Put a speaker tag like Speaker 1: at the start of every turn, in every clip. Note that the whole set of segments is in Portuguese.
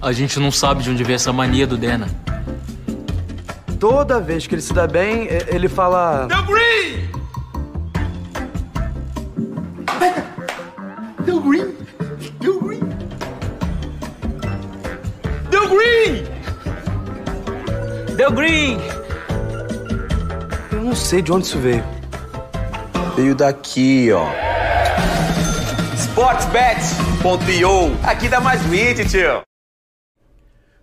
Speaker 1: A gente não sabe de onde veio essa mania do Dena.
Speaker 2: Toda vez que ele se dá bem, e- ele fala.
Speaker 3: Deu green! Deu green! Deu green! Deu green!
Speaker 1: Deu green!
Speaker 2: Eu não sei de onde isso veio.
Speaker 4: Veio daqui, ó. Sportsbet.io. Aqui dá mais 20, tio.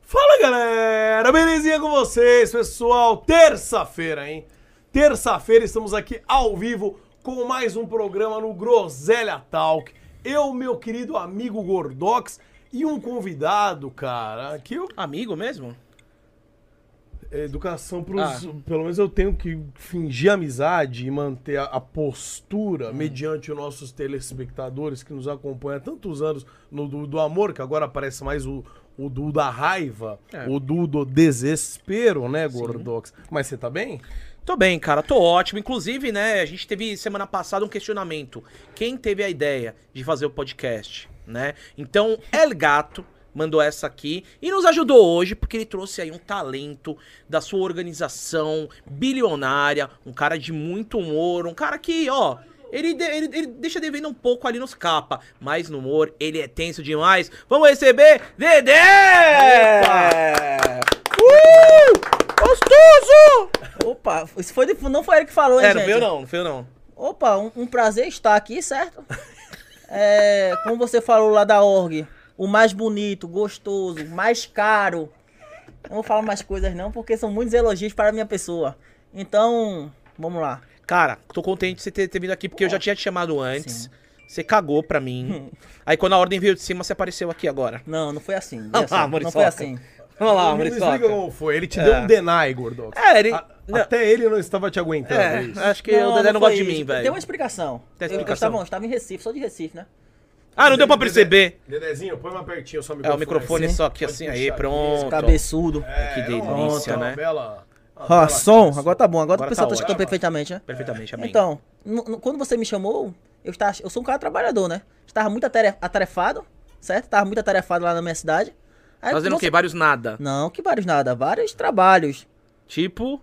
Speaker 3: Fala galera, belezinha com vocês, pessoal? Terça-feira, hein? Terça-feira estamos aqui ao vivo com mais um programa no Groselha Talk. Eu, meu querido amigo Gordox e um convidado, cara, que eu.
Speaker 5: Amigo mesmo?
Speaker 3: É, Educação pros.
Speaker 5: Ah.
Speaker 3: Pelo menos eu tenho que fingir amizade e manter a, a postura
Speaker 5: Hum.
Speaker 3: mediante os nossos telespectadores que nos acompanham há tantos anos no do, do amor, que agora aparece mais o, o do da raiva,
Speaker 5: É.
Speaker 3: o do, do desespero, né, Gordox? Mas você tá bem?
Speaker 5: Tô bem, cara, tô ótimo. Inclusive, né, a gente teve semana passada um questionamento. Quem teve a ideia de fazer o podcast, né? Então, El Gato mandou essa aqui e nos ajudou hoje porque ele trouxe aí um talento da sua organização bilionária, um cara de muito humor, um cara que, ó, ele, de- ele, ele deixa devendo um pouco ali nos capa, mas no humor ele é tenso demais. Vamos receber Dedé! Uh! Gostoso!
Speaker 6: Opa, isso foi, de- não foi ele que falou, hein,
Speaker 5: É, não
Speaker 6: gente?
Speaker 5: foi eu não, não foi eu não.
Speaker 6: Opa, um, um prazer estar aqui, certo? É, como você falou lá da org, o mais bonito, gostoso, mais caro. Eu não falo mais coisas não, porque são muitos elogios para a minha pessoa. Então, vamos lá.
Speaker 5: Cara, tô contente de você ter, ter vindo aqui, porque eu já tinha te chamado antes. Você cagou pra
Speaker 6: Hum.
Speaker 5: mim. Aí quando a ordem veio de cima, você apareceu aqui agora.
Speaker 6: Não, não foi assim.
Speaker 5: Ah,
Speaker 6: olha só, não
Speaker 5: Muriçoca.
Speaker 6: foi assim.
Speaker 5: Vamos lá,
Speaker 3: Me explica
Speaker 5: Muriçoca.
Speaker 3: como foi. Ele te deu um deny, Gordox.
Speaker 5: É, ele-
Speaker 3: A-
Speaker 5: não.
Speaker 3: até ele não estava te aguentando. É, isso.
Speaker 5: É, acho que o Dedé não,
Speaker 6: foi
Speaker 5: gosta de
Speaker 6: isso.
Speaker 5: mim,
Speaker 6: Tem
Speaker 5: velho.
Speaker 6: uma explicação.
Speaker 5: Tem
Speaker 6: Eu- Eu,
Speaker 5: explicação.
Speaker 6: estava, eu estava em Recife, sou de Recife, né?
Speaker 5: Ah, não deu pra perceber.
Speaker 3: Dedezinho, põe mais pertinho só o
Speaker 5: É,
Speaker 3: microfone.
Speaker 5: o microfone
Speaker 3: assim.
Speaker 5: só aqui assim, aí, pronto.
Speaker 6: Cabeçudo.
Speaker 5: Que
Speaker 3: É, era uma-
Speaker 5: delícia,
Speaker 3: uma
Speaker 5: né?
Speaker 3: bela- uma
Speaker 6: Ah,
Speaker 3: bela
Speaker 6: som,
Speaker 3: coisa.
Speaker 6: agora tá bom, agora,
Speaker 5: Agora
Speaker 6: o pessoal
Speaker 5: tá
Speaker 6: tá, escutando
Speaker 5: ótimo.
Speaker 6: perfeitamente, né?
Speaker 5: Perfeitamente, amém.
Speaker 6: Então, no- no- quando você me chamou, eu, estava, eu sou um cara trabalhador, né? Estava muito atare- atarefado, certo? Estava muito atarefado lá na minha cidade. Aí
Speaker 5: Fazendo o
Speaker 6: você-
Speaker 5: quê? Vários nada.
Speaker 6: Não, que vários nada, vários trabalhos.
Speaker 5: Tipo,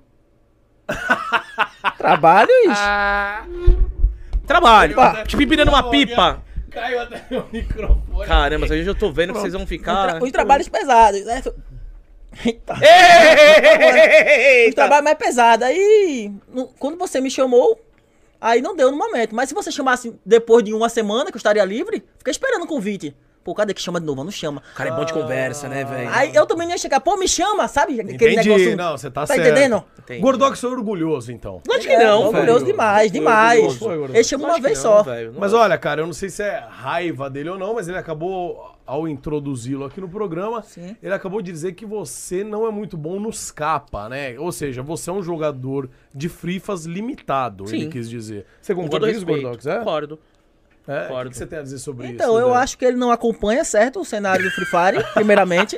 Speaker 6: Trabalhos?
Speaker 5: Ah, trabalho.
Speaker 6: Opa.
Speaker 5: Tipo, empinando uma pipa.
Speaker 3: Caiu até meu microfone.
Speaker 5: Caramba, hoje eu tô vendo que vocês vão ficar...
Speaker 6: Os trabalhos pesados, né? Eita.
Speaker 5: Eita!
Speaker 6: Os trabalhos mais pesados. Aí, no- quando você me chamou, aí não deu no momento. Mas se você chamasse depois de uma semana que eu estaria livre, fiquei esperando o convite. Pô, cadê que chama de novo? Não chama.
Speaker 5: Cara, é bom de conversa,
Speaker 6: Ah.
Speaker 5: né, velho?
Speaker 6: Aí eu também não ia chegar, pô, me chama, sabe? Aquele
Speaker 3: Entendi.
Speaker 6: negócio.
Speaker 3: Não, você tá
Speaker 6: tá
Speaker 3: certo.
Speaker 6: entendendo?
Speaker 5: Entendi.
Speaker 3: Gordox é orgulhoso, então.
Speaker 5: Lógico que não,
Speaker 6: orgulhoso
Speaker 5: velho.
Speaker 6: demais, demais.
Speaker 5: Orgulhoso.
Speaker 6: Ele chama uma
Speaker 5: Lógico
Speaker 6: vez
Speaker 5: que não,
Speaker 6: só.
Speaker 5: velho. Não
Speaker 3: Mas olha, cara, eu não sei se é raiva dele ou não, mas ele acabou, ao introduzi-lo aqui no programa,
Speaker 6: Sim.
Speaker 3: ele acabou de dizer que você não é muito bom nos capa, né? Ou seja, você é um jogador de frifas limitado, ele
Speaker 5: Sim.
Speaker 3: quis dizer. Você
Speaker 5: Com
Speaker 3: concorda
Speaker 5: todo
Speaker 3: com isso,
Speaker 5: respeito.
Speaker 3: Gordox? É?
Speaker 5: Concordo.
Speaker 3: é? O que
Speaker 5: concordo.
Speaker 3: que você tem a dizer sobre isso? né?
Speaker 6: Então, eu
Speaker 3: Dani?
Speaker 6: acho que ele não acompanha, certo? O cenário do Free Fire, primeiramente.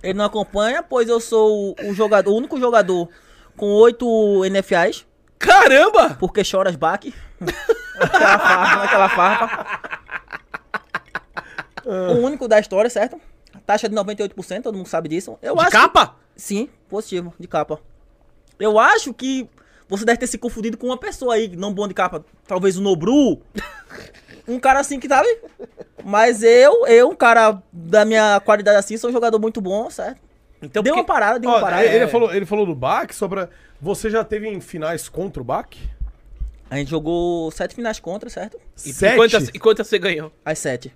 Speaker 6: ele não acompanha, pois eu sou o, o jogador, o único jogador com oito NFAs,
Speaker 5: Caramba!
Speaker 6: porque choras back. naquela farpa, naquela farpa. o único da história, certo? Taxa de 98%, todo mundo sabe disso. Eu
Speaker 5: De
Speaker 6: acho que-
Speaker 5: capa?
Speaker 6: Sim, positivo, de capa. Eu acho que você deve ter se confundido com uma pessoa aí, não bom de capa. Talvez o Nobru. um cara assim que sabe. Mas eu, eu, um cara da minha qualidade assim, sou um jogador muito bom, certo?
Speaker 5: Então,
Speaker 6: deu
Speaker 5: porque-
Speaker 6: uma parada, deu
Speaker 3: Ó,
Speaker 6: uma parada. É.
Speaker 3: ele, falou, ele falou do Bach, só pra... Você já teve em finais contra o Bach?
Speaker 6: A gente jogou sete finais contra, certo?
Speaker 5: E, e, quantas, e quantas você ganhou?
Speaker 6: As sete.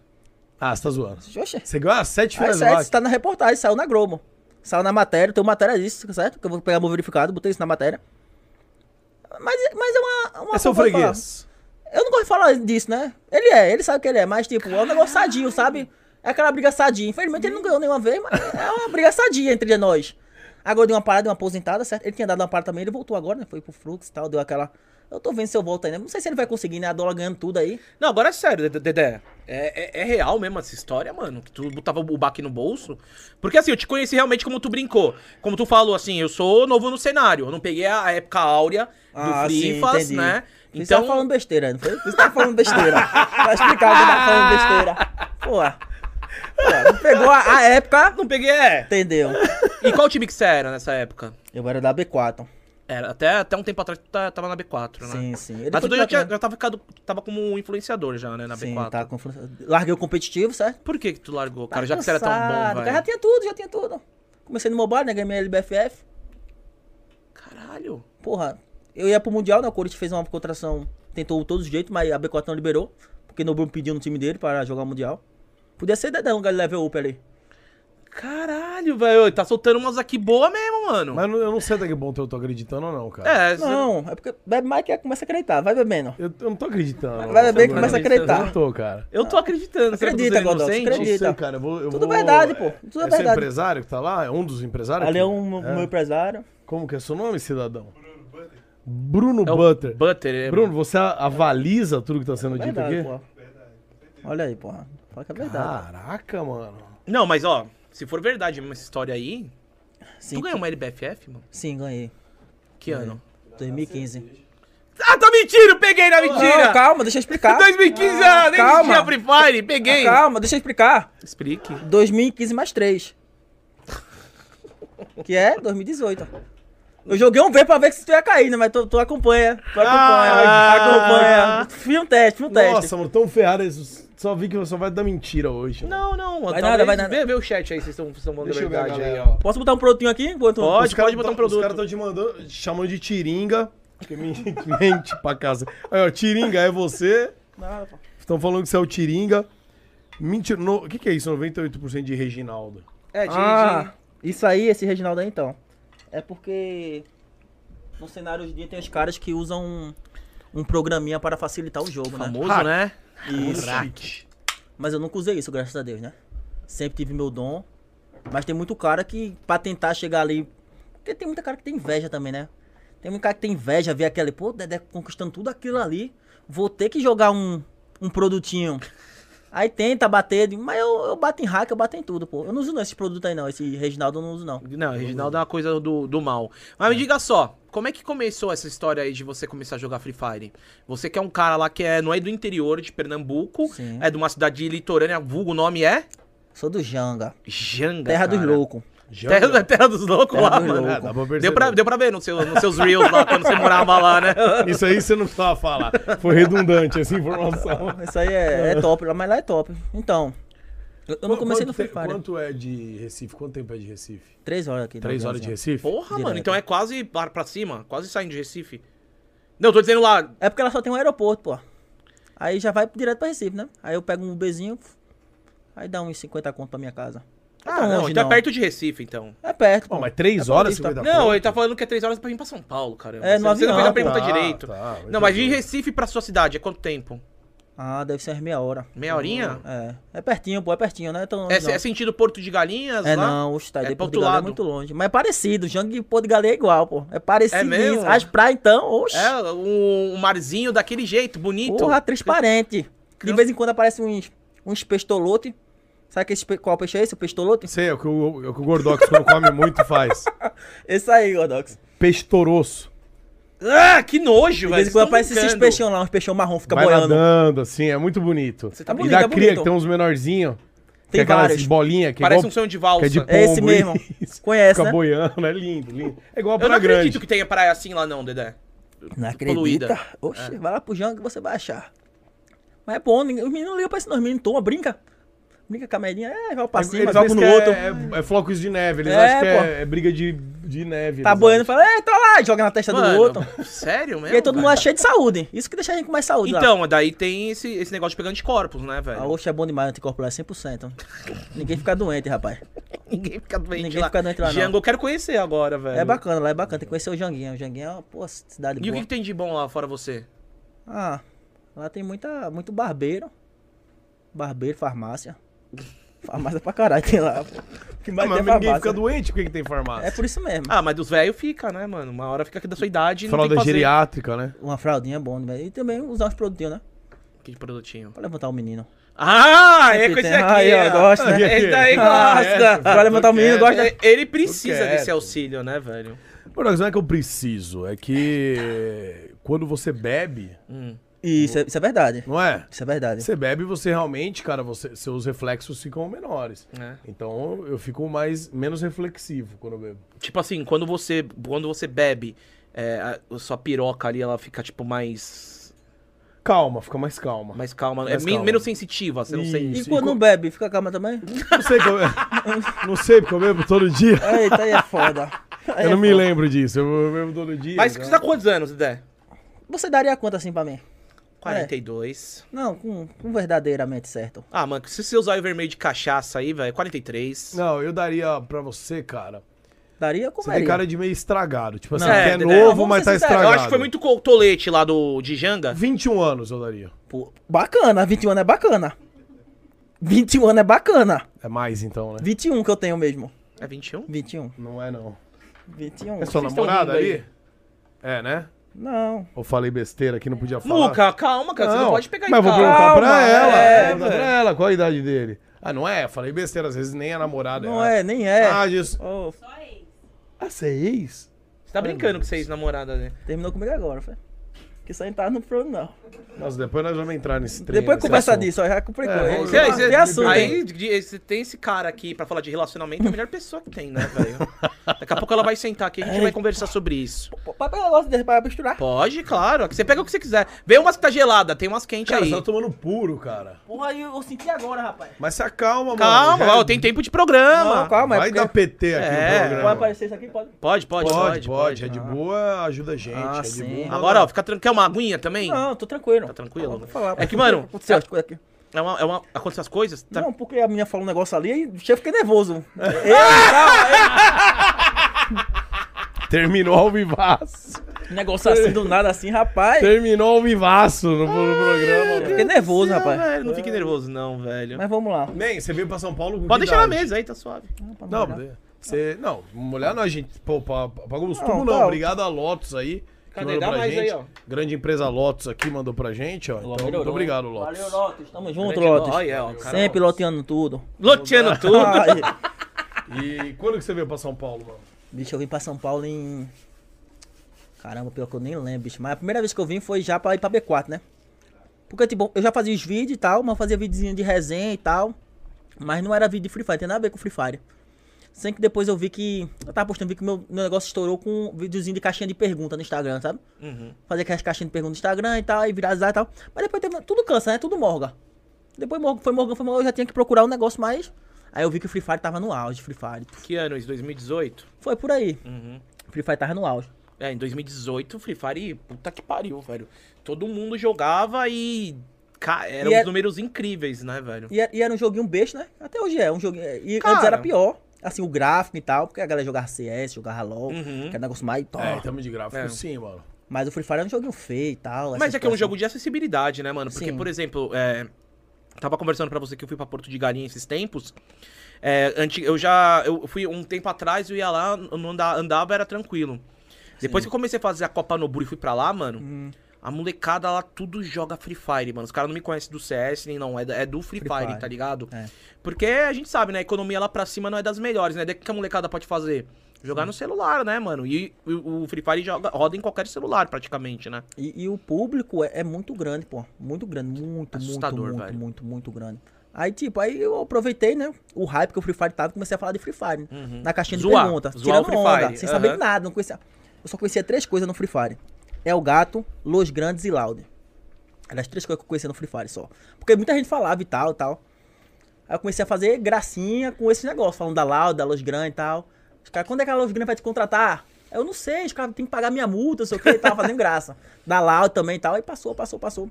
Speaker 3: Ah, você tá zoando.
Speaker 6: Oxê.
Speaker 3: Você ganhou as sete
Speaker 6: As
Speaker 3: finais do
Speaker 6: sete,
Speaker 3: Bach?
Speaker 6: isso tá na reportagem, saiu na Globo. Saiu na matéria, tem uma matéria disso, certo? Que eu vou pegar meu verificado, botei isso na matéria. Mas, mas é uma. uma
Speaker 3: Esse é o
Speaker 6: coisa pra falar.
Speaker 3: freguês.
Speaker 6: Eu não gosto de falar disso, né? Ele é, ele sabe que ele é, mas tipo, é um negócio sadio, sabe? É aquela briga sadia. Infelizmente ele não ganhou nenhuma vez, mas é uma briga sadia entre nós. Agora deu uma parada, deu uma aposentada, certo? Ele tinha dado uma parada também, ele voltou agora, né? Foi pro Flux e tal, deu aquela. Eu tô vendo se eu volto ainda. Não sei se ele vai conseguir, né? A dólar ganhando tudo aí.
Speaker 5: Não, agora é sério, Ded- Dedé. É, é- é real mesmo essa história, mano? Que tu botava o baque no bolso? Porque assim, eu te conheci realmente como tu brincou. Como tu falou, assim, eu sou novo no cenário. Eu não peguei a época áurea do
Speaker 6: Ah, sim,
Speaker 5: Frifas,
Speaker 6: entendi.
Speaker 5: né?
Speaker 6: Você tá falando besteira, não foi? Você tá falando besteira. Pra explicar que tá falando besteira. Pô. Cara, não pegou a, a época,
Speaker 5: Não peguei, é.
Speaker 6: entendeu?
Speaker 5: E qual time que você era nessa época?
Speaker 6: Eu era da B4.
Speaker 5: Era, até, até um tempo atrás tu tá- tava na B4, né?
Speaker 6: Sim, sim. Ele
Speaker 5: Mas
Speaker 6: foi
Speaker 5: tu já,
Speaker 6: pra-
Speaker 5: tinha- já tava, ficado, tava como influenciador já, né, na
Speaker 6: Sim,
Speaker 5: B4.
Speaker 6: tá com... Larguei o competitivo, certo?
Speaker 5: Por que que tu largou,
Speaker 6: Tava
Speaker 5: cara? Já que você era tão
Speaker 6: cansado, tá
Speaker 5: bom,
Speaker 6: cara, Já
Speaker 5: velho.
Speaker 6: tinha tudo, já tinha tudo. Comecei no mobile, né? Ganhei minha LBFF.
Speaker 5: Caralho.
Speaker 6: Porra, eu ia pro Mundial, né? O Corinthians fez uma contratação, tentou todos os jeitos, mas a B4 não liberou. Porque o Bruno pediu no time dele para jogar o Mundial. Podia ser Dedão, galera, level up ali.
Speaker 5: Caralho, velho. Ele Tá soltando umas aqui boa mesmo, mano.
Speaker 3: Mas eu não- eu não sei até que ponto eu tô acreditando ou não, cara.
Speaker 5: É, não.
Speaker 6: Não, é porque bebe mais que começa a acreditar, vai bebendo.
Speaker 3: Eu, eu não tô acreditando.
Speaker 6: Vai beber
Speaker 3: Agora,
Speaker 6: que
Speaker 5: é
Speaker 6: começa a
Speaker 3: Eu
Speaker 6: acreditar.
Speaker 3: não tô, cara.
Speaker 5: eu tô acreditando. Será que eu tô
Speaker 6: Acredita,
Speaker 5: sendo
Speaker 6: Godão, você
Speaker 5: inocente?
Speaker 6: acredita.
Speaker 3: Não sei, cara. Eu vou, eu
Speaker 6: Tudo
Speaker 3: vou-
Speaker 6: verdade, pô. Tudo
Speaker 3: é
Speaker 6: verdade.
Speaker 3: seu empresário que tá lá? É um dos empresários?
Speaker 6: Ali
Speaker 3: que-
Speaker 6: é um meu empresário.
Speaker 3: Como que é seu nome, cidadão? Bruno
Speaker 5: É
Speaker 3: Butter. Bruno
Speaker 5: o
Speaker 3: Butter.
Speaker 5: Butter. é,
Speaker 3: Bruno, você a- avaliza tudo que tá sendo dito
Speaker 6: Verdade,
Speaker 3: aqui?
Speaker 6: porra. Olha aí, porra. Fala que é verdade.
Speaker 3: Caraca, mano.
Speaker 5: Não, mas ó, se for verdade mesmo essa história aí,
Speaker 6: sim,
Speaker 5: Ah, tu ganhou uma LBFF, mano?
Speaker 6: sim, ganhei. É.
Speaker 5: Que ano?
Speaker 6: 2015.
Speaker 5: Ah, tá mentindo! Peguei na mentira!
Speaker 6: Não, calma, deixa eu explicar.
Speaker 5: 2015, ah, nem
Speaker 6: calma.
Speaker 5: existia Free Fire, peguei!
Speaker 6: Calma, deixa eu explicar.
Speaker 5: Explique.
Speaker 6: 2015 mais 3. Que é 2018. Eu joguei um V pra ver se tu ia cair, né? Mas tu, tu acompanha. Tu acompanha.
Speaker 3: Ah!
Speaker 6: acompanha. Fui um teste, fui um teste.
Speaker 3: Nossa, mano, tão ferrado. eu Só vi que você vai dar mentira hoje. mano.
Speaker 5: Não, não,
Speaker 6: Vai
Speaker 5: talvez-
Speaker 6: nada, vai nada.
Speaker 5: Vê, vê o chat aí, vocês estão mandando
Speaker 3: Deixa eu ver a
Speaker 5: verdade aí,
Speaker 3: galera.
Speaker 5: ó.
Speaker 6: Posso botar um produtinho aqui? Enquanto...
Speaker 5: Pode,
Speaker 3: Os caras
Speaker 5: pode botar um
Speaker 3: tão-
Speaker 5: produto.
Speaker 3: Os caras estão te mandando, te chamando de tiringa. Porque me mente pra casa. Aí, ó, tiringa é você. Estão falando que você é o tiringa. Mentira. no- O que, que é isso? 98% de Reginaldo.
Speaker 5: É, de,
Speaker 6: Ah, isso aí, esse Reginaldo aí então. É porque no cenário hoje em dia tem os caras que usam um, um programinha para facilitar o jogo,
Speaker 5: de
Speaker 6: né?
Speaker 5: famoso, né?
Speaker 6: Isso.
Speaker 5: Crack.
Speaker 6: Mas eu nunca usei isso, graças a Deus, né? Sempre tive meu dom. Mas tem muito cara que, pra tentar chegar ali. Porque tem muita cara que tem inveja também, né? Tem muito cara que tem inveja, vê aquele, pô, Dedé conquistando tudo aquilo ali. Vou ter que jogar um, um produtinho. Aí tenta bater, mas eu, eu bato em hack, eu bato em tudo, pô. Eu não uso não esse produto aí não, esse Reginaldo eu não uso não.
Speaker 5: Não, Reginaldo é uma coisa do, do mal. Mas me diga só, como é que começou essa história aí de você começar a jogar Free Fire? Você que é um cara lá que é, não é do interior de Pernambuco,
Speaker 6: Sim.
Speaker 5: é de uma cidade litorânea, vulgo o nome é?
Speaker 6: Sou do Janga,
Speaker 5: Janga,
Speaker 6: terra dos
Speaker 5: cara.
Speaker 6: loucos.
Speaker 5: Terra, é terra dos loucos
Speaker 6: Terra
Speaker 5: lá,
Speaker 6: dos
Speaker 5: mano.
Speaker 6: loucos.
Speaker 3: É, dá pra perceber.
Speaker 5: Deu pra, deu pra ver nos seus, nos seus reels lá, quando você morava lá, né?
Speaker 3: Isso aí você não precisava falar. Foi redundante essa informação.
Speaker 6: Isso aí é, é top, lá, mas lá é top. Então, eu, eu não comecei
Speaker 3: Quanto
Speaker 6: no Free
Speaker 3: te-
Speaker 6: Fire.
Speaker 3: Quanto é de Recife? Quanto tempo é de Recife?
Speaker 6: Três horas aqui. no
Speaker 3: Três horas de
Speaker 6: aviãozinho.
Speaker 3: Recife?
Speaker 5: Porra, mano,
Speaker 6: Direto.
Speaker 5: então é quase para pra cima, quase saindo de Recife. Não, tô dizendo lá,
Speaker 6: É porque ela só tem um aeroporto, pô. Aí já vai direto pra Recife, né? Aí eu pego um Uberzinho, aí dá uns 50 conto pra minha casa. Tá
Speaker 5: Ah, não, então é perto de Recife, então.
Speaker 6: É perto,
Speaker 3: Pô,
Speaker 6: pô.
Speaker 3: mas três
Speaker 6: É
Speaker 3: horas?
Speaker 6: Paulista.
Speaker 3: 50
Speaker 5: Não,
Speaker 3: conto?
Speaker 5: ele tá falando que é três horas pra vir pra São Paulo, cara. Você
Speaker 6: É, no
Speaker 5: não
Speaker 6: avião,
Speaker 5: fez a
Speaker 6: pô.
Speaker 5: pergunta
Speaker 3: Tá,
Speaker 5: direito.
Speaker 3: tá,
Speaker 5: não, mas de
Speaker 3: entendi.
Speaker 5: Recife pra sua cidade, é quanto tempo?
Speaker 6: Ah, deve ser umas meia hora.
Speaker 5: Meia horinha?
Speaker 6: É. É pertinho, pô, é pertinho, né? Então,
Speaker 5: É, é sentido Porto de Galinhas
Speaker 6: É,
Speaker 5: lá?
Speaker 6: não, oxe, tá,
Speaker 5: É
Speaker 6: é
Speaker 5: pro
Speaker 6: Porto
Speaker 5: outro
Speaker 6: de Galinha é
Speaker 5: lado.
Speaker 6: muito longe. Mas é parecido, Jangue e Porto de Galinha é igual, pô. É parecido.
Speaker 5: mesmo?
Speaker 6: As praias, então, oxe.
Speaker 5: É, um, um marzinho daquele jeito, bonito.
Speaker 6: Porra, transparente. De
Speaker 5: Criança-
Speaker 6: vez em quando aparece uns, uns pestolote. Sabe que esse, pe- qual peixe é esse? O pestolote?
Speaker 3: Sei, é o que o, é o, que o Gordox, quando come muito, faz.
Speaker 6: Esse aí, Gordox.
Speaker 3: Peixe toroço.
Speaker 5: Ah, que nojo,
Speaker 6: De
Speaker 5: velho.
Speaker 6: vez em
Speaker 5: vocês
Speaker 6: quando
Speaker 5: tão
Speaker 6: aparece esses
Speaker 5: brincando.
Speaker 6: peixão lá, uns peixão marrom, fica
Speaker 3: Vai
Speaker 6: boiando.
Speaker 3: nadando, assim, é muito bonito.
Speaker 6: tá
Speaker 3: e
Speaker 6: bonito,
Speaker 3: da
Speaker 6: tá
Speaker 3: cria
Speaker 6: bonito.
Speaker 3: que tem uns menorzinhos.
Speaker 6: Tem
Speaker 3: que é aquelas
Speaker 6: vários.
Speaker 3: bolinhas que
Speaker 5: Parece
Speaker 3: é
Speaker 5: um
Speaker 3: igual,
Speaker 5: sonho de valsa.
Speaker 3: que é de pombo.
Speaker 6: É esse mesmo.
Speaker 3: isso.
Speaker 6: Conhece,
Speaker 3: Fica
Speaker 6: né?
Speaker 3: boiando, é lindo, lindo. É igual a
Speaker 5: Eu não
Speaker 3: Praia
Speaker 5: acredito
Speaker 3: Grande.
Speaker 5: que tenha praia assim lá não, Dedé.
Speaker 6: Não
Speaker 5: Poluída. É.
Speaker 6: acredita? Oxe, vai lá pro Jango que você vai achar. Mas é bom, ninguém- os meninos não ligam pra isso, não. Os meninos tomam, brinca. Brinca com a medinha, é, joga pra cima,
Speaker 3: Eles
Speaker 6: joga
Speaker 3: acham
Speaker 6: no
Speaker 3: que
Speaker 6: outro.
Speaker 3: é, é, é flocos de neve, eles
Speaker 6: É,
Speaker 3: acham que
Speaker 6: pô.
Speaker 3: é, é briga de, de neve.
Speaker 6: Tá
Speaker 3: eles
Speaker 6: boiando,
Speaker 3: acham.
Speaker 6: fala, eita lá, joga na testa É do outro.
Speaker 5: Mano, sério mesmo?
Speaker 6: E aí todo mundo
Speaker 5: cara?
Speaker 6: é cheio de saúde. Isso que deixa a gente com mais saúde lá.
Speaker 5: Então, daí tem esse, esse negócio de pegar anticorpos, né, velho?
Speaker 6: Ah, oxe, é bom demais anticorpular, 100%. Ninguém fica doente, rapaz.
Speaker 5: Ninguém fica doente
Speaker 6: Ninguém
Speaker 5: lá.
Speaker 6: fica doente lá, não.
Speaker 5: Django, eu quero conhecer agora, velho.
Speaker 6: É bacana, lá é bacana. Tem que conhecer o Janguinho. O Janguinho é uma pô, cidade
Speaker 5: E o
Speaker 6: boa.
Speaker 5: que, que tem de bom lá fora você?
Speaker 6: Ah, lá tem muita, muito barbeiro. Barbeiro, farmácia. Farmácia pra caralho tem lá. pô. O que
Speaker 3: Ah,
Speaker 6: mais
Speaker 3: mas
Speaker 6: tem é
Speaker 3: ninguém
Speaker 6: farmácia.
Speaker 3: fica doente, por que, que tem
Speaker 6: É
Speaker 3: farmácia?
Speaker 6: por isso mesmo.
Speaker 5: Ah, mas dos velhos fica, né, mano? Uma hora fica aqui da sua idade e não tem
Speaker 3: Fralda
Speaker 5: que fazer.
Speaker 3: geriátrica, né?
Speaker 6: Uma fraldinha é bom, né? E também usar uns produtinhos, né?
Speaker 5: Que produtinho.
Speaker 6: Pra levantar o menino.
Speaker 5: Ah, é
Speaker 6: Sempre
Speaker 5: com esse
Speaker 6: tem.
Speaker 5: aqui.
Speaker 6: Aí, ó,
Speaker 5: é.
Speaker 6: gosto, né?
Speaker 5: Esse daí
Speaker 6: Ah,
Speaker 5: gosta.
Speaker 6: é. Pra levantar o menino, gosta.
Speaker 5: É, Ele precisa
Speaker 3: quero.
Speaker 5: desse auxílio, né, velho?
Speaker 3: Mano, não é que eu preciso, é que quando você bebe,
Speaker 6: Isso, é- isso é verdade.
Speaker 3: Não é?
Speaker 6: Isso é verdade.
Speaker 3: Você bebe, você realmente, cara, você- seus reflexos ficam menores.
Speaker 5: É.
Speaker 3: Então eu fico mais menos reflexivo quando eu bebo.
Speaker 5: Tipo assim, quando você, quando você bebe, é, a- a sua piroca ali, ela fica, tipo, mais.
Speaker 3: Calma, fica mais calma.
Speaker 5: mais calma. é
Speaker 3: Mais
Speaker 5: men-
Speaker 3: calma.
Speaker 5: menos sensitiva, você não
Speaker 3: Isso.
Speaker 5: sente.
Speaker 6: E
Speaker 3: e
Speaker 6: quando
Speaker 3: co-
Speaker 6: não bebe, fica calma também?
Speaker 3: Não sei como é. não sei porque eu bebo todo dia.
Speaker 6: Eita, aí é foda. Aí
Speaker 3: Eu
Speaker 6: é
Speaker 3: não me
Speaker 6: foda.
Speaker 3: lembro disso. Eu bebo todo dia. né?
Speaker 5: Mas
Speaker 3: já.
Speaker 5: você tá com quantos anos, Dé?
Speaker 6: Você daria quanto assim pra mim?
Speaker 5: 42.
Speaker 6: Não, com, com verdadeiramente certo.
Speaker 5: Ah, mano, se você usar o vermelho de cachaça aí, velho, é 43.
Speaker 3: Não, eu daria pra você, cara.
Speaker 6: Daria como
Speaker 3: Você tem cara de meio estragado. Tipo assim,
Speaker 5: Não,
Speaker 3: que
Speaker 5: é,
Speaker 3: é
Speaker 5: Dedé,
Speaker 3: novo,
Speaker 6: vamos
Speaker 3: mas
Speaker 6: ser
Speaker 3: tá
Speaker 6: sinceros,
Speaker 3: estragado.
Speaker 5: Eu acho que foi muito coltolete lá do de Janga.
Speaker 3: 21 anos eu daria.
Speaker 6: Pô, bacana, 21 anos é bacana. 21 anos é bacana.
Speaker 3: É mais então, né?
Speaker 6: 21 que eu tenho mesmo.
Speaker 5: É 21?
Speaker 6: 21.
Speaker 3: Não é não.
Speaker 6: 21.
Speaker 3: É sua
Speaker 5: Vocês tão
Speaker 3: namorada
Speaker 5: rindo
Speaker 3: ali? É, né?
Speaker 6: Não.
Speaker 3: Ou falei besteira que não podia falar?
Speaker 5: Muca, calma, cara. Você não pode pegar
Speaker 3: Mas
Speaker 5: em
Speaker 3: vou
Speaker 5: calma.
Speaker 3: perguntar pra ela.
Speaker 5: É,
Speaker 3: vou perguntar
Speaker 5: velho.
Speaker 3: pra ela qual a idade dele. Ah, não é? Falei besteira, às vezes nem a namorada
Speaker 6: Não é, nem é.
Speaker 3: Ah, disso.
Speaker 6: Ô,
Speaker 3: Ah, você é ex?
Speaker 5: Você tá brincando com vocês, namorada, né?
Speaker 6: terminou comigo agora, foi. Que isso aí não tava no plano, não.
Speaker 3: Nossa, depois nós vamos entrar nesse trem.
Speaker 6: Depois
Speaker 3: nesse
Speaker 6: conversa
Speaker 3: assunto.
Speaker 6: disso, ó, já complicou.
Speaker 3: É,
Speaker 6: É,
Speaker 3: vamos-
Speaker 5: Você,
Speaker 6: tem
Speaker 5: aí,
Speaker 3: Ah,
Speaker 5: você-
Speaker 3: tem
Speaker 6: assunto aí.
Speaker 5: aí, de- você tem esse cara aqui pra falar de relacionamento, é a melhor pessoa que tem, né, velho? Daqui a pouco ela vai sentar aqui e a gente vai conversar sobre isso.
Speaker 6: Pô, Papai, ela gosta de pra misturar.
Speaker 5: Pode, claro. Aqui Você pega o que você quiser. Vê umas que tá gelada, tem umas quentes
Speaker 3: Cara,
Speaker 5: aí.
Speaker 3: você tá tomando puro, cara.
Speaker 6: Porra, eu, eu senti agora, rapaz.
Speaker 3: Mas se acalma, mano.
Speaker 5: Calma,
Speaker 3: Já
Speaker 5: ó, tem tempo de programa.
Speaker 6: Não, calma,
Speaker 3: Vai
Speaker 6: é
Speaker 3: dar né?
Speaker 6: porque...
Speaker 3: PT aqui
Speaker 5: É,
Speaker 3: no
Speaker 6: Pode
Speaker 3: programa.
Speaker 6: aparecer isso aqui? Pode.
Speaker 5: Pode,
Speaker 3: Pode,
Speaker 5: pode,
Speaker 3: é
Speaker 5: pode, Ah.
Speaker 3: pode. Red Bull ajuda a gente. é
Speaker 6: Ah,
Speaker 3: Red
Speaker 6: sim.
Speaker 3: Bull-
Speaker 5: Agora, ó, fica tranquilo. Quer uma aguinha também?
Speaker 6: Não, tô tranquilo. né?
Speaker 5: Tá tranquilo?
Speaker 6: Vou falar.
Speaker 5: É que, mano,
Speaker 6: Aconteceu as coisas aqui.
Speaker 5: É uma, é uma, aconteceu as coisas? Tá-
Speaker 6: Não, porque a menina falou um negócio ali e eu fiquei nervoso. Ei, calma,
Speaker 3: Terminou ao vivaço.
Speaker 6: ei. negócio assim do nada, assim, rapaz.
Speaker 3: Terminou ao vivaço no, no programa.
Speaker 6: Eu fiquei nervoso,
Speaker 5: Não,
Speaker 6: rapaz.
Speaker 5: velho, não fique nervoso, não, velho.
Speaker 6: Mas vamos lá.
Speaker 3: Nem, você veio pra São Paulo com
Speaker 5: Pode
Speaker 3: que
Speaker 5: deixar na
Speaker 3: idade?
Speaker 5: mesa aí, tá suave.
Speaker 3: Não, é, você. Não, mulher não, a gente. Pô, pa- pa- pagou uns
Speaker 6: Não,
Speaker 3: tubos, não.
Speaker 6: tá.
Speaker 3: Obrigado a Lotus aí. que
Speaker 5: Cadê?
Speaker 3: mandou
Speaker 5: Dá
Speaker 3: pra
Speaker 5: mais
Speaker 3: gente.
Speaker 5: aí, ó.
Speaker 3: Grande empresa Lotus aqui mandou pra gente, ó. Então, muito obrigado, Lotus.
Speaker 6: Valeu, Lotus. Tamo junto,
Speaker 5: Grande
Speaker 6: Lotus.
Speaker 5: boy, é, ó, cara,
Speaker 6: Sempre loteando tudo. Ah,
Speaker 5: Loteando tudo.
Speaker 6: Ai,
Speaker 3: E quando que você veio pra São Paulo, mano?
Speaker 6: bicho, eu vim pra São Paulo em. Caramba, pior que eu nem lembro, bicho. Mas a primeira vez que eu vim foi já pra ir pra B4, né? Porque, tipo, eu já fazia os vídeos e tal, mas eu fazia videozinho de resenha e tal. Mas não era vídeo de Free Fire, tem nada a ver com Free Fire. Sem que depois eu vi que. Eu tava postando, vi que meu, meu negócio estourou com um videozinho de caixinha de pergunta no Instagram, sabe? Fazer aquelas caixinhas de pergunta no Instagram e tal, e viralizar e tal. Mas depois teve, tudo cansa, né? Tudo morga. Depois morga, foi morgando, foi morgando, eu já tinha que procurar um negócio mais. Aí eu vi que o Free Fire tava no auge, Free Fire.
Speaker 5: Que ano isso? 2018?
Speaker 6: Foi por aí.
Speaker 5: Uhum.
Speaker 6: Free Fire tava no auge.
Speaker 5: É, em 2018, Free Fire, puta que pariu, velho. Todo mundo jogava e. Ca... Eram
Speaker 6: E
Speaker 5: uns
Speaker 6: é-
Speaker 5: números incríveis, né, velho?
Speaker 6: E, era- e era um joguinho besta, né? Até hoje é um joguinho. E
Speaker 5: Cara.
Speaker 6: antes era pior. Assim, o gráfico e tal, porque a galera jogava CS, jogava LOL,
Speaker 5: Uhum.
Speaker 6: que era um negócio mais top.
Speaker 3: É, tamo de gráfico
Speaker 5: É.
Speaker 3: sim, mano.
Speaker 6: Mas o Free Fire era um joguinho feio e tal.
Speaker 5: Mas
Speaker 6: essas
Speaker 5: é que é um
Speaker 6: coisas.
Speaker 5: jogo de acessibilidade, né, mano? Porque,
Speaker 6: Sim.
Speaker 5: por exemplo, é, tava conversando pra você que eu fui pra Porto de Galinha esses tempos. É, anti- eu já. Eu fui um tempo atrás, eu ia lá, não anda- andava, era tranquilo. Depois que eu comecei a fazer a Copa Nobru e fui pra lá, mano, a molecada lá tudo joga Free Fire, mano. Os caras não me conhecem do CS, nem não. É, da- é do Free,
Speaker 6: Free
Speaker 5: Fire,
Speaker 6: Fire.
Speaker 5: tá ligado?
Speaker 6: É.
Speaker 5: Porque a gente sabe, né? A economia lá pra cima não é das melhores, né? Daí O que a molecada pode fazer? Jogar no celular, né, mano? E o o Free Fire joga, roda em qualquer celular, praticamente, né?
Speaker 6: E, e o público é, é muito grande, pô. Muito grande, muito,
Speaker 5: Assustador,
Speaker 6: muito,
Speaker 5: velho.
Speaker 6: muito, muito, muito grande. Aí, tipo, aí eu aproveitei, né? O hype que o Free Fire tava e comecei a falar de Free Fire. né, Na caixinha de
Speaker 5: Uhum. Zoar,
Speaker 6: perguntas.
Speaker 5: zoar o
Speaker 6: tirando
Speaker 5: Free
Speaker 6: onda,
Speaker 5: Fire,
Speaker 6: sem saber
Speaker 5: aham.
Speaker 6: de nada. Não conhecia. Eu só conhecia três coisas no Free Fire. É o gato, Los Grandes e Loud. Eram as três coisas que eu conhecia no Free Fire só. Porque muita gente falava e tal, e tal. Aí eu comecei a fazer gracinha com esse negócio, falando da Lauda, da Los Gran e tal. Os caras, quando é que a Los Gran vai te contratar? Eu não sei, os caras têm que pagar minha multa, não sei o que, tava fazendo graça. Da Lauda também e tal. Aí passou, passou, passou.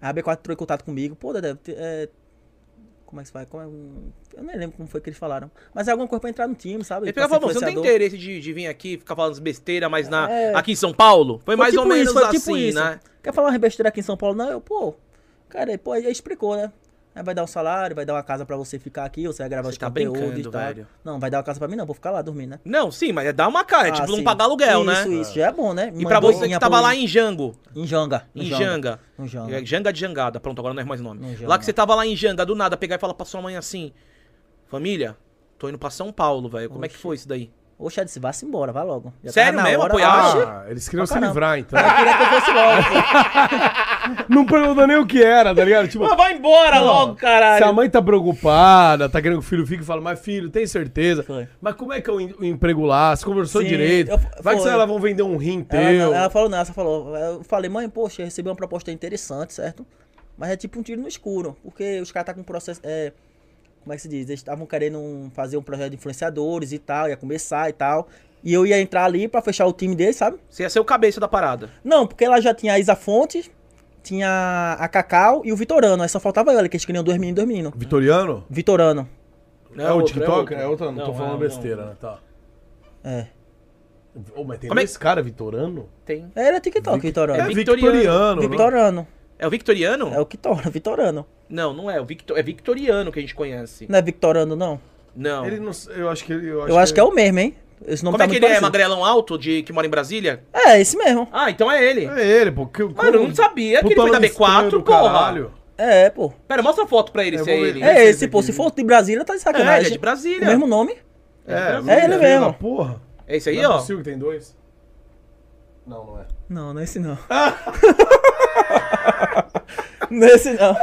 Speaker 6: Aí a B4 entrou em contato comigo. Pô, Dedé, te- é, como é que se faz? Como é- Eu nem lembro como foi que eles falaram. Mas é alguma coisa pra entrar no time, sabe?
Speaker 5: Ele
Speaker 6: Pra ser
Speaker 5: pegava, você não tem
Speaker 6: tá influenciador."
Speaker 5: interesse de, de vir aqui ficar falando besteira, mas na,
Speaker 6: É.
Speaker 5: aqui em São Paulo? Foi, mais ou
Speaker 6: tipo
Speaker 5: menos
Speaker 6: foi
Speaker 5: assim,
Speaker 6: tipo
Speaker 5: né?
Speaker 6: Quer falar uma besteira aqui em São Paulo? Não, eu, pô, cara, aí, pô, aí explicou, né? Aí vai dar um salário, vai dar uma casa pra você ficar aqui, você vai gravar
Speaker 5: Você
Speaker 6: os
Speaker 5: tá
Speaker 6: conteúdos
Speaker 5: brincando,
Speaker 6: e tal.
Speaker 5: velho.
Speaker 6: Não, vai dar uma casa pra mim não, vou ficar lá dormindo, né?
Speaker 5: Não, sim, mas é dar uma cara, é
Speaker 6: Ah,
Speaker 5: tipo não
Speaker 6: sim.
Speaker 5: pagar aluguel, né?
Speaker 6: Isso, isso, já é bom, né?
Speaker 5: E pra você que tava lá em Jango,
Speaker 6: Em Janga.
Speaker 5: em Janga,
Speaker 6: Em Janga.
Speaker 5: é, Janga de Jangada, pronto, agora não é mais
Speaker 6: Em
Speaker 5: nome. Lá
Speaker 6: Ah. Janga.
Speaker 5: que você tava lá em Janga, do nada, pegar e falar pra sua mãe assim, família, tô indo pra São Paulo, velho, como é que foi isso daí?
Speaker 6: Oxe, eu disse, vá-se embora, vá logo. Já tava
Speaker 5: Sério
Speaker 6: na
Speaker 5: mesmo?
Speaker 6: hora.
Speaker 5: Apoiava?
Speaker 6: Oxe,
Speaker 3: Ah, eles queriam
Speaker 6: pra
Speaker 3: se
Speaker 6: caramba.
Speaker 3: livrar, então.
Speaker 6: eu queria que eu fosse logo.
Speaker 3: Não pergunta nem o que era, tá ligado? Tipo,
Speaker 5: Ah, vai embora logo,
Speaker 3: se
Speaker 5: caralho.
Speaker 3: a mãe tá preocupada, tá querendo que o filho fique, fala, mas filho, tem certeza?
Speaker 6: Foi.
Speaker 3: Mas como é que é o em- o emprego lá? Você conversou
Speaker 6: Sim,
Speaker 3: direito?
Speaker 6: eu-
Speaker 3: Vai que se
Speaker 6: foi.
Speaker 3: ela vão vender um rim teu.
Speaker 6: Ela, não- ela falou, não, ela só falou. Eu falei, mãe, poxa, eu recebi uma proposta interessante, certo? Mas é tipo um tiro no escuro, porque os caras tá com um processo. é, como é que se diz? Eles estavam querendo um- fazer um projeto de influenciadores e tal, ia começar e tal. E eu ia entrar ali pra fechar o time deles, sabe?
Speaker 5: Você ia ser o cabeça da parada.
Speaker 6: Não, porque ela já tinha a Isa Fontes, tinha a Cacau e o Vitorano. Aí só faltava ela, que eles queriam dois meninos e dois meninos.
Speaker 3: Vitoriano?
Speaker 6: Vitorano.
Speaker 5: Não
Speaker 3: é o
Speaker 5: outro,
Speaker 3: TikTok?
Speaker 5: outro.
Speaker 3: É outra, não, tô
Speaker 5: é
Speaker 3: falando
Speaker 5: um-
Speaker 3: besteira, né? Tá.
Speaker 6: É.
Speaker 3: Ô, mas tem
Speaker 5: Como é
Speaker 3: dois cara, Vitorano?
Speaker 5: Tem.
Speaker 6: Era TikTok, Vitorano.
Speaker 5: É
Speaker 6: É,
Speaker 5: Vitoriano,
Speaker 3: Vitoriano. né?
Speaker 6: Vitorano.
Speaker 5: É o Victoriano?
Speaker 6: É o Quitora, Vitorano.
Speaker 5: Não, não é. O Victor... É Victoriano que a gente conhece.
Speaker 6: Não é Victorano, não.
Speaker 5: Não.
Speaker 3: Ele não. Eu acho que ele. Eu acho,
Speaker 6: Eu acho que é o mesmo, hein? Esse nome
Speaker 5: Como
Speaker 6: tá
Speaker 5: é que ele
Speaker 6: muito
Speaker 5: é?
Speaker 6: parecido.
Speaker 5: Magrelão alto, de... que mora em Brasília?
Speaker 6: É, esse mesmo.
Speaker 5: Ah, então é ele.
Speaker 3: É ele, pô. Que,
Speaker 5: Mano, eu não sabia que ele foi da B4, porra.
Speaker 6: É, pô.
Speaker 5: Pera, mostra a foto pra ele
Speaker 3: Eu
Speaker 5: se
Speaker 3: vou
Speaker 5: é
Speaker 3: ver.
Speaker 5: ele.
Speaker 6: É
Speaker 3: esse
Speaker 6: esse, pô.
Speaker 3: daqui.
Speaker 6: Se for de Brasília, tá de
Speaker 5: É, ele
Speaker 6: sacanagem.
Speaker 5: é de
Speaker 6: O
Speaker 5: Brasília.
Speaker 6: mesmo nome?
Speaker 3: É,
Speaker 5: É
Speaker 6: ele mesmo.
Speaker 3: Porra.
Speaker 5: É isso aí,
Speaker 3: Não é
Speaker 5: ó.
Speaker 3: possível que tem dois. Não, não é.
Speaker 6: Não, não é esse não. não é esse não.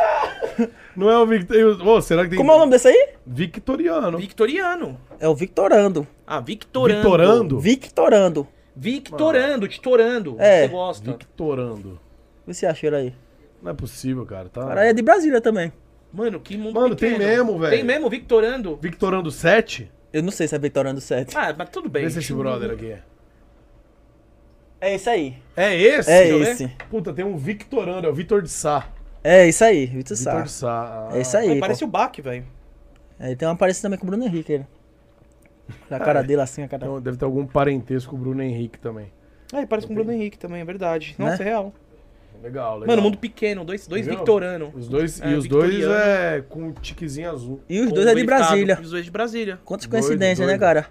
Speaker 3: Não é o Victoriano. Ô, será que tem.
Speaker 6: Como é o nome desse aí?
Speaker 3: Victoriano.
Speaker 5: Victoriano.
Speaker 6: É o Victorando.
Speaker 5: Ah, Victorando.
Speaker 3: Vitorando?
Speaker 6: Victorando.
Speaker 5: Victorando, Titorando.
Speaker 6: É.
Speaker 5: Você gosta.
Speaker 3: Victorando.
Speaker 6: O que você acha ele aí?
Speaker 3: Não é possível, cara. Tá...
Speaker 6: Cara, é de Brasília também.
Speaker 5: Mano, que mundo
Speaker 3: Mano, tem mesmo, velho.
Speaker 5: Tem mesmo, Victorando?
Speaker 3: Victorando 7?
Speaker 6: Eu não sei se é Victorando 7.
Speaker 5: Ah, mas tudo bem.
Speaker 3: Vê se esse brother aqui é.
Speaker 6: É esse aí.
Speaker 3: É esse?
Speaker 6: É
Speaker 3: Deixa eu ver.
Speaker 6: esse.
Speaker 3: Puta, tem um Victorando, é o Vitor de Sá.
Speaker 6: É isso aí, Vitor Sá.
Speaker 3: Vitor de Sá. ah.
Speaker 6: É isso aí.
Speaker 5: Ai,
Speaker 6: pô.
Speaker 5: parece o Bach, velho.
Speaker 6: É, tem uma parecida também com o Bruno Henrique. Ele. Na cara dele assim, a cara.
Speaker 3: Então, deve ter algum parentesco com o Bruno Henrique também.
Speaker 5: Ai, parece com o Bruno Henrique também, é verdade.
Speaker 6: Né?
Speaker 5: Nossa, é real.
Speaker 3: Legal, legal.
Speaker 5: Mano, mundo pequeno, dois, dois
Speaker 3: Viu?
Speaker 5: Victorano.
Speaker 3: Os dois,
Speaker 5: É,
Speaker 3: e os dois
Speaker 5: Victoriano.
Speaker 3: é com um tiquezinho azul.
Speaker 6: E os dois é de
Speaker 5: Verificado,
Speaker 6: Brasília.
Speaker 5: Os dois de Brasília.
Speaker 6: Quantas
Speaker 3: Doido,
Speaker 6: coincidências, né,
Speaker 3: doido.
Speaker 6: cara?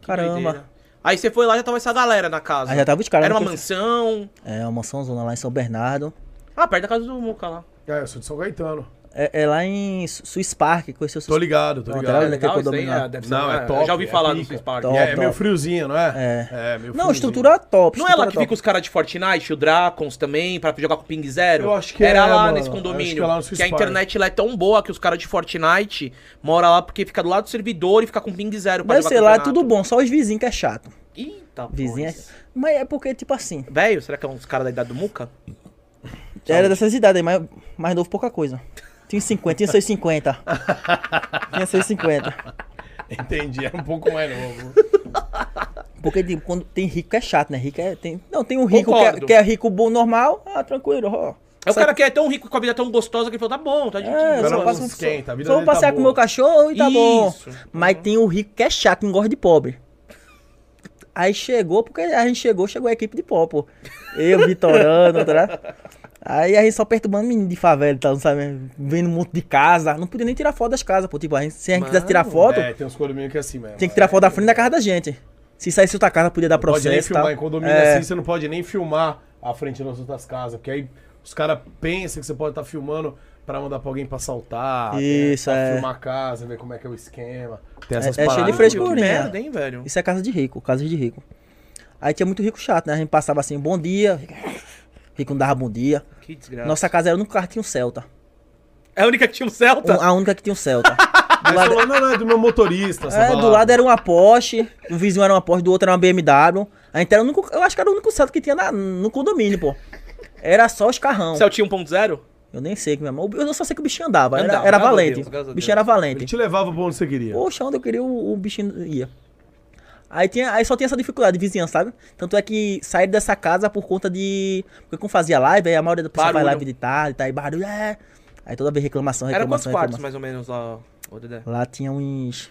Speaker 5: Que
Speaker 6: Caramba.
Speaker 5: doideira. Aí você foi lá já tava essa galera na casa.
Speaker 6: Aí já tava os caras.
Speaker 5: Era
Speaker 6: né,
Speaker 5: uma
Speaker 6: que-
Speaker 5: mansão.
Speaker 6: É, uma mansãozona lá em São Bernardo.
Speaker 5: Ah, perto da casa do Muca lá.
Speaker 3: É, eu sou de São Gaetano.
Speaker 6: É, é lá em Su- Swiss Park, conheceu
Speaker 3: Tô
Speaker 6: Swiss
Speaker 3: ligado, tô
Speaker 6: Não,
Speaker 3: ligado.
Speaker 6: tá ligado? Aquele
Speaker 5: isso aí,
Speaker 6: condomínio lá.
Speaker 5: deve
Speaker 3: Não, é
Speaker 5: eu
Speaker 3: top,
Speaker 5: Já ouvi
Speaker 3: é
Speaker 5: falar do
Speaker 3: pica.
Speaker 5: Swiss Park.
Speaker 6: Top.
Speaker 3: E é, é meio friozinho, não é?
Speaker 6: É.
Speaker 3: meio
Speaker 6: Não,
Speaker 3: friozinho.
Speaker 6: estrutura top.
Speaker 5: Não é lá
Speaker 6: estrutura
Speaker 5: que
Speaker 6: top.
Speaker 5: fica os caras de Fortnite, o Dracons também, pra jogar com o Ping Zero?
Speaker 3: Eu acho que
Speaker 5: Era
Speaker 3: é,
Speaker 5: lá
Speaker 3: mano.
Speaker 5: nesse
Speaker 3: Eu acho
Speaker 5: condomínio.
Speaker 3: que é lá no
Speaker 5: que
Speaker 3: Swiss
Speaker 5: a
Speaker 3: Park.
Speaker 5: internet lá é tão boa que os caras de Fortnite moram lá porque fica do lado do servidor e fica com Ping Zero pra
Speaker 6: Deve
Speaker 5: jogar
Speaker 6: ser lá, é
Speaker 5: campeonato.
Speaker 6: tudo bom, só os vizinhos que é chato.
Speaker 5: Eita,
Speaker 6: Vizinho é...
Speaker 5: porra.
Speaker 6: Mas é porque, tipo assim,
Speaker 5: Velho, será que é uns caras da idade do Muca?
Speaker 6: era dessas idades aí, mas mais novo pouca coisa. Tinha uns 50, tinha 650. tinha 650.
Speaker 3: Entendi, é um pouco mais novo.
Speaker 6: Porque tipo, quando tem rico que é chato, né? Rico é. Tem... Não, tem um rico que é,
Speaker 5: Concordo.
Speaker 6: que é rico bom normal. Ah, tranquilo, ó.
Speaker 5: É o
Speaker 6: Sai-
Speaker 5: cara que é tão rico com a vida tão gostosa que ele falou, tá bom, tá de
Speaker 6: É,
Speaker 3: cara
Speaker 6: só
Speaker 3: não
Speaker 6: passa um
Speaker 3: esquenta, a vida
Speaker 6: só vou
Speaker 3: dele tá
Speaker 6: passear com o
Speaker 3: boa.
Speaker 6: meu cachorro e tá bom.
Speaker 5: Isso.
Speaker 6: Mas tem o rico que é chato, que não gosta de pobre. Aí chegou, porque a gente chegou, chegou a equipe de pó, pô. Eu, Vitorano, tá? Aí a gente só perturbando menino de favela, tá? Não sabe? Vendo um monte de casa. Não podia nem tirar foto das casas, pô. Tipo, a gente, se a gente quisesse tirar foto,
Speaker 3: É, tem uns condomínios que é assim mesmo.
Speaker 6: tinha que tirar foto da frente da casa da gente. Se saísse outra casa, podia dar
Speaker 3: Não pode
Speaker 6: processo.
Speaker 3: nem
Speaker 6: e tal.
Speaker 3: filmar em condomínio
Speaker 6: É.
Speaker 3: assim, você não pode nem filmar a frente das outras casas, porque aí os caras pensam que você pode estar filmando pra mandar pra alguém pra assaltar, né?
Speaker 6: Isso,
Speaker 3: pra
Speaker 6: é.
Speaker 3: filmar a casa, ver como é que é o esquema. Tem
Speaker 6: É-
Speaker 3: essas
Speaker 6: é cheio de
Speaker 3: paradas.
Speaker 6: frescura.
Speaker 5: Que
Speaker 6: Frescurinha.
Speaker 5: merda, hein, velho?
Speaker 6: Isso é casa de rico, casa de rico. Aí tinha muito rico chato, né? A gente passava assim, bom dia. Rico não dava bom dia.
Speaker 5: Que desgraça.
Speaker 6: Nossa casa era a única casa que tinha um Celta.
Speaker 5: É a única que tinha um Celta?
Speaker 6: Um- a única que tinha um Celta.
Speaker 3: Mas falou, não, não, é do meu motorista, essa
Speaker 6: É,
Speaker 3: palavra.
Speaker 6: do lado era uma Porsche, do vizinho era uma Porsche, do outro era uma BMW. A gente era o único, eu acho que era o único Celta que tinha na- no condomínio, pô. Era só os carrão.
Speaker 3: um.
Speaker 5: Celtinha 1.0?
Speaker 6: Eu nem sei como é, mas eu só sei que o bichinho andava. Era,
Speaker 5: Andava,
Speaker 6: era
Speaker 5: graças a
Speaker 6: valente.
Speaker 5: Deus, graças a
Speaker 6: o bichinho
Speaker 5: Deus.
Speaker 6: era
Speaker 3: Ele
Speaker 6: valente.
Speaker 3: te levava pra onde você queria.
Speaker 6: Poxa, onde eu queria o, o bichinho ia. Aí, tinha, aí só tinha essa dificuldade de vizinhança, sabe? Tanto é que saí dessa casa por conta de. Porque como fazia live, aí a maioria da pessoa faz
Speaker 5: Barulho.
Speaker 6: live de tarde, tá aí barulho, é. Aí toda vez reclamação,
Speaker 5: Era quantos
Speaker 6: reclamação,
Speaker 5: quartos,
Speaker 6: reclamação.
Speaker 5: mais ou menos, lá, ô Dedé?
Speaker 6: Lá tinha uns.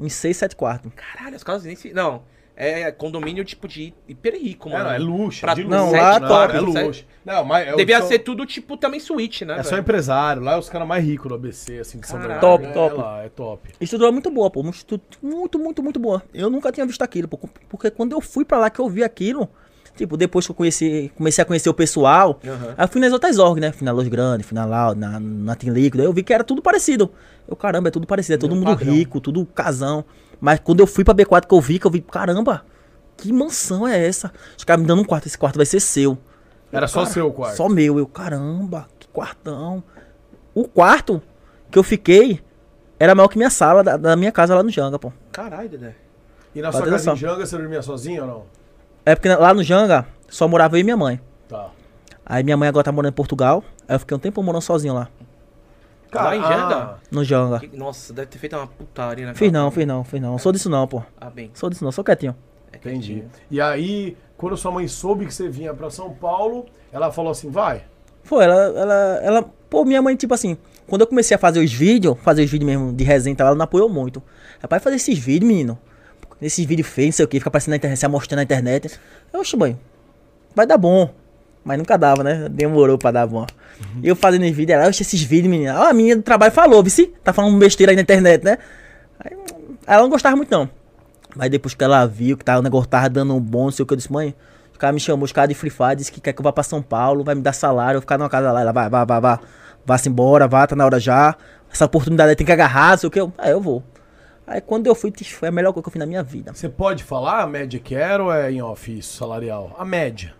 Speaker 6: uns 6, 7 quartos.
Speaker 5: Caralho, as casas nem se... Não, é condomínio tipo de hiper rico,
Speaker 3: É,
Speaker 5: mano.
Speaker 3: não, é luxo,
Speaker 5: Pra-
Speaker 3: é de luxo.
Speaker 6: Não, lá
Speaker 3: não,
Speaker 5: top,
Speaker 3: é
Speaker 5: sabe?
Speaker 3: luxo. Não, mas é o-
Speaker 5: Devia
Speaker 3: são-
Speaker 5: ser tudo tipo também suíte, né?
Speaker 3: É só
Speaker 5: velho?
Speaker 3: empresário, lá é os caras mais ricos do ABC, assim, de São
Speaker 5: Caralho.
Speaker 3: Bernardo.
Speaker 6: Top,
Speaker 3: é,
Speaker 6: top.
Speaker 3: lá, é top.
Speaker 6: Estrutura muito boa, pô. Uma estrutura muito, muito, muito boa. Eu nunca tinha visto aquilo, pô. Porque quando eu fui pra lá que eu vi aquilo, Tipo, depois que eu conheci, comecei a conhecer o pessoal, aí eu fui nas outras orgs, né? Fui na Los Grandes, fui na Loud, na, na Team Liquid, aí eu vi que era tudo parecido. Eu, caramba, é tudo parecido, é todo mundo
Speaker 5: padrão.
Speaker 6: rico, tudo casão. Mas quando eu fui pra B4 que eu vi, que eu vi, caramba, que mansão é essa? Os caras me dando um quarto, esse quarto vai ser seu.
Speaker 3: Era só
Speaker 6: Cara,
Speaker 3: seu quarto.
Speaker 6: Só meu. Eu, caramba, que quartão. O quarto que eu fiquei era maior que minha sala da, da minha casa lá no Janga, pô.
Speaker 5: Caralho, Dedé.
Speaker 3: E na sua
Speaker 6: Pode
Speaker 3: casa em
Speaker 6: dançar.
Speaker 3: Janga, você dormia sozinho ou não?
Speaker 6: É porque na- lá no Janga só morava eu e minha mãe.
Speaker 3: Tá.
Speaker 6: Aí minha mãe agora tá morando em Portugal. Aí eu fiquei um tempo morando sozinho lá,
Speaker 5: Tá Lá em Janga?
Speaker 6: no Janga.
Speaker 5: Que- Nossa, deve ter feito uma putaria, né?
Speaker 6: Fiz não, fiz não, fiz não. Sou disso não, pô.
Speaker 5: Ah, bem.
Speaker 6: Sou disso não, sou quietinho.
Speaker 5: É que-
Speaker 3: Entendi. E aí, quando sua mãe soube que você vinha pra São Paulo, ela falou assim, vai.
Speaker 6: Foi, ela, ela, ela. Pô, minha mãe, tipo assim, quando eu comecei a fazer os vídeos, fazer os vídeos mesmo de resenha e tal, ela não apoiou muito. Rapaz, fazer esses vídeos, menino. Esses vídeos feios, não sei o que, fica aparecendo na internet, se mostrando na internet. Eu, oxe, mãe, vai dar bom. Mas nunca dava, né? Demorou pra dar bom. Eu fazendo os vídeos, ela, oxe, esses vídeos, menina. Ah, a menina do trabalho falou, vice, tá falando besteira aí na internet, né? Aí, hum, ela não gostava muito, não. Mas depois que ela viu que tava, o negócio tava dando um bom, não sei o que, eu disse, mãe, os caras me chamou, os caras de Free Fire, disse que quer que eu vá pra São Paulo, vai me dar salário, eu vou ficar numa casa lá, ela vai, vai, vai, vai, vá-se embora, vá, tá na hora já, essa oportunidade aí tem que agarrar, não sei o que, eu, ah, eu vou. Aí quando eu fui, tch, foi a melhor coisa que eu fiz na minha vida.
Speaker 3: Você pode falar a média que era ou é em off isso, salarial? A média.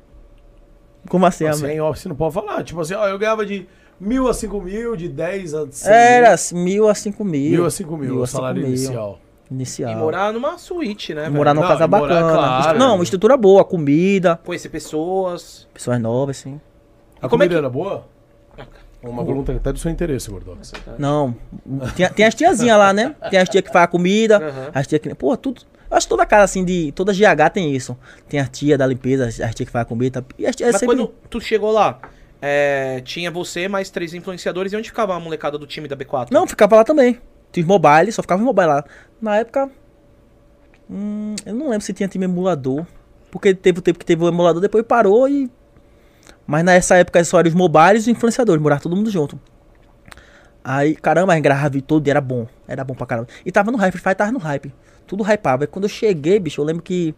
Speaker 6: Como assim,
Speaker 3: Assim,
Speaker 6: amém?
Speaker 3: em off você não pode falar. Tipo assim, ó, eu ganhava de mil a cinco mil, de 10 a 100
Speaker 6: Era assim, mil a cinco mil.
Speaker 3: mil. Mil a cinco mil,
Speaker 6: Mil
Speaker 3: o
Speaker 6: a cinco
Speaker 3: salário
Speaker 6: mil.
Speaker 3: inicial.
Speaker 6: Inicial.
Speaker 5: E
Speaker 6: E morar,
Speaker 5: morar numa suíte, né? velho?
Speaker 6: numa
Speaker 3: Não,
Speaker 6: casa
Speaker 3: e morar,
Speaker 6: bacana.
Speaker 3: claro.
Speaker 6: Não, uma estrutura boa, comida,
Speaker 5: Conhecer pessoas.
Speaker 6: pessoas novas, assim.
Speaker 3: A
Speaker 5: Como é
Speaker 3: comida
Speaker 5: que-
Speaker 3: era boa? Uma
Speaker 6: Hum.
Speaker 3: pergunta até do seu interesse, Gordox.
Speaker 6: Não. Tem, tem as tiazinhas lá, né? Tem as tias que faz a comida, as tias que. Pô, tudo. eu Acho que toda casa assim de. Toda GH tem isso. Tem a tia da limpeza, as- as tias que faz a comida. E as tias é
Speaker 5: Mas
Speaker 6: sempre.
Speaker 5: quando tu chegou lá, é, tinha você mais três influenciadores e onde ficava a molecada do time da B4?
Speaker 6: Não, ficava lá também. Tinha os mobile, só ficava os mobile lá. Na época. Hum, eu não lembro se tinha time emulador. Porque teve o tempo que teve o emulador, depois parou e. Mas nessa época só eram os mobiles e os influenciadores, morava todo mundo junto. Aí, caramba, a gente gravava vídeo todo dia, era bom. Era bom pra caramba. E tava no hype, Free Fire tava no hype. Tudo hypava. E quando eu cheguei, bicho, eu lembro que.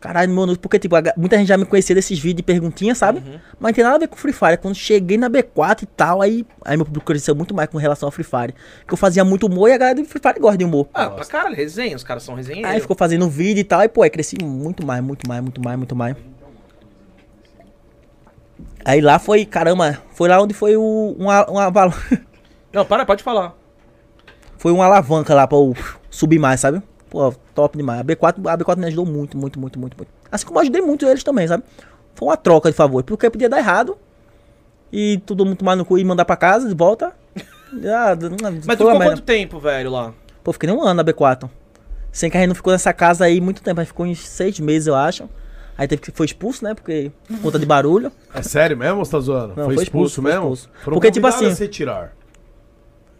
Speaker 6: Caralho, meu Deus, porque tipo, a ga- muita gente já me conhecia desses vídeos de perguntinha, sabe? Mas não tem nada a ver com Free Fire. Quando cheguei na B4 e tal, aí, aí meu público cresceu muito mais com relação ao Free Fire. Porque eu fazia muito humor e a galera do Free Fire gosta de humor.
Speaker 5: Ah, pra caralho, resenha, os caras são resenheiros.
Speaker 6: Aí ficou fazendo vídeo e tal, e pô, aí cresci muito mais, muito mais, muito mais, muito mais. Aí lá foi, caramba, foi lá onde foi o, uma, uma, aval-
Speaker 5: Não, para, pode falar.
Speaker 6: foi uma alavanca lá pra eu subir mais, sabe? Pô, top demais. A B4, a B4 me ajudou muito, muito, muito, muito, muito. Assim como eu ajudei muito eles também, sabe? Foi uma troca de favor, porque podia dar errado e todo mundo tomar no cu e mandar pra casa de volta.
Speaker 5: Mas
Speaker 6: Ah,
Speaker 5: tu
Speaker 6: foi uma
Speaker 5: ficou
Speaker 6: merda.
Speaker 5: quanto tempo, velho, lá?
Speaker 6: Pô, fiquei nem um ano na B4. Sem que a gente não ficou nessa casa aí muito tempo. A gente ficou uns seis meses, eu acho. Aí teve que foi expulso, né? Porque por conta de barulho.
Speaker 3: É sério mesmo, ou você tá zoando?
Speaker 6: Não,
Speaker 3: foi,
Speaker 6: foi
Speaker 3: expulso,
Speaker 6: expulso, foi
Speaker 3: mesmo?
Speaker 6: expulso. Porque, tipo
Speaker 3: convidados a
Speaker 6: assim-
Speaker 3: se tirar.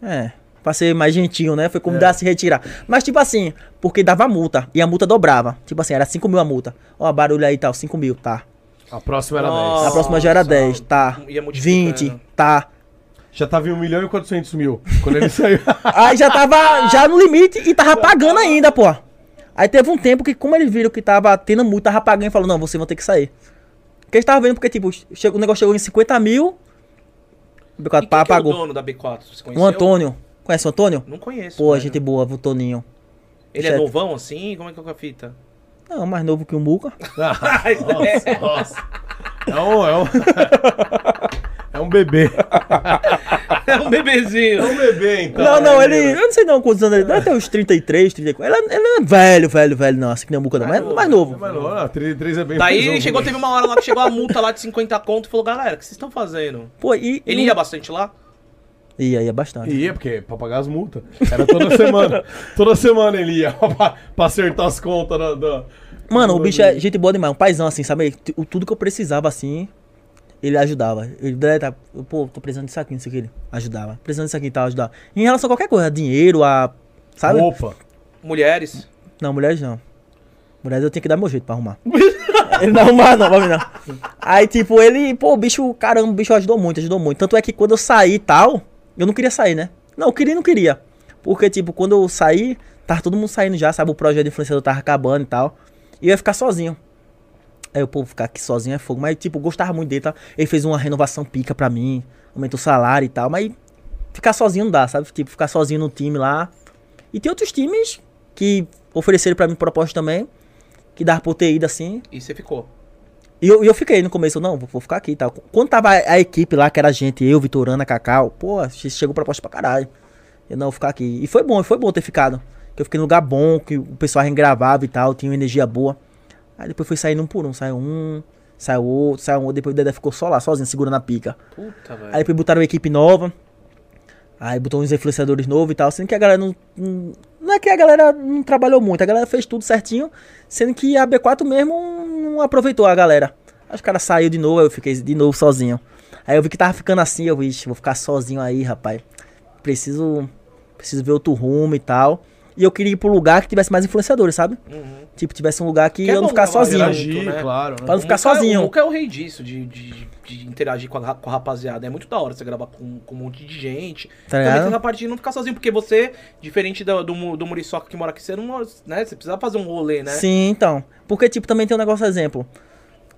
Speaker 6: É. Pra ser mais gentil, né? Foi
Speaker 5: É.
Speaker 6: convidado a se retirar. Mas, tipo assim, porque dava multa. E a multa dobrava. Tipo assim, era 5 mil a multa. Ó, barulho aí e tal, 5 mil, tá.
Speaker 3: A próxima era
Speaker 5: Nossa.
Speaker 3: 10.
Speaker 6: A próxima já era
Speaker 5: Nossa,
Speaker 6: 10, tá.
Speaker 5: ia multiplicando.
Speaker 6: 20, tá.
Speaker 3: Já tava em 1 milhão e 400 mil quando ele saiu.
Speaker 6: Aí já tava já no limite e tava pagando ainda, pô. Aí teve um tempo que, como eles viram que tava tendo muito, tava pagando e falou, não, vocês vão ter que sair. Porque eles estavam vendo, porque, tipo, chegou- o negócio chegou em 50 mil. O
Speaker 5: E
Speaker 6: B4
Speaker 5: quem que é o
Speaker 6: pagou.
Speaker 5: dono da B4? Você
Speaker 6: O
Speaker 5: conheceu?
Speaker 6: Antônio. Conhece o Antônio?
Speaker 5: Não conheço.
Speaker 6: Pô,
Speaker 5: velho.
Speaker 6: gente boa, o Toninho.
Speaker 5: Ele é
Speaker 6: Certo.
Speaker 5: novão assim? Como é que é a fita?
Speaker 6: Não, mais novo que o Muca.
Speaker 3: nossa, nossa. É um, é um... É um bebê.
Speaker 5: É um bebezinho.
Speaker 3: É um bebê, então.
Speaker 6: Não, não, ele.
Speaker 5: né?
Speaker 6: Eu não sei não é quantos anos ele. Deve ter uns 33, 34. Ele, é- ele é velho, velho, velho, não. Assim que nem o Muca, não. Mas mais novo.
Speaker 3: É, Mas não, não, 33 é bem
Speaker 5: Daí
Speaker 3: mais
Speaker 5: ele
Speaker 3: um.
Speaker 5: chegou, teve uma hora lá que chegou a multa lá de 50 conto e falou, galera, o que vocês estão fazendo?
Speaker 6: Pô, e.
Speaker 5: Ele
Speaker 6: e-
Speaker 5: ia bastante lá?
Speaker 6: Ia, ia é bastante.
Speaker 3: Ia, porque pra pagar as multas. Era toda semana. toda semana ele ia pra, pra acertar as contas da. da-
Speaker 6: Mano, o bicho é gente boa demais, um paizão assim, sabe? T- o- Tudo que eu precisava assim, ele ajudava. Ele deletava, pô, tô precisando disso aqui, não sei o que ele ajudava. Precisando disso aqui e tal, ajudava. Em relação a qualquer coisa, dinheiro, a. Sabe?
Speaker 3: Opa.
Speaker 5: Mulheres?
Speaker 6: Não, mulheres não. Mulheres eu tenho que dar meu jeito pra arrumar. ele não arrumar, não, pra mim não. Aí, tipo, ele, pô, o bicho, caramba, o bicho ajudou muito, ajudou muito. Tanto é que quando eu saí e tal, eu não queria sair, né? Não, eu queria e não queria. Porque, tipo, quando eu saí, tava todo mundo saindo já, sabe? O projeto de influenciador tava acabando e tal. E eu ia ficar sozinho. Aí o povo ficar aqui sozinho é fogo. Mas, tipo, gostava muito dele, tá? Ele fez uma renovação pica pra mim, aumentou o salário e tal. Mas ficar sozinho não dá, sabe? Tipo, ficar sozinho no time lá. E tem outros times que ofereceram pra mim proposta também, que dava pra eu ter ido assim.
Speaker 5: E você ficou.
Speaker 6: E eu, e eu fiquei no começo, eu, não, vou, vou ficar aqui e tal. Quando tava a equipe lá, que era a gente, eu, Vitorana, Cacau, pô, che- chegou proposta pra caralho. Eu não, vou ficar aqui. E foi bom, foi bom ter ficado. Que eu fiquei num lugar bom, que o pessoal engravava e tal, tinha uma energia boa. Aí depois foi saindo um por um, saiu um, saiu outro, saiu outro, depois o Dedé ficou só lá, sozinho, segurando a pica.
Speaker 5: Puta, velho.
Speaker 6: Aí depois botaram uma equipe nova. Aí botou uns influenciadores novos e tal, sendo que a galera não. não- Não é que a galera não trabalhou muito, a galera fez tudo certinho, sendo que a B4 mesmo não aproveitou a galera. Aí os caras saíram de novo, aí eu fiquei de novo sozinho. Aí eu vi que tava ficando assim, eu, ixi, vou ficar sozinho aí, rapaz. Preciso. Preciso ver outro rumo e tal. E eu queria ir pro lugar que tivesse mais influenciadores, sabe? Tipo, tivesse um lugar que,
Speaker 5: Uhum. Que é
Speaker 6: eu não
Speaker 5: bom
Speaker 6: ficasse
Speaker 5: gravar,
Speaker 6: sozinho.
Speaker 5: interagir,
Speaker 3: Interagir,
Speaker 5: né?
Speaker 3: claro. né?
Speaker 6: Pra não
Speaker 5: Muca
Speaker 6: ficar
Speaker 5: é-
Speaker 6: sozinho.
Speaker 5: O Muca é o rei disso, de, de- de interagir com a, ra- com a rapaziada. É muito da hora você gravar com, com um monte de gente. Também
Speaker 6: ligado?
Speaker 5: tem essa parte de não ficar sozinho, porque você, diferente do, do, mu- do Muriçoca que mora aqui, você não mora- né? Você precisa fazer um rolê, né?
Speaker 6: Sim, então. Porque, tipo, também tem um negócio, exemplo.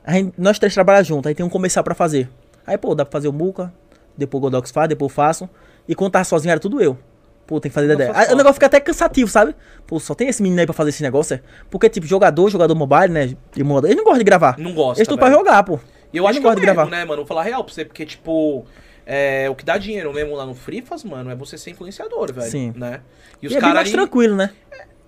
Speaker 6: A gente- nós três trabalhamos juntos, aí tem um comercial pra fazer. Aí, pô, dá pra fazer o Muca, depois o Godox faz, depois eu faço. E quando tava sozinho era tudo eu. Pô, tem que fazer Dedé.
Speaker 5: faço
Speaker 6: Aí,
Speaker 5: falta.
Speaker 6: o negócio fica até cansativo, sabe? Pô, só tem esse menino aí pra fazer esse negócio, é? Porque, tipo, jogador, jogador mobile, né? E moda, eles não gostam de gravar.
Speaker 5: Não gosta,
Speaker 6: Eles estão pra
Speaker 5: velho.
Speaker 6: jogar, pô.
Speaker 5: E eu
Speaker 6: Eles
Speaker 5: acho
Speaker 6: não
Speaker 5: que é o
Speaker 6: gostam de
Speaker 5: mesmo,
Speaker 6: gravar.
Speaker 5: né, mano? Vou falar real pra você, porque, tipo, é, o que dá dinheiro mesmo lá no Frifas, mano, é você ser influenciador, velho.
Speaker 6: Sim.
Speaker 5: Né? E
Speaker 6: E,
Speaker 5: os
Speaker 6: é bem mais
Speaker 5: caras ali.
Speaker 6: tranquilo, né?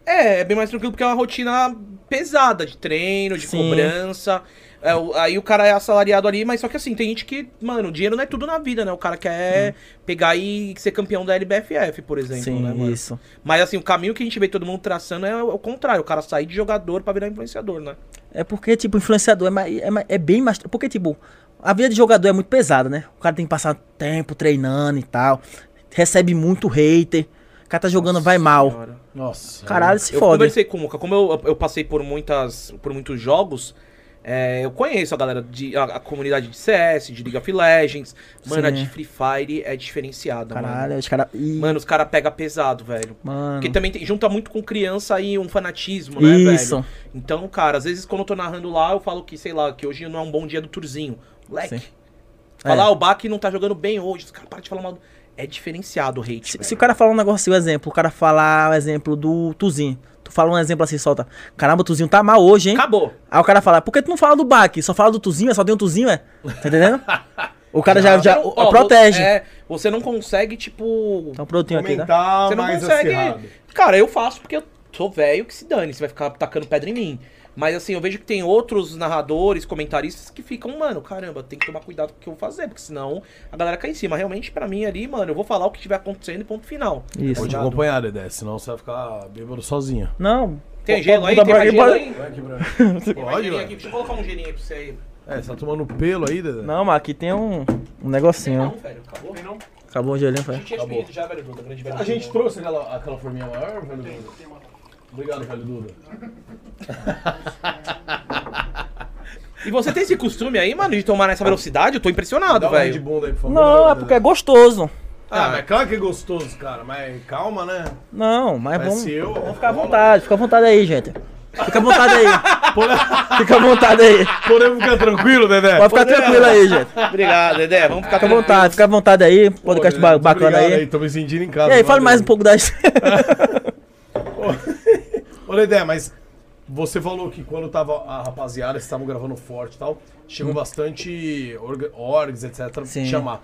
Speaker 5: É, é bem mais tranquilo porque é uma rotina pesada de treino, de
Speaker 6: Sim.
Speaker 5: cobrança. É, o- aí o cara é assalariado ali, mas só que assim, tem gente que, mano, dinheiro não é tudo na vida, né? O cara quer pegar e ser campeão da LBFF, por exemplo,
Speaker 6: Sim,
Speaker 5: né, mano?
Speaker 6: isso.
Speaker 5: Mas assim, o caminho que a gente vê todo mundo traçando é o contrário, o cara sair de jogador pra virar influenciador, né?
Speaker 6: É porque, tipo, influenciador é, mais, é, mais- é bem mais. Porque, tipo, a vida de jogador é muito pesada, né? O cara tem que passar tempo treinando e tal. Recebe muito hater. O cara tá jogando, vai mal.
Speaker 5: Cara.
Speaker 3: Nossa.
Speaker 6: Caralho, se
Speaker 5: Eu
Speaker 6: foda.
Speaker 5: conversei com o Muca, como eu, eu passei por muitas. por muitos jogos. é, eu conheço a galera de. A, a comunidade de CS, de League of Legends. Mano, a
Speaker 6: Sim.
Speaker 5: de Free Fire é diferenciada,
Speaker 6: Caralho,
Speaker 5: mano.
Speaker 6: os caras. Ih,
Speaker 5: Mano, os caras pegam pesado, velho.
Speaker 6: Mano.
Speaker 5: Porque também tem- junta muito com criança aí um fanatismo, né,
Speaker 6: Isso.
Speaker 5: velho? Então, cara, às vezes quando eu tô narrando lá, eu falo que, sei lá, que hoje não é um bom dia do Turzinho. Moleque.
Speaker 6: Sim.
Speaker 5: Falar,
Speaker 6: É.
Speaker 5: ah, o Bach não tá jogando bem hoje. Os caras param de falar mal. do- É diferenciado o hate.
Speaker 6: Se,
Speaker 5: velho.
Speaker 6: se o cara falar um negócio assim, um exemplo, o cara falar o exemplo do Tuzinho. Tu fala um exemplo assim, solta. Caramba, o Tuzinho tá mal hoje, hein?
Speaker 5: Acabou.
Speaker 6: Aí o cara fala, por que tu não fala do Baque? Só fala do Tuzinho, é só tem um Tuzinho, é? Tá entendendo? O cara já, já
Speaker 5: Então,
Speaker 6: o-
Speaker 5: ó,
Speaker 6: protege.
Speaker 5: é, você não consegue, tipo.
Speaker 6: Então pronto, tem aqui, né?
Speaker 3: Comentar
Speaker 5: você não
Speaker 3: Tá mais
Speaker 5: consegue.
Speaker 3: acirrado.
Speaker 5: Cara, eu faço porque eu sou velho que se dane, você vai ficar tacando pedra em mim. Mas assim, eu vejo que tem outros narradores, comentaristas que ficam, mano, caramba, tem que tomar cuidado com o que eu vou fazer, porque senão a galera cai em cima. Realmente, pra mim ali, mano, eu vou falar o que estiver acontecendo e ponto final.
Speaker 6: Isso.
Speaker 3: Vou te acompanhar, Dedé, senão você vai ficar bêbado sozinho.
Speaker 6: Não.
Speaker 5: Tem
Speaker 6: Pô,
Speaker 5: gelo
Speaker 6: pô,
Speaker 5: aí?
Speaker 6: tá
Speaker 5: Tem mais
Speaker 6: aqui,
Speaker 5: gelo
Speaker 6: pode-
Speaker 5: aí?
Speaker 3: Vai aqui pra
Speaker 5: Tem mais
Speaker 3: Pode,
Speaker 5: gelinho
Speaker 3: ué.
Speaker 5: aqui. Deixa eu colocar um gelinho aí pra você aí.
Speaker 3: É, você tá tomando pelo aí, Dedé?
Speaker 6: Não, mas aqui tem um, um
Speaker 5: Não,
Speaker 6: negocinho.
Speaker 5: velho, acabou. A
Speaker 6: Acabou o gelinho, foi.
Speaker 5: gente tinha escolhido já, velho, Bruno, grande velho.
Speaker 3: A gente
Speaker 5: Bruno.
Speaker 3: trouxe aquela, aquela forminha maior, velho Duda? Obrigado, velho Duda.
Speaker 5: E você tem esse costume aí, mano, de tomar nessa velocidade? Eu tô impressionado,
Speaker 3: Dá uma um de
Speaker 5: velho.
Speaker 3: bunda aí, por favor.
Speaker 6: Não, é
Speaker 3: Dedé.
Speaker 6: porque é gostoso.
Speaker 3: Ah, mas claro que é gostoso, cara. Mas calma, né?
Speaker 6: Não, mas é
Speaker 3: Mas
Speaker 6: vamos
Speaker 3: se eu... Vamos
Speaker 6: ficar à vontade, fica à vontade aí, gente. Fica à vontade aí.
Speaker 3: né?
Speaker 6: Fica à vontade aí.
Speaker 3: Podemos ficar tranquilo, Dedé?
Speaker 6: Pode ficar
Speaker 3: né?
Speaker 6: tranquilo aí, gente. Fica
Speaker 5: Obrigado, Dedé. Vamos ficar
Speaker 6: à vontade, fica à vontade aí. Podcast ba- bacana
Speaker 3: né? obrigado
Speaker 6: aí.
Speaker 3: Tô me sentindo em casa.
Speaker 6: E aí,
Speaker 3: valeu.
Speaker 6: fala mais um pouco das.
Speaker 3: Ô, Dedé, mas você falou que quando tava a rapaziada, vocês estavam gravando forte e tal, chegou bastante orga- orgs, etc, pra te
Speaker 6: Hum. Sim.
Speaker 3: chamar.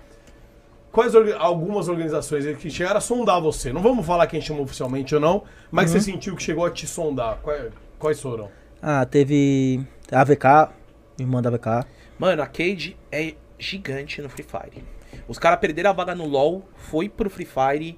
Speaker 3: Quais orga- algumas organizações aí que chegaram a sondar você? Não vamos falar quem chamou oficialmente ou não, mas
Speaker 6: Uhum.
Speaker 3: que você sentiu que chegou a te sondar. Quais, quais foram?
Speaker 6: Ah, teve a AVK, irmã da AVK.
Speaker 5: Mano, a Cade é gigante no Free Fire. Os caras perderam a vaga no LoL, foi pro Free Fire,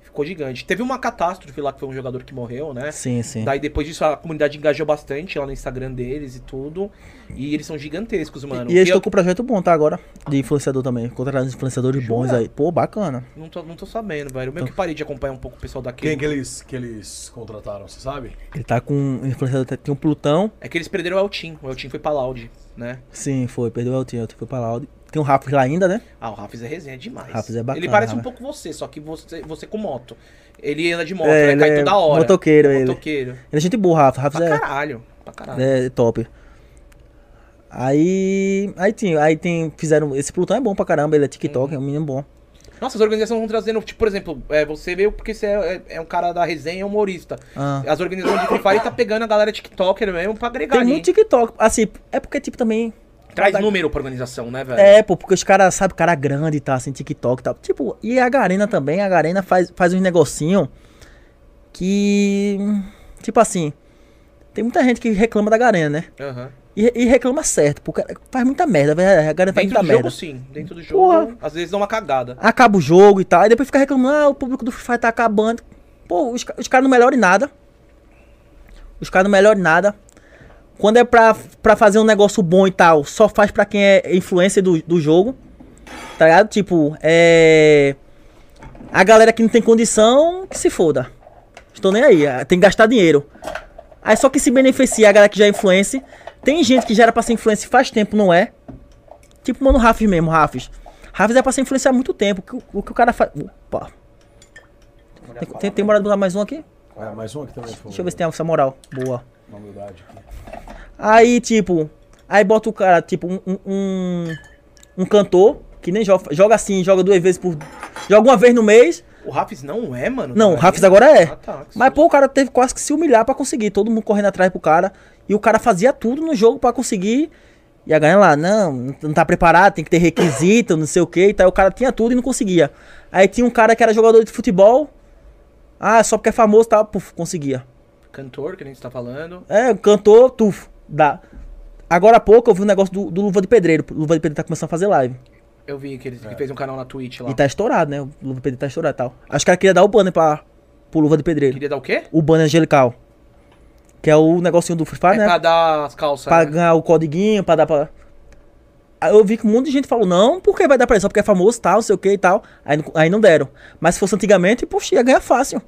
Speaker 5: ficou gigante. Teve uma catástrofe lá que foi um jogador que morreu, né?
Speaker 6: Sim, sim.
Speaker 5: Daí depois disso a comunidade engajou bastante lá no Instagram deles e tudo. E eles são gigantescos, mano.
Speaker 6: E eu estou
Speaker 5: eu
Speaker 6: com um projeto bom, tá? Agora, de influenciador também. Contratando influenciadores bons aí. Pô, bacana.
Speaker 5: não tô, não tô sabendo, velho. Eu meio que parei de acompanhar um pouco o pessoal da
Speaker 3: Quem
Speaker 5: Cade.
Speaker 3: que eles, que eles contrataram, você sabe?
Speaker 6: Ele tá com um influenciador, tem um Plutão.
Speaker 5: É que eles perderam o Eltin. O Eltin foi pra Loud, né?
Speaker 6: Sim, foi, perdeu o Eltinho, foi pra Laude. Tem um Rafa lá ainda, né?
Speaker 5: Ah, o Rafis é resenha demais.
Speaker 6: Rafis é bacana,
Speaker 5: Ele parece um
Speaker 6: Rafa.
Speaker 5: pouco você, só que você, você com moto. Ele anda de moto,
Speaker 6: É,
Speaker 5: né?
Speaker 6: ele
Speaker 5: Cai
Speaker 6: é
Speaker 5: toda hora.
Speaker 6: motoqueiro, ele.
Speaker 5: Motoqueiro.
Speaker 6: Ele é gente boa, Rafa. Rafa
Speaker 5: Pra
Speaker 6: é,
Speaker 5: caralho. Pra caralho.
Speaker 6: é top. Aí. Aí tinha, aí tem. Fizeram. Esse Plutão é bom pra caramba, ele é TikTok, é
Speaker 5: Uhum.
Speaker 6: um menino bom.
Speaker 5: Nossa, as organizações vão trazendo, tipo, por exemplo, é, você veio porque você é, é- é um cara da resenha, é humorista.
Speaker 6: Ah.
Speaker 5: As organizações de Free Fire tá pegando a galera TikToker mesmo pra agregar
Speaker 6: Tem
Speaker 5: ali,
Speaker 6: muito TikTok. Assim, é porque, tipo, também.
Speaker 5: hein? Traz número pra organização, né, velho?
Speaker 6: É, pô, porque os caras, sabe, cara grande e tá, assim, TikTok e tal. Tipo, e a Garena também, a Garena faz, faz uns negocinho que. Tipo assim. Tem muita gente que reclama da Garena, né?
Speaker 5: Aham.
Speaker 6: E, e reclama certo, porque faz muita merda, velho. A Garena faz
Speaker 5: Dentro
Speaker 6: muita
Speaker 5: do jogo,
Speaker 6: merda.
Speaker 5: sim. Dentro do jogo,
Speaker 6: Porra.
Speaker 5: às vezes dá uma cagada.
Speaker 6: acaba o jogo e tal. E depois fica reclamando, ah, o público do Free Fire tá acabando. Pô, os, ca- os caras não melhoram em nada. Os caras não melhoram em nada. Quando é pra, pra fazer um negócio bom e tal, só faz pra quem é influencer do, do jogo. Tá ligado? Tipo, é. A galera que não tem condição, que se foda. Estou nem aí, ah, tem que gastar dinheiro. Aí só que se beneficia a galera que já é influencer. Tem gente que já era pra ser influencer faz tempo, não é? Tipo, mano, o Rafis mesmo, o Rafis. Rafis é pra ser influenciar há muito tempo. O que o, o que o cara faz. Opa. Tem, tem, tem moral de botar mais um aqui?
Speaker 7: Ah, mais um aqui também, por
Speaker 6: Deixa eu
Speaker 7: favor.
Speaker 6: ver se tem essa moral. Boa.
Speaker 7: Na humildade aqui.
Speaker 6: Aí, tipo. Aí bota o cara, tipo, um. Um, um- um cantor, que nem joga, joga assim, joga duas vezes por. Joga uma vez no mês.
Speaker 5: O Rafis não é, mano?
Speaker 6: Não, o
Speaker 5: Tá
Speaker 6: Rafis
Speaker 5: vendo?
Speaker 6: agora é.
Speaker 5: Ah, tá, que
Speaker 6: Mas, pô, o cara teve quase que se humilhar pra conseguir. Todo mundo correndo atrás pro cara. E o cara fazia tudo no jogo pra conseguir. E a ganha lá, não, não tá preparado, tem que ter requisito, não sei o que e tal. O cara tinha tudo e não conseguia. Aí tinha um cara que era jogador de futebol. Ah, só porque é famoso, tá? Puf, conseguia.
Speaker 5: Cantor, que nem você tá falando.
Speaker 6: É, cantor, tuf, dá. Agora há pouco eu vi um negócio do, do Luva de Pedreiro. O Luva de Pedreiro tá começando a fazer live.
Speaker 5: Eu vi que ele que fez um canal na Twitch lá.
Speaker 6: E tá estourado, né? O Luva de Pedreiro tá estourado e tal. Acho que o cara queria dar o banner pra, pro Luva de Pedreiro.
Speaker 5: Queria dar o quê?
Speaker 6: O banner angelical. Que é o negocinho do Free Fire,
Speaker 5: é
Speaker 6: né?
Speaker 5: pra dar as calças.
Speaker 6: pra
Speaker 5: né?
Speaker 6: ganhar o codiguinho, pra dar pra. Aí eu vi que um monte de gente falou, não, porque vai dar pra ele, só porque é famoso e tal, não sei o que e tal. Aí, não- aí não deram. Mas se fosse antigamente, poxa, ia ganhar fácil.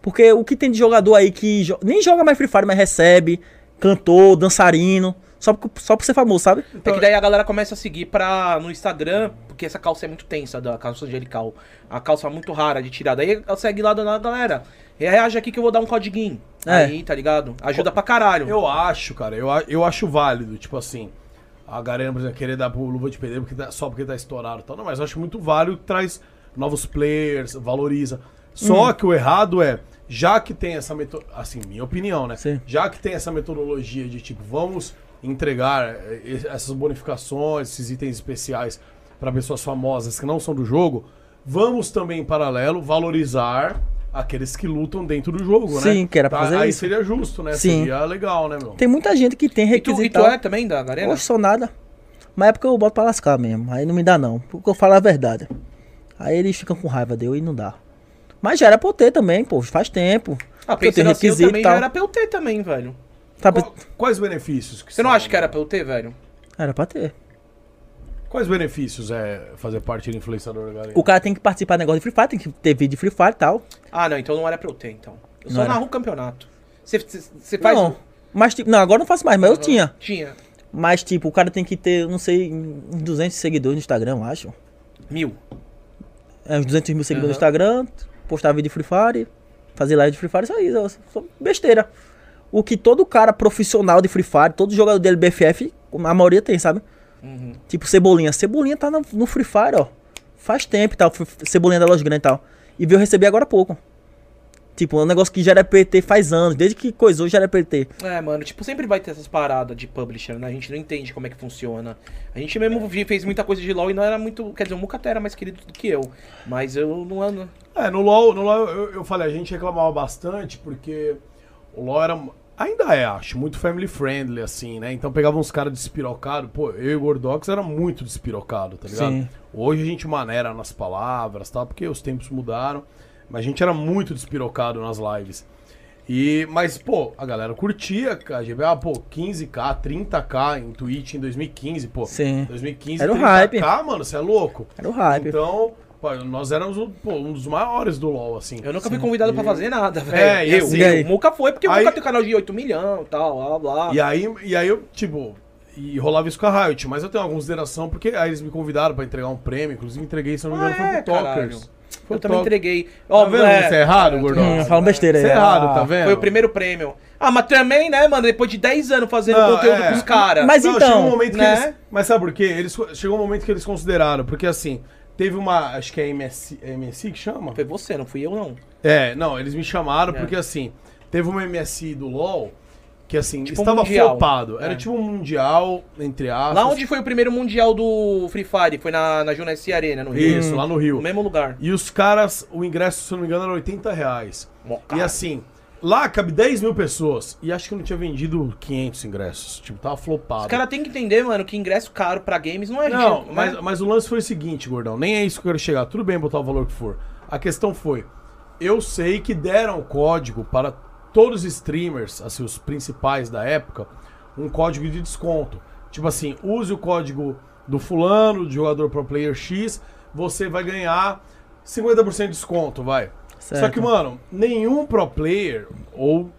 Speaker 6: Porque o que tem de jogador aí que jo- nem joga mais Free Fire, mas recebe, cantor, dançarino, só, por- só por ser famoso, sabe?
Speaker 5: É que daí a galera começa a seguir pra, no Instagram, porque essa calça é muito tensa, da calça angelical. A calça é muito rara de tirar. Daí ela segue lá da galera. Reage aqui que eu vou dar um codiguinho.
Speaker 6: É.
Speaker 5: Aí, tá ligado? Ajuda pra caralho.
Speaker 3: Eu acho, cara, eu, a- eu acho válido, tipo assim, a Garena, por exemplo, querer dar pro Luva de Pedreiro porque tá- só porque tá estourado e tal. Não, mas eu acho muito válido, traz novos players, valoriza.
Speaker 6: Hum.
Speaker 3: Só que o errado é, já que tem essa metodologia, assim, minha opinião, né?
Speaker 6: Sim.
Speaker 3: Já que tem essa metodologia de tipo, vamos entregar eh, eh, essas bonificações, esses itens especiais para pessoas famosas que não são do jogo, vamos também em paralelo valorizar aqueles que lutam dentro do jogo, né?
Speaker 6: Sim, que era pra fazer
Speaker 3: Aí
Speaker 6: isso.
Speaker 3: seria justo, né?
Speaker 6: Sim.
Speaker 3: Seria legal, né, meu?
Speaker 6: Tem muita gente que tem
Speaker 5: E tu, e tu
Speaker 6: requisitado.
Speaker 5: é também da galera?
Speaker 6: Poxa, sou nada. Mas é porque eu boto pra lascar mesmo. Aí não me dá não. Porque eu falo a verdade. Aí eles ficam com raiva de eu e não dá. Mas já era pra eu ter também, pô. Faz tempo.
Speaker 5: Ah,
Speaker 6: Porque eu
Speaker 5: pensando
Speaker 6: tenho
Speaker 5: assim, eu
Speaker 6: requisito
Speaker 5: também
Speaker 6: e
Speaker 5: já
Speaker 6: tal.
Speaker 5: era pra eu ter também, velho.
Speaker 6: Tá
Speaker 3: Qual-
Speaker 6: pra-
Speaker 3: quais benefícios?
Speaker 5: Você não
Speaker 3: são-
Speaker 5: acha que era pra eu ter, velho?
Speaker 6: Era pra ter.
Speaker 3: Quais benefícios é fazer parte do influenciador da galera?
Speaker 6: O cara tem que participar do negócio de Free Fire, tem que ter vídeo de Free Fire e tal.
Speaker 5: Ah, não, então não era pra eu ter, então. Eu só
Speaker 6: Não era.
Speaker 5: narro o campeonato. Você- Você você faz... um- Uhum.
Speaker 6: Não. Mas tipo, não, agora eu não faço mais, mas eu tinha.
Speaker 5: Tinha.
Speaker 6: Mas tipo, o cara tem que ter, não sei, uns 200 seguidores no Instagram, eu acho.
Speaker 5: Mil.
Speaker 6: É, uns 200 mil seguidores no
Speaker 5: Aham.
Speaker 6: Instagram, postar vídeo de Free Fire, fazer live de Free Fire, só isso, ó, só besteira. O que todo cara profissional de Free Fire, todo jogador dele BFF, a maioria tem, sabe? Tipo Cebolinha. Cebolinha tá no, no Free Fire, ó. Faz tempo e tal, Fr- Cebolinha é da Loja Grande e tal. E veio receber agora há pouco. Tipo, é um negócio que já era PT faz anos, desde que coisou já era PT.
Speaker 5: É, mano, tipo, sempre vai ter essas paradas de publisher, né? A gente não entende como é que funciona. A gente mesmo vi- fez muita coisa de LoL e não era muito. Quer dizer, o Muca até era mais querido do que eu. Mas eu não ando.
Speaker 3: É, no LoL, no LoL eu, eu falei, a gente reclamava bastante porque o LoL era. Ainda é, acho, muito family friendly, assim, né? Então pegava uns caras despirocado. Pô, eu e o Gordox era muito despirocado, tá ligado?
Speaker 6: Sim.
Speaker 3: Hoje a gente maneira nas palavras, tá? Porque os tempos mudaram. Mas a gente era muito despirocado nas lives. E, mas, pô, a galera curtia, a GBA, pô, 15k, 30k em Twitch em 2015, pô.
Speaker 6: Sim.
Speaker 3: 2015,
Speaker 6: Era um o
Speaker 3: 30k, mano, você é louco.
Speaker 6: Era o hype.
Speaker 3: Então, pô, nós éramos um, pô, um dos maiores do LoL, assim.
Speaker 5: Eu nunca fui convidado pra fazer nada, velho.
Speaker 3: É, e
Speaker 5: eu,
Speaker 3: assim-
Speaker 6: E aí?
Speaker 5: eu. O Muca foi, porque o
Speaker 3: Aí-
Speaker 5: Muca tem um canal de 8 milhões e tal, blá blá. blá.
Speaker 3: E aí, e aí eu, tipo, e rolava isso com a Riot, mas eu tenho uma consideração, porque aí eles me convidaram pra entregar um prêmio, inclusive entreguei, se eu não me
Speaker 5: Ah,
Speaker 3: engano, foi
Speaker 5: é,
Speaker 3: pro Talkers.
Speaker 5: caralho. Eu
Speaker 3: Foi
Speaker 5: também
Speaker 3: top.
Speaker 5: entreguei.
Speaker 3: Tá
Speaker 5: Ó,
Speaker 3: vendo
Speaker 5: é,
Speaker 3: como você é errado, gordão?
Speaker 6: Hum, falam besteira aí.
Speaker 3: Você é errado, tá vendo?
Speaker 5: Ah, foi o primeiro prêmio. Ah, mas também, né, mano? Depois de 10 anos fazendo
Speaker 3: Não,
Speaker 5: conteúdo
Speaker 3: é.
Speaker 5: pros caras.
Speaker 6: Mas
Speaker 3: Não,
Speaker 6: então,
Speaker 3: chegou um momento
Speaker 5: né?
Speaker 3: que eles, mas sabe por quê? Eles, chegou um momento que eles consideraram, porque assim, teve uma, acho que é MSI, é MSI que chama?
Speaker 5: Foi você, não fui eu, não.
Speaker 3: É, não, eles me chamaram
Speaker 5: É.
Speaker 3: porque assim, teve uma MSI do LoL que assim,
Speaker 5: Tipo um
Speaker 3: estava
Speaker 5: mundial.
Speaker 3: flopado. Era
Speaker 5: É.
Speaker 3: tipo um mundial, entre aspas.
Speaker 5: Lá onde foi o primeiro mundial do Free Fire, foi na, na Junesse Arena, no Rio.
Speaker 3: Isso, lá no
Speaker 5: No
Speaker 3: Rio.
Speaker 5: Hum. mesmo lugar.
Speaker 3: E os caras, o ingresso, se eu não me engano, era 80 reais.
Speaker 5: Mó
Speaker 3: E
Speaker 5: caro.
Speaker 3: assim, lá cabe 10 mil pessoas. E acho que eu não tinha vendido 500 ingressos. Tipo, tava flopado.
Speaker 5: Os caras têm que entender, mano, que ingresso caro pra games não é
Speaker 3: Não,
Speaker 5: gente,
Speaker 3: mas,
Speaker 5: né?
Speaker 3: mas o lance foi o seguinte, gordão. Nem é isso que eu quero chegar. Tudo bem botar o valor que for. A questão foi: eu sei que deram código para todos os streamers, assim, os principais da época, um código de desconto. Tipo assim, use o código do fulano, do jogador pro player X, você vai ganhar 50% de desconto, vai. Só
Speaker 6: Certo.
Speaker 3: que, mano, nenhum pro player ou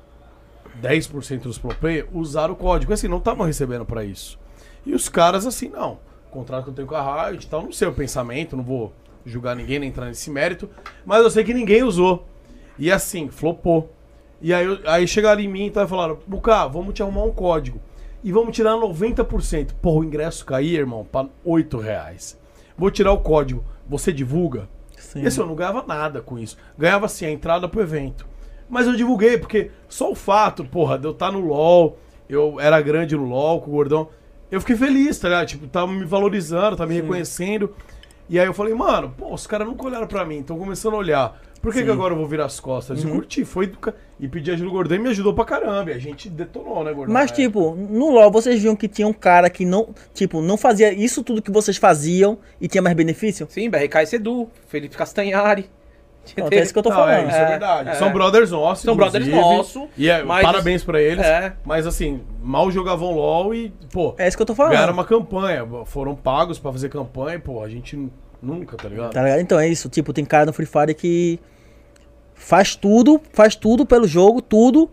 Speaker 3: 10% dos pro player usaram o código. Assim, não estavam recebendo pra isso. E os caras, assim, não. O contrato que eu tenho com a Riot e tal, não sei o pensamento, não vou julgar ninguém, nem entrar nesse mérito. Mas eu sei que ninguém usou. E assim, flopou. E aí, eu- aí chegaram em mim e tá, falaram: Bucá, vamos te arrumar um código. E vamos tirar 90%. Porra, o ingresso caía, irmão, pra R$ 8 reais. Vou tirar o código. Você divulga?
Speaker 6: Sim.
Speaker 3: E assim, eu não ganhava nada com isso. Ganhava, assim, a entrada pro evento. Mas eu divulguei, porque só o fato, porra, de eu estar no LoL, eu era grande no LoL com o Gordão, eu fiquei feliz, tá ligado? Tipo, tava me valorizando, tava me reconhecendo. E aí eu falei, mano, pô, os caras nunca olharam pra mim, estão começando a olhar. Por que, que agora eu vou virar as costas? E curti, foi do ca- e pedi ajuda do Gordão e me ajudou pra caramba. E a gente detonou, né, Gordão?
Speaker 6: Mas,
Speaker 3: É.
Speaker 6: tipo, no LoL vocês viam que tinha um cara que não, tipo, não fazia isso tudo que vocês faziam e tinha mais benefício?
Speaker 5: Sim, BRK e é Sedu, Felipe Castanhari.
Speaker 6: Pronto, é isso que eu tô
Speaker 3: Não,
Speaker 6: falando.
Speaker 3: É, isso é,
Speaker 5: É,
Speaker 3: verdade.
Speaker 5: é.
Speaker 3: São brothers nossos.
Speaker 5: São brothers
Speaker 3: inclusive.
Speaker 5: nossos,
Speaker 3: E é,
Speaker 5: mas-
Speaker 3: parabéns pra eles.
Speaker 5: É.
Speaker 3: Mas assim, mal jogavam LOL e, pô,
Speaker 6: É isso que eu tô falando.
Speaker 3: ganharam uma campanha. Foram pagos pra fazer campanha e, pô, a gente nu- nunca, tá ligado?
Speaker 6: Tá ligado? Então é isso. Tipo, tem cara no Free Fire que faz tudo, faz tudo pelo jogo, tudo,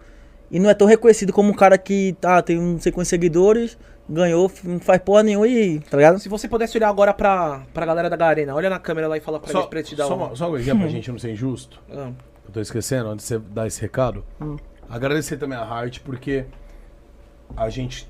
Speaker 6: e não é tão reconhecido como um cara que ah, tem não sei quantos seguidores, ganhou, f- não faz porra nenhuma e. Tá ligado?
Speaker 5: Se você pudesse olhar agora pra, pra galera da Arena, olha na câmera lá e fala pra
Speaker 3: Só,
Speaker 5: eles pra eles te dar
Speaker 3: só
Speaker 5: uma- Uhum.
Speaker 3: uma, só uma coisinha pra gente não ser injusto.
Speaker 5: Ah,
Speaker 3: Eu tô esquecendo, antes de você dar esse recado.
Speaker 5: Hum.
Speaker 3: Agradecer também a Heart, porque a gente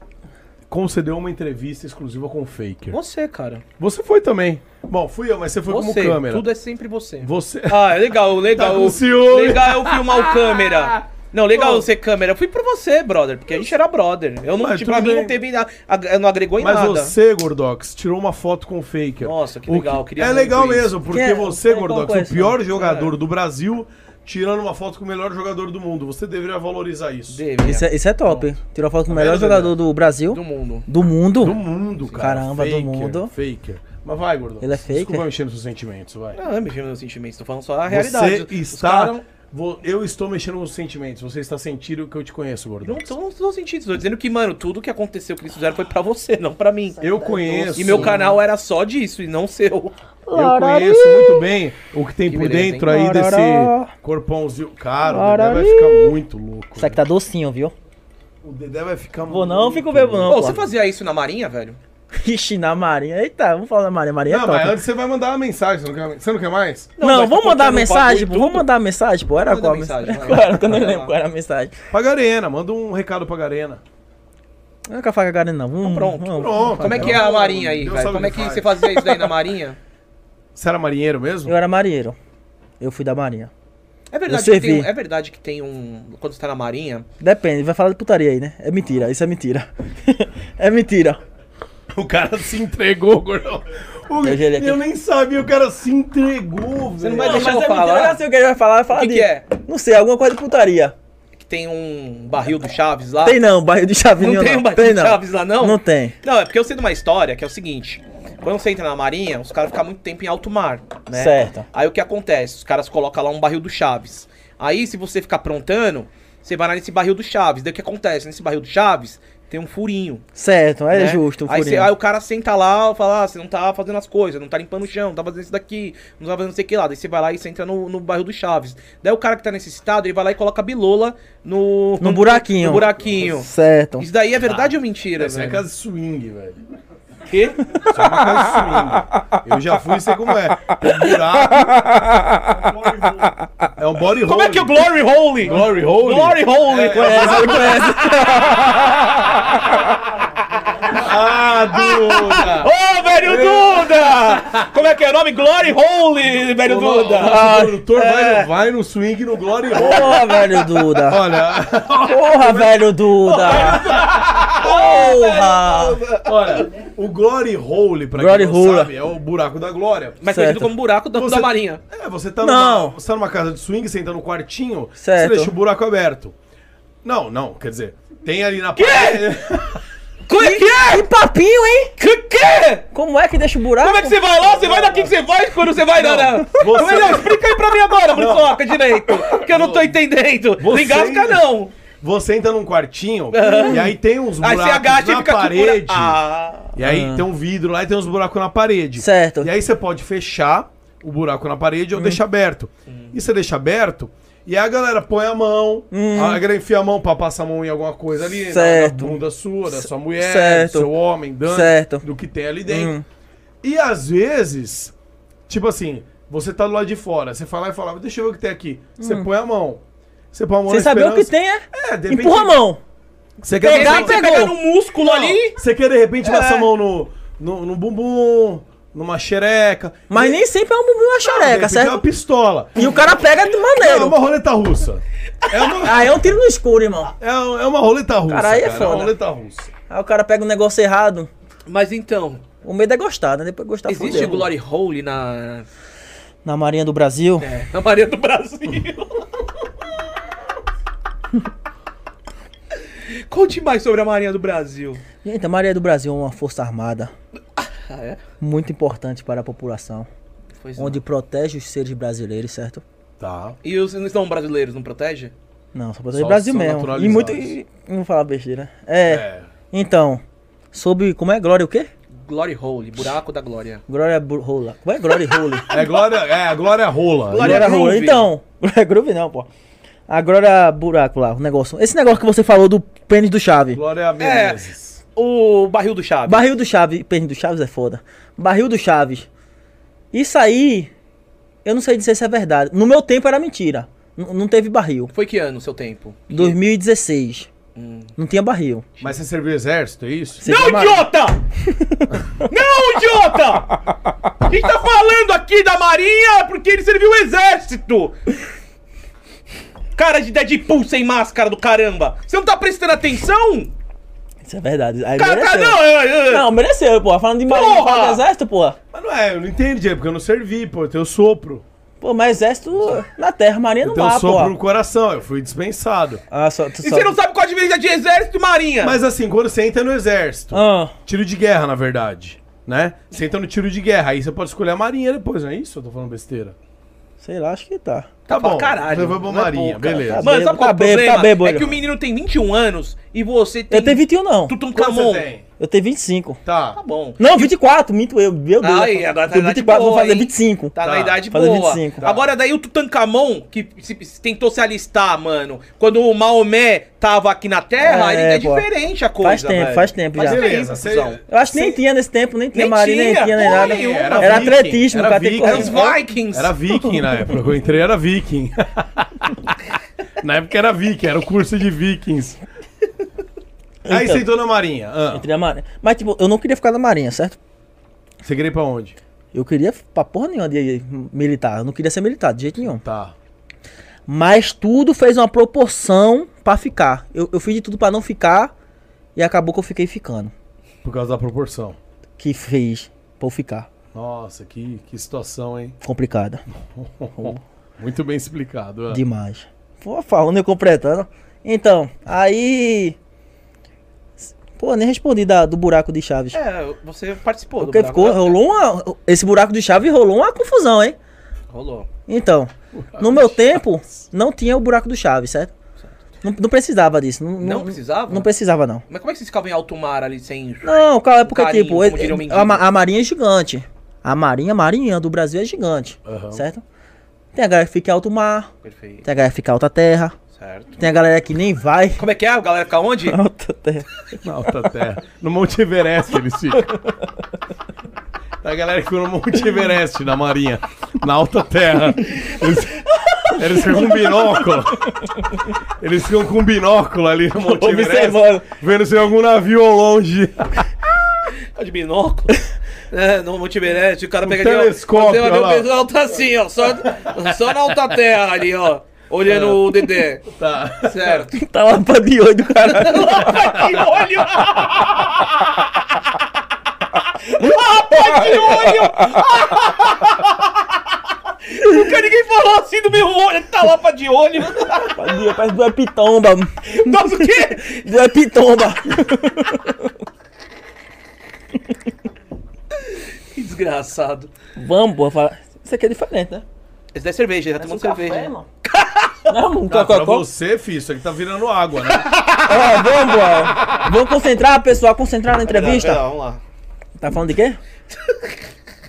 Speaker 3: concedeu uma entrevista exclusiva com o Faker.
Speaker 5: Você, cara.
Speaker 3: Você foi também. Bom, fui eu, mas você foi
Speaker 5: Você.
Speaker 3: como câmera.
Speaker 5: Tudo é sempre você.
Speaker 3: Você.
Speaker 5: Ah, legal, legal.
Speaker 3: Tá com ciúme.
Speaker 5: legal eu filmar o câmera. Não, legal
Speaker 3: Pô.
Speaker 5: eu ser câmera. Eu fui por você, brother, porque a gente era brother. Eu não,
Speaker 3: Mas
Speaker 5: tipo,
Speaker 3: tudo
Speaker 5: pra mim
Speaker 3: bem.
Speaker 5: não teve. na- ag- Não agregou em
Speaker 3: Mas
Speaker 5: nada.
Speaker 3: você, Gordox, tirou uma foto com o Faker.
Speaker 5: Nossa, que
Speaker 3: O
Speaker 5: legal, queria
Speaker 3: é
Speaker 5: muito
Speaker 3: legal
Speaker 5: isso.
Speaker 3: mesmo, porque
Speaker 6: Quem é?
Speaker 3: você,
Speaker 6: Quem é? Qual
Speaker 3: Gordox,
Speaker 6: foi
Speaker 3: é o
Speaker 6: essa?
Speaker 3: pior jogador do Brasil, tirando uma foto com o melhor jogador do mundo. Você deveria valorizar isso.
Speaker 5: Deve,
Speaker 6: Isso é, isso é top. Tirou foto com o melhor
Speaker 3: vendo,
Speaker 6: jogador do Brasil,
Speaker 5: Do mundo.
Speaker 6: do mundo.
Speaker 3: Do mundo, cara.
Speaker 6: Caramba, do mundo.
Speaker 3: Faker. Mas vai, Gordox.
Speaker 6: Ele é
Speaker 3: Desculpa
Speaker 6: faker?
Speaker 3: mexendo nos seus sentimentos, vai.
Speaker 5: Não, eu me filme Ah, meus sentimentos, tô falando só a
Speaker 3: Você
Speaker 5: realidade. Os
Speaker 3: está...
Speaker 5: caras
Speaker 3: vo- Eu estou mexendo nos sentimentos. Você está sentindo que eu te conheço, Gordox.
Speaker 5: Não tô, não tô sentindo, tô dizendo que, mano, tudo que aconteceu que eles fizeram foi pra você, não pra mim.
Speaker 3: Eu conheço.
Speaker 5: E meu canal era só disso e não seu.
Speaker 3: Eu conheço muito bem o que tem
Speaker 5: Que
Speaker 3: por
Speaker 5: beleza,
Speaker 3: dentro
Speaker 6: hein?
Speaker 3: aí
Speaker 6: Larará.
Speaker 3: desse corpãozinho. Cara, o Dedé vai ficar muito louco.
Speaker 6: Isso aqui tá docinho, viu?
Speaker 3: O Dedé vai ficar
Speaker 6: Vou não,
Speaker 3: muito
Speaker 6: fico bebo não.
Speaker 5: Pô,
Speaker 6: pô.
Speaker 5: você fazia isso na Marinha, velho?
Speaker 6: Ixi, na Marinha. Eita, vamos falar da Marinha. Marinha é
Speaker 3: Não,
Speaker 6: top.
Speaker 3: mas antes você vai mandar uma mensagem, você não quer, você não quer mais?
Speaker 6: Não,
Speaker 5: mas tô
Speaker 6: vamos mandar
Speaker 5: contando o
Speaker 6: mensagem, pô.
Speaker 5: bagulho
Speaker 6: Vamos
Speaker 5: tudo.
Speaker 6: mandar mensagem, pô. Era
Speaker 5: Manda
Speaker 6: qual a
Speaker 5: mensagem,
Speaker 6: mensagem?
Speaker 5: vai lá.
Speaker 6: Claro, que eu não
Speaker 5: Vai lá.
Speaker 6: lembro qual era a mensagem.
Speaker 3: Pra Garena, manda um recado pra Garena.
Speaker 6: Não é com a faca cara, não. Hum,
Speaker 5: pronto.
Speaker 6: não.
Speaker 3: Pronto.
Speaker 5: Como é que é a Marinha aí,
Speaker 3: Deus
Speaker 5: velho?
Speaker 3: sabe
Speaker 5: Como é
Speaker 3: o que
Speaker 5: que
Speaker 3: faz.
Speaker 5: você fazia isso daí na Marinha?
Speaker 3: Você era marinheiro mesmo?
Speaker 6: Eu era marinheiro. Eu fui da Marinha.
Speaker 5: É verdade,
Speaker 6: Eu
Speaker 5: que tem, um-
Speaker 6: servi.
Speaker 5: é verdade que tem um. Quando você tá na Marinha.
Speaker 6: Depende, vai falar de putaria aí, né? É mentira, isso é mentira. é mentira.
Speaker 3: O cara se entregou, gordão. O-
Speaker 6: Eu gelei aqui.
Speaker 3: Eu nem sabia, o cara se entregou, velho. Você
Speaker 5: não vai deixar- eu
Speaker 6: é
Speaker 5: falar?
Speaker 6: mentira, eu já sei o que ele vai falar, vai falar
Speaker 5: que
Speaker 6: de...
Speaker 5: que é?
Speaker 6: Não sei, alguma coisa de putaria.
Speaker 5: Que tem um barril do Chaves lá.
Speaker 6: Tem não, barril de chave
Speaker 5: Não
Speaker 6: nenhum,
Speaker 5: tem um barril
Speaker 6: Tem
Speaker 5: do
Speaker 6: não.
Speaker 5: Chaves lá, não?
Speaker 6: Não tem.
Speaker 5: Não, é porque eu sei de uma história que é o seguinte: quando você entra na marinha, os caras ficam muito tempo em alto mar, né?
Speaker 6: Certo.
Speaker 5: Aí o que acontece? Os caras colocam lá um barril do Chaves. Aí, se você ficar aprontando, você vai lá nesse barril do Chaves. Daí o que acontece? Nesse barril do Chaves tem um furinho.
Speaker 6: Certo, é
Speaker 5: né?
Speaker 6: justo.
Speaker 5: Aí,
Speaker 6: furinho.
Speaker 5: cê- aí o cara senta lá e fala: ah, você não tá fazendo as coisas, não tá limpando o chão, não tá fazendo isso daqui, não tá fazendo não sei o que lá. Daí você vai lá e você entra no, no barril do Chaves. Daí o cara que tá necessitado, ele vai lá e coloca a bilola no.
Speaker 6: No buraquinho.
Speaker 5: No buraquinho.
Speaker 6: Certo.
Speaker 5: Isso daí é verdade ou mentira?
Speaker 3: Isso é
Speaker 5: velho?
Speaker 3: casa de swing, velho. Que? é
Speaker 7: Só uma coisa sumindo.
Speaker 3: Eu já fui e sei como é. É um buraco. É um body hole.
Speaker 8: Como é que é o Glory Holy?
Speaker 3: Glory hole?
Speaker 8: Glory
Speaker 5: é
Speaker 8: Holy.
Speaker 6: Conhece, ele conhece.
Speaker 3: Ah, Duda!
Speaker 8: Ô, velho Duda! Como é que é o nome? Glory Holy, velho Duda!
Speaker 3: O produtor
Speaker 6: é.
Speaker 3: vai, no- vai no swing no Glory Hole.
Speaker 6: Porra, velho Duda.
Speaker 3: Olha,
Speaker 6: Porra, velho Duda. Porra.
Speaker 3: olha, o Glory Hole, pra
Speaker 6: Glory
Speaker 3: quem não
Speaker 6: hole.
Speaker 3: sabe, é o buraco da glória.
Speaker 8: é
Speaker 5: Mas
Speaker 6: Certo.
Speaker 5: conhecido como buraco da, da Marinha.
Speaker 3: É, você tá,
Speaker 6: Não.
Speaker 3: Numa, você tá numa casa de swing, você entra no quartinho,
Speaker 6: Certo.
Speaker 3: você deixa o buraco aberto. Não, não, quer dizer, tem ali na parede.
Speaker 8: Como é que é?
Speaker 6: Que papinho, hein?
Speaker 8: Que que?
Speaker 6: Como é que deixa o buraco?
Speaker 8: Como é que você vai lá? Você vai daqui que você vai quando você vai, não, não.
Speaker 3: você-
Speaker 8: Mas, não, explica aí pra mim agora, Brizoca, direito. Que eu não tô entendendo. Não
Speaker 3: Você-
Speaker 8: engasga, não.
Speaker 3: Você entra num quartinho e aí tem uns
Speaker 8: Aí
Speaker 3: buracos
Speaker 8: você agacha e
Speaker 3: na
Speaker 8: fica com o buraco.
Speaker 3: parede.
Speaker 8: Ah.
Speaker 3: E aí tem um vidro lá e tem uns buracos na parede.
Speaker 6: Certo. Hum.
Speaker 3: E aí você pode fechar o buraco na parede ou deixar aberto. E você deixa aberto, e aí a galera põe a mão, a galera enfia a mão pra passar a mão em alguma coisa ali, na-
Speaker 6: Hum. Certo.
Speaker 3: na bunda sua, da sua mulher,
Speaker 6: certo.
Speaker 3: do seu homem, dano,
Speaker 6: Certo.
Speaker 3: do que tem ali dentro.
Speaker 6: Hum.
Speaker 3: E às vezes, tipo assim, você tá do lado de fora, você fala e fala, deixa eu ver o que tem aqui. Você põe a mão. Você põe a mão
Speaker 6: Sem
Speaker 3: na
Speaker 6: saber Hum. o que
Speaker 3: esperança-
Speaker 6: tem é...
Speaker 3: É, de repente-
Speaker 6: Empurra a mão.
Speaker 3: Você quer
Speaker 6: Pegar,
Speaker 3: ver-
Speaker 8: Você
Speaker 6: pegou.
Speaker 8: pega no músculo ali.
Speaker 3: você quer de repente
Speaker 6: É.
Speaker 3: passar a mão no, no, no bumbum, numa xereca.
Speaker 6: Mas
Speaker 3: E-
Speaker 6: nem sempre é um bumbum e uma
Speaker 3: de repente
Speaker 6: xareca,
Speaker 3: É uma
Speaker 6: certo?
Speaker 3: pistola.
Speaker 6: E o cara pega de
Speaker 3: É
Speaker 6: maneiro.
Speaker 3: uma roleta russa. É uma,
Speaker 6: Aí é um tiro no escuro, irmão.
Speaker 3: é um- é uma roleta russa.
Speaker 6: Cara, aí é
Speaker 3: É uma
Speaker 6: foda.
Speaker 3: roleta russa.
Speaker 6: Aí o cara pega um negócio errado.
Speaker 5: Mas então,
Speaker 6: O medo é gostar, né? Depois
Speaker 8: Tá
Speaker 6: gostar
Speaker 5: existe
Speaker 6: fudeu.
Speaker 5: Glory Hole na,
Speaker 6: Na Marinha do Brasil.
Speaker 8: É.
Speaker 5: na Marinha do Brasil? Conte mais sobre a Marinha do Brasil.
Speaker 6: Gente, a Marinha do Brasil é uma força armada.
Speaker 5: é?
Speaker 6: Muito importante para a população.
Speaker 5: Pois é.
Speaker 6: onde protege os seres brasileiros, certo?
Speaker 3: Tá.
Speaker 5: E os não brasileiros não protege?
Speaker 6: Não, só protege
Speaker 3: Só
Speaker 6: o Brasil
Speaker 3: são
Speaker 6: mesmo. E
Speaker 3: naturalizados.
Speaker 6: muito. E, não vou falar besteira. É,
Speaker 3: É.
Speaker 6: Então, sobre. Como é Glória o quê?
Speaker 5: Glory Hole, buraco da glória.
Speaker 6: Glória Bu- Rola. Como é Glória Rola?
Speaker 3: É glória, é a glória rola.
Speaker 5: Glória Groove.
Speaker 6: Rola. Então, Glória Groove não, pô. Agora buraco lá, o negócio. Esse negócio que você falou do pênis do chave.
Speaker 3: Glória é
Speaker 8: É,
Speaker 6: É.
Speaker 3: Menezes.
Speaker 5: O barril do Chaves.
Speaker 6: Barril do Chaves, pênis do Chaves é foda. Barril do Chaves. Isso aí, eu não sei dizer se é verdade. No meu tempo era mentira. N- não teve barril.
Speaker 5: Foi que ano, seu tempo?
Speaker 6: 2016.
Speaker 5: Hum.
Speaker 6: Não tinha barril.
Speaker 3: Mas você serviu exército, é isso?
Speaker 6: Você
Speaker 8: Não,
Speaker 6: chama-
Speaker 8: idiota! não, idiota! A gente tá falando aqui da Marinha é porque ele serviu o exército! Cara de Deadpool sem máscara do caramba! Você não tá prestando atenção?
Speaker 6: Isso é verdade. Aí
Speaker 8: Cara, cara,
Speaker 6: mereceu.
Speaker 8: não, é, eu, eu-
Speaker 6: Não, mereceu, pô. Falando de marinha,
Speaker 8: Porra!
Speaker 6: falando de exército, pô.
Speaker 3: Mas não é, eu não entendi, é porque eu não servi, pô. Eu tenho sopro.
Speaker 6: Pô, mas exército na terra, marinha
Speaker 3: Eu
Speaker 6: no
Speaker 3: tenho
Speaker 6: mar,
Speaker 3: sopro no
Speaker 6: pô.
Speaker 3: coração, eu fui dispensado.
Speaker 6: Ah, só, tu
Speaker 8: E você
Speaker 5: tá-
Speaker 8: não sabe qual a diferença de exército e marinha?
Speaker 3: Mas assim, quando você entra no exército,
Speaker 6: Ah,
Speaker 3: tiro de guerra, na verdade. Né? Você entra no tiro de guerra, aí você pode escolher a marinha depois, não é isso? Eu tô falando besteira.
Speaker 6: sei lá, acho que tá.
Speaker 3: Tá
Speaker 5: pra
Speaker 3: bom.
Speaker 5: caralho,
Speaker 3: Você foi pra
Speaker 5: não é
Speaker 3: marinha,
Speaker 5: pouco, cara.
Speaker 3: beleza.
Speaker 6: Tá
Speaker 5: Mano,
Speaker 6: bêbado,
Speaker 5: sabe qual é
Speaker 6: tá
Speaker 5: o
Speaker 6: bêbado,
Speaker 5: problema?
Speaker 6: tá bêbado,
Speaker 5: é que
Speaker 6: olha.
Speaker 5: o menino tem 21 anos e você tem...
Speaker 6: Eu tenho 21, não.
Speaker 3: Quanto
Speaker 5: Tutankamon.
Speaker 3: você tem?
Speaker 6: Eu tenho 25.
Speaker 3: Tá.
Speaker 5: Tá bom.
Speaker 6: Não, 24, minto eu. Meu Deus.
Speaker 5: Ai, agora tá
Speaker 6: Tenho
Speaker 5: na idade
Speaker 6: 24, vou
Speaker 5: boa,
Speaker 6: fazer
Speaker 5: hein?
Speaker 6: 25.
Speaker 5: Tá, na
Speaker 3: Tá.
Speaker 5: idade
Speaker 6: Fazer
Speaker 5: boa.
Speaker 6: 25. Tá.
Speaker 5: Agora daí o Tutankamon, que se- se tentou se alistar, mano, quando o Maomé tava aqui na Terra,
Speaker 6: É,
Speaker 5: ele é
Speaker 6: pô.
Speaker 5: diferente a coisa,
Speaker 6: Faz tempo,
Speaker 5: velho.
Speaker 6: faz tempo
Speaker 5: Mas é
Speaker 6: já.
Speaker 3: Beleza,
Speaker 5: Beleza,
Speaker 3: você-
Speaker 5: cuzão.
Speaker 6: Eu acho que nem tinha nesse tempo, nem tinha
Speaker 5: Nem
Speaker 6: marinha, nem
Speaker 5: tinha,
Speaker 6: tinha, nem
Speaker 5: porra
Speaker 6: nada.
Speaker 5: nenhuma.
Speaker 6: Era,
Speaker 3: viking,
Speaker 6: atletismo,
Speaker 3: era
Speaker 6: cara tem
Speaker 3: viking. né?
Speaker 5: Era os
Speaker 6: corrida.
Speaker 5: Vikings.
Speaker 3: Era viking na época. Eu entrei, era viking. na época era viking, era o curso de vikings. Aí
Speaker 6: Então.
Speaker 3: você entrou na marinha. Ah,
Speaker 6: Entre a marinha. Mas, tipo, eu não queria ficar na marinha, certo?
Speaker 3: você queria ir pra onde?
Speaker 6: Eu queria pra porra nenhuma de militar. Eu não queria ser militar, de jeito nenhum.
Speaker 3: Tá.
Speaker 6: Mas tudo fez uma proporção pra ficar. Eu, eu fiz de tudo pra não ficar e acabou que eu fiquei ficando.
Speaker 3: Por causa da proporção.
Speaker 6: Que fez pra eu ficar.
Speaker 3: Nossa, que, que situação, hein?
Speaker 6: Complicada.
Speaker 5: Uhum.
Speaker 3: Muito bem explicado.
Speaker 5: Tá.
Speaker 3: ah.
Speaker 6: Demais. Pô, falando e completando. Então, aí. Pô, nem respondi da- do buraco de Chaves.
Speaker 5: É, você participou
Speaker 6: Porque
Speaker 5: buraco
Speaker 6: ficou,
Speaker 5: da-
Speaker 6: rolou uma. Esse buraco de chave rolou uma confusão, hein?
Speaker 5: Rolou.
Speaker 6: Então, no meu tempo, não tinha o buraco do chave, certo? Não, não precisava disso. Não,
Speaker 5: Não precisava?
Speaker 6: Não precisava, não.
Speaker 5: Mas como é que vocês ficavam em alto mar ali sem...
Speaker 6: Não, cara, é porque,
Speaker 5: carinho,
Speaker 6: tipo,
Speaker 5: como
Speaker 6: ele-
Speaker 5: diria o
Speaker 6: ele-
Speaker 5: mendigo.
Speaker 6: a, ma- a marinha é gigante. A marinha, a marinha do Brasil é gigante,
Speaker 3: Aham.
Speaker 6: certo? Tem a galera que fica em alto mar,
Speaker 5: Perfeito.
Speaker 6: tem a galera que fica em alta terra,
Speaker 5: Certo.
Speaker 6: Tem a galera que nem vai.
Speaker 5: Como é que é? A galera fica onde?
Speaker 6: Alta terra.
Speaker 3: Na alta terra. No Monte Everest eles ficam. A galera que ficou no Monte Everest, na Marinha. Na alta terra. Eles, eles ficam com binóculo. Eles ficam com binóculo ali no Monte
Speaker 6: é
Speaker 5: Observando.
Speaker 3: Everest. Vendo se tem algum navio ao longe.
Speaker 5: Tá de binóculo? É, no Monte Everest, o cara pega ali, ó.
Speaker 3: telescópio,
Speaker 5: Você vai ver
Speaker 3: olha
Speaker 5: o
Speaker 3: lá.
Speaker 5: pessoal tá assim, ó. Só, só na alta terra ali, ó. Olhando o Dedé.
Speaker 3: É. Tá.
Speaker 5: Certo.
Speaker 6: Tá lá pra de olho do cara.
Speaker 8: Que olho! Nunca ninguém falou assim do meu olho, tá lá pra de olho.
Speaker 6: Parece do Epitomba.
Speaker 8: Nossa, o quê?
Speaker 6: Do Epitomba.
Speaker 5: Que desgraçado.
Speaker 6: Vamos, boa. fala- Isso aqui é diferente, né?
Speaker 5: Esse daí é cerveja, ele tá tomando cerveja. né?
Speaker 6: mano. Não, um
Speaker 3: Tá, pra
Speaker 6: Coca-Cola.
Speaker 3: você, filho, isso aqui tá virando água, né?
Speaker 6: Ó, vamos, ó. Vamos concentrar, pessoal. Concentrar na entrevista.
Speaker 5: Pera, vamos lá.
Speaker 6: Tá falando de quê?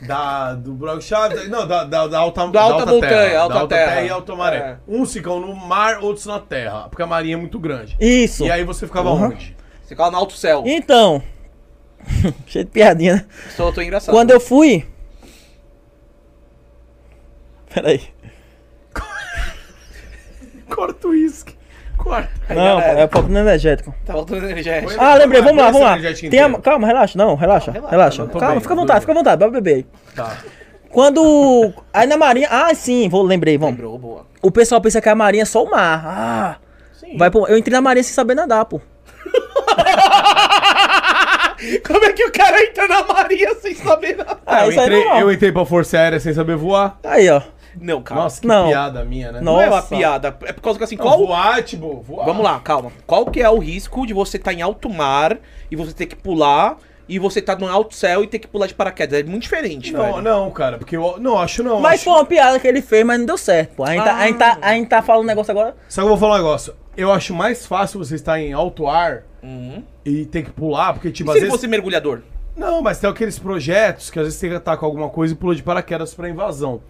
Speaker 3: Da, do Brock Chaves, não, da, da, da alta,
Speaker 5: Da alta montanha,
Speaker 3: terra,
Speaker 5: alta
Speaker 3: da alta
Speaker 5: terra.
Speaker 3: terra. e alta maré.
Speaker 5: É.
Speaker 3: Uns ficam no mar, outros na terra, porque a marinha é muito grande.
Speaker 6: Isso.
Speaker 3: E aí você ficava onde?
Speaker 5: Você fala no alto céu.
Speaker 6: Então. Cheio de piadinha, né?
Speaker 5: Só eu tô engraçado.
Speaker 6: Quando eu fui. Peraí.
Speaker 3: Corta o uísque. Corta.
Speaker 6: Não,
Speaker 5: galera.
Speaker 6: é pouco energético.
Speaker 5: Tá voltando energético.
Speaker 6: Ah, lembrei, vamos lá,
Speaker 3: Esse
Speaker 6: vamos lá.
Speaker 3: energético
Speaker 6: Tem a-
Speaker 3: inteiro.
Speaker 6: Calma, relaxa, não, relaxa,
Speaker 5: Não, relaxa,
Speaker 6: relaxa.
Speaker 5: não,
Speaker 3: tô
Speaker 6: Calma,
Speaker 3: bem,
Speaker 6: fica à
Speaker 3: tô
Speaker 6: vontade,
Speaker 3: bem.
Speaker 6: fica à vontade, vai beber aí.
Speaker 3: Tá.
Speaker 6: Quando. Aí na marinha. Ah, sim, vou, lembrei, vamos.
Speaker 5: Lembrou, boa.
Speaker 6: O pessoal pensa que a marinha é só o mar. Ah! Vai pro... Eu entrei na marinha sem saber nadar, pô.
Speaker 8: Como é que o cara entra na Maria sem saber nada?
Speaker 6: Ah,
Speaker 3: eu,
Speaker 6: isso aí
Speaker 3: entrei,
Speaker 6: não.
Speaker 3: eu entrei pra Força Aérea sem saber voar.
Speaker 6: Aí, ó.
Speaker 5: Não, cara.
Speaker 3: Nossa, que
Speaker 6: Não.
Speaker 3: piada minha, né?
Speaker 6: Não.
Speaker 5: não é uma
Speaker 6: nossa.
Speaker 5: piada. É por causa que assim,
Speaker 3: Não,
Speaker 5: qual
Speaker 3: Voar, tipo, voar.
Speaker 5: Vamos lá, calma. Qual que é o risco de você estar em alto mar e você ter que pular e você tá no alto céu e ter que pular de paraquedas? É muito diferente,
Speaker 3: Não,
Speaker 5: velho.
Speaker 3: não, cara, porque eu. Não, acho não.
Speaker 6: Mas
Speaker 3: acho-
Speaker 6: foi uma piada que ele fez, mas não deu certo, pô. A gente, tá, a gente, tá, a gente tá falando um negócio agora.
Speaker 3: Só que eu vou falar um negócio. Eu acho mais fácil você estar em alto ar
Speaker 5: Uhum.
Speaker 3: e ter que pular, porque,
Speaker 5: E
Speaker 3: tipo,
Speaker 5: se
Speaker 3: às
Speaker 5: ele
Speaker 3: vezes.
Speaker 5: fosse mergulhador?
Speaker 3: Não, mas tem aqueles projetos que às vezes tem que atacar alguma coisa e pula de paraquedas pra invasão.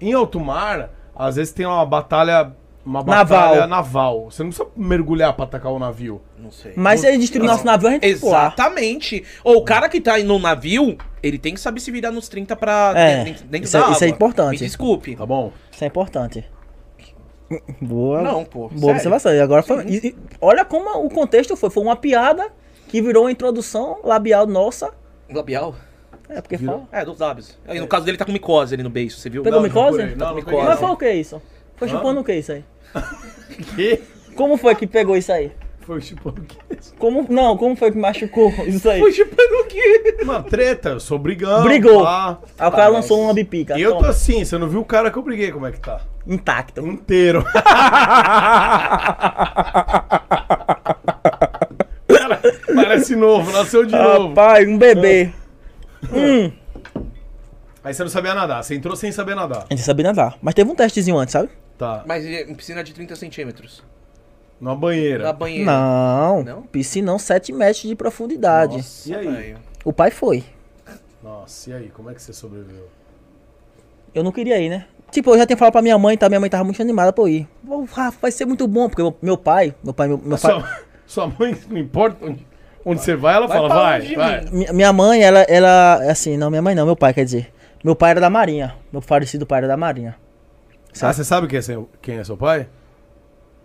Speaker 3: Em alto mar, às vezes tem uma batalha. Uma
Speaker 6: Naval.
Speaker 3: batalha naval. Você não precisa mergulhar pra atacar o navio.
Speaker 5: Não sei.
Speaker 6: Mas se ele destruir nosso navio, a gente tem que pular.
Speaker 5: Exatamente. Ou o cara que tá no navio, ele tem que saber se virar nos 30 pra
Speaker 6: É,
Speaker 5: dentro, dentro
Speaker 6: isso
Speaker 5: da
Speaker 6: é- isso é
Speaker 5: água.
Speaker 6: importante.
Speaker 5: Me desculpe.
Speaker 3: Tá bom?
Speaker 6: Isso é importante. Boa.
Speaker 5: Não, pô.
Speaker 6: Boa
Speaker 5: sério.
Speaker 6: observação. E agora foi. e- e olha como o contexto foi. Foi uma piada que virou uma introdução labial nossa.
Speaker 5: Labial?
Speaker 6: É, porque
Speaker 3: Virou.
Speaker 6: fala.
Speaker 5: É, dos lábios. Aí, no caso dele, tá com micose ali no beijo, você viu?
Speaker 6: Pegou
Speaker 3: não
Speaker 6: micose?
Speaker 3: curei, não, não
Speaker 5: Micose.
Speaker 3: curei.
Speaker 6: Mas foi o que é isso? Foi chupando o que isso aí?
Speaker 3: Que?
Speaker 6: Como foi que pegou isso aí?
Speaker 3: Foi tipo o quê?
Speaker 6: Como. Não, como foi que machucou isso aí?
Speaker 5: chupando o quê?
Speaker 3: Uma treta, eu sou brigando.
Speaker 6: Brigou.
Speaker 3: pá.
Speaker 6: Aí o cara lançou uma bipica.
Speaker 3: E eu tô
Speaker 6: toma,
Speaker 3: assim, você não viu o cara que eu briguei, como é que tá?
Speaker 6: Intacto.
Speaker 3: Inteiro. Cara, Parece novo, nasceu de novo.
Speaker 6: Rapaz, um bebê.
Speaker 3: Aí você não sabia nadar, você entrou sem saber nadar.
Speaker 6: A gente sabia nadar. Mas teve um testezinho antes, sabe?
Speaker 3: Tá.
Speaker 5: Mas ele é em piscina de 30 centímetros.
Speaker 3: Numa
Speaker 5: Na
Speaker 3: banheira.
Speaker 5: banheira.
Speaker 6: Não.
Speaker 5: É. Não?
Speaker 6: Piscinão 7 metros de profundidade.
Speaker 3: E aí?
Speaker 5: velho.
Speaker 6: O pai foi.
Speaker 3: Nossa, e aí, como é que você sobreviveu?
Speaker 6: Eu não queria ir, né? Tipo, eu já tinha falado pra minha mãe, tá? Minha mãe tava muito animada pra eu ir. Vou- ah, Vai ser muito bom, porque meu pai, meu pai, meu, meu pai.
Speaker 3: Sua, sua mãe, não importa onde, onde você vai, ela fala,
Speaker 5: pra
Speaker 3: vai,
Speaker 5: longe de
Speaker 3: vai.
Speaker 5: mim.
Speaker 6: mi- Minha mãe, ela, ela. Assim, não, minha mãe não, meu pai, quer dizer. Meu pai era da Marinha. Meu falecido pai era da Marinha.
Speaker 3: Ah, você sabe quem é, seu, quem é seu pai?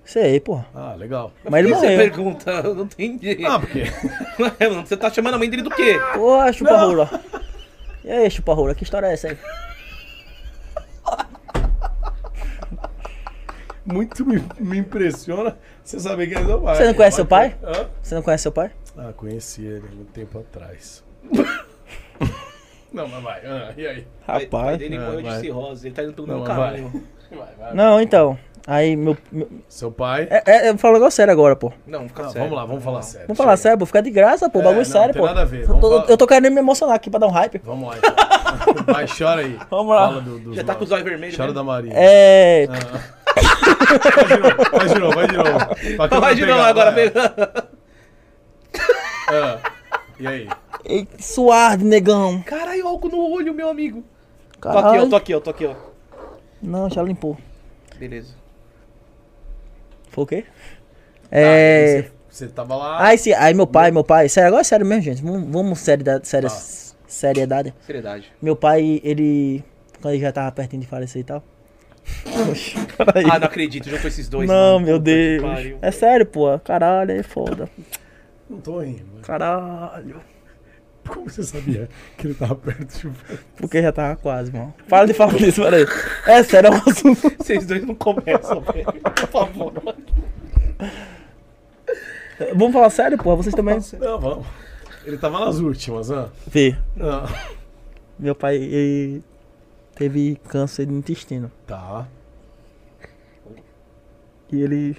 Speaker 6: Sei, porra.
Speaker 3: Ah, legal.
Speaker 6: Mas ele
Speaker 5: Por que você
Speaker 6: morreu.
Speaker 5: pergunta? Eu não entendi.
Speaker 3: Ah, porque
Speaker 5: Você tá chamando a mãe dele do quê?
Speaker 6: Ô, chupa rola. E aí, chupa rola, que história é essa aí?
Speaker 3: muito me, me impressiona você saber quem é seu pai.
Speaker 6: Você não conhece seu pai?
Speaker 3: Hã?
Speaker 6: Você não conhece seu pai?
Speaker 3: Ah, conheci ele um tempo atrás. não, mas vai. Ah, e aí?
Speaker 5: Pai dele
Speaker 3: Ah,
Speaker 5: morreu de
Speaker 3: vai.
Speaker 5: cirrose, ele tá indo pelo
Speaker 3: Não,
Speaker 5: meu
Speaker 3: mas vai.
Speaker 5: caminho.
Speaker 3: Vai, vai.
Speaker 6: Não, então. Aí, meu. meu-
Speaker 3: Seu pai.
Speaker 6: é, é, eu vou falar um negócio sério agora, pô.
Speaker 5: Não, fica
Speaker 3: Não,
Speaker 5: sério.
Speaker 3: Ah, vamos lá, vamos falar sério.
Speaker 6: Vamos falar
Speaker 3: Chega.
Speaker 6: sério, pô. Fica de graça, pô.
Speaker 3: É, não,
Speaker 6: bagulho sério,
Speaker 3: tem
Speaker 6: pô.
Speaker 3: nada a ver,
Speaker 6: Eu tô,
Speaker 3: vamos
Speaker 6: eu tô querendo me emocionar aqui pra dar um hype.
Speaker 3: Vamos lá, então. Vai, chora aí.
Speaker 6: Vamos lá.
Speaker 3: Fala do, dos
Speaker 5: Já tá com os
Speaker 3: nomes.
Speaker 5: olhos vermelhos.
Speaker 3: Chora
Speaker 5: mesmo?
Speaker 3: da Maria.
Speaker 6: É.
Speaker 3: Vai de novo, vai de novo. Pra que eu
Speaker 5: Vai
Speaker 3: vou
Speaker 5: de
Speaker 3: pegar,
Speaker 5: novo agora,
Speaker 3: vai.
Speaker 5: pega.
Speaker 3: Ah, E aí?
Speaker 6: Ei, Suave, negão.
Speaker 5: Caralho, álcool no olho, meu amigo. Tô aqui,
Speaker 6: Caralho.
Speaker 5: ó, tô aqui, ó, tô aqui, ó.
Speaker 6: Não, já limpou.
Speaker 5: Beleza.
Speaker 6: Foi o quê? É.
Speaker 3: Ah,
Speaker 5: Tá,
Speaker 3: Aí Você você tava lá.
Speaker 6: Aí, sim, aí meu pai, meu pai, sério, agora é sério mesmo, gente. Vamos, vamos seriedade, séria,
Speaker 5: Tá.
Speaker 6: seriedade.
Speaker 5: Seriedade.
Speaker 6: Meu pai, ele. Quando ele já tava pertinho de falecer e tal. Oxe, peraí.
Speaker 5: Ah, não acredito, juntou esses dois.
Speaker 6: não,
Speaker 5: mano.
Speaker 6: meu
Speaker 5: Puta que
Speaker 6: Deus.
Speaker 5: pariu.
Speaker 6: É sério, pô. Caralho, é foda.
Speaker 3: Não tô rindo. né?
Speaker 6: Caralho.
Speaker 3: Como você sabia que ele tava perto de você?
Speaker 6: Porque já tava quase, mano. Para de falar disso, peraí. É sério, é um assunto.
Speaker 5: Vocês dois não começam, velho. Por favor.
Speaker 6: Vamos falar sério, porra. Vocês também.
Speaker 3: Não, vamos. Ele tava nas últimas, né?
Speaker 6: Vê,
Speaker 3: Ah,
Speaker 6: meu pai, ele teve câncer de intestino.
Speaker 3: tá.
Speaker 6: E ele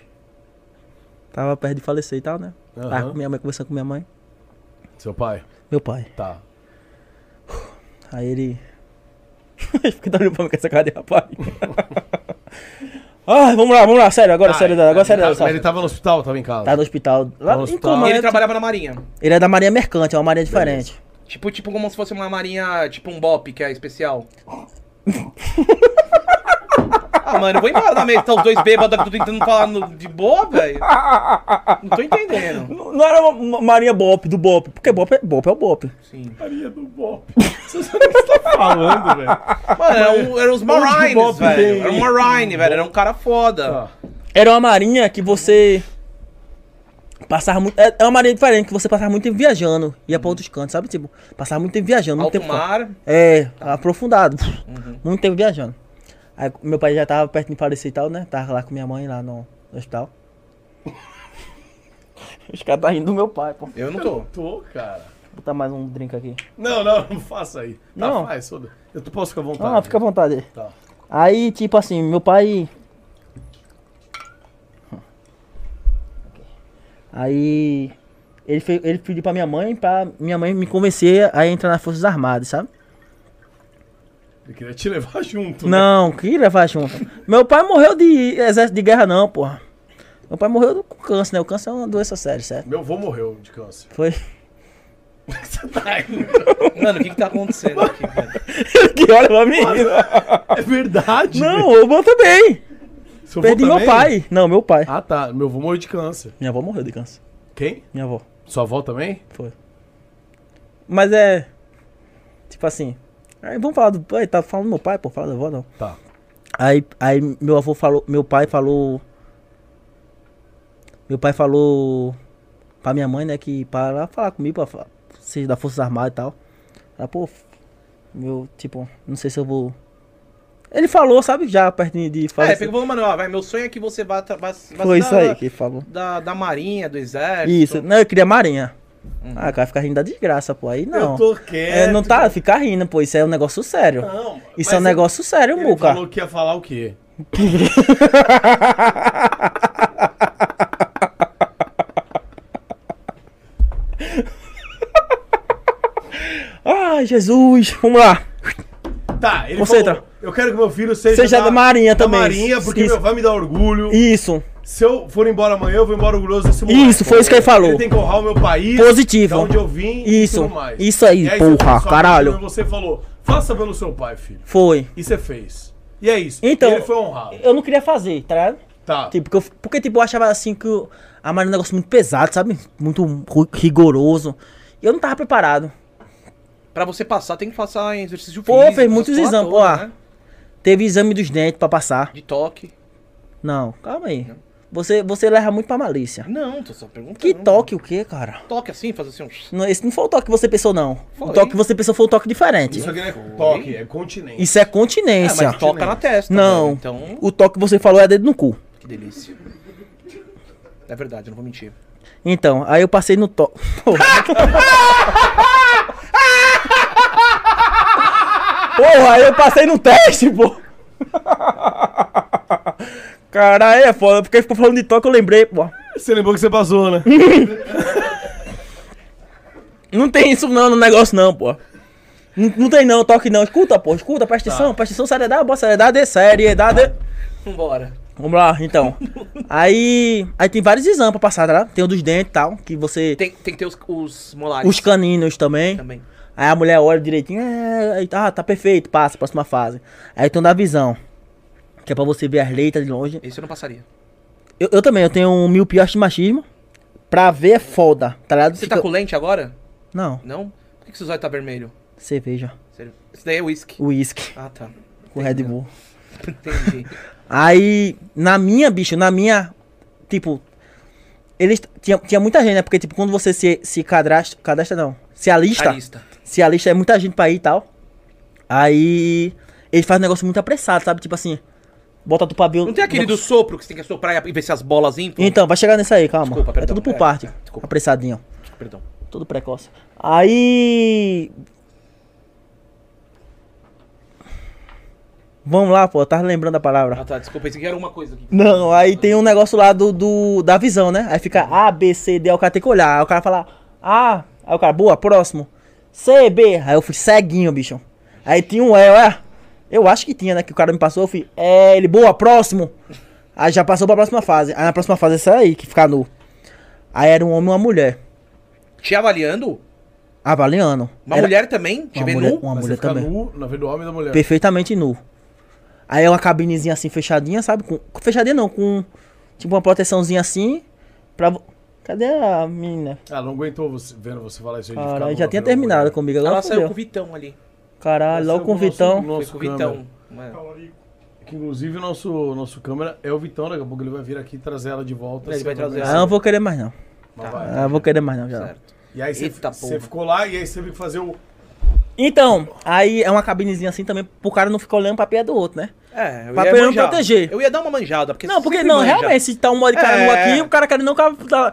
Speaker 6: tava perto de falecer e tal, né? Tava
Speaker 3: Aham.
Speaker 6: com minha mãe, conversando com minha mãe.
Speaker 3: Seu pai?
Speaker 6: Meu pai.
Speaker 3: Tá.
Speaker 6: Aí ele. Fica dando pra mim com essa cara de rapaz. Ai, Ah, vamos lá, vamos lá, sério, agora, sério, agora, sério.
Speaker 3: Mas
Speaker 6: sério.
Speaker 3: Ah, Tá, ele tava no hospital, tava em casa.
Speaker 6: Tá no hospital. Lá
Speaker 3: no
Speaker 6: em
Speaker 3: hospital.
Speaker 6: coma,
Speaker 5: E ele
Speaker 6: né?
Speaker 5: trabalhava na marinha.
Speaker 6: Ele é da Marinha Mercante, é uma marinha diferente.
Speaker 5: Tipo, tipo como se fosse uma marinha, tipo um bop, que é especial. ah, mano, eu vou embora da mesa. Tá os dois bêbados aqui, tô tentando falar no- de boa, velho. Não tô entendendo.
Speaker 6: Não não era uma- uma marinha Bop, do Bop, porque Bop é, Bop é o Bop.
Speaker 5: Sim.
Speaker 3: Maria do Bop. Você sabe o que você tá falando, velho.
Speaker 5: Mano, era, um, era os
Speaker 3: É, Onde o
Speaker 5: Marines,
Speaker 3: bop
Speaker 5: velho.
Speaker 3: tem?
Speaker 5: Era um Marine, velho. Era um cara foda.
Speaker 3: Tá.
Speaker 6: Era uma marinha que você passava muito. É é uma marinha diferente, que você passava muito tempo viajando, ia pra outros cantos, sabe? Tipo, passava muito tempo viajando, muito
Speaker 5: Alto
Speaker 6: tempo. tá?
Speaker 5: mar.
Speaker 6: É, aprofundado. Muito tempo viajando. Aí meu pai já tava perto de falecer e tal, né? Tava lá com minha mãe lá no no hospital. Os caras tá rindo do meu pai, pô.
Speaker 5: Eu não tô.
Speaker 3: Tô, cara.
Speaker 6: Vou botar mais um drink aqui.
Speaker 3: Não, não, não faça aí. Tá,
Speaker 6: Não.
Speaker 3: faz, foda. Eu tu posso ficar à vontade.
Speaker 6: Não, Ah, fica à vontade.
Speaker 3: Tá.
Speaker 6: Aí, tipo assim, meu pai. Aí. Ele, fe- ele pediu pra minha mãe, pra minha mãe me convencer a entrar nas Forças Armadas, sabe?
Speaker 3: Ele queria te levar junto. né?
Speaker 6: Não, que levar junto. Meu pai morreu de exército de guerra, não, porra. Meu pai morreu com câncer, né? O câncer é uma doença séria, certo?
Speaker 3: Meu avô morreu de câncer.
Speaker 6: Foi.
Speaker 3: Você tá rindo.
Speaker 5: Mano, o que que tá acontecendo aqui, velho?
Speaker 6: que olha pra mim. Ah,
Speaker 3: É verdade.
Speaker 6: Não, o meu também.
Speaker 3: velho. Seu avô
Speaker 6: Perdi é meu
Speaker 3: também?
Speaker 6: pai. Não, meu pai.
Speaker 3: Ah, tá. Meu avô morreu de câncer.
Speaker 6: Minha avó morreu de câncer.
Speaker 3: Quem?
Speaker 6: Minha avó.
Speaker 3: Sua avó também?
Speaker 6: Foi. Mas é. Tipo assim. Aí vamos falar do pai. Tá falando do meu pai, pô. Fala da avó, não.
Speaker 3: Tá.
Speaker 6: Aí, aí meu avô falou. Meu pai falou. Meu pai falou pra minha mãe, né? Que para lá falar comigo, pra fa- ser da Força Armada e tal. Ela, pô. Meu, tipo, não sei se eu vou. Ele falou, sabe, já pertinho de falar.
Speaker 5: É, pegou e falou, mano, ó, vai, meu sonho é que você vá... tra- vá, vá
Speaker 6: Foi
Speaker 5: da-
Speaker 6: isso aí que ele falou.
Speaker 5: Da, da marinha, do
Speaker 3: É,
Speaker 5: exército.
Speaker 6: Isso, não, eu queria marinha. Ah, o cara fica rindo da desgraça, pô. Aí não.
Speaker 3: Uhum. Eu tô quieto.
Speaker 6: É, não tá, fica rindo, pô. Isso é um negócio sério.
Speaker 3: tipo- Não,
Speaker 6: Isso
Speaker 3: mas
Speaker 6: é um negócio sério,
Speaker 3: ele, ele
Speaker 6: Muca.
Speaker 3: falou que ia falar o quê?
Speaker 6: Ai, Jesus, vamos lá.
Speaker 3: Tá, ele
Speaker 6: Concentra.
Speaker 3: falou, eu quero que meu filho seja,
Speaker 6: Seja da Marinha também.
Speaker 3: Da Marinha, porque
Speaker 6: Isso.
Speaker 3: meu, vai me dar orgulho.
Speaker 6: Isso,
Speaker 3: Se eu for embora amanhã, eu vou embora orgulhoso desse moleque.
Speaker 6: Isso, foi isso que ele falou.
Speaker 3: Ele tem que honrar o meu país.
Speaker 6: Positivo.
Speaker 3: De onde eu vim
Speaker 6: Isso.
Speaker 3: e tudo mais.
Speaker 6: Isso aí,
Speaker 3: E
Speaker 6: porra,
Speaker 3: você falou, só
Speaker 6: caralho.
Speaker 3: que Você falou, faça pelo seu pai, filho.
Speaker 6: foi.
Speaker 3: E você fez. E é isso.
Speaker 6: Então-
Speaker 3: E ele foi honrado.
Speaker 6: Eu não queria fazer, tá ligado?
Speaker 3: Tá.
Speaker 6: Tipo, porque, eu, porque, tipo, eu achava assim que o- a Marinha é um negócio muito pesado, sabe? Muito ru- rigoroso. E eu não tava preparado.
Speaker 5: Pra você passar, tem que passar em exercício
Speaker 6: Pô,
Speaker 5: físico.
Speaker 6: fez muitos
Speaker 5: essas porra
Speaker 6: exames,
Speaker 5: toda,
Speaker 6: pô,
Speaker 5: né?
Speaker 6: Teve exame dos dentes pra passar.
Speaker 5: De toque.
Speaker 6: Não, calma aí. Você, você leva muito pra malícia.
Speaker 5: Não, tô só perguntando.
Speaker 6: Que toque o quê, cara?
Speaker 5: Toque assim, fazer assim um...
Speaker 6: Não, esse não foi o toque que você pensou, não. O
Speaker 5: Foi.
Speaker 6: toque que você pensou foi um toque diferente.
Speaker 3: Isso
Speaker 6: Isso,
Speaker 3: aqui não é toque, é continente.
Speaker 6: é
Speaker 5: É,
Speaker 6: continência.
Speaker 5: mas toca na testa.
Speaker 6: Não.
Speaker 5: velho,
Speaker 3: né?
Speaker 5: Então,
Speaker 6: O toque que você falou é dedo no cu.
Speaker 5: que delícia. É verdade, eu não vou mentir.
Speaker 6: Então, aí eu passei no toque. Porra, aí eu passei no teste, pô. Caralho, é foda, porque ficou falando de toque, eu lembrei, pô.
Speaker 3: Você lembrou que você passou, né?
Speaker 6: Não tem isso não no negócio não, pô. Não, não tem não, toque não. Escuta, pô, escuta, presta atenção, presta atenção, seriedade, boa seriedade, seriedade.
Speaker 5: Vambora.
Speaker 6: Vamos lá, então. Aí, aí tem vários exames pra passar, tá? Tem o dos dentes e tal, que você...
Speaker 5: Tem, tem que ter os, os molares
Speaker 6: Os caninos também.
Speaker 5: também.
Speaker 6: Aí a mulher olha direitinho, é, aí, ah, tá perfeito, passa, próxima então fase. Aí tem o da visão, que é pra você ver as leitas de longe.
Speaker 5: Esse eu não passaria.
Speaker 6: Eu, eu também, eu tenho um miopia acho de machismo. Pra ver é foda, tá ligado?
Speaker 5: Você
Speaker 6: Fica-
Speaker 5: tá com lente agora?
Speaker 6: Não,
Speaker 5: Não? Por que que seu zóio tá vermelho?
Speaker 6: cerveja.
Speaker 5: Isso daí é uísque.
Speaker 6: Whisky
Speaker 5: Ah, tá.
Speaker 6: com Red Bull.
Speaker 5: Entendi.
Speaker 6: Aí, na minha, bicho, na minha. Tipo. Eles. Tinha, tinha muita gente, né? Porque, tipo, quando você se, se cadastra. Cadastra não. Se alista.
Speaker 5: Carista.
Speaker 6: Se alista é muita gente pra ir e tal. Aí. Eles fazem um negócio muito apressado, sabe? Tipo assim. Bota tu pavio.
Speaker 5: Não tem aquele do sopro que você tem que soprar e ver se as bolas entram?
Speaker 6: Então, vai chegar nisso aí, calma.
Speaker 5: Desculpa,
Speaker 6: é
Speaker 5: perdão.
Speaker 6: tudo por
Speaker 5: É,
Speaker 6: parte.
Speaker 5: é, desculpa.
Speaker 6: Apressadinho.
Speaker 5: Perdão.
Speaker 6: Tudo precoce. Aí. Vamos lá, pô, eu tava lembrando a palavra.
Speaker 5: Ah, tá. Desculpa. Isso aqui era uma coisa aqui.
Speaker 6: Não, aí tem um negócio lá do, do- da visão, né? Aí fica A, B, C, D, aí o cara tem que olhar. Aí o cara fala A, aí o cara, boa, próximo. C, B, aí eu fui ceguinho, bicho. Aí tinha um E, ué. Eu acho que tinha, né? Que o cara me passou, eu fui E, ele, boa, próximo. Aí já passou pra próxima fase. Aí na próxima fase essa aí, que fica nu. Aí era um homem e uma mulher.
Speaker 5: Te avaliando?
Speaker 6: Avaliando.
Speaker 5: Uma
Speaker 6: Era
Speaker 5: mulher também? Te um?
Speaker 6: Uma
Speaker 5: vê
Speaker 6: mulher,
Speaker 5: nu?
Speaker 6: uma
Speaker 3: Mas
Speaker 6: mulher
Speaker 3: você fica
Speaker 6: também.
Speaker 3: nu na vida do homem e da mulher.
Speaker 6: perfeitamente nu. Aí é uma cabinezinha assim, fechadinha, sabe? Com, com- fechadinha não, com tipo uma proteçãozinha assim. Pra... vo- Cadê a menina?
Speaker 3: Ela Ah, não aguentou você, vendo você falar isso aí de
Speaker 6: Caralho,
Speaker 3: nu
Speaker 6: já
Speaker 3: na vida
Speaker 6: tinha
Speaker 3: da
Speaker 6: terminado
Speaker 3: mulher.
Speaker 6: comigo. Agora
Speaker 5: Ela saiu
Speaker 6: fudeu.
Speaker 5: com o Vitão ali.
Speaker 6: Caralho,
Speaker 3: Ela saiu
Speaker 6: logo com o
Speaker 3: nosso-
Speaker 6: Vitão.
Speaker 3: nosso
Speaker 5: Foi com o Vitão.
Speaker 3: câmera.
Speaker 5: Mano,
Speaker 3: Que inclusive o nosso, nosso câmera é o Vitão, daqui a pouco ele vai vir aqui trazer ela de volta.
Speaker 5: Ele
Speaker 3: você
Speaker 5: vai trazer
Speaker 6: Ah,
Speaker 3: ver.
Speaker 5: ela.
Speaker 6: eu não vou querer mais não.
Speaker 3: Mas vai.
Speaker 6: Ah, eu vou querer mais não, já.
Speaker 5: né? certo.
Speaker 3: E aí você,
Speaker 5: Eita,
Speaker 3: você
Speaker 5: porra.
Speaker 3: ficou lá e aí você teve que fazer o.
Speaker 6: Então, aí é uma cabinezinha assim também pro cara não ficar olhando pra pia do outro, né?
Speaker 5: É, eu
Speaker 6: Pra
Speaker 5: ia
Speaker 6: pelo menos
Speaker 5: manjar.
Speaker 6: proteger.
Speaker 5: Eu ia dar uma manjada. Porque
Speaker 6: Não, porque
Speaker 5: sempre
Speaker 6: não,
Speaker 5: manja.
Speaker 6: realmente, se tá um modo de cara nu
Speaker 5: É.
Speaker 6: aqui, o cara quer não o cara tá-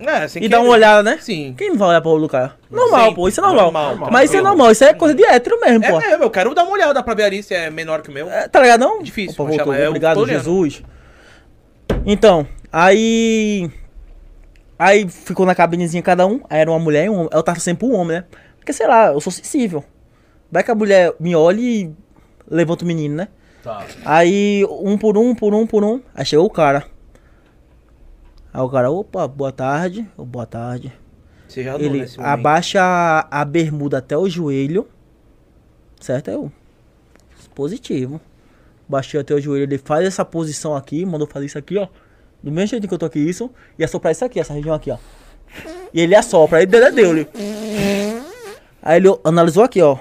Speaker 5: É, sem
Speaker 6: e dar
Speaker 5: querer.
Speaker 6: uma olhada, né?
Speaker 5: Sim.
Speaker 6: Quem não vai olhar pra olho do cara? Normal,
Speaker 5: Sim,
Speaker 6: pô, isso é normal.
Speaker 5: normal,
Speaker 6: Mas isso é
Speaker 5: normal.
Speaker 6: normal, isso é coisa de hétero mesmo,
Speaker 5: É
Speaker 6: pô.
Speaker 5: mesmo, eu quero dar uma olhada pra ver ali se é menor que o meu.
Speaker 6: É, tá ligado? Não?
Speaker 5: Difícil,
Speaker 6: Opa,
Speaker 5: mas
Speaker 6: voltou.
Speaker 5: chama- É eu tô
Speaker 6: Obrigado,
Speaker 5: olhando.
Speaker 6: Jesus. Então, aí. Aí ficou na cabinezinha cada um. Aí era uma mulher e um homem. Eu tava sempre um homem, né? Porque sei lá, eu sou sensível. Vai que a mulher me olha e levanta o menino, né?
Speaker 3: Tá.
Speaker 6: Aí, um por um, por um, por um. Aí chegou o cara. Aí o cara, opa, boa tarde. Ô, boa tarde.
Speaker 5: Você já
Speaker 6: Ele abaixa a, a bermuda até o joelho. Certo? Eu. Positivo. Baixei até o joelho. Ele faz essa posição aqui. Mandou fazer isso aqui, ó. Do mesmo jeito que eu tô aqui, isso. E assoprar isso aqui, essa região aqui, ó. E ele assopra. Aí deu, deu, ele. Aí ele analisou aqui, ó.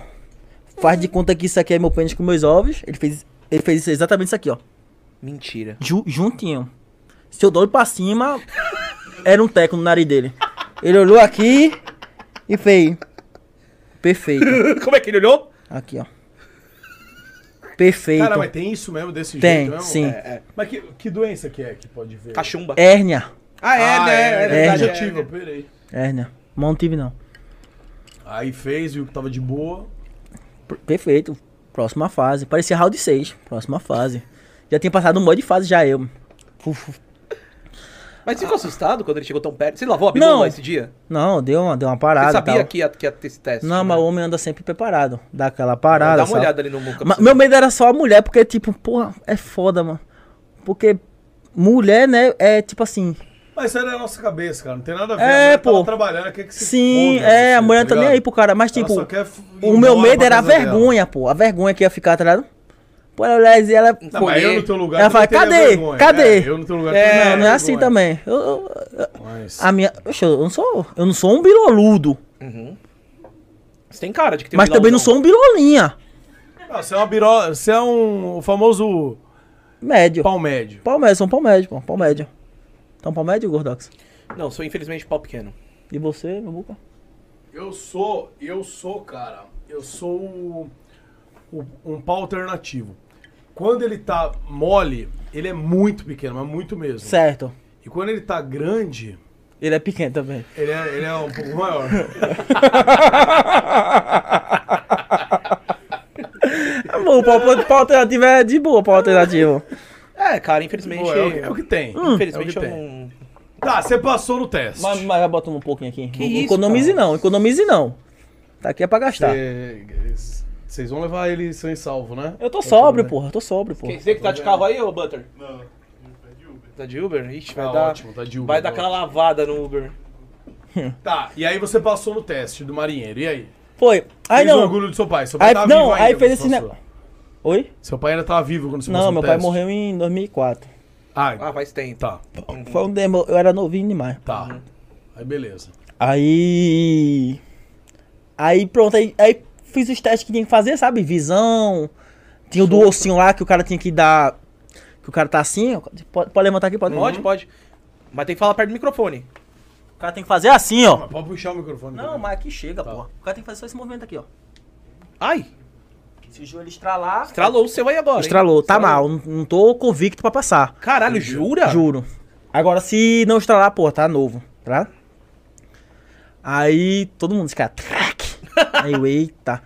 Speaker 6: Faz de conta que isso aqui é meu pênis com meus ovos. Ele fez, ele fez exatamente isso aqui, ó.
Speaker 5: Mentira.
Speaker 6: Ju- juntinho. Se eu dou pra cima, era um teco no nariz dele. Ele olhou aqui e fez. Perfeito.
Speaker 5: Como é que ele olhou?
Speaker 6: Aqui, ó. Perfeito.
Speaker 3: Cara, mas tem isso mesmo desse jeito
Speaker 6: Tem,
Speaker 3: mesmo? É,
Speaker 6: sim.
Speaker 3: Mas que, que doença que é que pode ver?
Speaker 5: Cachumba.
Speaker 6: Hérnia.
Speaker 5: Ah, é,
Speaker 3: Ah,
Speaker 5: né? É, verdade.
Speaker 3: já
Speaker 5: é.
Speaker 3: tive, eu operei.
Speaker 6: Hérnia. Mas não tive, não.
Speaker 3: Aí fez, viu que tava de boa.
Speaker 6: Per- Perfeito. Próxima fase. Parecia round 6. Próxima fase. Já tinha passado um monte de fase já eu. Fu- fu-
Speaker 5: Mas você ficou assustado quando ele chegou tão perto? Você lavou a
Speaker 6: Não.
Speaker 5: bilola esse dia?
Speaker 6: Não, deu uma, deu uma
Speaker 5: Você
Speaker 6: parada. e
Speaker 5: sabia
Speaker 6: tal.
Speaker 5: que ia, que ia ter esse teste? né?
Speaker 6: Não, mas o homem anda sempre preparado. Dá aquela parada.
Speaker 5: Dá uma
Speaker 6: sabe?
Speaker 5: olhada ali no muca.
Speaker 6: Ma- meu medo era só a mulher, porque, tipo, porra, é foda, mano. Porque mulher, né, é tipo assim.
Speaker 3: Mas isso era a nossa cabeça, cara. Não tem nada a ver.
Speaker 6: É,
Speaker 3: a mulher tá
Speaker 6: pô.
Speaker 3: lá trabalhando, quer que se
Speaker 6: Sim,
Speaker 3: foda,
Speaker 6: é, a
Speaker 3: você,
Speaker 6: mulher não tá nem
Speaker 3: ligado?
Speaker 6: aí pro cara, mas,
Speaker 3: Ela
Speaker 6: tipo,
Speaker 3: só quer f- ir
Speaker 6: o meu
Speaker 3: embora
Speaker 6: medo
Speaker 3: pra
Speaker 6: era a
Speaker 3: casa dela.
Speaker 6: vergonha, pô. A vergonha que ia ficar, tá ligado? Pô, ela olhar e ela. é
Speaker 3: Não, mas eu no teu lugar.
Speaker 6: Ela
Speaker 3: também
Speaker 6: fala,
Speaker 3: teria
Speaker 6: "Cadê?
Speaker 3: vergonha."
Speaker 6: Cadê?
Speaker 3: É, eu no teu lugar.
Speaker 6: É,
Speaker 3: também
Speaker 6: não, é
Speaker 3: teria
Speaker 6: assim
Speaker 3: vergonha.
Speaker 6: também. Eu, eu-
Speaker 3: Mas-
Speaker 6: a minha. Oxe, eu não sou. Eu não sou um biloludo.
Speaker 5: Você tem cara de que tem um
Speaker 6: Mas também não
Speaker 5: bilauzão.
Speaker 6: sou um bilolinha.
Speaker 3: Não, você é uma birola. Você é um o famoso
Speaker 6: Médio.
Speaker 3: pau médio.
Speaker 6: Pau médio, sou um pau médio, pô. Pau médio. Então, pau médio, Gordox?
Speaker 5: Não, sou infelizmente pau pequeno.
Speaker 6: E você, meu boca?
Speaker 3: Eu sou, eu sou, cara, eu sou o- o- um pau alternativo. Quando ele tá mole, ele é muito pequeno, mas muito mesmo.
Speaker 6: Certo.
Speaker 3: E quando ele tá grande,
Speaker 6: Ele é pequeno também.
Speaker 3: ele é, ele é um pouco maior.
Speaker 6: Tá bom, pau, pau, pau alternativo é de boa, pau alternativo.
Speaker 5: É, cara, infelizmente.
Speaker 3: Pô, é, o, que- é o que tem.
Speaker 6: Hum.
Speaker 5: Infelizmente
Speaker 3: é o
Speaker 5: eu
Speaker 3: que
Speaker 5: não.
Speaker 3: Tá, você passou no teste.
Speaker 6: Mas, mas vai botando um pouquinho aqui.
Speaker 5: Que
Speaker 6: Não
Speaker 5: isso,
Speaker 6: economize não, economize não. Tá aqui é pra gastar.
Speaker 3: É, Vocês vão levar ele são e salvo, né?
Speaker 6: Eu tô sóbrio, porra, eu tô sóbrio, porra.
Speaker 5: Quer dizer que tá de carro aí, ô Butter? Não. Tá de Uber? Ixi, vai
Speaker 3: Tá
Speaker 5: dar.
Speaker 3: ótimo, tá de Uber,
Speaker 5: vai
Speaker 3: tá
Speaker 5: dar aquela lavada no Uber.
Speaker 3: Tá, e aí você passou no teste do marinheiro, e aí?
Speaker 6: Foi. Aí
Speaker 3: Fez o
Speaker 6: não.
Speaker 3: orgulho do seu pai, seu pai
Speaker 6: Aí,
Speaker 3: tava
Speaker 6: não,
Speaker 3: vivo ainda
Speaker 6: aí fez
Speaker 3: quando
Speaker 6: esse
Speaker 3: você
Speaker 6: negócio.
Speaker 3: passou.
Speaker 6: Oi?
Speaker 3: Seu pai ainda tava tá vivo quando você passou
Speaker 6: Não,
Speaker 3: no
Speaker 6: meu pai
Speaker 3: teste.
Speaker 6: morreu em 2004.
Speaker 5: Ah, faz tempo. Hum,
Speaker 3: Tá,
Speaker 6: Foi um demo, eu era novinho demais.
Speaker 3: tá. Aí beleza.
Speaker 6: Aí. Aí pronto, aí, aí fiz os testes que tinha que fazer, sabe? Visão. Tinha o do ossinho lá que o cara tinha que dar. Que o cara tá assim. ó. Pode, pode levantar aqui, pode?
Speaker 5: Pode, pode. Mas tem que falar perto do microfone.
Speaker 6: O cara tem que fazer assim, ó.
Speaker 3: Mas pode puxar o microfone.
Speaker 6: Não, mas aqui chega, porra. O cara tem que fazer só esse movimento aqui, ó.
Speaker 5: Ai,
Speaker 6: Se o joelho estralar.
Speaker 5: estralou o seu aí agora. hein?
Speaker 6: Estralou, tá mal. Não, não tô convicto pra passar.
Speaker 5: Caralho, jura?
Speaker 6: Juro. Agora, se não estralar, pô, tá novo, tá? Aí todo mundo fica, track. Aí eu, eita.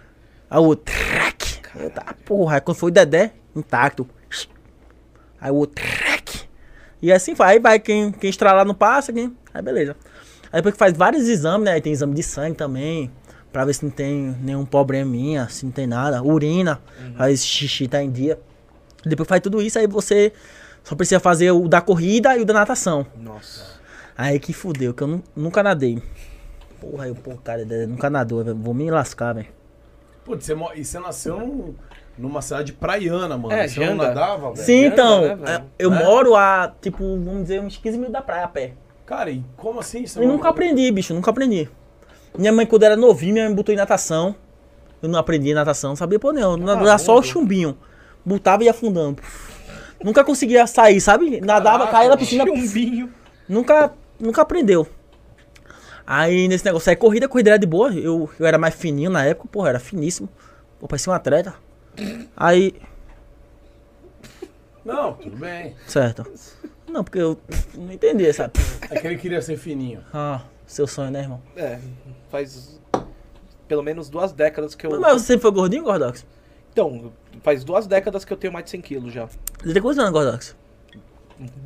Speaker 6: Aí o outro, track. Eita, porra. Aí quando foi o Dedé, intacto. Aí o outro, track. E assim vai. Aí vai quem, quem estralar não passa, quem. Aí beleza. Aí depois que faz vários exames, né? Aí tem exame de sangue também. Pra ver se não tem nenhum probleminha, se não tem nada. Urina. Aí esse xixi tá em dia. Depois que faz tudo isso, aí você só precisa fazer o da corrida e o da natação.
Speaker 5: Nossa.
Speaker 6: Aí que fudeu, que eu nu- nunca nadei. Porra, eu, pô, cara, eu tá é, nunca nadou, velho. Vou me lascar, velho.
Speaker 3: Putz, você, mo- e você nasceu num- numa cidade praiana, mano.
Speaker 5: É,
Speaker 3: você não
Speaker 5: Janga.
Speaker 3: nadava, velho?
Speaker 6: Sim, então,
Speaker 5: né, velho?
Speaker 6: é, eu moro a, tipo, vamos dizer, uns 15 minutos da praia a pé.
Speaker 3: Cara, e como assim? Você
Speaker 5: Uhum.
Speaker 6: Eu nunca aprendi, bicho, nunca aprendi. Minha mãe, quando era novinha, minha mãe botou em natação. Eu não aprendi natação, não sabia pô,
Speaker 5: Ah,
Speaker 6: não. Eu nadava só o chumbinho. Botava e ia afundando. Nunca conseguia sair, sabe? Nadava, caía na piscina.
Speaker 5: Chumbinho.
Speaker 6: Nunca, nunca aprendeu. Aí nesse negócio aí, corrida, corrida era de boa. Eu, eu era mais fininho na época, porra, era finíssimo. Eu parecia um atleta. Aí,
Speaker 3: Não, tudo bem.
Speaker 6: certo. Não, porque eu pff, não entendi, sabe?
Speaker 3: É que ele queria ser fininho.
Speaker 6: Ah, seu sonho, né, irmão?
Speaker 5: É, faz pelo menos duas décadas que eu...
Speaker 6: Mas você sempre foi gordinho, Gordox?
Speaker 5: Então, faz duas décadas que eu tenho mais de 100 quilos já.
Speaker 6: Você tem quantos anos, Gordox?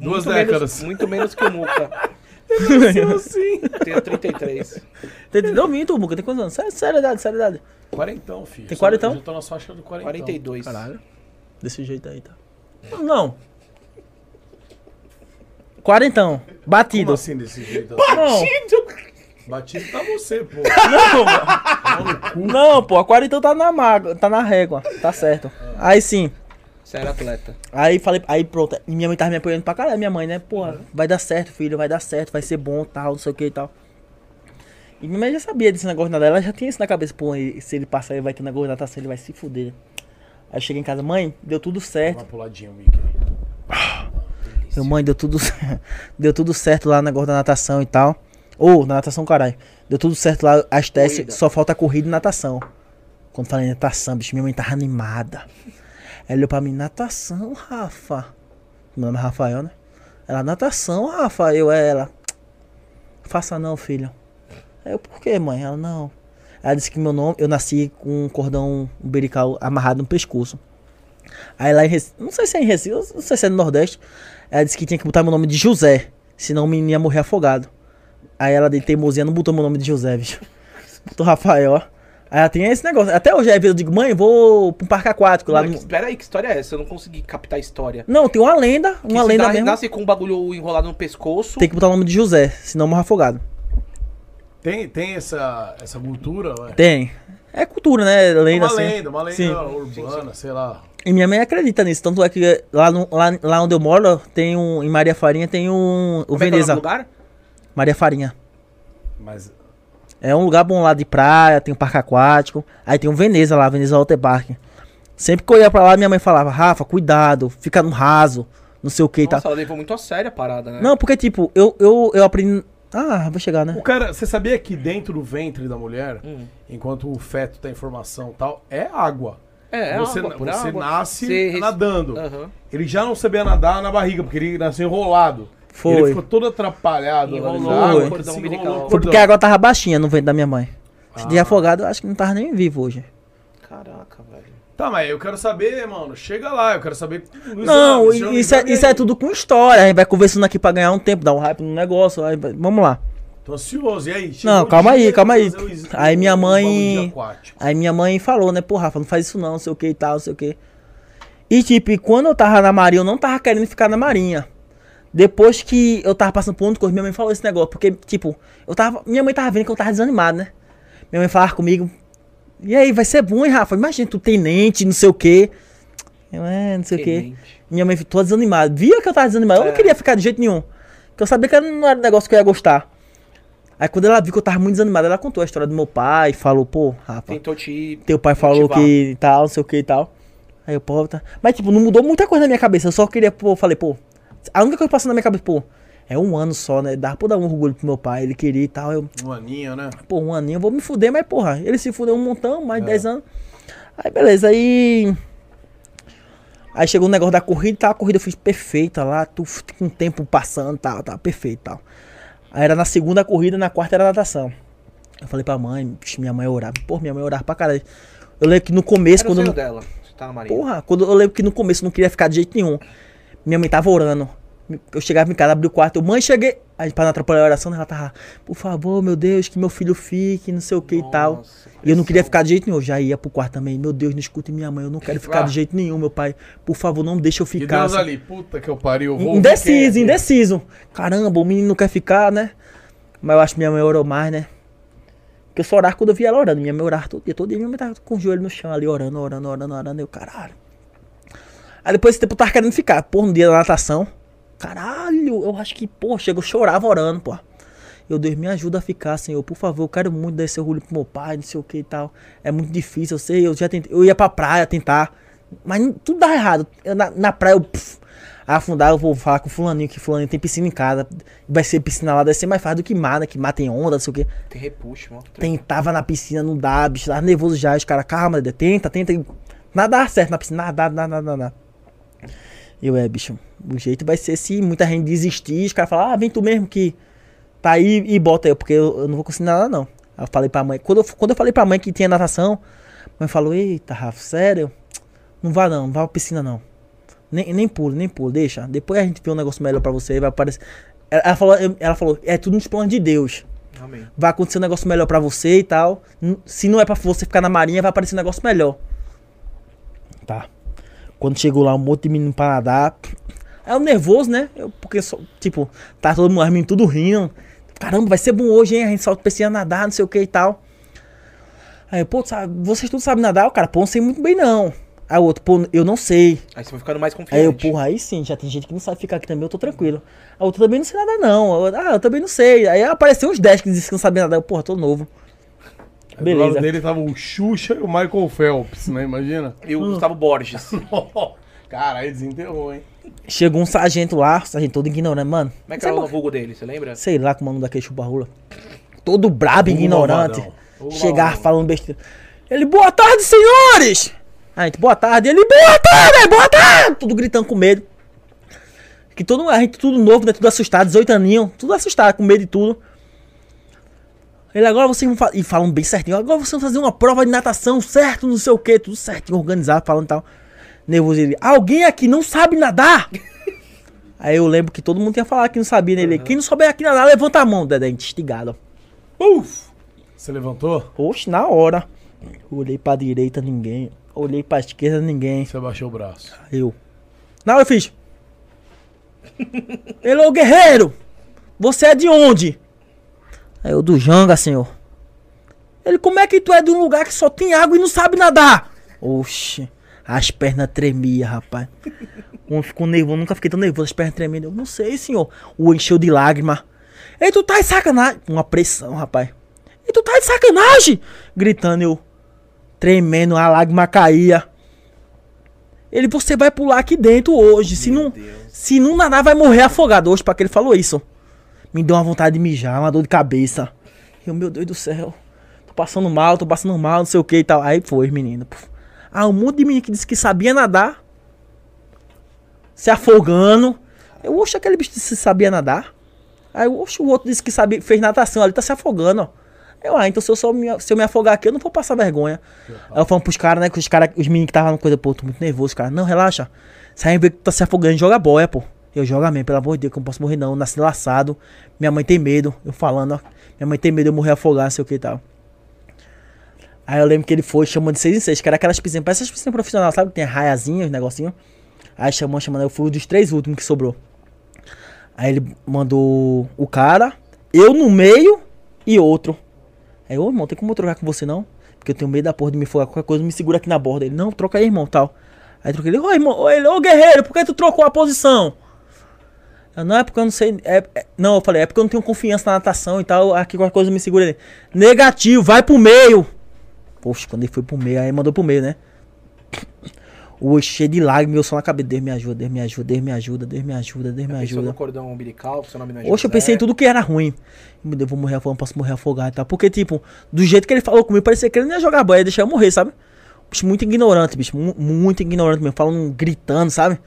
Speaker 3: Duas
Speaker 5: muito
Speaker 3: décadas.
Speaker 5: Menos, muito menos que o Muca.
Speaker 3: Sim.
Speaker 5: Tenho 33.
Speaker 6: Tem, não minto, Buca, tem quantos anos? Sério, seriedade, seriedade.
Speaker 3: Quarentão, filho.
Speaker 6: Tem
Speaker 3: Só-
Speaker 6: quarentão?
Speaker 3: Eu já tô na sua faixa do quarentão.
Speaker 5: 42.
Speaker 6: Desse jeito aí, tá? Não. Quarentão, batido.
Speaker 3: Como assim desse jeito?
Speaker 6: Não,
Speaker 3: Batido tá você, pô.
Speaker 6: não, pô, quarentão tá na mágoa, tá na régua, tá certo. Aí sim.
Speaker 5: Você era atleta.
Speaker 6: Aí falei, aí pronto, e minha mãe tava me apoiando pra caralho, minha mãe, né? Porra, vai dar certo, filho, vai dar certo, vai ser bom, tal, não sei o que e tal. E minha mãe já sabia desse negócio nada, ela já tinha isso na cabeça, pô, e se ele passar, ele vai ter um negócio de natação, ele vai se fuder. Aí eu cheguei em casa, mãe, deu tudo certo.
Speaker 3: Vai pro ladinho, Mickey.
Speaker 6: Meu mãe, deu tudo, cer- deu tudo certo lá na negócio da natação e tal. Ou, na natação, caralho. Deu tudo certo lá, as testes,
Speaker 5: Corrida.
Speaker 6: só falta corrida e natação. Quando falei natação, bicho, minha mãe tava animada. Ela olhou pra mim, natação, Rafa. Meu nome é Rafael, né? Ela, natação, Rafa. Eu, é ela. Faça não, filho. Aí Eu, por que, mãe? Ela, não. Ela disse que meu nome, eu nasci com um cordão umbilical amarrado no pescoço. Aí lá em Recife, não sei se é em Recife, eu não sei se é no Nordeste, ela disse que tinha que botar meu nome de José, senão o menino ia morrer afogado. Aí ela de teimosia não botou meu nome de José, bicho. Botou Rafael. Aí ela tem esse negócio. Até hoje, às vezes eu digo, mãe, vou pra um parque aquático lá
Speaker 5: Mano,
Speaker 6: no...
Speaker 5: que- Pera aí, que história é essa? Eu não consegui captar a história.
Speaker 6: Não, tem uma lenda,
Speaker 5: Que
Speaker 6: uma
Speaker 5: se
Speaker 6: lenda
Speaker 5: na-
Speaker 6: mesmo.
Speaker 5: Nasce com um bagulho enrolado no pescoço.
Speaker 6: Tem que botar o nome de José, senão morre afogado.
Speaker 3: Tem, tem essa, essa cultura, ué?
Speaker 6: Tem. É cultura, né? Lenda,
Speaker 3: uma
Speaker 6: assim.
Speaker 3: lenda, uma lenda
Speaker 6: Sim.
Speaker 3: urbana, sei lá.
Speaker 6: E minha mãe acredita nisso. Tanto é que lá, no- lá, lá onde eu moro, tem um. Em Maria Farinha tem um. O
Speaker 5: Como é que é o nome
Speaker 6: Veneza.
Speaker 5: do lugar?
Speaker 6: Maria Farinha.
Speaker 3: Mas
Speaker 6: É um lugar bom lá de praia, tem um parque aquático. Aí tem um Veneza lá, Veneza Water Park. Sempre que eu ia pra lá, minha mãe falava, Rafa, cuidado, fica no raso, não sei o que e tal.
Speaker 5: Nossa, ela levou muito a sério a parada, né?
Speaker 6: Não, porque tipo, eu, eu, eu aprendi. Ah, vou chegar, né?
Speaker 3: O cara, você sabia que dentro do ventre da mulher,
Speaker 6: Hum.
Speaker 3: enquanto o feto tá em formação e tal, é água.
Speaker 5: É, é
Speaker 3: você
Speaker 5: água,
Speaker 3: na-
Speaker 5: pura
Speaker 3: você
Speaker 5: água.
Speaker 3: nasce
Speaker 5: Você res-
Speaker 3: nadando.
Speaker 6: Ah.
Speaker 5: Aham.
Speaker 3: Ele já não sabia nadar na barriga, porque ele nasceu enrolado.
Speaker 6: Foi. então,
Speaker 3: Ele ficou todo atrapalhado.
Speaker 5: Enrolou
Speaker 3: na água,
Speaker 6: o
Speaker 5: cordão
Speaker 3: se
Speaker 5: umbilical.
Speaker 3: enrolou no
Speaker 6: Foi
Speaker 3: cordão.
Speaker 6: porque a água tava baixinha no vento da minha mãe. Se
Speaker 3: Ah.
Speaker 6: de afogado, eu acho que não tava nem vivo hoje.
Speaker 5: Caraca, velho.
Speaker 3: Tá, mas eu quero saber, mano. Chega lá, eu quero saber. no
Speaker 6: Não,
Speaker 3: exame,
Speaker 6: isso é,
Speaker 3: exame
Speaker 6: isso
Speaker 3: aí.
Speaker 6: é tudo com história. A gente vai conversando aqui pra ganhar um tempo, dar um hype no negócio. aí vai- vamos lá.
Speaker 3: Tô ansioso. E aí?
Speaker 6: Não, calma aí, calma aí. Aí minha mãe-
Speaker 3: aquático.
Speaker 6: Aí minha mãe falou, né? Pô, Rafa, não faz isso não, não sei o que e tal, não sei o que. E tipo, e quando eu tava na marinha, eu não tava querendo ficar na marinha. Depois que eu tava passando por um coisa, minha mãe falou esse negócio. Porque, tipo, eu tava. Minha mãe tava vendo que eu tava desanimado, né? Minha mãe falava comigo. E aí, vai ser bom, hein, Rafa? Imagina, tu tenente, não sei o quê. Eu, é, não sei o quê.
Speaker 5: Tenente.
Speaker 6: Minha mãe ficou desanimada. Via que eu tava desanimado. Eu não queria ficar de jeito nenhum. Porque eu sabia que era- não era um negócio que eu ia gostar. Aí quando ela viu que eu tava muito desanimado, ela contou a história do meu pai, falou, pô, Rafa,
Speaker 5: Tentou te.
Speaker 6: teu pai falou
Speaker 5: Motivar.
Speaker 6: que tal, não sei o que e tal. Aí eu, pô, tá. Mas, tipo, não mudou muita coisa na minha cabeça. Eu só queria, pô, eu falei, pô. A única coisa que passou na minha cabeça, pô, é um ano só, né? Dá pra dar um orgulho pro meu pai, ele queria e tal. Eu,
Speaker 3: Um aninho, né?
Speaker 6: pô, um aninho, eu vou me fuder, mas, porra, ele se fudeu um montão, mais de 10 anos. Aí, beleza, aí. Aí chegou o negócio da corrida e tal, a corrida eu fiz perfeita lá, tu f- com o tempo passando, tal, tal, perfeito tal. Aí era na segunda corrida, na quarta era natação. Eu falei pra mãe, "Vixe, minha mãe orava, porra, minha mãe orava pra caralho. Eu lembro que no começo,
Speaker 5: Era o
Speaker 6: quando. eu
Speaker 5: sonho
Speaker 6: não-
Speaker 5: dela. Você tá na Marinha.
Speaker 6: Porra, quando eu lembro que no começo eu não queria ficar de jeito nenhum. Minha mãe tava orando. Eu chegava em casa, abri o quarto, eu, mãe, cheguei. Aí pra não atrapalhar a oração, né, ela tava, por favor, meu Deus, que meu filho fique, não sei o que e tal.
Speaker 5: Nossa,
Speaker 6: E eu não queria ficar de jeito nenhum, eu já ia pro quarto também. Meu Deus, não escute minha mãe, eu não quero ficar de jeito nenhum, meu pai. Por favor, não deixa eu
Speaker 3: E
Speaker 6: ficar.
Speaker 3: Deus
Speaker 6: sabe?
Speaker 3: ali, puta que eu pariu. vou ouvir
Speaker 6: Indeciso,
Speaker 3: quem é.
Speaker 6: indeciso. Caramba, o menino não quer ficar, né? Mas eu acho que minha mãe orou mais, né? Porque eu só orava quando eu via ela orando. Minha mãe orava todo dia, todo dia. Minha mãe tava com o joelho no chão ali, orando, orando, orando, orando. Eu, caralho. Aí depois esse tempo eu tava querendo ficar. Pô, no dia da natação. Caralho, eu acho que, pô, chega, eu chorava orando, pô. Meu Deus, me ajuda a ficar, Senhor. Por favor, eu quero muito dar esse orgulho pro meu pai, não sei o que e tal. É muito difícil, eu sei. Eu já tentei. Eu ia pra praia tentar. Mas não- tudo dá errado. Eu na, na praia eu pff, afundar, eu vou falar com o fulaninho, que fulaninho tem piscina em casa. Vai ser piscina lá, deve ser mais fácil do que mar, né? Que mar tem onda, não sei o que.
Speaker 5: Tem repuxo, mano.
Speaker 6: Tentava na piscina, não dá, bicho. Tava nervoso já. Os caras, calma, Dedé, tenta, tenta. e Nada dá certo na piscina, nada, nada, nada, nada. Eu, é, bicho, o jeito vai ser se muita gente desistir, os caras falam, ah, vem tu mesmo que tá aí e bota eu, porque eu, eu não vou conseguir nada, não. Aí eu falei pra mãe, quando eu, quando eu falei pra mãe que tinha natação, a mãe falou, eita, Rafa, sério? Não vá não, não vá pra piscina não. Nem, nem pulo, nem pulo, deixa. Depois a gente vê um negócio melhor pra você, vai aparecer. Ela, ela falou, eu- ela falou, é tudo nos planos de Deus
Speaker 5: Amém.
Speaker 6: vai acontecer um negócio melhor pra você e tal. N- Se não é pra você ficar na marinha, vai aparecer um negócio melhor. Tá. Quando chegou lá um monte de menino pra nadar, aí eu nervoso, né? Eu, porque, só, tipo, tá todo mundo, as meninas tudo rindo. Caramba, vai ser bom hoje, hein? A gente salta precisa nadar, não sei o que e tal. Aí, eu, pô, sabe, vocês tudo sabem nadar? O cara, pô, não sei muito bem não. Aí o outro, pô, eu não sei.
Speaker 5: Aí você vai ficando mais confiante.
Speaker 6: Aí eu, porra, aí sim, já tem gente que não sabe ficar aqui também, eu tô tranquilo. A outra também não sei nada, não. Eu, ah, eu também não sei. Aí apareceu uns 10 que disse que não sabia nada. Eu, porra, tô novo.
Speaker 3: Do lado
Speaker 6: Beleza.
Speaker 3: dele tava o Xuxa e o Michael Phelps, né? Imagina.
Speaker 5: E
Speaker 6: Hum.
Speaker 5: o Gustavo Borges.
Speaker 3: Cara, aí desenterrou, hein?
Speaker 6: Chegou um sargento lá, sargento todo ignorante, mano.
Speaker 5: Como é que era o vulgo dele, você lembra?
Speaker 6: Sei lá como é o nome daquele chuparrula. Todo brabo, ignorante. Chegar falando besteira. Ele, boa tarde, senhores! A gente, boa tarde. Ele, boa tarde, boa tarde! Tudo gritando com medo. Que todo a gente tudo novo, né? Tudo assustado, 18 aninhos, tudo assustado, com medo de tudo. Ele, agora vocês vão fa- E falam bem certinho, agora vocês vão fazer uma prova de natação, certo? Não sei o que, tudo certinho, organizado, falando e tal. Nervoso ele, alguém aqui não sabe nadar? Aí eu lembro que todo mundo tinha falado que não sabia, né? Ele, quem não souber aqui nadar, levanta a mão, Dedé, instigado.
Speaker 3: Você levantou?
Speaker 6: Oxe, na hora. Olhei pra direita, ninguém. Olhei pra esquerda, ninguém.
Speaker 3: Você abaixou o braço.
Speaker 6: Eu. Na hora eu fiz. Ele, ô guerreiro! Você é de onde? Aí eu, do Janga, senhor. Ele, como é que tu é de um lugar que só tem água e não sabe nadar? Oxe, as pernas tremiam, rapaz. Um ficou nervoso, nunca fiquei tão nervoso, as pernas tremendo. Eu não sei, senhor. O encheu de lágrima. Ei, tu tá de sacanagem. Uma pressão, rapaz. E tu tá de sacanagem? Gritando eu. Tremendo, a lágrima caía. Ele, você vai pular aqui dentro hoje. Se não, se não nadar, vai morrer afogado. Hoje, pra que ele falou isso. Me deu uma vontade de mijar, uma dor de cabeça. Eu, meu Deus do céu. Tô passando mal, tô passando mal, não sei o que e tal. Aí foi, menino. Puf. Ah, um monte de menino que disse que sabia nadar. Se afogando. Eu, oxe, aquele bicho disse que sabia nadar. Aí, oxe, o outro disse que sabia, fez natação ali, tá se afogando, ó. Eu, ah, então se eu, só me, se eu me afogar aqui, eu não vou passar vergonha. Aí eu falando pros caras, né, que os caras, os meninos que estavam na coisa, pô, tô muito nervoso, cara. Não, relaxa. Se aí ver que tu tá se afogando, joga boia, pô. Eu joga mesmo, pelo amor de Deus, que eu não posso morrer não. Eu nasci laçado. Minha mãe tem medo. Eu falando, ó. Minha mãe tem medo de eu morrer afogado, não sei o que e tal. Aí eu lembro que ele foi chamando de seis em seis, que era aquelas piscinas, parece essas piscinas profissionais, sabe? que Tem raiazinhas, negocinho. Aí chamou, chamando, eu fui um dos três últimos que sobrou. Aí ele mandou o cara, eu no meio e outro. Aí, ô irmão, tem como eu trocar com você não? Porque eu tenho medo da porra de me afogar qualquer coisa, me segura aqui na borda. Ele, não, troca aí, irmão, tal. Aí Aí troquei ele, ô irmão, ô, ele, ô guerreiro, por que tu trocou a posição? Eu, não, é porque eu não sei. é- é- não, eu falei, é porque eu não tenho confiança na natação e tal. Aqui qualquer coisa me segura ele. Negativo, vai pro meio. Poxa, quando ele foi pro meio, aí mandou pro meio, né? O cheio de lágrimas, meu só na cabeça. Deus me ajuda, Deus me ajuda, Deus me ajuda, Deus me ajuda, Deus me
Speaker 5: Pensou
Speaker 6: ajuda.
Speaker 5: no cordão um umbilical, seu nome não é
Speaker 6: Oxe, eu
Speaker 5: José.
Speaker 6: pensei em tudo que era ruim. Meu Deus, vou morrer afogado, posso morrer afogado e tal. Porque, tipo, do jeito que ele falou comigo, parecia que ele não ia jogar bola, ia deixar eu morrer, sabe? Bicho, muito ignorante, bicho. mu- muito ignorante mesmo. Falando, gritando, sabe?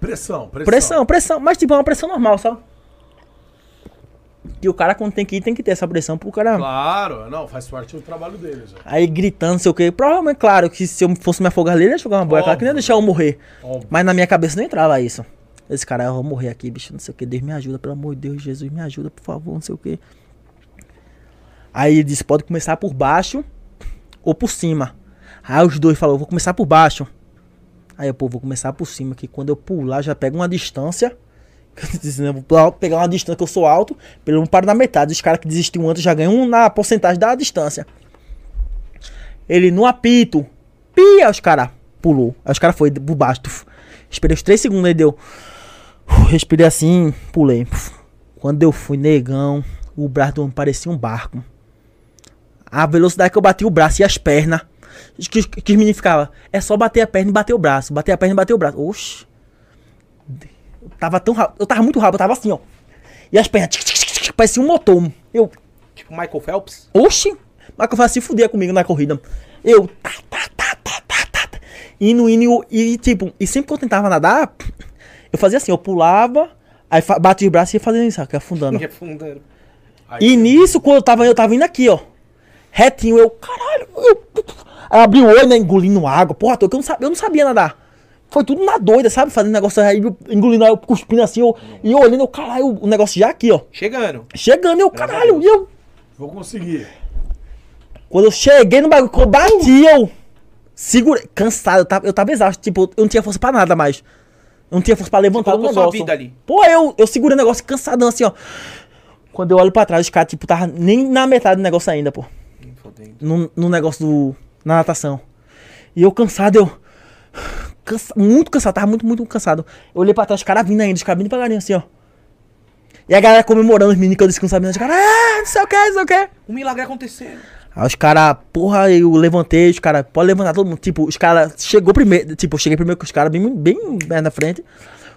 Speaker 3: Pressão, pressão.
Speaker 6: Pressão, pressão. Mas, tipo, é uma pressão normal, sabe? E o cara, quando tem que ir, tem que ter essa pressão pro cara.
Speaker 3: Claro, não, faz parte do trabalho deles. ó.
Speaker 6: Aí gritando, não sei o quê. Provavelmente, claro, que se eu fosse me afogar ali, ele ia jogar uma boia. Claro que nem ia deixar eu morrer.
Speaker 3: Óbvio.
Speaker 6: Mas na minha cabeça não entrava isso. Esse cara, "Ah, eu vou morrer aqui, bicho, não sei o que. Deus me ajuda, pelo amor de Deus, Jesus me ajuda, por favor, não sei o que. Aí ele disse, pode começar por baixo ou por cima. Aí os dois falaram, vou começar por baixo. Aí eu, pô, vou começar por cima, que quando eu pular, já pego uma distância. Eu disse, né, vou pular- pegar uma distância que eu sou alto, pelo menos paro na metade. Os caras que desistiu antes já ganham um na porcentagem da distância. Ele no apito. Pia, os caras pulou. Aí os caras foi por baixo. tuf. Esperei os três segundos, aí deu. Uf, Respirei assim, pulei. Uf. Quando eu fui negão, o braço do homem parecia um barco. A velocidade que eu bati o braço e as pernas. Que, que os meninos ficavam. É só bater a perna e bater o braço. Bater a perna e bater o braço. Oxi. Eu tava tão rápido. Eu tava muito rápido, eu tava assim, ó. E as pernas. tic, tic, tic, tic, Parecia um motor. Eu.
Speaker 5: Tipo Michael Phelps?
Speaker 6: Oxi! Mas que eu se fuder comigo na corrida. Eu. Tá, tá, tá, tá, tá, tá, tá, indo, indo, e tipo, e sempre que eu tentava nadar, eu fazia assim, eu pulava, aí fa- batia os braços e ia fazendo isso, aqui, afundando.
Speaker 5: Me afundando.
Speaker 6: E nisso, quando eu tava, eu tava indo aqui, ó. Retinho, eu, caralho, eu, aí eu abri o olho, né, engolindo água, porra, toda, que eu não, sabia, eu não sabia nadar. Foi tudo na doida, sabe? Fazendo negócio aí, eu engolindo, aí eu cuspindo assim, eu, e eu olhando, eu, caralho, o negócio já aqui, ó.
Speaker 5: Chegando.
Speaker 6: Chegando, eu, caralho, e eu,
Speaker 3: Vou conseguir.
Speaker 6: quando eu cheguei no bagulho, que eu bati, eu segurei. Cansado, eu tava, eu tava exausto. Tipo, eu não tinha força pra nada mais. Eu não tinha força pra levantar o
Speaker 5: colocou sua
Speaker 6: negócio.
Speaker 5: vida ali.
Speaker 6: Pô, eu, eu segurei o negócio cansadão assim, ó. Quando eu olho pra trás, os caras, tipo, tava nem na metade do negócio ainda, pô. No, no negócio do. Na natação. E eu cansado, eu. Cansa, muito cansado, tava muito, muito cansado. Eu olhei pra trás, os caras vindo ainda, os caras vindo devagarinho assim, ó. E a galera comemorando os meninos que eu disse que não sabia, os caras, ah, não sei o que, não sei o que.
Speaker 5: Um milagre aconteceu.
Speaker 6: Aí os caras, porra, eu levantei, os caras, pode levantar todo mundo. Tipo, os caras chegou primeiro, tipo, eu cheguei primeiro com os caras, bem, bem mais na frente.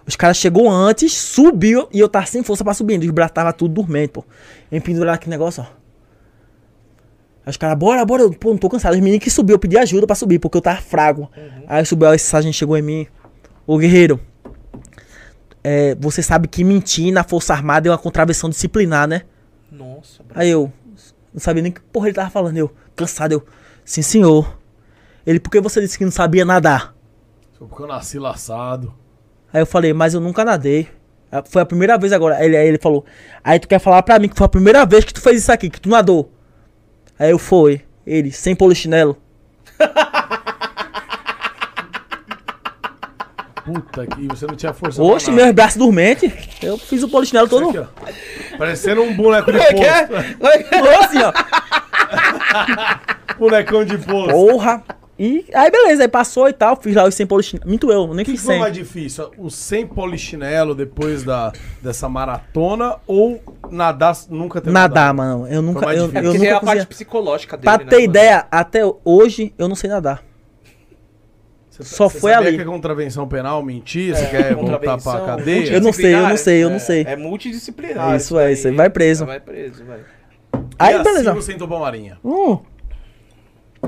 Speaker 6: Os caras chegou antes, subiu e eu tava sem força pra subir, os braços tava tudo dormente, pô. Em pendurar aquele negócio, ó. Aí os caras, bora, bora, eu, pô, não tô cansado. Os meninos que subiu, eu pedi ajuda pra subir, porque eu tava fraco. Aí subiu, aí esse sargento chegou em mim. Ô, guerreiro, é, você sabe que mentir na Força Armada é uma contravenção disciplinar, né?
Speaker 5: Nossa, bro.
Speaker 6: Aí eu, não sabia nem que porra ele tava falando. Eu, cansado, eu, sim senhor. Ele, por que você disse que não sabia nadar?
Speaker 3: Só Porque eu nasci laçado.
Speaker 6: Aí eu falei, mas eu nunca nadei. Ah, Foi a primeira vez agora. Aí Ele, aí ele falou, aí tu quer falar pra mim que foi a primeira vez que tu fez isso aqui, que tu nadou. Aí eu fui, ele, sem polichinelo.
Speaker 3: Puta que. E você não tinha força. pra
Speaker 6: Oxe,
Speaker 3: nada.
Speaker 6: meus braços dormentes. Eu fiz o polichinelo todo.
Speaker 3: Aqui, ó. Parecendo um boneco de
Speaker 5: Como é que
Speaker 3: posto.
Speaker 5: é? Como é que é?
Speaker 6: Falou assim, ó. é?
Speaker 3: Bonecão de posto.
Speaker 6: Porra. E aí beleza, aí passou e tal, fiz lá os sem polichinelo. Minto eu, nem
Speaker 3: O que
Speaker 6: fiz
Speaker 3: que foi
Speaker 6: sem.
Speaker 3: mais difícil? O sem polichinelo depois da, dessa maratona ou nadar nunca ter
Speaker 6: Nadar,
Speaker 3: nadado?
Speaker 6: mano. Eu nunca,
Speaker 3: mais
Speaker 6: eu,
Speaker 3: difícil.
Speaker 6: eu
Speaker 5: É Porque tem
Speaker 6: nunca
Speaker 5: a parte
Speaker 6: conseguia.
Speaker 5: psicológica dele.
Speaker 6: Pra
Speaker 5: né,
Speaker 6: ter
Speaker 5: mano?
Speaker 6: ideia, até hoje eu não sei nadar.
Speaker 3: Você-
Speaker 6: Só
Speaker 3: você
Speaker 6: foi
Speaker 3: sabia
Speaker 6: ali.
Speaker 3: que é contravenção penal, mentir? Você quer voltar pra
Speaker 5: É, contravenção,
Speaker 3: cadeia?
Speaker 6: Eu não sei, eu não sei, eu não
Speaker 5: É,
Speaker 6: sei.
Speaker 5: É multidisciplinar.
Speaker 6: Isso é, isso aí. Vai preso.
Speaker 5: Vai preso, vai.
Speaker 3: E
Speaker 6: Aí,
Speaker 3: assim
Speaker 6: beleza.
Speaker 3: você entrou pra marinha.
Speaker 6: Hum.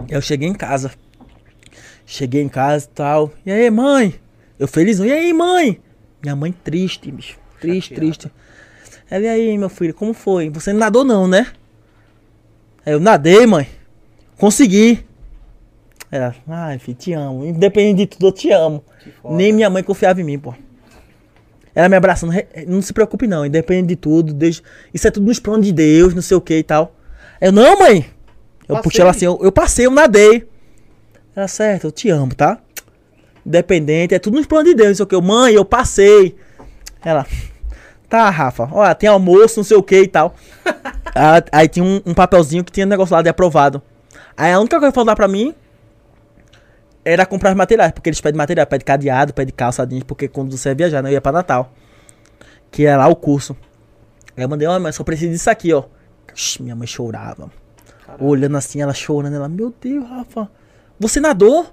Speaker 6: Eu cheguei em casa. Cheguei em casa e tal. E aí, mãe? Eu felizão. E aí, mãe? Minha mãe triste, bicho. Triste, triste. Ela, e aí, meu filho, como foi? Você não nadou não, né? Aí eu nadei, mãe. Consegui. Ela, ai, filho, te amo. Independente de tudo, eu te amo. Nem minha mãe confiava em mim, pô. Ela me abraçando, "Re- eh, não se preocupe não, independente de tudo, Deus, isso é tudo nos planos de Deus, não sei o que e tal. Eu, não, mãe. Eu puxei ela assim, eu, eu passei, eu nadei. Ela, certo, eu te amo, tá? Independente, é tudo nos planos de Deus, não sei o que. Eu, mãe, eu passei. Ela, tá, Rafa, olha, tem almoço, não sei o que e tal. Ah, aí tinha um, um papelzinho que tinha um negócio lá de aprovado. Aí a única coisa que faltava pra mim era comprar os materiais, porque eles pedem material, pedem cadeado, pedem calça, jeans, porque quando você ia viajar, né, eu ia pra Natal, que era lá o curso. Aí eu mandei, ó, mas só preciso disso aqui, ó. Ixi, minha mãe chorava. Olhando assim, ela chorando, ela, meu Deus, Rafa, você nadou?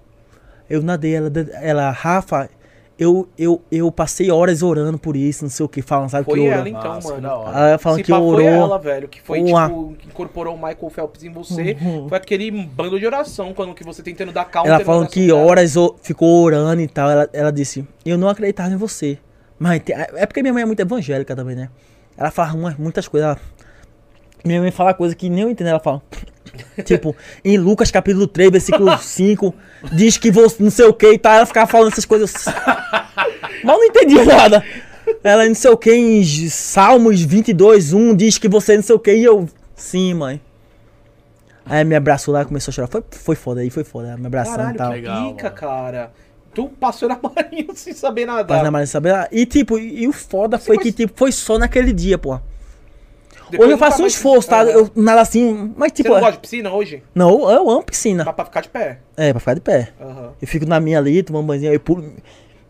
Speaker 6: Eu nadei, ela, ela Rafa, eu, eu, eu passei horas orando por isso, não sei o que, falando, sabe o que
Speaker 5: Foi ela,
Speaker 6: orando.
Speaker 5: então,
Speaker 2: Nossa,
Speaker 5: mano.
Speaker 2: da hora.
Speaker 6: Ela falando
Speaker 5: Se
Speaker 6: que
Speaker 5: pá,
Speaker 6: orou.
Speaker 5: foi ela, velho, que foi,
Speaker 6: Uma- Uhum.
Speaker 5: tipo, que incorporou o Michael Phelps em você. Foi aquele bando de oração quando que você tentando dar calma.
Speaker 6: Ela falando que horas o- ficou orando e tal. Ela, ela disse, eu não acreditava em você. Mas tem- é porque minha mãe é muito evangélica também, né? Ela fala umas- muitas coisas. ela- minha mãe fala coisa que nem eu entendo. Ela fala. tipo, em Lucas capítulo 3, versículo 5, diz que você não sei o que e tal. Ela ficava falando essas coisas. Mas eu não entendia nada. Ela não sei o que, em J- Salmos 22, 1, diz que você não sei o que. E eu, sim, mãe. Aí me abraçou lá, começou a chorar. Foi, foi foda aí, foi foda. Ela me abraçando e
Speaker 5: Caralho,
Speaker 6: tal.
Speaker 5: que pica, cara. Tu passou na marinha sem saber
Speaker 6: Mas na
Speaker 5: nadar.
Speaker 6: Maria Isabel- E tipo, e e o foda foi que tipo, foi só naquele dia, pô.
Speaker 5: Depois
Speaker 6: hoje eu
Speaker 5: nunca
Speaker 6: faço um
Speaker 5: mais-
Speaker 6: esforço, tá?
Speaker 5: É.
Speaker 6: Eu nada assim, mas
Speaker 5: Você
Speaker 6: tipo.
Speaker 5: não gosta Tá. de piscina hoje?
Speaker 6: não, eu- eu amo piscina.
Speaker 5: Dá pra ficar de pé.
Speaker 6: É, pra ficar de pé.
Speaker 5: Aham.
Speaker 6: Eu fico na minha ali, tomando banzinho, eu pulo,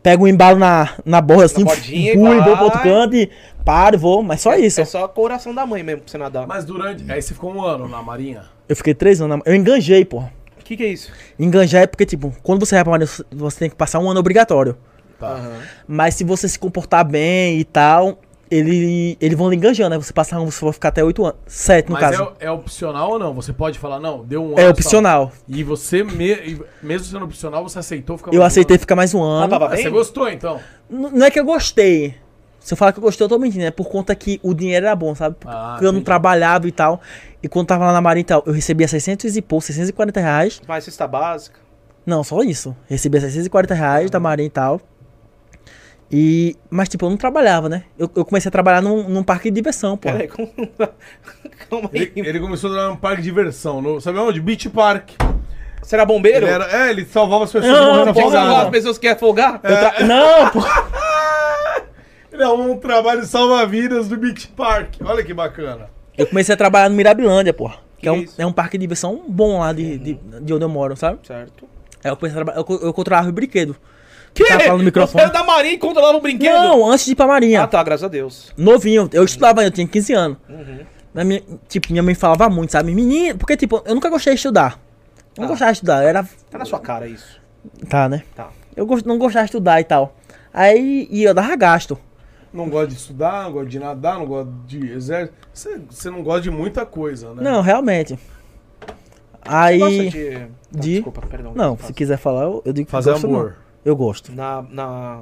Speaker 6: pego um embalo na, na borra assim,
Speaker 5: bordinha e
Speaker 6: pulo e vou
Speaker 5: vai.
Speaker 6: pro outro canto e paro, vou, mas só isso.
Speaker 5: É só com a oração da mãe mesmo pra você nadar.
Speaker 3: Mas durante. Aí você ficou um ano na Marinha.
Speaker 6: Eu fiquei três anos, na- eu enganjei, porra.
Speaker 5: O que, que é isso?
Speaker 6: Enganjar é porque, tipo, quando você vai pra Marinha, você tem que passar um ano obrigatório.
Speaker 3: Tá.
Speaker 5: Aham.
Speaker 6: Mas se você se comportar bem e tal, ele, eles vão lhe enganjando, né? Você passa um, você vai ficar até oito anos, sete no
Speaker 3: Mas
Speaker 6: caso.
Speaker 3: é, é opcional ou não? Você pode falar, não, deu um ano.
Speaker 6: É
Speaker 3: só.
Speaker 6: opcional.
Speaker 3: E você, me- e mesmo sendo opcional, você aceitou ficar mais
Speaker 6: Eu
Speaker 3: um
Speaker 6: aceitei
Speaker 3: ano.
Speaker 6: ficar mais um ano.
Speaker 5: Nadava
Speaker 3: Ah,
Speaker 5: bem?
Speaker 3: você gostou então?
Speaker 6: N- Não é que eu gostei. Se eu falar que eu gostei, eu tô mentindo. É por conta que o dinheiro era bom, sabe? Porque
Speaker 3: Ah,
Speaker 6: eu não
Speaker 3: entendi.
Speaker 6: trabalhava e tal. E quando tava lá na Marinha e tal, eu recebia 600 e pouco, 640 reais.
Speaker 5: Mas cesta básica.
Speaker 6: Não, só isso. Recebia 640 reais da Marinha e tal. E... Mas, tipo, eu não trabalhava, né? Eu, eu comecei a trabalhar num, num parque de diversão, pô.
Speaker 5: Peraí, como... calma aí.
Speaker 3: Ele, ele começou a trabalhar num parque de diversão, no, sabe onde? Beach Park.
Speaker 5: Você era bombeiro?
Speaker 3: Ele era- é, ele salvava as pessoas
Speaker 6: Não,
Speaker 3: morrendo
Speaker 5: Você
Speaker 6: pô,
Speaker 5: salvava as
Speaker 3: afogadas.
Speaker 5: pessoas que iam afogar?
Speaker 3: É.
Speaker 6: Eu tra- Não, pô.
Speaker 3: Ele arrumou um trabalho salva-vidas do Beach Park. Olha que bacana.
Speaker 6: Eu comecei a trabalhar no Mirabilândia, pô. Que é um,
Speaker 5: isso?
Speaker 6: é um parque de diversão bom lá de, de, de onde eu moro, sabe?
Speaker 5: Certo.
Speaker 6: Aí eu comecei a trabalhar... Eu, co- eu controlava o brinquedo.
Speaker 5: Que?
Speaker 6: Tá falando no microfone.
Speaker 5: Você era da marinha e controlava um brinquedo?
Speaker 6: Não, antes de ir pra Marinha.
Speaker 5: Ah, tá, graças a Deus.
Speaker 6: Novinho, eu estudava, eu tinha 15 anos.
Speaker 5: Uhum.
Speaker 6: Mas minha- tipo, minha mãe falava muito, sabe? Menino, porque, tipo, eu nunca gostei de estudar. Eu Não
Speaker 5: Ah.
Speaker 6: gostava de estudar, eu era.
Speaker 5: Tá na sua cara isso.
Speaker 6: Tá, né?
Speaker 5: Tá.
Speaker 6: Eu gos- não gostava de estudar e tal. Aí, e eu dava gasto.
Speaker 3: Não gosta de estudar, não gosta de nadar, não gosta de exército. Você, você não gosta de muita coisa, né?
Speaker 6: Não, realmente.
Speaker 5: É. Você gosta
Speaker 6: Aí.
Speaker 5: de... Tá,
Speaker 6: de-
Speaker 5: Desculpa, perdão.
Speaker 6: Não,
Speaker 5: Faz-
Speaker 6: se quiser falar, eu, eu digo que
Speaker 3: Fazer
Speaker 6: gosto, não.
Speaker 3: amor.
Speaker 6: Eu gosto.
Speaker 5: Na, na...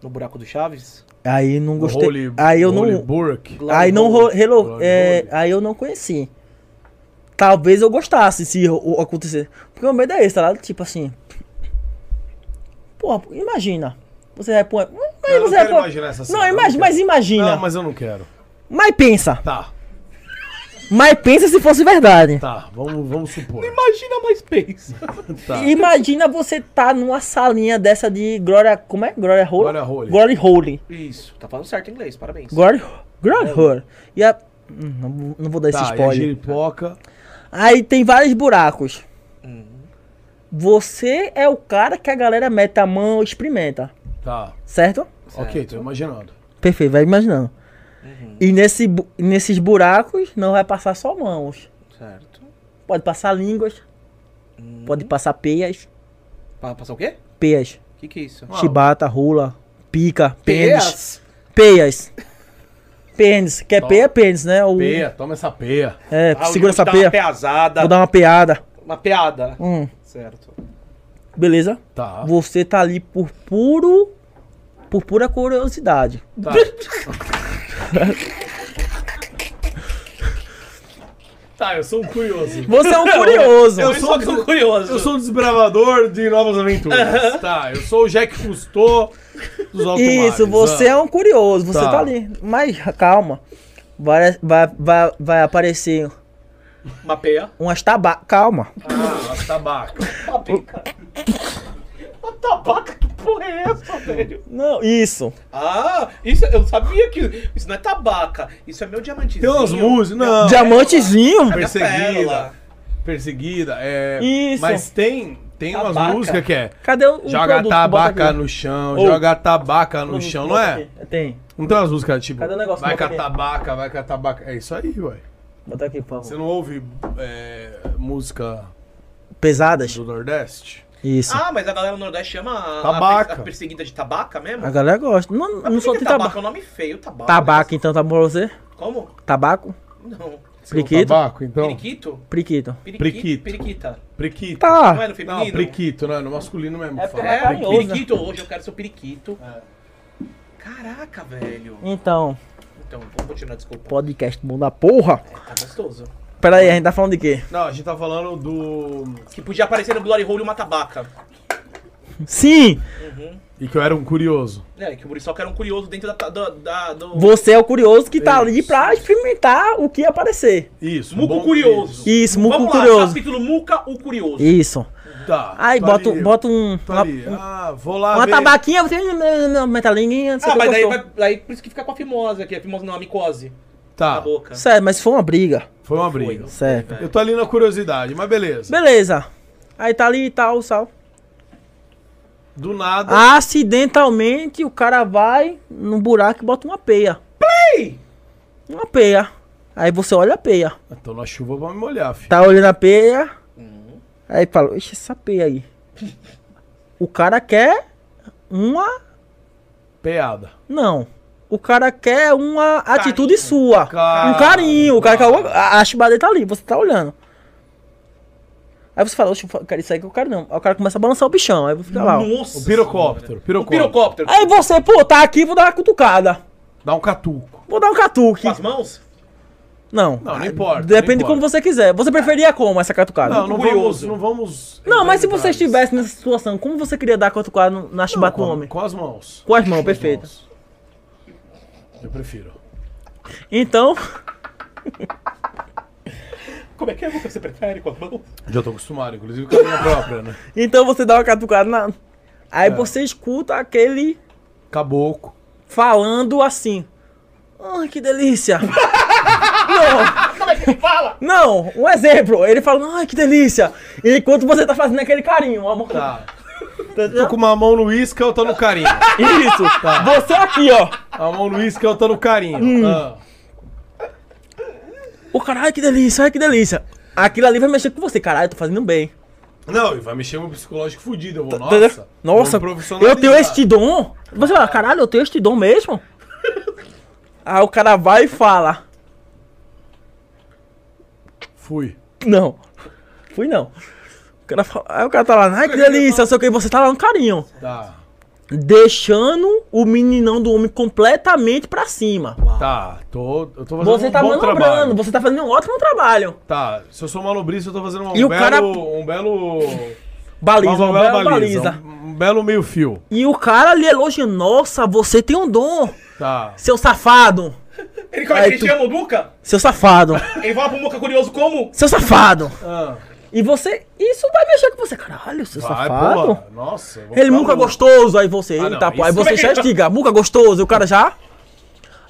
Speaker 5: No buraco do Chaves?
Speaker 6: Aí não
Speaker 5: Um
Speaker 6: gostei.
Speaker 3: Holy-
Speaker 6: aí eu
Speaker 3: Holy
Speaker 6: não.
Speaker 3: Burke.
Speaker 6: Aí não ro- relo-
Speaker 3: Glory
Speaker 6: é,
Speaker 3: hole.
Speaker 6: aí eu não conheci. Talvez eu gostasse se o- o acontecer. Porque o meu medo é esse, tá ligado? Tipo assim. Porra, imagina. Você vai pôr. Mas
Speaker 3: eu não
Speaker 6: você
Speaker 3: quero
Speaker 6: vai pôr-
Speaker 3: imaginar essa cena,
Speaker 6: Não,
Speaker 3: eu não
Speaker 6: imagi-
Speaker 3: quero.
Speaker 6: mas imagina.
Speaker 3: Não, mas eu não quero.
Speaker 6: Mas pensa.
Speaker 3: Tá,
Speaker 6: Mas pensa se fosse verdade.
Speaker 3: tá. Vamos, vamos supor.
Speaker 5: Imagina mais pensa.
Speaker 3: Tá.
Speaker 6: Imagina você tá numa salinha dessa de Glória. Como é? Glória Hole?
Speaker 3: Gloria Hole.
Speaker 6: Glory Hole.
Speaker 5: Isso, tá falando certo em inglês, parabéns.
Speaker 6: Glory, Glory Hole. E a. Hum, Não, vou- não vou dar esse
Speaker 3: Tá, e a
Speaker 6: spoiler.
Speaker 3: giripoca.
Speaker 6: Aí tem vários buracos.
Speaker 5: Hum.
Speaker 6: Você é o cara que a galera mete a mão e experimenta,
Speaker 3: Tá.
Speaker 6: certo?
Speaker 3: Ok, tô imaginando.
Speaker 6: Perfeito, vai imaginando.
Speaker 5: Uhum.
Speaker 6: E nesse, bu- nesses buracos não vai passar só mãos.
Speaker 5: Certo. Hum,
Speaker 6: Pode passar línguas,
Speaker 5: Uhum.
Speaker 6: pode passar peias,
Speaker 5: Pa- Passar o quê?
Speaker 6: peias,
Speaker 5: O que que é isso?
Speaker 6: chibata, rula, pica, pênis.
Speaker 5: Peias?
Speaker 6: Peias. Pênis. Quer peia, pênis, né? O,
Speaker 3: Peia, toma essa peia.
Speaker 6: É,
Speaker 5: Ah, o Diogo
Speaker 6: segura essa
Speaker 5: dá
Speaker 6: peia.
Speaker 5: Uma peazada.
Speaker 6: Vou dar uma peada.
Speaker 5: Uma peada.
Speaker 6: Hum,
Speaker 5: Certo.
Speaker 6: beleza?
Speaker 3: Tá.
Speaker 6: Você tá ali por puro. Por pura curiosidade.
Speaker 3: Tá. tá, eu sou um curioso.
Speaker 6: Você é um curioso.
Speaker 3: Eu sou, um curioso. Eu sou um desbravador de novas aventuras. Tá, eu sou o Jack Cousteau dos Ah. automares.
Speaker 6: Isso, você é um curioso. Você
Speaker 3: Tá.
Speaker 6: tá, ali. Mas calma. Vai, vai, vai, vai aparecer
Speaker 5: Uma peia.
Speaker 6: umas tabacas. Calma.
Speaker 3: Ah, ah, tabaco.
Speaker 5: Uma pica. Uma tabaca, que porra é essa, velho?
Speaker 6: Não, isso.
Speaker 5: Ah, isso eu sabia que. Isso não é tabaca. Isso é meu diamantezinho.
Speaker 3: Tem umas músicas. Não. é
Speaker 6: Diamantezinho.
Speaker 5: Minha
Speaker 3: Perseguida.
Speaker 5: pérola.
Speaker 3: Perseguida, é.
Speaker 6: Isso.
Speaker 3: Mas tem. Tem umas
Speaker 6: Tabaca.
Speaker 3: músicas que é.
Speaker 6: Cadê o, o
Speaker 3: Joga
Speaker 6: produto? Bota
Speaker 3: tabaca
Speaker 6: aqui.
Speaker 3: no chão,
Speaker 6: Ou-
Speaker 3: joga tabaca no
Speaker 6: Produto,
Speaker 3: chão, não
Speaker 6: bota
Speaker 3: é?
Speaker 6: aqui. Tem.
Speaker 3: Não tem umas músicas tipo.
Speaker 6: Cadê o negócio?
Speaker 3: Vai com
Speaker 6: Bota
Speaker 3: a
Speaker 6: aqui.
Speaker 3: tabaca, vai com a tabaca. É isso aí, ué.
Speaker 6: Bota aqui, por
Speaker 3: Você
Speaker 6: favor.
Speaker 3: não ouve é, música
Speaker 6: Pesadas?
Speaker 3: do Nordeste?
Speaker 6: Isso.
Speaker 5: Ah, mas a galera do Nordeste chama a- a
Speaker 3: Tabaca.
Speaker 5: pers- a perseguida de tabaca mesmo?
Speaker 6: A galera gosta. Não,
Speaker 5: Mas
Speaker 6: não
Speaker 5: por
Speaker 6: um só
Speaker 5: que
Speaker 6: tem
Speaker 5: que tabaca?
Speaker 6: tabaco.
Speaker 5: É um nome feio, tabaca.
Speaker 6: Tabaco, então, tá bom pra você?
Speaker 5: Como?
Speaker 6: Tabaco?
Speaker 5: Não.
Speaker 6: Priquito?
Speaker 3: Tabaco, então?
Speaker 5: Periquito?
Speaker 6: Priquito.
Speaker 5: Periquito?
Speaker 3: Priquito.
Speaker 5: Periquita.
Speaker 3: Priquito.
Speaker 5: Não é
Speaker 6: Tá.
Speaker 5: no feminino?
Speaker 3: Não, priquito, né? No masculino mesmo. fala.
Speaker 6: É porque-
Speaker 5: É,
Speaker 6: Carinhoso,
Speaker 5: periquito. Hoje eu quero ser o periquito. É. Caraca, velho.
Speaker 6: Então,
Speaker 5: Então, vamos continuar, desculpa.
Speaker 6: podcast bom da porra.
Speaker 5: Tá gostoso.
Speaker 6: Pera aí, a gente tá falando de quê?
Speaker 3: Não, a gente tá falando do.
Speaker 5: Que podia aparecer no Glory Hole uma tabaca.
Speaker 6: Sim!
Speaker 3: E que eu era um curioso.
Speaker 5: É, que o Muriçoca era um curioso dentro da... ta- da, da- do...
Speaker 6: Você é o curioso que tá ali pra experimentar o que aparecer.
Speaker 3: Isso.
Speaker 5: Muco
Speaker 3: bom-
Speaker 5: um curioso.
Speaker 6: Isso, muco
Speaker 5: Vamos lá,
Speaker 6: curioso.
Speaker 5: capítulo Muca o Curioso.
Speaker 6: Isso.
Speaker 3: Isso. Tá.
Speaker 6: Aí
Speaker 3: tô
Speaker 6: bota,
Speaker 3: ali,
Speaker 6: bota um.
Speaker 3: tô
Speaker 6: Uma,
Speaker 3: ali. Ah, vou lá.
Speaker 6: uma
Speaker 3: ver-
Speaker 6: tabaquinha, você. Metalinguinha, não sei
Speaker 5: Ah,
Speaker 6: o que
Speaker 5: mas daí,
Speaker 6: gostou.
Speaker 5: vai, daí por isso que fica com a fimose aqui. A fimose não, a micose. Na
Speaker 3: Tá.
Speaker 5: boca.
Speaker 6: Sério, mas foi uma briga.
Speaker 3: Foi uma
Speaker 5: Foi.
Speaker 3: briga.
Speaker 6: Certo.
Speaker 3: Eu tô ali na curiosidade, mas beleza.
Speaker 6: Beleza. Aí tá ali e tal, sal.
Speaker 3: Do nada.
Speaker 6: Ah. Acidentalmente o cara vai num buraco e bota uma peia. Play! Uma peia. Aí você olha a peia.
Speaker 3: Tô Então, na chuva pra me molhar, filho.
Speaker 6: Tá olhando a peia.
Speaker 3: Uhum.
Speaker 6: Aí fala, ixi, essa peia aí. o cara quer uma.
Speaker 3: Peada.
Speaker 6: Não. O cara quer uma atitude sua.
Speaker 3: Carinho.
Speaker 6: Um carinho. O cara quer alguma- A, a chibada tá ali, você tá olhando. Aí você fala, oxe, cara, isso aí que eu quero não. Aí o cara começa a balançar o bichão. Aí fica lá. ó.
Speaker 5: Nossa.
Speaker 3: O pirocóptero.
Speaker 5: O
Speaker 3: Pirocóptero.
Speaker 5: pirocóptero.
Speaker 6: Aí você, pô, tá aqui, vou dar uma cutucada.
Speaker 3: Dá um catuco.
Speaker 6: Vou dar um catuque.
Speaker 5: Com as mãos?
Speaker 6: Não.
Speaker 3: Não, não importa, não
Speaker 6: Depende
Speaker 3: importa.
Speaker 6: de como você quiser. Você preferia como essa catucada?
Speaker 3: Não, não vamos,
Speaker 5: curioso.
Speaker 3: não vamos.
Speaker 6: Não, mas se
Speaker 3: entrar
Speaker 6: você
Speaker 3: nisso.
Speaker 6: estivesse nessa situação, como você queria dar a catucada no- na
Speaker 3: Não,
Speaker 6: chibata do
Speaker 3: com,
Speaker 6: homem?
Speaker 3: com as mãos.
Speaker 6: Com as mãos, perfeito.
Speaker 3: mãos. Eu prefiro.
Speaker 6: Então,
Speaker 5: Como é que é? Você prefere com as mãos?
Speaker 3: Já tô acostumado, inclusive com a minha própria, né?
Speaker 6: então você dá uma catucada na. Aí
Speaker 3: É.
Speaker 6: você escuta aquele
Speaker 3: Caboclo.
Speaker 6: falando assim. Ai, que delícia! não!
Speaker 3: é
Speaker 6: Não, um exemplo. Ele fala, ai, que delícia! Enquanto você tá fazendo aquele carinho, amor.
Speaker 3: Tá. Tô com uma mão no uísque, eu tô no carinho. Tá.
Speaker 6: Isso! Você aqui, ó.
Speaker 3: A mão no uísque, eu tô no carinho.
Speaker 6: Hum.
Speaker 3: Ah.
Speaker 6: O caralho, que delícia, ai, que delícia. Aquilo ali vai mexer com você, caralho, eu tô fazendo bem.
Speaker 3: Não, e vai mexer meu psicológico fudido. Eu vou,
Speaker 6: Entendeu?
Speaker 3: nossa.
Speaker 6: Tá, Nossa,
Speaker 3: vou profissionalizar.
Speaker 6: eu tenho este dom. Você fala, caralho, eu tenho este dom mesmo? Aí o cara vai e fala. tipo-
Speaker 3: Fui.
Speaker 6: Não. Fui não. O cara fala- aí o cara tá lá, ai que delícia, não sei o que, você tá lá no carinho.
Speaker 3: Tá.
Speaker 6: Deixando o meninão do homem completamente pra cima.
Speaker 3: Tá, tô, eu tô fazendo
Speaker 6: Você
Speaker 3: um
Speaker 6: tá
Speaker 3: bom
Speaker 6: manobrando,
Speaker 3: trabalho.
Speaker 6: você tá fazendo um ótimo trabalho.
Speaker 3: Tá, se eu sou malobrista, eu tô fazendo um
Speaker 6: E o
Speaker 3: belo.
Speaker 6: cara-
Speaker 3: Um belo.
Speaker 6: Baliza,
Speaker 3: uma
Speaker 6: uma bela baliza.
Speaker 3: Um, um belo meio-fio.
Speaker 6: E o cara ali elogia, nossa, você tem um dom,
Speaker 3: Tá.
Speaker 6: seu safado,
Speaker 5: Ele, como é que
Speaker 6: Aí
Speaker 5: ele
Speaker 6: tu-
Speaker 5: chama o Muca?
Speaker 6: seu safado,
Speaker 5: Ele fala pro Muca curioso como?
Speaker 6: seu safado.
Speaker 3: Ah,
Speaker 6: E você, isso vai mexer com você, caralho, seu
Speaker 3: vai,
Speaker 6: safado.
Speaker 3: porra. Nossa. eu vou
Speaker 6: Ele
Speaker 3: ficar
Speaker 6: muca
Speaker 3: louco.
Speaker 6: gostoso, aí você,
Speaker 3: Ah,
Speaker 6: ele
Speaker 3: não,
Speaker 6: tá, pô. Aí
Speaker 3: isso-
Speaker 6: você já estiga, muca gostoso, e o cara já.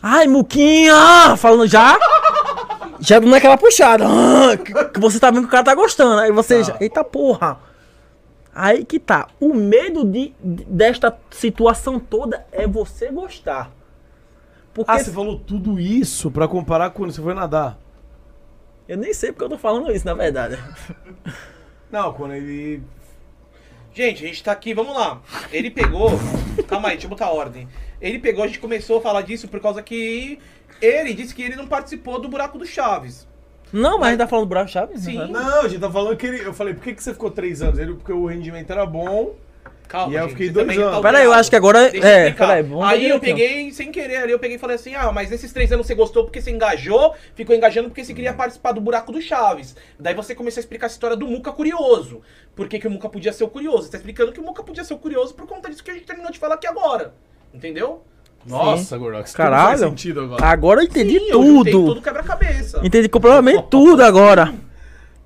Speaker 6: Ai, Muquinha! Falando já. Já dando aquela puxada. ah, que- Que você tá vendo que o cara tá gostando. Aí você já. Eita porra! Aí que tá. O medo de, de- desta situação toda é você gostar. Porque.
Speaker 3: Ah, você falou tudo isso pra comparar quando você foi nadar.
Speaker 6: Eu nem sei porque eu tô falando isso, na verdade.
Speaker 3: Não, quando ele.
Speaker 5: Gente, a gente tá aqui, vamos lá. Ele pegou. Calma aí, deixa eu botar a ordem. Ele pegou, a gente começou a falar disso por causa que. Ele disse que ele não participou do buraco do Chaves.
Speaker 6: Não, mas a gente tá falando do buraco chave?
Speaker 5: Sim.
Speaker 3: Não, a gente tá falando que ele. Eu falei, por que, que você ficou três anos? Ele, porque o rendimento era bom.
Speaker 5: Calma,
Speaker 3: E aí eu
Speaker 5: gente,
Speaker 3: fiquei
Speaker 5: você
Speaker 3: dois
Speaker 5: também tá
Speaker 3: anos.
Speaker 5: alterado.
Speaker 6: Peraí, eu acho que agora.
Speaker 5: Deixa eu
Speaker 6: é,
Speaker 5: explicar.
Speaker 6: peraí, vamos ver
Speaker 5: aí eu
Speaker 6: direitinho.
Speaker 5: peguei sem querer ali, eu peguei e falei assim: ah, mas nesses três anos você gostou porque você engajou, ficou engajando porque você queria participar do buraco do Chaves. Daí você começou a explicar a história do Muca curioso. Por que, que o Muca podia ser o curioso? Você tá explicando que o Muca podia ser o curioso por conta disso que a gente terminou de falar aqui agora. Entendeu?
Speaker 3: Nossa, Gordox. tudo
Speaker 6: Caralho. Ah.
Speaker 3: Faz sentido agora.
Speaker 6: Agora eu entendi
Speaker 5: Sim, eu
Speaker 6: tudo.
Speaker 5: juntei todo quebra-cabeça.
Speaker 6: Entendi completamente tudo agora.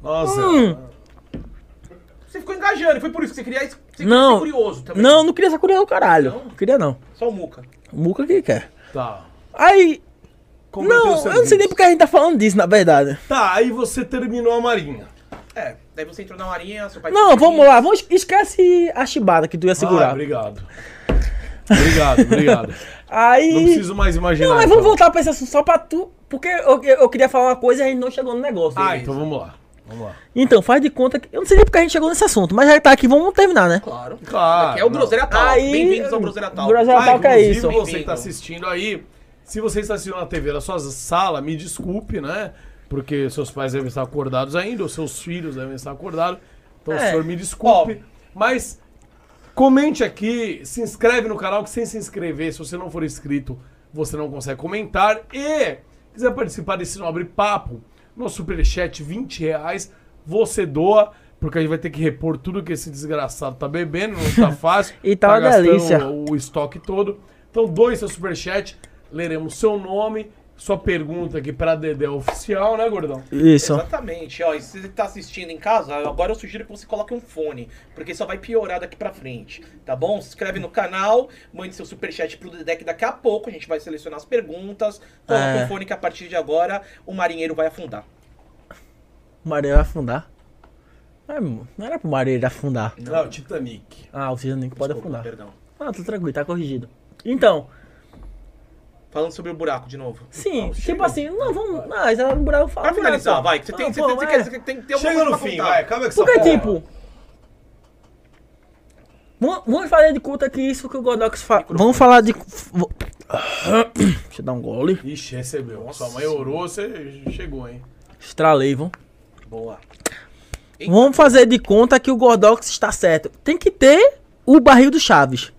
Speaker 3: Nossa.
Speaker 6: Hum.
Speaker 5: Você ficou engajando, e foi por isso que você queria, você queria
Speaker 6: Não.
Speaker 5: ser curioso também.
Speaker 6: Não, não queria essa curiosa, caralho.
Speaker 5: Não?
Speaker 6: Não queria não.
Speaker 5: Só o Muca.
Speaker 6: O Muca que quer.
Speaker 3: Tá.
Speaker 6: Aí.
Speaker 3: Como é
Speaker 6: não,
Speaker 3: teu
Speaker 6: eu não sei
Speaker 3: serviço.
Speaker 6: nem porque a gente tá falando disso, na verdade.
Speaker 3: Tá, aí você terminou a marinha.
Speaker 5: É. Daí você entrou na marinha, seu pai...
Speaker 6: Não, vamos lá, vamos, esquece a chibada que tu ia
Speaker 3: Ah,
Speaker 6: segurar.
Speaker 3: obrigado. Obrigado, obrigado.
Speaker 6: Aí.
Speaker 3: Não preciso mais imaginar.
Speaker 6: Não, mas vamos
Speaker 3: então.
Speaker 6: voltar pra esse assunto só pra tu. Porque eu, eu- eu queria falar uma coisa e a gente não chegou no negócio.
Speaker 3: Ah, então vamos lá. Vamos lá.
Speaker 6: Então, faz de conta que. Eu não sei nem porque a gente chegou nesse assunto, mas já tá aqui, vamos terminar, né?
Speaker 5: Claro.
Speaker 3: Claro.
Speaker 5: Aqui é o Groselha Talk.
Speaker 6: Aí-
Speaker 5: Bem-vindos ao Groselha Talk.
Speaker 6: Groselha-
Speaker 3: Ah,
Speaker 6: Natal que é
Speaker 3: inclusive,
Speaker 6: isso.
Speaker 3: você que tá assistindo aí, se você está assistindo na TV da sua sala, me desculpe, né? Porque seus pais devem estar acordados ainda, ou seus filhos devem estar acordados. Então,
Speaker 6: É.
Speaker 3: senhor, me desculpe. Mas comente aqui, se inscreve no canal, que sem se inscrever, se você não for inscrito, você não consegue comentar. E quiser participar desse nobre papo, nosso superchat, 20 reais, você doa. Porque a gente vai ter que repor tudo que esse desgraçado tá bebendo, não tá fácil.
Speaker 6: E tá uma
Speaker 3: gastando
Speaker 6: delícia.
Speaker 3: o estoque todo. Então, doe seu superchat, leremos seu nome, sua pergunta aqui pra Dedé Oficial, né, gordão?
Speaker 6: Isso.
Speaker 5: Exatamente, ó. E se você tá assistindo em casa, agora eu sugiro que você coloque um fone, porque só vai piorar daqui pra frente, tá bom? Se inscreve no canal, mande seu superchat pro Dedé, que daqui a pouco a gente vai selecionar as perguntas, coloca
Speaker 6: É.
Speaker 5: um fone que a partir de agora o marinheiro vai afundar.
Speaker 6: O marinheiro vai afundar. Ai, mo- Não era pro marinheiro afundar.
Speaker 3: Não, o Titanic.
Speaker 6: Ah, o Titanic pode afundar.
Speaker 5: Perdão.
Speaker 6: Ah, tô tranquilo, tá corrigido. Então,
Speaker 5: Falando sobre o buraco de novo.
Speaker 6: sim, tipo assim, não, vamos. Não, isso era um buraco falar.
Speaker 5: Pra finalizar, vai, que você tem, você, tem- você
Speaker 6: é.
Speaker 5: quer- você tem que ter alguma
Speaker 3: Chega no
Speaker 5: coisa pra
Speaker 3: fim,
Speaker 5: contar.
Speaker 3: vai, acaba com essa
Speaker 6: ah, Porque,
Speaker 3: porra.
Speaker 6: tipo. vam- Vamos fazer de conta que isso que o Godox fala. Vamos falar de. vo- Deixa eu dar um gole.
Speaker 3: Ixi, recebeu. Sua mãe orou, você chegou, hein?
Speaker 6: Estralei, vamos.
Speaker 5: Boa.
Speaker 6: Vamos fazer de conta que o Gordox está certo. Tem que ter o barril do Chaves.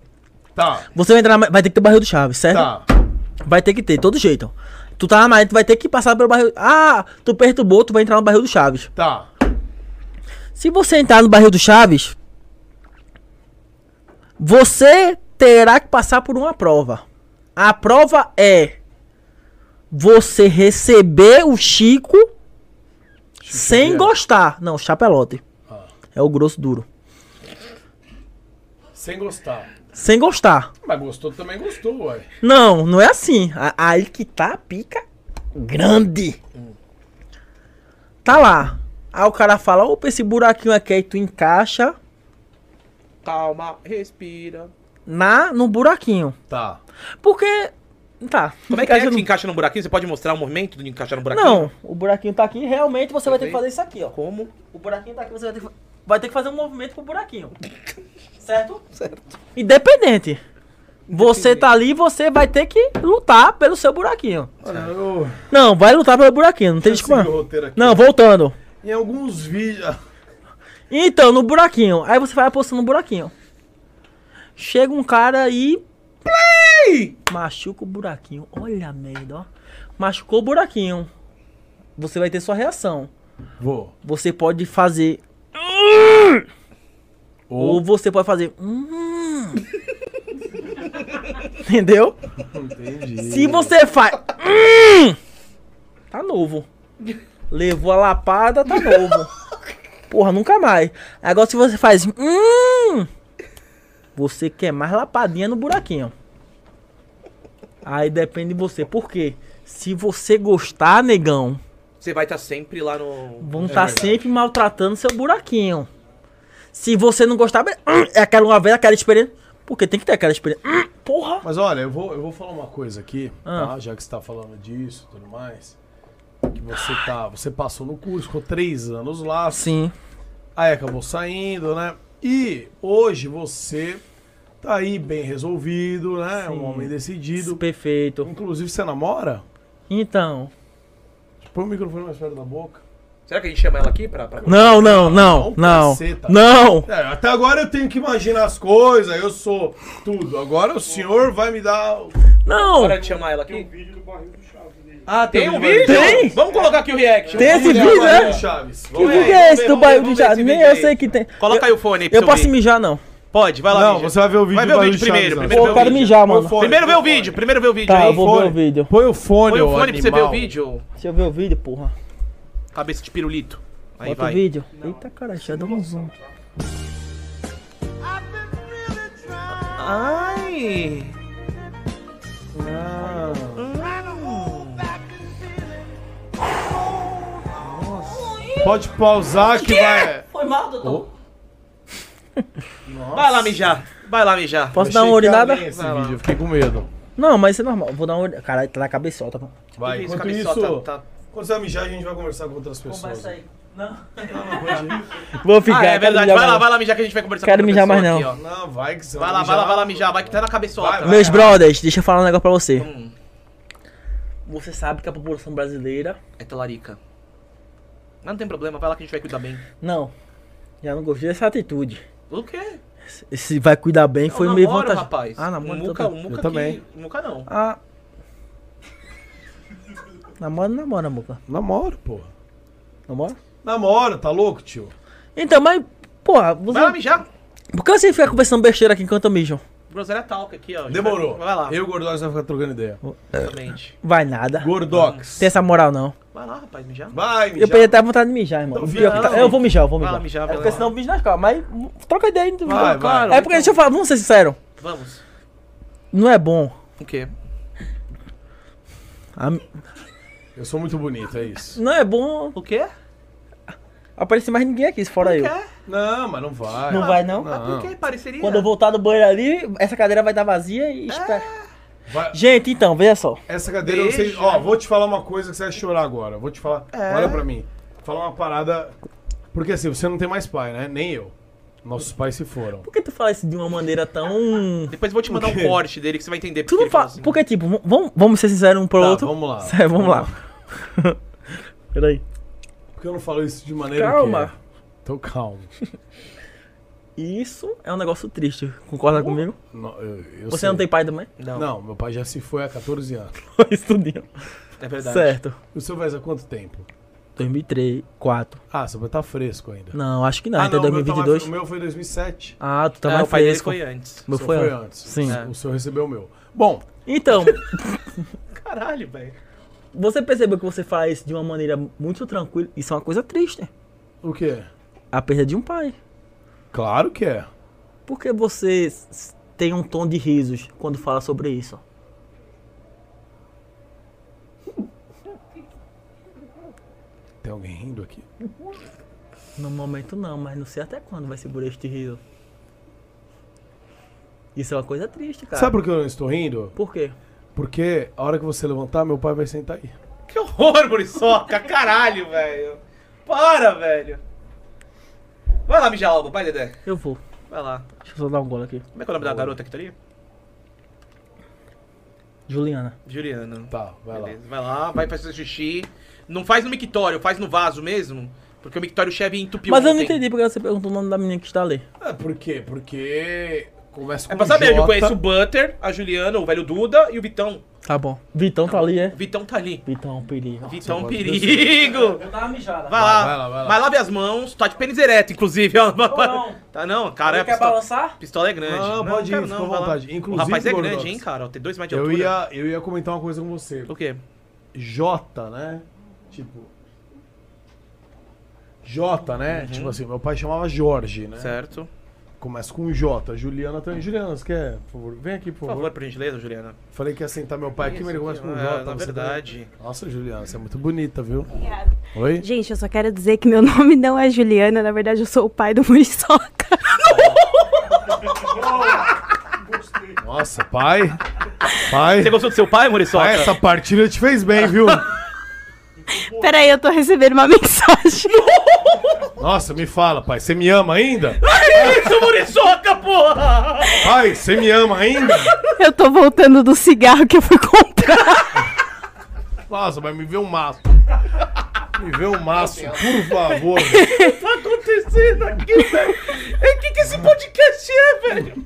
Speaker 3: Tá,
Speaker 6: Você vai entrar na... Vai ter que ter o barril do Chaves, certo?
Speaker 3: tá.
Speaker 6: Vai ter que ter, todo jeito. Tu tá na marinha, tu vai ter que passar pelo barril. Ah, tu perturbou, tu vai entrar no barril do Chaves.
Speaker 3: Tá.
Speaker 6: Se você entrar no barril do Chaves, você terá que passar por uma prova. A prova é você receber o Chico, sem
Speaker 3: Xavier.
Speaker 6: gostar. Não, chapelote. É o grosso duro.
Speaker 3: Sem gostar.
Speaker 6: Sem gostar.
Speaker 3: Mas gostou, também gostou, ué.
Speaker 6: Não, não é assim. A- Aí que tá a pica grande. Tá lá. Aí o cara fala, opa, esse buraquinho aqui, aí tu encaixa
Speaker 5: Calma, respira.
Speaker 6: na, no buraquinho.
Speaker 3: Tá.
Speaker 6: Porque. Tá.
Speaker 5: Como é que é
Speaker 6: Encaixa
Speaker 5: que
Speaker 6: no-
Speaker 5: encaixa no buraquinho? Você pode mostrar o movimento de encaixar no buraquinho?
Speaker 6: Não, o buraquinho tá aqui, realmente você vai ter que fazer isso aqui, ó.
Speaker 5: Como?
Speaker 6: O buraquinho tá aqui, você vai ter que, fa- vai ter que fazer um movimento pro buraquinho. certo? Certo. Independente. Você tá ali, você vai ter que lutar pelo seu buraquinho.
Speaker 3: Olha, eu
Speaker 6: Não, vai lutar pelo buraquinho, não tem
Speaker 3: eu segui
Speaker 6: desculpa.
Speaker 3: o
Speaker 6: não.
Speaker 3: roteiro aqui.
Speaker 6: Não, voltando.
Speaker 3: Em alguns vídeos. ah,
Speaker 6: Então, no buraquinho. Aí você vai apostando no buraquinho. Chega um cara e. Play! Machuca o buraquinho. Olha a merda, ó. Machucou o buraquinho. Você vai ter sua reação.
Speaker 3: Vou.
Speaker 6: Você pode fazer. Ou você pode fazer. "Hum". Entendeu?
Speaker 3: Entendi.
Speaker 6: Se você faz. "Hum", tá novo. Levou a lapada, tá novo. Porra, nunca mais. Agora se você faz. "Hum", você quer mais lapadinha no buraquinho. Aí depende de você. Por quê? Se você gostar, negão,
Speaker 5: Você vai estar sempre lá no...
Speaker 6: vão estar sempre maltratando seu buraquinho. Se você não gostar, be- "Hum", é aquela uma vez, aquela experiência. Porque tem que ter aquela experiência. "Hum", Porra!
Speaker 3: Mas olha, eu vou, eu vou falar uma coisa aqui,
Speaker 6: Ah.
Speaker 3: tá? Já que você tá falando disso e tudo mais. Que você tá. Você passou no curso, ficou três anos lá.
Speaker 6: Sim.
Speaker 3: Aí acabou saindo, né? E hoje você tá aí bem resolvido, né?
Speaker 6: Sim.
Speaker 3: Um homem decidido.
Speaker 6: Perfeito.
Speaker 3: Inclusive, você namora?
Speaker 6: Então.
Speaker 3: Põe o microfone mais perto da boca.
Speaker 5: Será que a gente chama ela aqui pra... pra...
Speaker 6: Não, não, não,
Speaker 3: Não,
Speaker 6: não.
Speaker 3: caceta.
Speaker 6: Não!
Speaker 3: É, até agora eu tenho que imaginar as coisas, eu sou tudo. Agora o senhor vai me dar.
Speaker 6: Não!
Speaker 5: Bora chamar ela aqui?
Speaker 3: Ah,
Speaker 5: Tem um vídeo?
Speaker 6: Tem?
Speaker 5: Vamos colocar aqui o react.
Speaker 6: Tem esse
Speaker 3: Tem
Speaker 6: vídeo,
Speaker 3: agora,
Speaker 6: né?
Speaker 3: Chaves.
Speaker 6: Que
Speaker 3: Vamos
Speaker 6: vídeo
Speaker 3: ver.
Speaker 6: é esse do
Speaker 5: vamos
Speaker 6: bairro
Speaker 5: ver
Speaker 6: do
Speaker 5: esse
Speaker 6: Jardim? Nem
Speaker 5: vídeo
Speaker 6: eu
Speaker 5: aí.
Speaker 6: sei que tem.
Speaker 5: Coloca aí
Speaker 6: eu,
Speaker 5: o fone aí pra
Speaker 6: Eu
Speaker 5: você
Speaker 6: posso
Speaker 5: ouvir.
Speaker 6: mijar, não.
Speaker 5: Pode, vai lá,
Speaker 3: Não,
Speaker 5: mídia.
Speaker 3: você vai ver o vídeo
Speaker 5: Vai ver o
Speaker 3: do
Speaker 5: vídeo
Speaker 3: Barulho
Speaker 5: primeiro,
Speaker 3: Chaves,
Speaker 5: primeiro
Speaker 6: Pô,
Speaker 5: vê
Speaker 6: eu
Speaker 5: o
Speaker 6: quero
Speaker 5: vídeo.
Speaker 6: mijar,
Speaker 3: Põe o
Speaker 6: mano.
Speaker 3: fone,
Speaker 5: Primeiro vê
Speaker 3: põe
Speaker 5: o
Speaker 3: o fone.
Speaker 5: vídeo, primeiro vê o vídeo
Speaker 6: Tá,
Speaker 5: aí.
Speaker 6: eu vou ver o vídeo.
Speaker 3: Põe o fone,
Speaker 5: Põe o
Speaker 3: ô
Speaker 5: fone pra você ver o
Speaker 3: animal.
Speaker 5: vídeo,
Speaker 6: Deixa eu ver o vídeo, porra.
Speaker 5: cabeça de pirulito. Aí
Speaker 6: Bota o
Speaker 5: vai.
Speaker 6: vídeo. Eita, cara, já deu um zoom.
Speaker 5: Ai!
Speaker 3: Pode pausar que é? vai.
Speaker 6: mal, doutor.
Speaker 5: Vai lá mijar. Vai lá mijar.
Speaker 6: Posso dar uma urinada?
Speaker 3: Esse vídeo, eu fiquei com medo.
Speaker 6: Não, mas isso é normal. Vou dar uma urinada. Caralho, tá na cabeçota, pô.
Speaker 3: Vai,
Speaker 5: Isso,
Speaker 3: enquanto
Speaker 5: cabeçota,
Speaker 3: é isso,
Speaker 5: tá-
Speaker 3: quando você vai mijar, a gente vai conversar com outras pessoas.
Speaker 6: Conversa aí. Não. Vou
Speaker 5: Ah,
Speaker 6: ficar,
Speaker 5: é
Speaker 6: quero
Speaker 5: verdade.
Speaker 6: mijar
Speaker 5: Vai lá,
Speaker 6: mais
Speaker 5: vai lá mijar que a gente vai conversar
Speaker 6: Quero
Speaker 5: outra
Speaker 6: mijar
Speaker 5: pessoa
Speaker 6: mais não.
Speaker 5: aqui, ó.
Speaker 3: Não, vai que você
Speaker 5: Vai lá, vai lá, vai lá mijar. Vai que tá na
Speaker 3: Vai,
Speaker 5: cabeçota.
Speaker 3: vai.
Speaker 6: Meus brothers, deixa eu falar um negócio pra você.
Speaker 5: Então,
Speaker 6: Você sabe que a população brasileira.
Speaker 5: É telarica. Mas não tem problema, vai lá que a gente vai cuidar bem.
Speaker 6: Não. Já não gostei dessa atitude.
Speaker 5: O quê? É um
Speaker 6: Esse vai cuidar bem foi meio
Speaker 5: namoro,
Speaker 6: vantagem.
Speaker 5: rapaz.
Speaker 6: Ah,
Speaker 5: O
Speaker 6: namoro
Speaker 5: Muca,
Speaker 6: também.
Speaker 5: o Muca
Speaker 3: Eu
Speaker 5: que-
Speaker 3: também.
Speaker 5: o Muca não.
Speaker 6: Ah. Namora ou não namora, Muca?
Speaker 3: Namoro, porra.
Speaker 6: Namora?
Speaker 3: Namoro, tá louco, tio?
Speaker 6: Então, mas. Porra, você.
Speaker 5: Vai lá mijar.
Speaker 6: Por que você fica conversando besteira aqui enquanto eu mijo?
Speaker 5: Groselha talk aqui, ó. A gente
Speaker 3: Demorou.
Speaker 5: Vai, vai lá.
Speaker 3: Eu e o Gordox vai ficar trocando ideia.
Speaker 5: Exatamente.
Speaker 6: Vai nada.
Speaker 3: Gordox.
Speaker 6: Tem essa moral, não.
Speaker 5: Vai lá, rapaz, mijar.
Speaker 3: Vai,
Speaker 6: Eu perdi até a vontade de mijar, irmão.
Speaker 3: Então
Speaker 6: O pior
Speaker 3: vai,
Speaker 6: que tá-
Speaker 3: vai.
Speaker 6: Eu vou mijar, eu vou
Speaker 5: Vai
Speaker 6: mijar.
Speaker 5: lá mijar,
Speaker 6: é
Speaker 5: vai
Speaker 6: porque
Speaker 5: lá.
Speaker 6: senão o bicho nas calma. Mas hum, troca ideia aí. não
Speaker 3: Vai,
Speaker 6: duvida.
Speaker 3: vai.
Speaker 6: É porque, deixa eu falar, vamos ser sinceros.
Speaker 5: Vamos.
Speaker 6: Não é bom.
Speaker 5: O quê?
Speaker 6: A-
Speaker 3: Eu sou muito bonito, é isso.
Speaker 6: Não é bom
Speaker 5: O quê?
Speaker 6: aparecer mais ninguém aqui, fora eu.
Speaker 5: Quer?
Speaker 3: Não, mas não vai.
Speaker 6: Não vai, não?
Speaker 5: Mas por que pareceria?
Speaker 6: Quando eu voltar do banheiro ali, essa cadeira vai estar vazia e espera.
Speaker 3: Vai-
Speaker 6: Gente, então, veja só.
Speaker 3: Essa cadeira, eu não sei.
Speaker 5: Beijo.
Speaker 3: Ó, vou te falar uma coisa que você vai chorar agora. Vou te falar. Olha pra mim. Falar uma parada. Porque assim, você não tem mais pai, né? Nem eu. Nossos pais se foram. Tá,
Speaker 6: Por que tu fala isso de uma maneira tão.
Speaker 5: Depois eu vou te mandar um corte dele que você vai entender.
Speaker 6: Tu
Speaker 5: porque
Speaker 6: não
Speaker 5: ele fala assim.
Speaker 6: fala. Porque, tipo, v- vamos, vamos ser sinceros um pro
Speaker 3: Tá,
Speaker 6: outro.
Speaker 3: vamos lá.
Speaker 6: Sério, vamos lá. Peraí.
Speaker 3: Por que eu não falo isso de maneira. Então,
Speaker 6: Calma.
Speaker 3: Que... Tô calmo.
Speaker 6: Isso é um negócio triste. Concorda comigo?
Speaker 3: Não, eu- eu
Speaker 6: Você
Speaker 3: sei.
Speaker 6: não tem pai também?
Speaker 5: Não,
Speaker 3: Não, meu pai já se foi há 14 anos.
Speaker 6: Estudinho.
Speaker 5: é verdade.
Speaker 6: Certo.
Speaker 3: O senhor faz há quanto tempo?
Speaker 6: 2003, 4.
Speaker 3: Ah, seu pai tá fresco ainda.
Speaker 6: Não, acho que não. então é até
Speaker 3: o meu tá mais-
Speaker 6: 2022.
Speaker 3: O meu foi em 2007.
Speaker 6: Ah, tu tá
Speaker 5: É,
Speaker 6: mais
Speaker 5: o pai dele
Speaker 6: fresco.
Speaker 5: foi antes.
Speaker 6: Meu
Speaker 3: O seu
Speaker 6: foi,
Speaker 3: foi
Speaker 6: antes.
Speaker 3: antes. É.
Speaker 6: Sim.
Speaker 3: O senhor recebeu o meu. Bom,
Speaker 6: Então,
Speaker 5: Caralho, velho.
Speaker 6: você percebeu que você fala isso de uma maneira muito tranquila. Isso é uma coisa triste.
Speaker 3: o quê?
Speaker 6: A perda de um pai.
Speaker 3: Claro que é.
Speaker 6: Por que você s- tem um tom de risos quando fala sobre isso?
Speaker 3: Tem alguém rindo aqui?
Speaker 6: No momento não, mas não sei até quando vai segurar este riso. Isso é uma coisa triste, cara.
Speaker 3: Sabe por que eu não estou rindo?
Speaker 6: por quê?
Speaker 3: Porque a hora que você levantar, meu pai vai sentar aí.
Speaker 5: Que horror, Muriçoca. Caralho, velho. Para, velho. Vai lá mijar logo, vai, Dedé.
Speaker 6: Eu vou.
Speaker 5: Vai lá.
Speaker 6: Deixa eu só dar um golo aqui.
Speaker 5: Como é que é o nome da garota que tá ali?
Speaker 6: Juliana.
Speaker 5: Juliana.
Speaker 3: Tá, vai lá.
Speaker 5: Beleza. Vai lá, vai fazer seu xixi. Não faz no mictório, faz no vaso mesmo. Porque o mictório cheve entupiu
Speaker 6: Mas eu não
Speaker 5: ontem.
Speaker 6: entendi porque você perguntou o nome da menina que está ali.
Speaker 3: É, por quê? Porque começa com
Speaker 5: É pra saber,
Speaker 3: J.
Speaker 5: eu conheço o Butter, a Juliana, o velho Duda e o Vitão.
Speaker 6: Tá bom. Vitão tá ali, é?
Speaker 5: Vitão tá ali.
Speaker 6: Vitão, perigo.
Speaker 5: Vitão,
Speaker 3: pode
Speaker 5: perigo!
Speaker 6: Vou dar uma mijada.
Speaker 5: Vai lá,
Speaker 3: vai lá, vai lá.
Speaker 5: Mas lave as mãos, tá de pênis ereto, inclusive. ó.
Speaker 6: não.
Speaker 5: Tá não, cara, é
Speaker 6: quer
Speaker 5: pistola,
Speaker 6: balançar?
Speaker 5: pistola é grande.
Speaker 3: Não, pode ir,
Speaker 5: quero
Speaker 3: fica à
Speaker 5: vai lá.
Speaker 3: vontade.
Speaker 5: O
Speaker 3: Inclusive,
Speaker 5: rapaz é
Speaker 3: Gordox,
Speaker 5: grande, hein, cara? ó, Tem dois metros de
Speaker 3: Eu
Speaker 5: altura.
Speaker 3: ia, eu ia comentar uma coisa com você.
Speaker 5: O quê?
Speaker 3: J, né? Tipo. J, né? Tipo assim, meu pai chamava Jorge,
Speaker 5: É.
Speaker 3: né?
Speaker 5: Uhum. Certo.
Speaker 3: Começa com J. Juliana também. Juliana, você quer, por favor? Vem aqui, por,
Speaker 5: Por
Speaker 3: favor.
Speaker 5: favor, por gentileza, Juliana.
Speaker 3: Falei que ia sentar meu pai aqui, mas ele começa com
Speaker 5: Ah,
Speaker 3: J.
Speaker 5: na
Speaker 3: você
Speaker 5: verdade.
Speaker 3: também. Nossa, Juliana, você é muito bonita, viu? Oi?
Speaker 9: Gente, eu só quero dizer que meu nome não é Juliana, na verdade eu sou o pai do Muriçoca.
Speaker 3: Nossa, pai. Pai.
Speaker 5: Você gostou do seu pai, Muriçoca?
Speaker 3: pai, Ah, essa partilha te fez bem, viu?
Speaker 9: Peraí, eu tô recebendo uma mensagem.
Speaker 3: Nossa, me fala, pai. Você me ama ainda?
Speaker 5: Isso, Muriçoca, porra!
Speaker 3: Pai, você me ama ainda?
Speaker 9: Eu tô voltando do cigarro que eu fui comprar.
Speaker 3: Nossa, mas me vê um maço. Me vê um maço, por favor.
Speaker 5: tá acontecendo aqui, velho? O que, que esse podcast é, velho?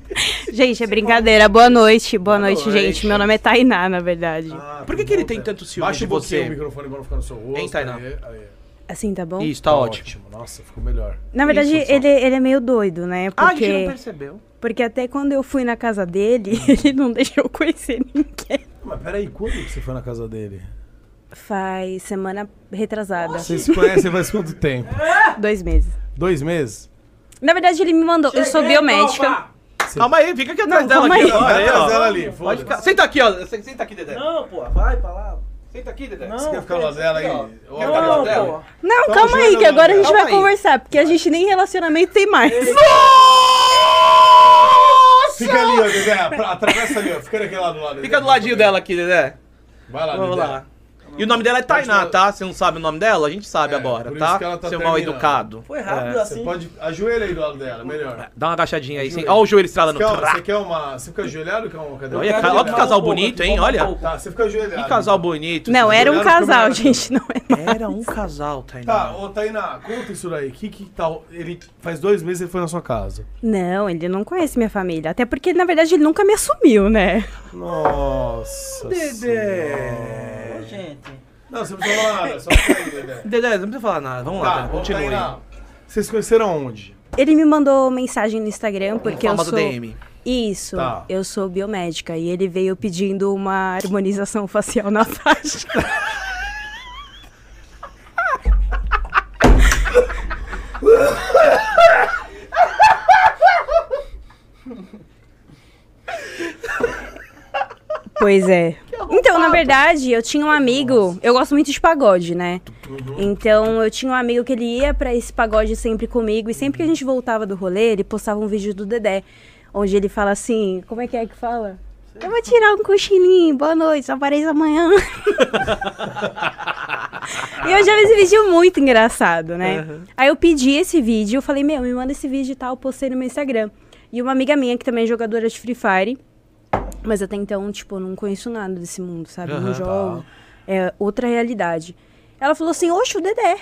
Speaker 9: Gente, é brincadeira. Boa noite. Boa, noite,
Speaker 3: noite.
Speaker 9: gente. Meu nome é Tainá, na verdade.
Speaker 3: Ah,
Speaker 5: Por que, que ele tem tanto ciúme
Speaker 3: tá Baixa
Speaker 5: de
Speaker 3: um pouquinho o
Speaker 5: você?
Speaker 3: microfone pra não ficar no seu rosto.
Speaker 5: Hein, Tainá?
Speaker 3: Aí, aí.
Speaker 9: Assim, tá bom?
Speaker 5: Isso, tá ótimo.
Speaker 3: Nossa, ficou melhor.
Speaker 9: Na verdade,
Speaker 5: Isso, só.
Speaker 9: ele, ele é meio doido, né?
Speaker 5: Ah, a gente não
Speaker 9: Porque,
Speaker 5: percebeu.
Speaker 9: porque até quando eu fui na casa dele, ele não deixou eu conhecer ninguém.
Speaker 3: Mas peraí, quando que você foi na casa dele?
Speaker 9: Faz semana retrasada.
Speaker 3: Vocês se conhecem faz quanto tempo?
Speaker 9: Dois meses.
Speaker 3: Dois meses?
Speaker 9: Na verdade, ele me mandou. Eu sou biomédica.
Speaker 5: Calma aí, fica aqui atrás dela.
Speaker 9: Não, calma
Speaker 5: Aqui,
Speaker 9: aí.
Speaker 5: ó,
Speaker 9: Vai
Speaker 5: aí, ó.
Speaker 3: ali,
Speaker 5: Pode ficar. Senta aqui, ó. Se- Senta aqui, Dedé.
Speaker 6: Não, pô, vai pra lá.
Speaker 5: Senta aqui, Dedé.
Speaker 6: Não,
Speaker 3: Quer ficar na dela aí? Ou
Speaker 5: Quer
Speaker 3: na
Speaker 5: ficar na
Speaker 6: não,
Speaker 5: dela?
Speaker 6: pô.
Speaker 9: Não,
Speaker 3: Então,
Speaker 9: calma aí,
Speaker 3: Joana,
Speaker 9: que agora a gente
Speaker 5: calma
Speaker 9: vai
Speaker 5: aí.
Speaker 9: conversar, porque a gente nem relacionamento tem mais.
Speaker 3: Fica ali, ó, Dedé. Pra- Atravessa ali, ó. Fica daquele lado lá. Dedé.
Speaker 5: Fica do ladinho dela aqui, Dedé.
Speaker 3: Vai lá,
Speaker 5: Vamos
Speaker 3: Dedé.
Speaker 5: lá. E o nome dela é Tainá, tá? Você não sabe o nome dela? A gente sabe
Speaker 3: É,
Speaker 5: agora,
Speaker 3: por
Speaker 5: tá?
Speaker 3: isso que ela tá
Speaker 5: Seu
Speaker 3: terminando.
Speaker 5: mal educado.
Speaker 6: Foi rápido
Speaker 5: É.
Speaker 6: assim.
Speaker 3: Você pode. Ajoelha aí do lado dela, melhor.
Speaker 5: Dá uma agachadinha aí. Sim. Ó o joelho estralando.
Speaker 3: Calma,
Speaker 5: Trá.
Speaker 3: você quer uma. Você fica ajoelhado ou quer uma cadeira?
Speaker 5: Olha,
Speaker 7: quero
Speaker 5: cara, olha que
Speaker 7: levar
Speaker 5: casal
Speaker 7: um pouco
Speaker 5: bonito,
Speaker 7: aqui,
Speaker 5: hein?
Speaker 7: vamos um
Speaker 5: Olha.
Speaker 7: pouco.
Speaker 3: Tá, você fica ajoelhado.
Speaker 5: Que casal bonito.
Speaker 9: Não, era um
Speaker 3: Olhando pra
Speaker 9: casal,
Speaker 3: câmera,
Speaker 9: gente, não é era.
Speaker 5: Era um casal,
Speaker 3: Tá,
Speaker 5: Tainá.
Speaker 3: ô Tainá, conta isso daí. Que que tal? Ele faz dois meses ele foi na sua casa.
Speaker 9: Não, ele não conhece minha família. Até porque, na verdade, ele nunca me assumiu, né?
Speaker 3: Nossa. Dedé.
Speaker 6: Ô, gente.
Speaker 3: Não, você não precisa falar nada, só fica aí, Dedé.
Speaker 5: Dedé, não precisa falar nada. Vamos lá,
Speaker 3: Tá,
Speaker 5: Tainá.
Speaker 3: ô
Speaker 5: continue.
Speaker 3: Tainá. Vocês se conheceram onde?
Speaker 9: Ele me mandou mensagem no Instagram porque eu
Speaker 5: Famoso
Speaker 9: sou.
Speaker 5: DM.
Speaker 9: Isso,
Speaker 3: Tá.
Speaker 9: eu sou biomédica e ele veio pedindo uma harmonização facial na faixa. Pois é. Então, na verdade, eu tinha um amigo. Eu gosto muito de pagode, né? Então, eu tinha um amigo que ele ia pra esse pagode sempre comigo. E sempre que a gente voltava do rolê, ele postava um vídeo do Dedé. Onde ele fala assim: Como é que é que fala? Eu vou tirar um cochilinho, boa noite, só apareço amanhã. e eu já vi esse vídeo muito engraçado, né? Aí eu pedi esse vídeo, eu falei, meu, me manda esse vídeo e tal, eu postei no meu Instagram. E uma amiga minha, que também é jogadora de Free Fire, mas até então, tipo, eu não conheço nada desse mundo, sabe? não jogo. É outra realidade. Ela falou assim, oxe, o Dedé.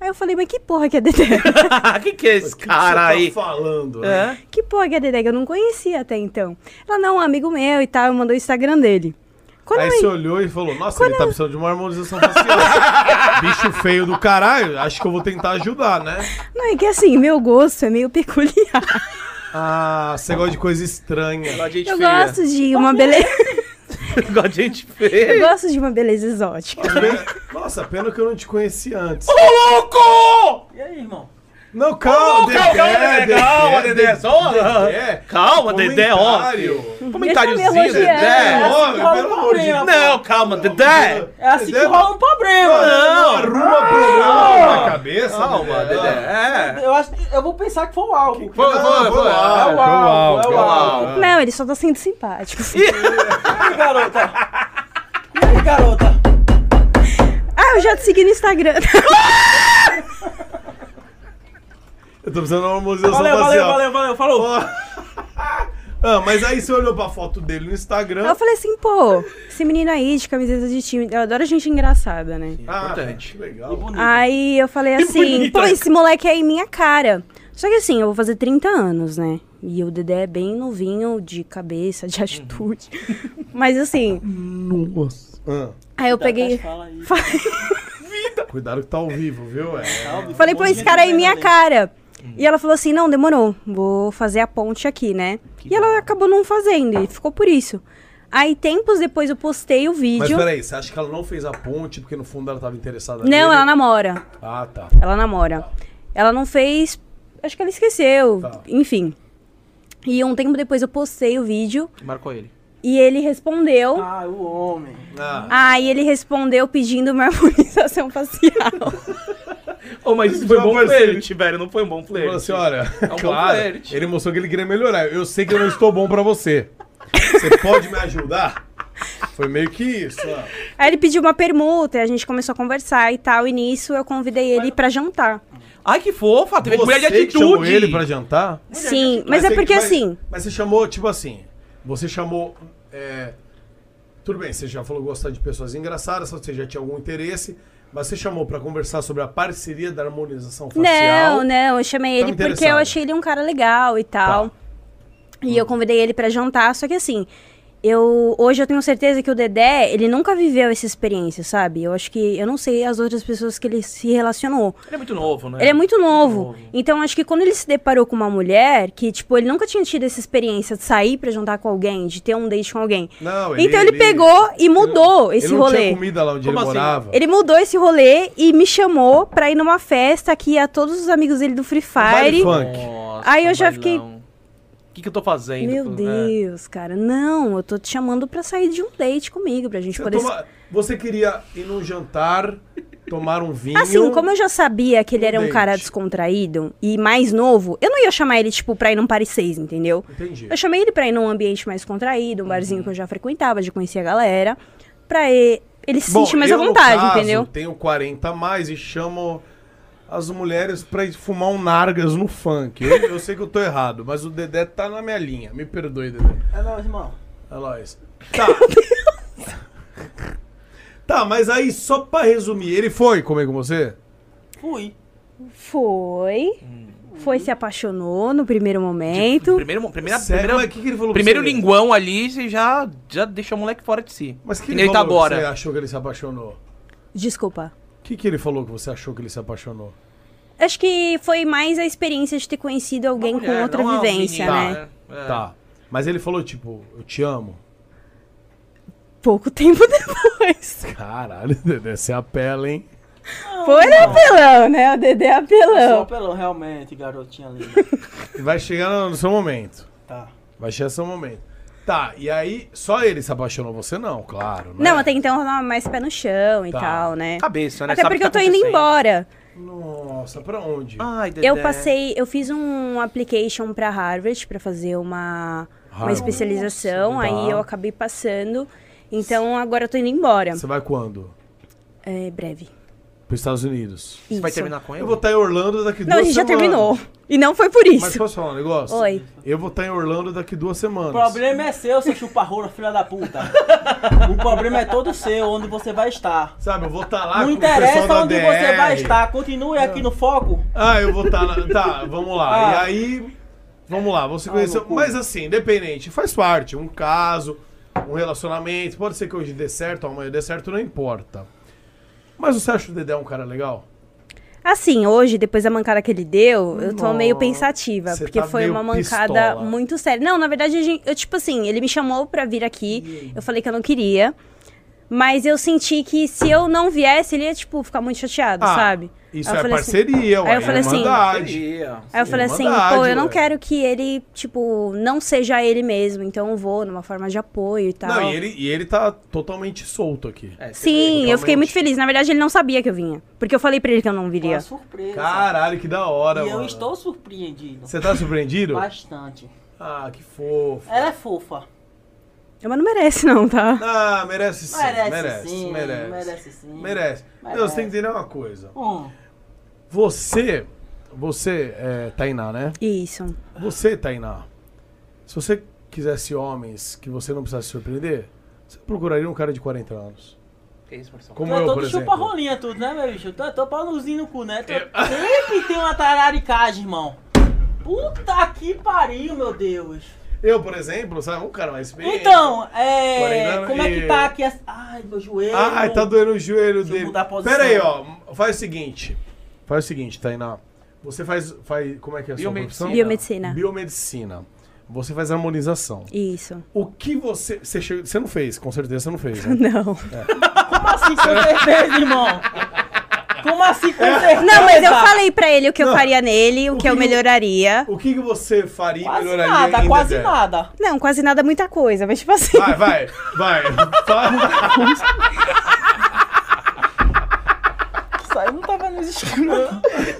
Speaker 9: Aí eu falei, mas que porra que é Dedé?
Speaker 5: que que é esse
Speaker 3: O que
Speaker 5: cara
Speaker 3: você
Speaker 5: aí?
Speaker 3: tá falando, né?
Speaker 5: É?
Speaker 9: que porra que é Dedé? Que eu não conhecia até então. Ela, não, um amigo meu e tal, mandou o Instagram dele. Quando
Speaker 3: Aí
Speaker 9: eu
Speaker 3: você olhou e falou, nossa, ele tá precisando de uma harmonização facial. Bicho feio do caralho, acho que eu vou tentar ajudar, né?
Speaker 9: Não, é que assim, meu gosto é meio peculiar.
Speaker 3: Ah, você gosta de coisa estranha.
Speaker 5: Gosto de gente
Speaker 9: Eu
Speaker 5: feia.
Speaker 9: gosto de uma beleza.
Speaker 5: Gosto de gente
Speaker 9: Eu
Speaker 5: feia.
Speaker 9: gosto de uma beleza exótica.
Speaker 3: Nossa, pena que eu não te conheci antes.
Speaker 5: louco!
Speaker 6: E aí, irmão?
Speaker 3: Não, calma, Dedé,
Speaker 5: calma, calma, Dedé, calma, Dedé, só- Calma, Dedé, ó. é,
Speaker 3: Comentário.
Speaker 5: Comentáriozinho,
Speaker 9: Deixa eu me
Speaker 5: Dedé.
Speaker 6: elogiar.
Speaker 3: Olha,
Speaker 6: rola
Speaker 3: pelo
Speaker 6: um
Speaker 3: amor de
Speaker 6: problema,
Speaker 3: Deus.
Speaker 5: Não, calma, Dedé.
Speaker 6: É assim que
Speaker 3: Dedé,
Speaker 6: rola um problema. né,
Speaker 3: Não, arruma problema na cabeça,
Speaker 5: Calma, Dedé. É.
Speaker 6: Eu acho que eu vou pensar que foi o álcool.
Speaker 5: Foi, foi, foi.
Speaker 6: É o álcool, é
Speaker 7: álcool,
Speaker 6: o
Speaker 7: é o
Speaker 6: álcool.
Speaker 9: Não, ele só tá sendo simpático.
Speaker 6: E aí, garota? E aí, garota?
Speaker 9: Ah, eu já te segui no Instagram.
Speaker 3: Eu tô precisando de uma harmonização
Speaker 6: Valeu,
Speaker 3: facial.
Speaker 6: valeu, valeu, valeu. Falou.
Speaker 3: Ah, mas aí você olhou pra foto dele no
Speaker 9: Eu
Speaker 3: Instagram.
Speaker 9: falei assim, pô, esse menino aí de camiseta de time, eu adoro gente engraçada, né?
Speaker 3: Ah,
Speaker 5: importante.
Speaker 3: que legal.
Speaker 9: Aí eu falei assim,
Speaker 6: né?"
Speaker 9: pô, esse moleque é em minha cara. Só que assim, eu vou fazer 30 anos, né? E o Dedé é bem novinho de cabeça, de atitude.
Speaker 6: Uhum.
Speaker 9: Mas assim,
Speaker 3: Ah,
Speaker 9: aí eu peguei.
Speaker 6: Tá, Fala aí.
Speaker 3: cuidado que tá ao vivo, viu? É.
Speaker 9: Falei, pô, esse cara é aí, minha cara.
Speaker 6: Hum.
Speaker 9: E ela falou assim: não, demorou, vou fazer a ponte aqui, né? e ela acabou não fazendo, e ficou por isso. Aí, tempos depois, eu postei o
Speaker 3: Mas
Speaker 9: vídeo.
Speaker 3: peraí, você acha que ela não fez a ponte porque no fundo ela tava interessada
Speaker 9: não, ela
Speaker 3: nele?
Speaker 9: namora.
Speaker 3: Ah, tá.
Speaker 9: Ela namora. Ela não fez. Acho que ela esqueceu.
Speaker 3: Tá.
Speaker 9: Enfim. E um tempo depois eu postei o vídeo
Speaker 5: Marcou ele.
Speaker 9: e ele respondeu.
Speaker 6: Ah, o homem.
Speaker 3: Ah,
Speaker 9: Aí ele respondeu pedindo uma harmonização facial.
Speaker 5: Oh, mas isso foi
Speaker 3: Já
Speaker 5: bom
Speaker 3: percebi.
Speaker 5: flerte, velho. Não foi um bom
Speaker 3: ele falou assim,
Speaker 5: flerte.
Speaker 3: olha,
Speaker 5: bom
Speaker 3: claro,
Speaker 5: flerte.
Speaker 3: ele mostrou que ele queria melhorar. Eu sei que eu não estou bom pra você. Você pode me ajudar? Foi meio que isso, ó.
Speaker 9: Aí ele pediu uma permuta e a gente começou a conversar e tal. E nisso eu convidei ele pra jantar.
Speaker 5: Ai, que fofa. Teve mulher de
Speaker 3: Você que chamou
Speaker 5: atitude.
Speaker 3: ele pra jantar?
Speaker 9: Sim, mas é
Speaker 3: você-
Speaker 9: porque assim.
Speaker 3: Mas você chamou, tipo assim, você chamou. é, tudo bem, você já falou gostar de pessoas engraçadas, você já tinha algum interesse, mas você chamou pra conversar sobre a parceria da harmonização facial.
Speaker 9: Não, não, eu chamei
Speaker 3: Tava
Speaker 9: ele porque eu
Speaker 3: interessada.
Speaker 9: achei ele um cara legal e tal.
Speaker 3: Tá.
Speaker 9: E eu convidei ele pra jantar, só que assim, eu hoje eu tenho certeza que o Dedé, ele nunca viveu essa experiência, sabe? Eu acho que eu não sei as outras pessoas que ele se relacionou.
Speaker 5: Ele é muito novo, né?
Speaker 9: Ele é muito novo.
Speaker 5: novo.
Speaker 9: Então acho que quando ele se deparou com uma mulher que tipo, ele nunca tinha tido essa experiência de sair pra jantar com alguém, de ter um date com alguém.
Speaker 3: Não,
Speaker 9: então ele, pegou e mudou
Speaker 3: ele
Speaker 9: esse
Speaker 3: não
Speaker 9: rolê.
Speaker 3: Tinha comida lá onde
Speaker 5: Como
Speaker 3: ele
Speaker 5: assim?
Speaker 3: morava.
Speaker 9: Ele mudou esse rolê e me chamou pra ir numa festa que ia todos os amigos dele do Free Fire.
Speaker 3: Vale Um funk.
Speaker 5: Nossa,
Speaker 9: Aí eu já
Speaker 5: bailão.
Speaker 9: fiquei-
Speaker 5: O que, que eu tô fazendo?
Speaker 9: Meu
Speaker 5: né?
Speaker 9: Deus, cara. Não, eu tô te chamando pra sair de um date comigo, pra gente
Speaker 3: Você,
Speaker 9: poder.
Speaker 3: toma- você queria ir num jantar Tomar um vinho.
Speaker 9: Assim, como eu já sabia que ele era um
Speaker 3: Dente.
Speaker 9: cara descontraído e mais novo, eu não ia chamar ele, tipo, pra ir num Paris 6, entendeu?
Speaker 3: Entendi. Uhum.
Speaker 9: Eu chamei ele pra ir num ambiente mais contraído, um barzinho que eu já frequentava, de conhecer a galera, pra e- ele se sentir mais à
Speaker 3: eu, no
Speaker 9: vontade,
Speaker 3: caso,
Speaker 9: entendeu?
Speaker 3: tenho 40 a mais e chamo as mulheres pra ir fumar um Nargas no funk. Eu, eu sei que eu tô errado, mas o Dedé tá na minha linha. Me perdoe, Dedé.
Speaker 6: É meu irmão.
Speaker 3: É nóis. Tá. tá, mas aí, só pra resumir, ele foi comer com você?
Speaker 6: Fui.
Speaker 9: Foi.
Speaker 3: Hum.
Speaker 9: Foi, se apaixonou no primeiro momento.
Speaker 5: Primeiro, primeira,
Speaker 3: Sério?
Speaker 5: primeira-
Speaker 3: Mas o é que, que ele falou pra
Speaker 5: primeiro
Speaker 3: você?
Speaker 5: linguão ali, você já, já deixou o moleque fora de si.
Speaker 3: Mas o que
Speaker 5: Que
Speaker 3: ele,
Speaker 5: nem ele tá
Speaker 3: falou que
Speaker 5: agora.
Speaker 3: você achou que ele se apaixonou?
Speaker 9: Desculpa.
Speaker 3: O que, que ele falou que você achou que ele se apaixonou?
Speaker 9: Acho que foi mais a experiência de ter conhecido alguém
Speaker 5: Uma
Speaker 9: com
Speaker 5: mulher,
Speaker 9: outra
Speaker 5: não é um
Speaker 9: vivência,
Speaker 5: menino,
Speaker 9: né?
Speaker 5: É.
Speaker 3: Tá. Mas ele falou, tipo, eu te amo.
Speaker 5: é.
Speaker 9: Pouco tempo depois.
Speaker 3: Caralho, Dedé, você apela, hein?
Speaker 9: Foi apelão, né? O Dedé é
Speaker 6: Sou
Speaker 9: apelão.
Speaker 6: apelão, realmente, garotinha linda.
Speaker 3: Vai chegar no- no seu momento.
Speaker 6: Tá.
Speaker 3: Vai chegar seu momento. Tá, e aí, só ele se apaixonou, você não, claro. Né?
Speaker 9: Não, até então eu tava mais pé no chão e
Speaker 3: Tá.
Speaker 9: tal, né?
Speaker 5: Cabeça, né?
Speaker 9: Até
Speaker 5: Sabe o
Speaker 9: porque
Speaker 5: que tá
Speaker 9: eu tô indo
Speaker 5: acontecendo.
Speaker 9: embora.
Speaker 3: Nossa, pra onde?
Speaker 5: Ai, Dedé.
Speaker 9: Eu passei, eu fiz um application pra Harvard pra fazer uma, uma
Speaker 3: Harvard.
Speaker 9: especialização,
Speaker 3: Nossa.
Speaker 9: aí
Speaker 3: Tá.
Speaker 9: eu acabei passando. Então agora eu tô indo embora.
Speaker 3: Você vai quando?
Speaker 9: É breve.
Speaker 3: Pros Estados Unidos.
Speaker 5: Você vai
Speaker 9: Isso.
Speaker 5: terminar com ele?
Speaker 3: Eu vou estar em Orlando daqui
Speaker 9: Não, a
Speaker 3: duas
Speaker 9: gente já
Speaker 3: semanas.
Speaker 9: terminou. E não foi por
Speaker 3: Mas
Speaker 9: isso.
Speaker 3: posso falar um negócio?
Speaker 9: Oi.
Speaker 3: Eu vou estar em Orlando daqui duas semanas.
Speaker 6: O problema é seu, seu chuparrola, filha da puta. O problema é todo seu, onde você vai estar.
Speaker 3: Sabe, eu vou estar lá
Speaker 6: Não
Speaker 3: com o pessoal
Speaker 6: interessa
Speaker 3: da
Speaker 6: onde
Speaker 3: DR.
Speaker 6: você vai estar, continue
Speaker 3: É.
Speaker 6: aqui no foco.
Speaker 3: Ah, eu vou estar lá. Tá, vamos lá.
Speaker 6: Ah.
Speaker 3: E aí, vamos lá, você
Speaker 6: Ah,
Speaker 3: conheceu.
Speaker 6: loucura.
Speaker 3: Mas assim, independente, faz parte. Um caso, um relacionamento. Pode ser que hoje dê certo, amanhã dê certo, não importa. Mas você acha que o Dedé um cara legal?
Speaker 9: Assim, hoje, depois da mancada que ele deu, eu tô meio pensativa.
Speaker 3: Você
Speaker 9: porque
Speaker 3: tá
Speaker 9: foi
Speaker 3: meio
Speaker 9: uma mancada
Speaker 3: pistola.
Speaker 9: muito séria. Não, na verdade, a gente- eu, tipo assim, ele me chamou pra vir aqui. Eu falei que eu não queria. Mas eu senti que se eu não viesse, ele ia, tipo, ficar muito chateado,
Speaker 3: Ah,
Speaker 9: sabe?
Speaker 3: Isso
Speaker 9: Aí eu
Speaker 3: é
Speaker 9: falei assim-
Speaker 3: parceria, ué.
Speaker 9: Aí eu falei assim-
Speaker 3: irmandade.
Speaker 9: Aí eu falei assim,
Speaker 3: Irmandade,
Speaker 9: pô, eu não
Speaker 3: ué.
Speaker 9: quero que ele, tipo, não seja ele mesmo. Então eu vou numa forma de apoio e tal.
Speaker 3: Não, e ele, e ele tá totalmente solto aqui.
Speaker 5: É, você vê.
Speaker 9: Sim, eu fiquei
Speaker 3: realmente.
Speaker 9: muito feliz. Na verdade, ele não sabia que eu vinha. Porque eu falei pra ele que eu não viria.
Speaker 6: Uma é surpresa.
Speaker 3: Caralho, que da hora,
Speaker 6: e eu
Speaker 3: é mano.
Speaker 6: estou surpreendido.
Speaker 3: Você tá surpreendido?
Speaker 6: Bastante.
Speaker 3: Ah, que fofo.
Speaker 6: Ela é fofa.
Speaker 9: Mas não merece, não, tá?
Speaker 3: Ah, merece sim.
Speaker 6: Merece,
Speaker 3: Merece, merece.
Speaker 6: sim.
Speaker 3: merece.
Speaker 6: Merece sim.
Speaker 3: Merece. Não, você tem que entender uma coisa.
Speaker 6: Hum,
Speaker 3: Você, você, é, Tainá, né?
Speaker 9: Isso.
Speaker 3: Você, Tainá, se você quisesse homens que você não precisasse surpreender, você procuraria um cara de 40 anos.
Speaker 5: Que isso, Marcelo?
Speaker 3: Como
Speaker 6: tu é
Speaker 3: eu, por
Speaker 6: todo
Speaker 3: exemplo.
Speaker 6: chupa-rolinha tudo, né, meu bicho? Tu é todo pauzinho no cu, né? Tu sempre tem uma tararicagem, irmão. Puta que pariu, meu Deus.
Speaker 3: Eu, por exemplo, sabe, um cara mais experiente.
Speaker 6: Então,
Speaker 3: Quarenta
Speaker 6: é...
Speaker 3: anos
Speaker 6: Como é
Speaker 3: e-
Speaker 6: que tá aqui essa... Ai, meu joelho.
Speaker 3: Ai, tá doendo o joelho
Speaker 6: Deixa eu
Speaker 3: dele.
Speaker 6: mudar a posição.
Speaker 3: Pera aí, ó. Faz o seguinte. Faz o seguinte, Tainá. Você faz. faz como é que é a sua
Speaker 5: Biomedicina.
Speaker 3: profissão?
Speaker 9: Biomedicina.
Speaker 3: Biomedicina. Você faz harmonização.
Speaker 9: Isso.
Speaker 3: O que você. Você, chegou- você não fez, com certeza você não fez. Né?
Speaker 9: Não.
Speaker 6: Como assim, com certeza, irmão? Como assim, com certeza?
Speaker 9: Não, mas eu falei pra ele o que eu faria nele, o,
Speaker 3: O
Speaker 9: que eu
Speaker 3: que-
Speaker 9: melhoraria.
Speaker 3: O que, que você faria e
Speaker 6: Quase
Speaker 3: melhoraria
Speaker 6: nada,
Speaker 3: em
Speaker 6: quase
Speaker 3: Dedé?
Speaker 6: nada.
Speaker 9: Não, quase nada, muita coisa, mas tipo assim.
Speaker 3: Vai, vai, vai. Fala.
Speaker 6: Isso aí não tava nos escritos.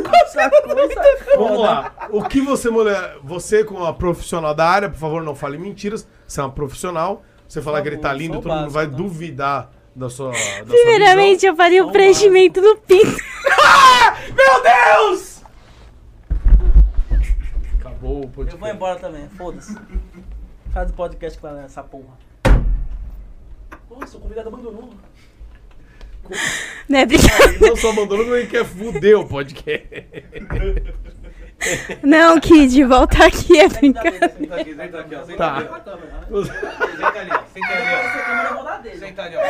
Speaker 6: Essa coisa é
Speaker 3: Vamos
Speaker 6: foda.
Speaker 3: lá. O que você, mulher, você como uma profissional da área, por favor, não fale mentiras. Você é uma profissional. Você falar que ele tá
Speaker 6: favor,
Speaker 3: lindo,
Speaker 6: só o
Speaker 3: todo mundo
Speaker 6: básico,
Speaker 3: vai
Speaker 6: tá?
Speaker 3: duvidar da sua. Da sua
Speaker 9: Primeiramente, eu faria o preenchimento no pinto.
Speaker 3: visão. Acabou o
Speaker 6: Eu vou
Speaker 3: podcast.
Speaker 6: embora também, foda-se. Faz o podcast com ela, essa porra. Nossa, o convidado abandonou.
Speaker 9: Né, obrigada.
Speaker 3: Ele não só mandou, mas ele quer fuder o podcast.
Speaker 9: Não, Kid, voltar aqui é brincadeira.
Speaker 3: Tá.
Speaker 6: Essa câmera eu vou dar dele. Senta ali, ó.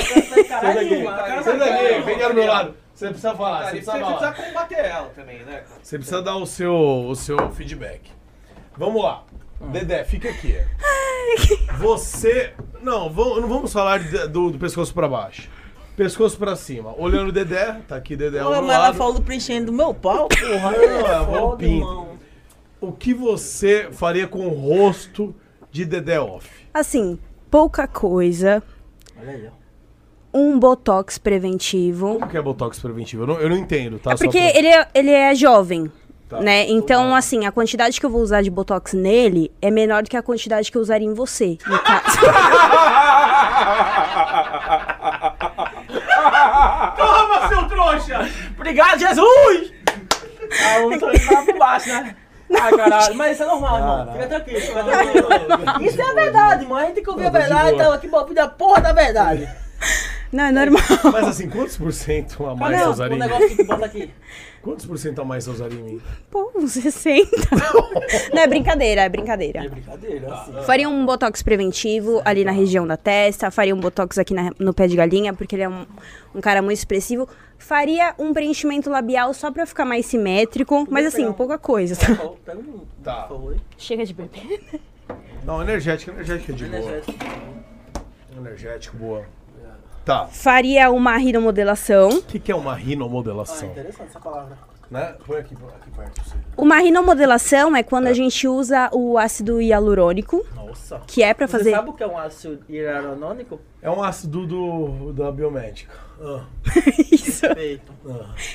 Speaker 3: Senta aqui. Senta aqui. Vem cá do meu lado. Você precisa falar. Você precisa falar.
Speaker 8: combater ela também, né?
Speaker 3: Você precisa dar o seu, o seu feedback. Vamos lá. Dedé, fica aqui. Você. Não, vamos, não vamos falar de- do, do pescoço pra baixo. Pescoço pra cima. Olhando o Dedé, tá aqui Dedé. ao meu
Speaker 6: mas ela
Speaker 3: lado.
Speaker 6: falou do preenchimento do meu pau, porra.
Speaker 3: Não, é bom
Speaker 6: Foda,
Speaker 3: pinto.
Speaker 6: irmão.
Speaker 3: O que você faria com o rosto de Dedé off?
Speaker 9: Assim, pouca coisa.
Speaker 6: Olha aí, ó.
Speaker 9: um botox preventivo.
Speaker 3: Como que é Botox preventivo? Eu não, eu não entendo, tá?
Speaker 9: É
Speaker 3: Só
Speaker 9: porque
Speaker 3: pra-
Speaker 9: ele é, ele é jovem,
Speaker 3: Tá.
Speaker 9: né? Então, assim, a quantidade que eu vou usar de botox nele é menor do que a quantidade que eu usaria em você. no caso.
Speaker 8: Toma, seu trouxa!
Speaker 6: Obrigado, Jesus! A outra tá por baixo, né? Ah, caralho, mas isso é normal, irmão. Fica tranquilo, fica tranquilo. Isso é a verdade, mano. A gente tem que ouvir a verdade, então aqui bom, a porra da verdade.
Speaker 9: Não, é normal.
Speaker 3: Mas assim, quantos por cento a mais você
Speaker 6: Cadê
Speaker 3: usaria
Speaker 6: o
Speaker 3: em mim?
Speaker 6: negócio que tu bota aqui?
Speaker 3: Quantos por cento a mais você usaria em mim?
Speaker 9: Pô, uns 60. Não, é brincadeira, é brincadeira.
Speaker 6: Brincadeira, assim.
Speaker 9: Faria um botox preventivo ali na região da testa, faria um botox aqui na- no pé de galinha, porque ele é um, um cara muito expressivo. Faria um preenchimento labial só pra ficar mais simétrico, mas assim, pouca coisa. tá?
Speaker 6: Ó, Pega um,
Speaker 3: Tá.
Speaker 6: por favor. aí.
Speaker 9: Chega de bebê.
Speaker 3: Não, energética, energética é de
Speaker 6: Né,
Speaker 3: boa. Energético, boa. Tá. O
Speaker 9: Faria uma rinomodelação.
Speaker 3: que, que é uma rinomodelação?
Speaker 6: Ah,
Speaker 9: tá-
Speaker 6: Interessante essa palavra.
Speaker 3: né? Põe aqui, aqui perto. pra você.
Speaker 9: Uma rinomodelação é quando a gente usa o ácido hialurônico,
Speaker 6: Nossa.
Speaker 9: que é pra
Speaker 6: Você
Speaker 9: fazer.
Speaker 6: sabe o que é um ácido hialuronônico?
Speaker 3: É um ácido do, da biomédica. Ah,
Speaker 9: Isso,
Speaker 6: Perfeito,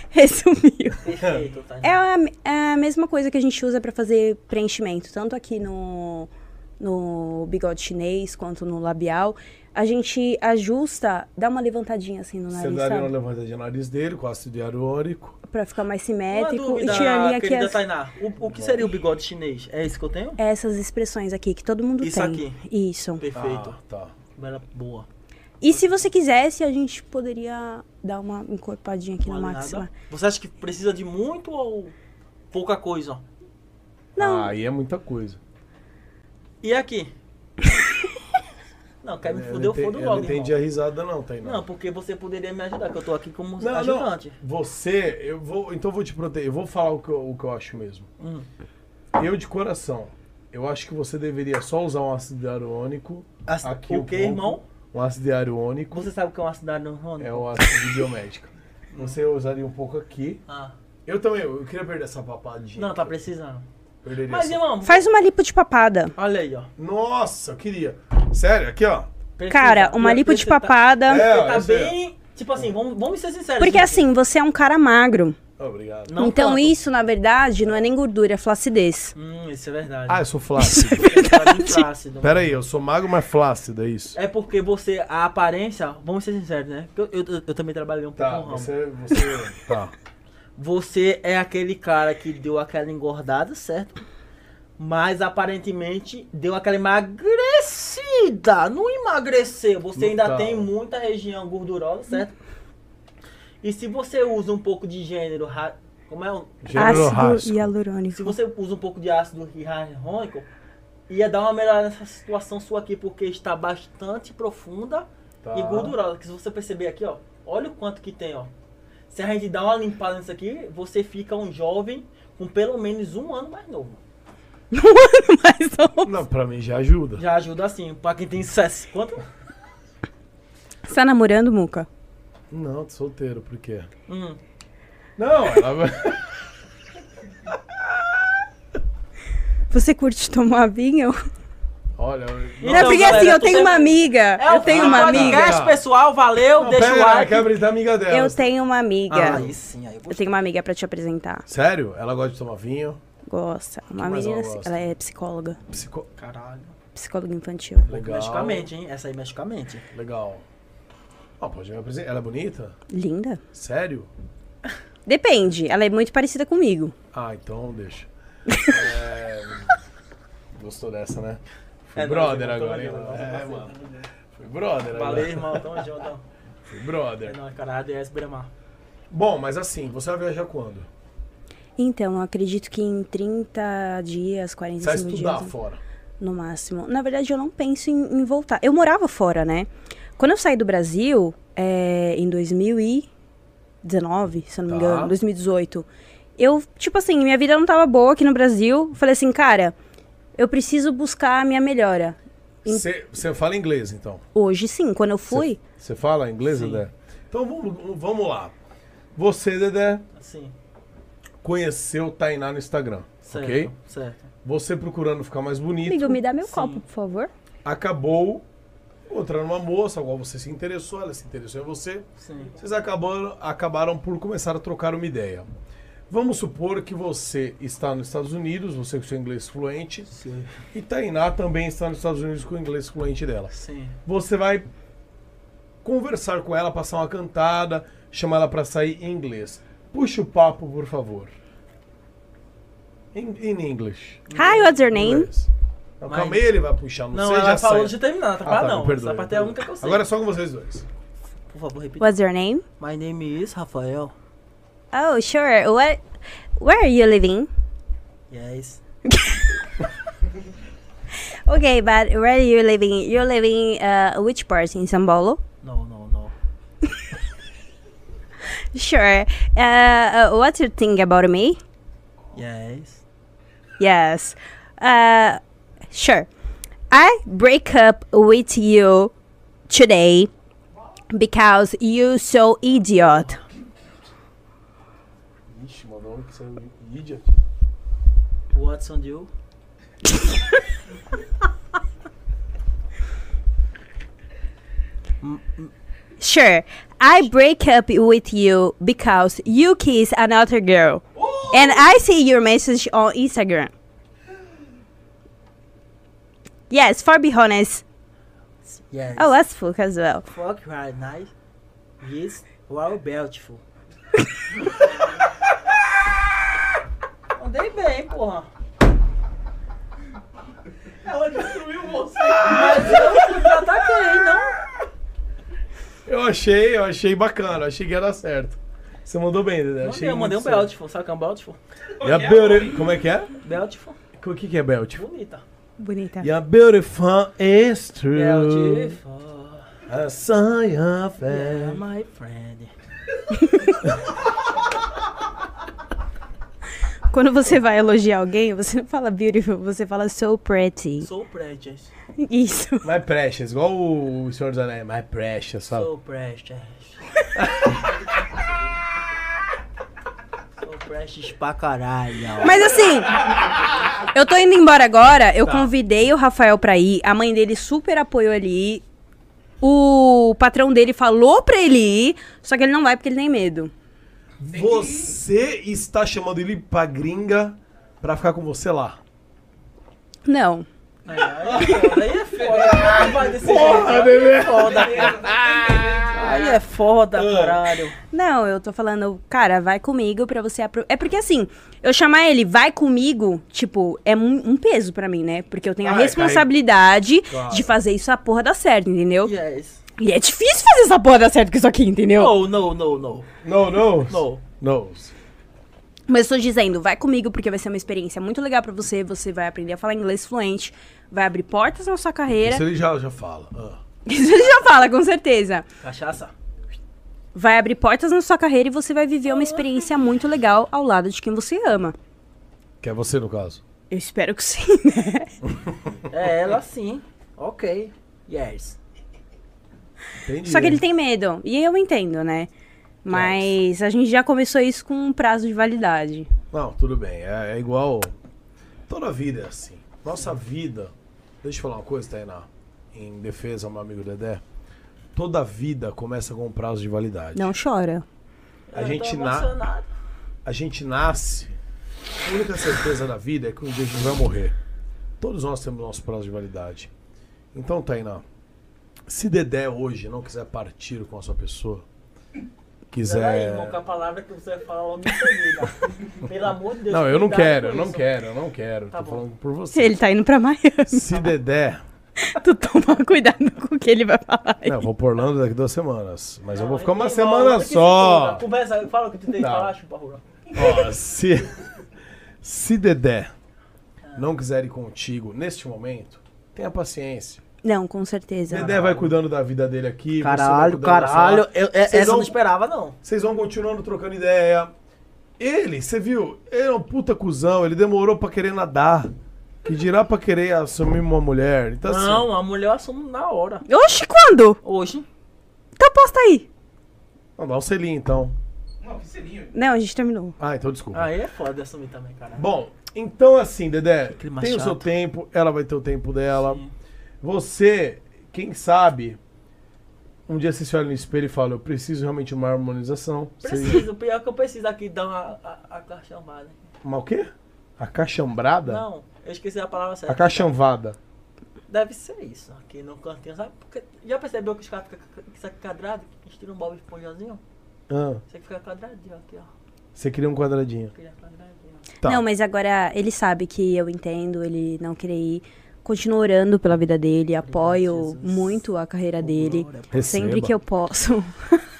Speaker 9: resumiu.
Speaker 6: perfeito, tá?
Speaker 9: É a, é a mesma coisa que a gente usa pra fazer preenchimento, tanto aqui no, no bigode chinês quanto no labial. A gente ajusta, dá uma levantadinha assim no
Speaker 3: você
Speaker 9: nariz,
Speaker 3: daria uma
Speaker 9: sabe?
Speaker 3: levantadinha de nariz dele com ácido hialurônico.
Speaker 9: Pra ficar mais
Speaker 6: Uma
Speaker 9: simétrico.
Speaker 6: dúvida,
Speaker 9: e tiraria aqui
Speaker 6: querida
Speaker 9: as-
Speaker 6: Tainá. O, o que seria o bigode chinês? É isso que eu tenho?
Speaker 9: essas expressões aqui que todo mundo
Speaker 6: Isso
Speaker 9: tem.
Speaker 6: aqui.
Speaker 9: Isso.
Speaker 6: Perfeito.
Speaker 3: Ah, tá.
Speaker 6: Bela, boa.
Speaker 9: E se você quisesse, a gente poderia dar uma encorpadinha aqui
Speaker 6: Uma
Speaker 9: na
Speaker 6: alinhada.
Speaker 9: máxima.
Speaker 6: Você acha que precisa de muito ou pouca coisa?
Speaker 9: Não.
Speaker 3: Ah, aí é muita coisa.
Speaker 6: E aqui? não, quer me
Speaker 3: Eu
Speaker 6: fuder, eu
Speaker 3: não enten-
Speaker 6: fodo
Speaker 3: eu
Speaker 6: logo,
Speaker 3: não entendi
Speaker 6: irmão.
Speaker 3: a risada não, Tainá.
Speaker 6: Não, porque você poderia me ajudar, que eu tô aqui como
Speaker 3: Não,
Speaker 6: ajudante.
Speaker 3: não. Você, eu vou. Então eu vou te proteger. Eu vou falar o que eu, o que eu acho mesmo.
Speaker 6: Hum.
Speaker 3: Eu, de coração, eu acho que você deveria só usar um ácido hialurônico.
Speaker 6: Ácido-
Speaker 3: aqui
Speaker 6: o quê,
Speaker 3: ombro,
Speaker 6: irmão?
Speaker 3: Um ácido hialurônico.
Speaker 6: Você sabe o que é uma cidade no Rony?
Speaker 3: É o ácido de biomédica. Você usaria um pouco aqui.
Speaker 6: Ah,
Speaker 3: Eu também, eu queria perder essa papadinha.
Speaker 6: não, tá precisando.
Speaker 3: Perderia
Speaker 6: Mas,
Speaker 3: essa-
Speaker 6: irmão,
Speaker 9: Faz uma lipo de papada.
Speaker 6: olha aí, ó.
Speaker 3: Nossa, eu queria. Sério, aqui ó.
Speaker 6: Precisa.
Speaker 9: Cara, uma
Speaker 6: Você
Speaker 9: lipo de
Speaker 6: tá-
Speaker 9: papada.
Speaker 3: É,
Speaker 6: Você tá
Speaker 3: isso aí.
Speaker 6: bem... Tipo assim, vamos, vamos ser sinceros.
Speaker 9: Porque
Speaker 6: gente.
Speaker 9: assim, você é um cara magro.
Speaker 3: Obrigado.
Speaker 6: Não
Speaker 9: então
Speaker 6: tanto.
Speaker 9: isso, na verdade, não é nem gordura, é flacidez.
Speaker 6: Hum, isso é verdade. é
Speaker 3: Ah, eu sou flácido.
Speaker 6: verdade. Flácido.
Speaker 3: Pera aí, eu sou magro, mas flácido, é isso.
Speaker 6: É porque você, a aparência, vamos ser sinceros, né? Porque Eu, eu, eu também trabalhei um pouco
Speaker 3: Tá,
Speaker 6: no ramo.
Speaker 3: você. você tá.
Speaker 6: Você é aquele cara que deu aquela engordada, certo? Mas aparentemente deu aquela emagrecida. Não emagreceu. Você
Speaker 3: Não
Speaker 6: ainda
Speaker 3: tá.
Speaker 6: tem muita região gordurosa, certo? E se você usa um pouco de gênero. ra- Como é o.
Speaker 3: Gênero
Speaker 9: ácido
Speaker 3: rasco.
Speaker 9: hialurônico.
Speaker 6: Se
Speaker 3: Hum.
Speaker 6: você usa um pouco de ácido hialurônico, ia dar uma melhorada nessa situação sua aqui, porque está bastante profunda
Speaker 3: Tá.
Speaker 6: e gordurosa. Que se você perceber aqui, ó, olha o quanto que tem, ó. Se a gente dá uma limpada nisso aqui, você fica um jovem com pelo menos um ano mais novo.
Speaker 9: Mas não.
Speaker 3: Não, pra mim já ajuda.
Speaker 6: Já ajuda assim, pra quem tem 60. Quanto?
Speaker 9: Você tá namorando, Muca?
Speaker 3: Não, tô solteiro, por quê?
Speaker 6: Hum.
Speaker 3: Não, ela...
Speaker 9: Você curte tomar vinho?
Speaker 3: Olha,
Speaker 9: não, é porque
Speaker 6: Então, galera,
Speaker 9: assim, eu
Speaker 6: tu
Speaker 9: tenho
Speaker 6: tem-
Speaker 9: uma amiga.
Speaker 6: É o
Speaker 9: eu tenho
Speaker 6: fim do
Speaker 9: uma amiga.
Speaker 6: podcast, pessoal. Valeu,
Speaker 3: não,
Speaker 6: deixa
Speaker 3: pera,
Speaker 6: o
Speaker 3: ela
Speaker 6: like.
Speaker 3: quer abrir da amiga dela.
Speaker 9: Eu tenho uma amiga.
Speaker 6: Ah, aí sim, aí eu
Speaker 9: eu
Speaker 6: gostei.
Speaker 9: tenho uma amiga pra te apresentar.
Speaker 3: Sério? Ela gosta de tomar vinho?
Speaker 9: Gosta. Uma
Speaker 3: mais
Speaker 9: menina
Speaker 3: ela
Speaker 9: assim.
Speaker 3: gosta?
Speaker 9: Ela é psicóloga.
Speaker 3: Psico...
Speaker 6: Caralho.
Speaker 9: Psicóloga infantil.
Speaker 3: Legal.
Speaker 6: Mexicamente, hein? Essa aí, mexicamente.
Speaker 3: Legal. Ó, pode me apresentar. Ela é bonita?
Speaker 9: Linda.
Speaker 3: Sério?
Speaker 9: Depende. Ela é muito parecida comigo.
Speaker 3: Ah, então deixa. É, Gostou dessa, né? Fui
Speaker 6: É, não,
Speaker 3: brother
Speaker 6: não,
Speaker 3: agora, hein?
Speaker 6: não, não,
Speaker 3: É,
Speaker 6: não,
Speaker 3: mano. Fui brother
Speaker 6: Valeu,
Speaker 3: agora.
Speaker 6: irmão. Tamo junto.
Speaker 3: Fui
Speaker 6: É
Speaker 3: brother.
Speaker 6: nóis, cara. ADS Bremar.
Speaker 3: Bom, mas assim, você vai viajar quando?
Speaker 9: Então, eu acredito que em 30 dias,
Speaker 3: Você vai
Speaker 9: 45
Speaker 3: estudar
Speaker 9: dias.
Speaker 3: fora.
Speaker 9: No máximo. Na verdade, eu não penso em, em voltar. Eu morava fora, né? Quando eu saí do Brasil, é, em 2019, se eu não me
Speaker 3: Tá.
Speaker 9: engano, 2018, eu, tipo assim, minha vida não tava boa aqui no Brasil. Falei assim, cara, eu preciso buscar a minha melhora. Em-
Speaker 3: Você você fala inglês, então?
Speaker 9: Hoje sim, quando eu fui,
Speaker 3: Você fala inglês, Dedé? Então vamos, vamos lá. Você, Dedé,
Speaker 6: Assim.
Speaker 3: conheceu Tainá no Instagram,
Speaker 6: Certo.
Speaker 3: ok?
Speaker 6: Certo.
Speaker 3: Você procurando ficar mais bonito,
Speaker 9: amigo, me dá meu copo, por favor.
Speaker 3: acabou encontraram uma moça, a qual você se interessou, ela se interessou em você. Vocês acabaram, acabaram por começar a trocar uma ideia. Vamos supor que você está nos Estados Unidos, você com seu inglês fluente,
Speaker 2: Sim.
Speaker 3: e Tainá também está nos Estados Unidos com o inglês fluente dela.
Speaker 2: Sim.
Speaker 3: Você vai conversar com ela, passar uma cantada, chamar ela para sair em inglês. Puxa o papo, por favor. In, in English.
Speaker 9: Hi, what's your name?
Speaker 3: Inglês. Não,
Speaker 6: Mas-
Speaker 3: calma aí, ele vai puxar. Não,
Speaker 6: Não,
Speaker 3: sei,
Speaker 6: ela
Speaker 3: já
Speaker 6: falou de
Speaker 3: saiu.
Speaker 6: terminar, tá
Speaker 3: Ah, tá,
Speaker 6: claro
Speaker 3: me
Speaker 6: não.
Speaker 3: perdoe,
Speaker 6: Essa parte é a
Speaker 3: me
Speaker 6: única que eu sei.
Speaker 3: Agora é só com vocês dois.
Speaker 6: Por favor, repita.
Speaker 9: What's your name?
Speaker 6: My name is Rafael.
Speaker 9: Oh, sure. What? Where are you living?
Speaker 6: Yes.
Speaker 9: Okay, but where are you living? You're living uh, which part in São Paulo?
Speaker 6: No, no, no.
Speaker 9: Sure. Uh, uh, what you think about me?
Speaker 6: Yes.
Speaker 9: Yes. Uh, sure. I break up with you today because you so idiot.
Speaker 2: Ixi, mandou um que saiu idiot.
Speaker 6: What's on you?
Speaker 9: Sure. I break up with you because you kiss another girl. And I see your message on Instagram. Yes, for be honest.
Speaker 6: Yes.
Speaker 9: Oh, that's fuck as well.
Speaker 6: Fuck right nice. Yes. Wow, beautiful. Andei bem, porra. Ela destruiu você. Mas eu te ataquei, não.
Speaker 3: Eu achei, eu achei bacana, achei que ia dar certo. Você mandou bem, Dedé.
Speaker 6: Mandei,
Speaker 3: achei
Speaker 6: eu mandei um
Speaker 3: muito certo.
Speaker 6: beautiful. Sabe o que é um beautiful?
Speaker 3: Yeah, beauty- Como é que é?
Speaker 6: Beautiful.
Speaker 3: O que, que é beautiful?
Speaker 6: Bonita.
Speaker 9: Bonita.
Speaker 3: Yeah, beautiful is
Speaker 6: É
Speaker 3: true.
Speaker 6: Beautiful.
Speaker 3: A sign of
Speaker 6: Yeah,
Speaker 3: it.
Speaker 6: É my friend.
Speaker 9: Quando você vai elogiar alguém, você não fala beautiful, você fala so pretty.
Speaker 6: Sou precious.
Speaker 9: Isso.
Speaker 3: My precious, igual o Senhor dos Anéis. My precious, sabe?
Speaker 6: Sou precious. Sou precious pra caralho.
Speaker 9: Mas assim, eu tô indo embora agora.
Speaker 3: Tá.
Speaker 9: Eu convidei o Rafael pra ir. A mãe dele super apoiou ele ir. O patrão dele falou pra ele ir, só que ele não vai porque ele tem medo.
Speaker 3: Você está chamando ele pra gringa pra ficar com você lá.
Speaker 9: Não.
Speaker 6: Aí é foda, aí é foda. Não vai desse jeito. é
Speaker 3: bebê!
Speaker 6: Foda. Aí é foda, caralho.
Speaker 9: Não, eu tô falando, cara, vai comigo pra você. apro- É porque assim, eu chamar ele vai comigo, tipo, é um, um peso pra mim, né? Porque eu tenho a
Speaker 3: Vai,
Speaker 9: responsabilidade de fazer isso a porra dar certo, entendeu?
Speaker 6: Yes.
Speaker 9: E é difícil fazer essa porra dar certo com isso aqui, entendeu?
Speaker 6: No, no, no, no.
Speaker 3: No, no.
Speaker 6: No.
Speaker 3: No.
Speaker 9: Mas eu tô dizendo, vai comigo porque vai ser uma experiência muito legal pra você. Você vai aprender a falar inglês fluente, vai abrir portas na sua carreira.
Speaker 3: Isso ele já, já fala. Ah.
Speaker 9: Isso ele já fala, com certeza.
Speaker 6: Cachaça.
Speaker 9: Vai abrir portas na sua carreira e você vai viver uma experiência muito legal ao lado de quem você ama.
Speaker 3: Que é você, no caso.
Speaker 9: Eu espero que sim, né?
Speaker 6: É ela sim. Ok. Yes.
Speaker 3: Entendi.
Speaker 9: Só que ele tem medo. E eu entendo, né? Mas a gente já começou isso com um prazo de validade.
Speaker 3: Não, tudo bem. É, é igual. Toda vida é assim. Nossa vida. Deixa eu falar uma coisa, Tainá. Em defesa, meu amigo Dedé. Toda vida começa com um prazo de validade.
Speaker 9: Não chora.
Speaker 3: A gente, na... a gente nasce. A única certeza da vida é que um dia a gente vai morrer. Todos nós temos nosso prazo de validade. Então, Tainá, se Dedé hoje não quiser partir com a sua pessoa,
Speaker 6: Peraí,
Speaker 3: quiser.
Speaker 6: irmão, que a palavra que você vai falar logo em seguida. Pelo amor de Deus.
Speaker 3: Não, eu não
Speaker 6: cuidado
Speaker 3: quero,
Speaker 6: com
Speaker 3: eu não
Speaker 6: isso. Tá
Speaker 3: quero, eu não quero. Tô
Speaker 6: bom.
Speaker 3: falando por você.
Speaker 9: Ele tá indo pra Miami.
Speaker 3: Se Dedé.
Speaker 9: Tu toma cuidado com o que ele vai falar. aí.
Speaker 3: Não, eu vou por Orlando daqui duas semanas. Mas eu vou ficar uma
Speaker 6: Irmão,
Speaker 3: semana
Speaker 6: que se
Speaker 3: só. Tá.
Speaker 6: foda. Conversa, fala o que tu tem que
Speaker 3: Não.
Speaker 6: falar, chupa rola.
Speaker 3: Ó, se, se Dedé não quiser ir contigo neste momento, tenha paciência.
Speaker 9: Não, com certeza.
Speaker 3: Dedé vai cuidando da vida dele aqui. você vai
Speaker 6: Caralho,
Speaker 3: cuidando da sua.
Speaker 6: caralho. Eu,
Speaker 3: Vocês
Speaker 6: é- essa eu
Speaker 3: vão-
Speaker 6: não esperava, não.
Speaker 3: Vocês vão continuando trocando ideia. Ele, você viu? Ele é um puta cuzão. Ele demorou pra querer nadar. Que dirá pra querer assumir uma mulher. Então, assim,
Speaker 6: Não, a mulher eu assumo na hora.
Speaker 9: Oxe, quando?
Speaker 6: Hoje.
Speaker 9: Então posta aí.
Speaker 3: não, dá um selinho então.
Speaker 9: Não, a gente terminou.
Speaker 3: Ah, então desculpa.
Speaker 6: Aí é foda assumir também, cara.
Speaker 3: Bom, então assim, Dedé,
Speaker 6: clima
Speaker 3: tem o seu
Speaker 6: chato.
Speaker 3: tempo, ela vai ter o tempo dela. Você Quem sabe, um dia você se olha no espelho e fala, eu preciso realmente de uma harmonização. Seja
Speaker 6: Preciso, pior é que eu preciso aqui dar uma a, a, cachamada.
Speaker 3: Uma o quê? A cachambrada?
Speaker 6: Não, eu esqueci a palavra
Speaker 3: A
Speaker 6: certa.
Speaker 3: cachamvada.
Speaker 6: Deve ser isso, aqui no cantinho, sabe? Porque já percebeu que os caras ficam fica quadrados, que estira um bob esponjazinho?
Speaker 3: Ah,
Speaker 6: Você fica quadradinho aqui, ó.
Speaker 3: você queria um quadradinho.
Speaker 6: Fica quadradinho.
Speaker 3: Tá.
Speaker 9: Não, mas agora ele sabe que eu entendo, ele não queria ir. Continuo orando pela vida dele, apoio muito a carreira dele. Sempre
Speaker 3: Receba.
Speaker 9: que eu posso.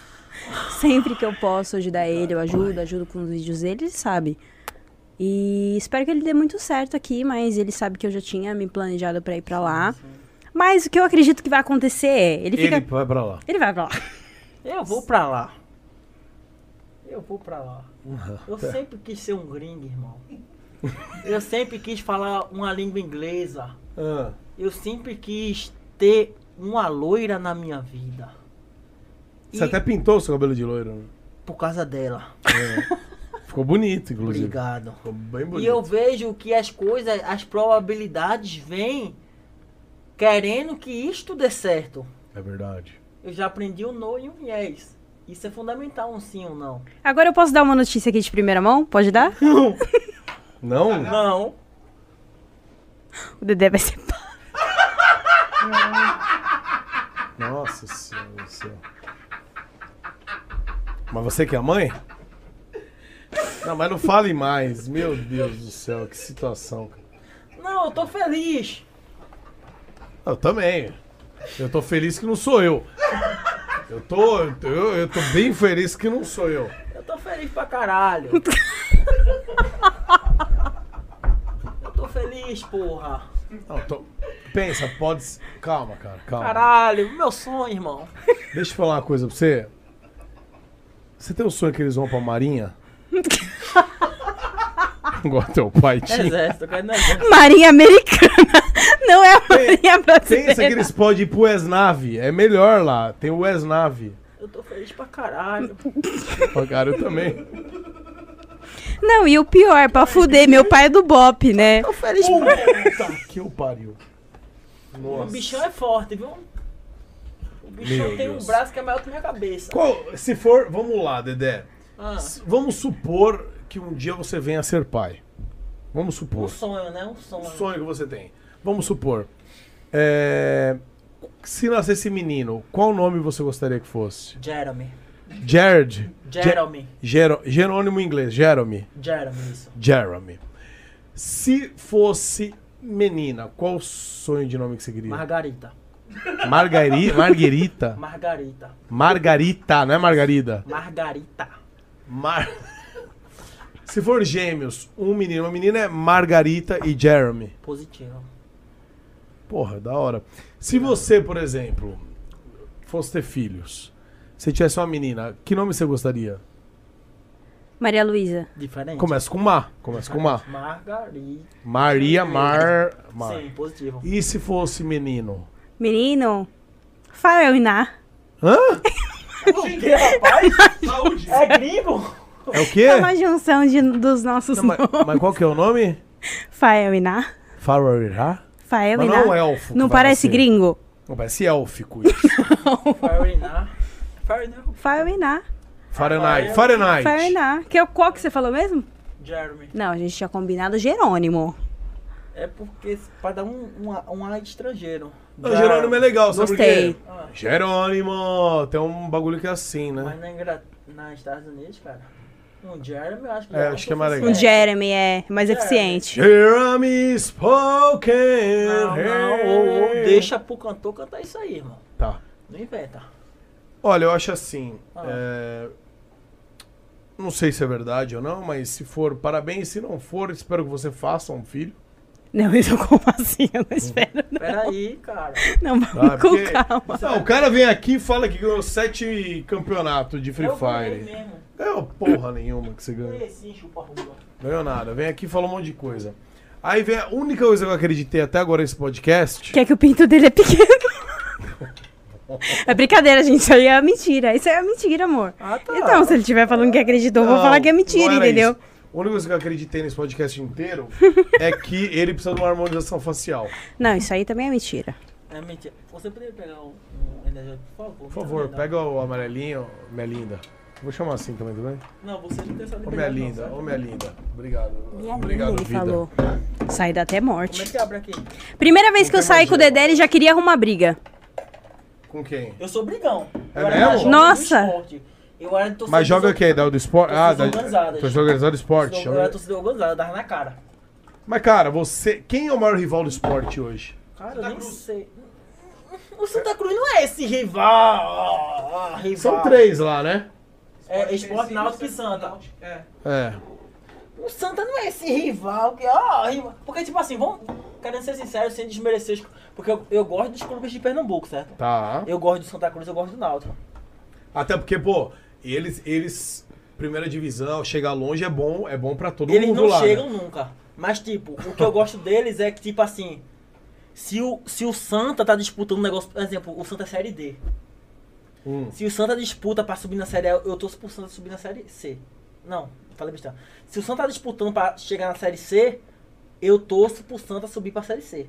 Speaker 9: Sempre que eu posso ajudar ele, eu ajudo, ajudo com os vídeos dele, ele sabe. E espero que ele dê muito certo aqui, mas ele sabe que eu já tinha me planejado pra ir pra lá. Mas o que eu acredito que vai acontecer é, ele fica,
Speaker 3: Ele vai pra lá.
Speaker 9: ele vai pra lá.
Speaker 6: Eu vou pra lá. Eu vou pra lá.
Speaker 3: Uhum.
Speaker 6: Eu sempre quis ser um gringo, irmão. Eu sempre quis falar uma língua inglesa.
Speaker 3: Ah,
Speaker 6: Eu sempre quis ter uma loira na minha vida.
Speaker 3: você
Speaker 6: E
Speaker 3: até pintou o seu cabelo de loiro. né?
Speaker 6: por causa dela.
Speaker 3: Ficou bonito, inclusive.
Speaker 6: Obrigado.
Speaker 3: Ficou bem
Speaker 6: E
Speaker 3: bonito.
Speaker 6: eu vejo que as coisas, as probabilidades vêm querendo que isto dê certo.
Speaker 3: É verdade.
Speaker 6: Eu já aprendi um no e um yes. Isso é fundamental, um sim ou não.
Speaker 9: Agora eu posso dar uma notícia aqui de primeira mão? Pode dar?
Speaker 3: Ah, Não?
Speaker 6: Não.
Speaker 9: O Dedé vai ser
Speaker 3: Nossa senhora do céu. Mas você que é a mãe? Não, mas não fale mais. Meu Deus do céu, que situação. cara.
Speaker 6: Não, eu tô feliz.
Speaker 3: Eu também. Eu tô feliz que não sou eu. Eu tô, eu, tô- eu tô bem feliz que não sou eu.
Speaker 6: Eu tô feliz pra caralho. eu tô feliz, porra.
Speaker 3: Não, eu tô- Pensa, pode. s- Calma, cara, calma.
Speaker 6: Caralho, meu sonho, irmão.
Speaker 3: Deixa eu falar uma coisa pra você. Você tem um sonho que eles vão pra marinha? Igual teu pai
Speaker 6: É
Speaker 3: tinha.
Speaker 6: Exército, eu quero ir no exército.
Speaker 9: Marinha Americana. Não é a Marinha Brasileira.
Speaker 3: Pensa que eles podem ir pro Esnave. É melhor lá. Tem o Esnave.
Speaker 6: Eu tô feliz pra caralho.
Speaker 3: Pô, Cara, eu também.
Speaker 9: Não, e o pior, pra fuder, meu pai é do Bop, né?
Speaker 6: Tô feliz pra
Speaker 3: Puta que eu pariu.
Speaker 6: O bichão é forte, viu? O bichão
Speaker 3: Meu
Speaker 6: tem
Speaker 3: Deus.
Speaker 6: um braço que é maior que minha cabeça.
Speaker 3: Qual- se for, vamos lá, Dedé.
Speaker 6: Ah,
Speaker 3: S- Vamos supor que um dia você venha a ser pai. Vamos
Speaker 6: um
Speaker 3: supor.
Speaker 6: sonho, né? Um sonho.
Speaker 3: Um sonho que você tem. Vamos supor. É, Se nascesse menino, qual nome você gostaria que fosse?
Speaker 6: Jeremy.
Speaker 3: Jared?
Speaker 6: Jeremy.
Speaker 3: Jero- Jerônimo em inglês. Jeremy.
Speaker 6: Jeremy, isso.
Speaker 3: Jeremy. Se fosse menina, qual o sonho de nome que você queria?
Speaker 6: Margarita.
Speaker 3: Margari... Marguerita?
Speaker 6: Margarita.
Speaker 3: Margarita, não é Margarida?
Speaker 6: Margarita.
Speaker 3: Mar... Se for gêmeos, um menino, uma menina é Margarita e Jeremy.
Speaker 6: Positivo.
Speaker 3: Porra, da hora. Se você, por exemplo, fosse ter filhos, se tivesse uma menina, que nome você gostaria?
Speaker 9: Maria Luísa.
Speaker 6: Diferente.
Speaker 3: Começa com Mar. Começa com Mar.
Speaker 6: Margarita.
Speaker 3: Maria Mar. Mar.
Speaker 6: Sim, positivo.
Speaker 3: E se fosse menino?
Speaker 9: Menino. Fael Iná.
Speaker 3: Hã?
Speaker 6: Que rapaz? Saúde. É gringo?
Speaker 3: É o quê?
Speaker 9: É uma junção de, dos nossos
Speaker 3: Não, mas,
Speaker 9: nomes.
Speaker 3: mas qual que é o nome?
Speaker 9: Fael Iná.
Speaker 3: Farorá?
Speaker 9: Fael
Speaker 3: Mas
Speaker 9: Iná.
Speaker 3: não é um elfo que
Speaker 9: Não
Speaker 3: vai
Speaker 9: parece
Speaker 3: nascer.
Speaker 9: gringo?
Speaker 3: Não, parece élfico isso.
Speaker 6: Fariná. Fariná.
Speaker 9: Fael Iná.
Speaker 3: Fahrenheit. Fahrenheit.
Speaker 9: Fael Iná. Que é o qual que você falou mesmo?
Speaker 6: Jeremy.
Speaker 9: Não, a gente tinha combinado Jerônimo.
Speaker 6: É porque pra dar um, um, a- um ar de estrangeiro.
Speaker 3: Não, Jerônimo é legal, sabe
Speaker 9: Gostei.
Speaker 3: por quê? Jerônimo! Tem um bagulho que é assim,
Speaker 6: Mas
Speaker 3: né?
Speaker 6: na Inglaterra, nos Estados Unidos, cara, um Jeremy eu acho que
Speaker 3: É, acho que é mais legal.
Speaker 9: Um Jeremy é mais eficiente.
Speaker 3: Jeremy Spoken!
Speaker 6: Não, não, ou, ou deixa pro cantor cantar isso aí, irmão.
Speaker 3: Tá.
Speaker 6: Não inventa.
Speaker 3: Olha, eu acho assim.
Speaker 6: Ah.
Speaker 3: é, Não sei se é verdade ou não, mas se for, parabéns. Se não for, espero que você faça um filho.
Speaker 9: Não, mas eu como assim? Eu não espero.
Speaker 6: Peraí, cara.
Speaker 9: Não, vamos
Speaker 3: Tá?
Speaker 9: com
Speaker 3: Porque-
Speaker 9: calma.
Speaker 3: Não, o cara vem aqui e fala que ganhou sete campeonatos de Free
Speaker 6: eu ganhei
Speaker 3: Fire.
Speaker 6: É mesmo.
Speaker 3: Ganhou porra nenhuma que você ganhou.
Speaker 6: Ganhei sim, chupa rola.
Speaker 3: Ganhou nada. Vem aqui e fala um monte de coisa. Aí vem a única coisa que eu acreditei até agora nesse podcast.
Speaker 9: Quer que o pinto dele é pequeno? É brincadeira, gente. Isso aí é mentira. Isso aí é mentira, amor.
Speaker 6: Ah, tá.
Speaker 9: Então, se ele estiver falando que acreditou, eu vou
Speaker 3: Não,
Speaker 9: falar que é mentira,
Speaker 3: não era
Speaker 9: entendeu?
Speaker 3: isso. A única coisa que eu acreditei nesse podcast inteiro é que ele precisa de uma harmonização facial.
Speaker 9: Não, isso aí também é mentira.
Speaker 6: É mentira. Você poderia pegar um, um energético, por favor?
Speaker 3: Por favor, pega o amarelinho, minha linda. Vou chamar assim também, tudo bem?
Speaker 6: Não, você não tem essa
Speaker 3: Ô, minha
Speaker 6: liberdade. não,
Speaker 3: linda,
Speaker 6: sabe?
Speaker 3: ô, minha linda. Obrigado.
Speaker 9: Minha
Speaker 3: Obrigado,
Speaker 9: linda, ele
Speaker 3: vida.
Speaker 9: falou. Saí da até
Speaker 6: Como é
Speaker 9: morte.
Speaker 6: que abre aqui?
Speaker 9: Primeira vez que eu
Speaker 3: é
Speaker 9: saí com o Dedé, ele já queria arrumar briga.
Speaker 3: Com quem?
Speaker 6: Eu sou brigão.
Speaker 3: É
Speaker 6: eu era
Speaker 3: mesmo?
Speaker 6: jogo do
Speaker 9: Nossa.
Speaker 6: esporte. Eu era torcedor.
Speaker 3: Mas joga o quê? Da do esporte?
Speaker 6: Torcidas
Speaker 3: Ah, da
Speaker 6: organizadas.
Speaker 3: torcida organizada do esporte.
Speaker 6: Eu era torcedor organizado, eu dava na cara.
Speaker 3: Mas, cara, você. Quem é o maior rival do esporte hoje?
Speaker 6: Cara, eu nem sei. O Santa Cruz não é esse rival. ah, rival.
Speaker 3: São três lá, né?
Speaker 6: É esporte náutico e Santa.
Speaker 3: É.
Speaker 6: O Santa não é esse rival que, ó, rival. porque tipo assim, vamos, querendo ser sincero, sem desmerecer, os- porque eu, eu gosto dos clubes de Pernambuco, certo?
Speaker 3: Tá.
Speaker 6: Eu gosto do Santa Cruz, eu gosto do Náutico.
Speaker 3: Até porque, pô, eles. eles primeira divisão, chegar longe é bom, é bom pra todo
Speaker 6: Eles
Speaker 3: mundo
Speaker 6: não
Speaker 3: lá. né?
Speaker 6: chegam nunca. Mas tipo, o que eu gosto deles é que tipo assim, se o, se o Santa tá disputando um negócio, por exemplo, o Santa é Série D.
Speaker 3: Hum.
Speaker 6: Se o Santa disputa pra subir na Série A, eu torço pro Santa subir na Série C. Não, falei besteira. Se o Santa tá disputando pra chegar na Série C, eu torço pro Santa subir pra Série C.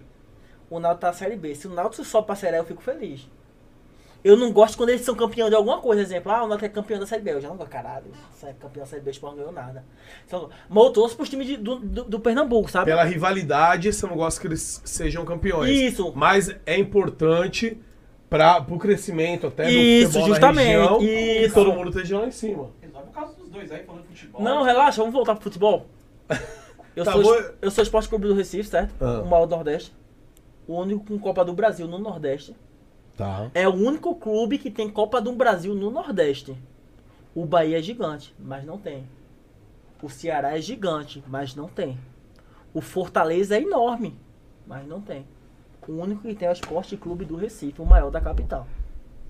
Speaker 6: O Náutico tá na Série B. Se o Náutico sobe pra Série A, eu fico feliz. Eu não gosto quando eles são campeão de alguma coisa. Exemplo, ah, o Náutico é campeão da Série B. Eu já não gosto, caralho. Se é campeão da Série B, o Sport não ganhou nada. Então, mas eu torço pros times de- do, do, do Pernambuco, sabe?
Speaker 3: Pela rivalidade, você não gosta que eles sejam campeões.
Speaker 6: Isso.
Speaker 3: Mas é importante para pro crescimento até
Speaker 6: Isso,
Speaker 3: do futebol
Speaker 6: justamente,
Speaker 3: na região, que
Speaker 6: isso.
Speaker 3: todo mundo esteja lá em cima.
Speaker 8: Resolve o caso dos dois aí, falando de futebol.
Speaker 6: Não, relaxa, vamos voltar pro futebol. Eu,
Speaker 3: Tá
Speaker 6: sou,
Speaker 3: bom.
Speaker 6: eu sou esporte clube do Recife, certo?
Speaker 3: Ah.
Speaker 6: O maior do Nordeste. O único com Copa do Brasil no Nordeste.
Speaker 3: Tá.
Speaker 6: É o único clube que tem Copa do Brasil no Nordeste. O Bahia é gigante, mas não tem. O Ceará é gigante, mas não tem. O Fortaleza é enorme, mas não tem. O único que tem é o Esporte Clube do Recife, o maior da capital.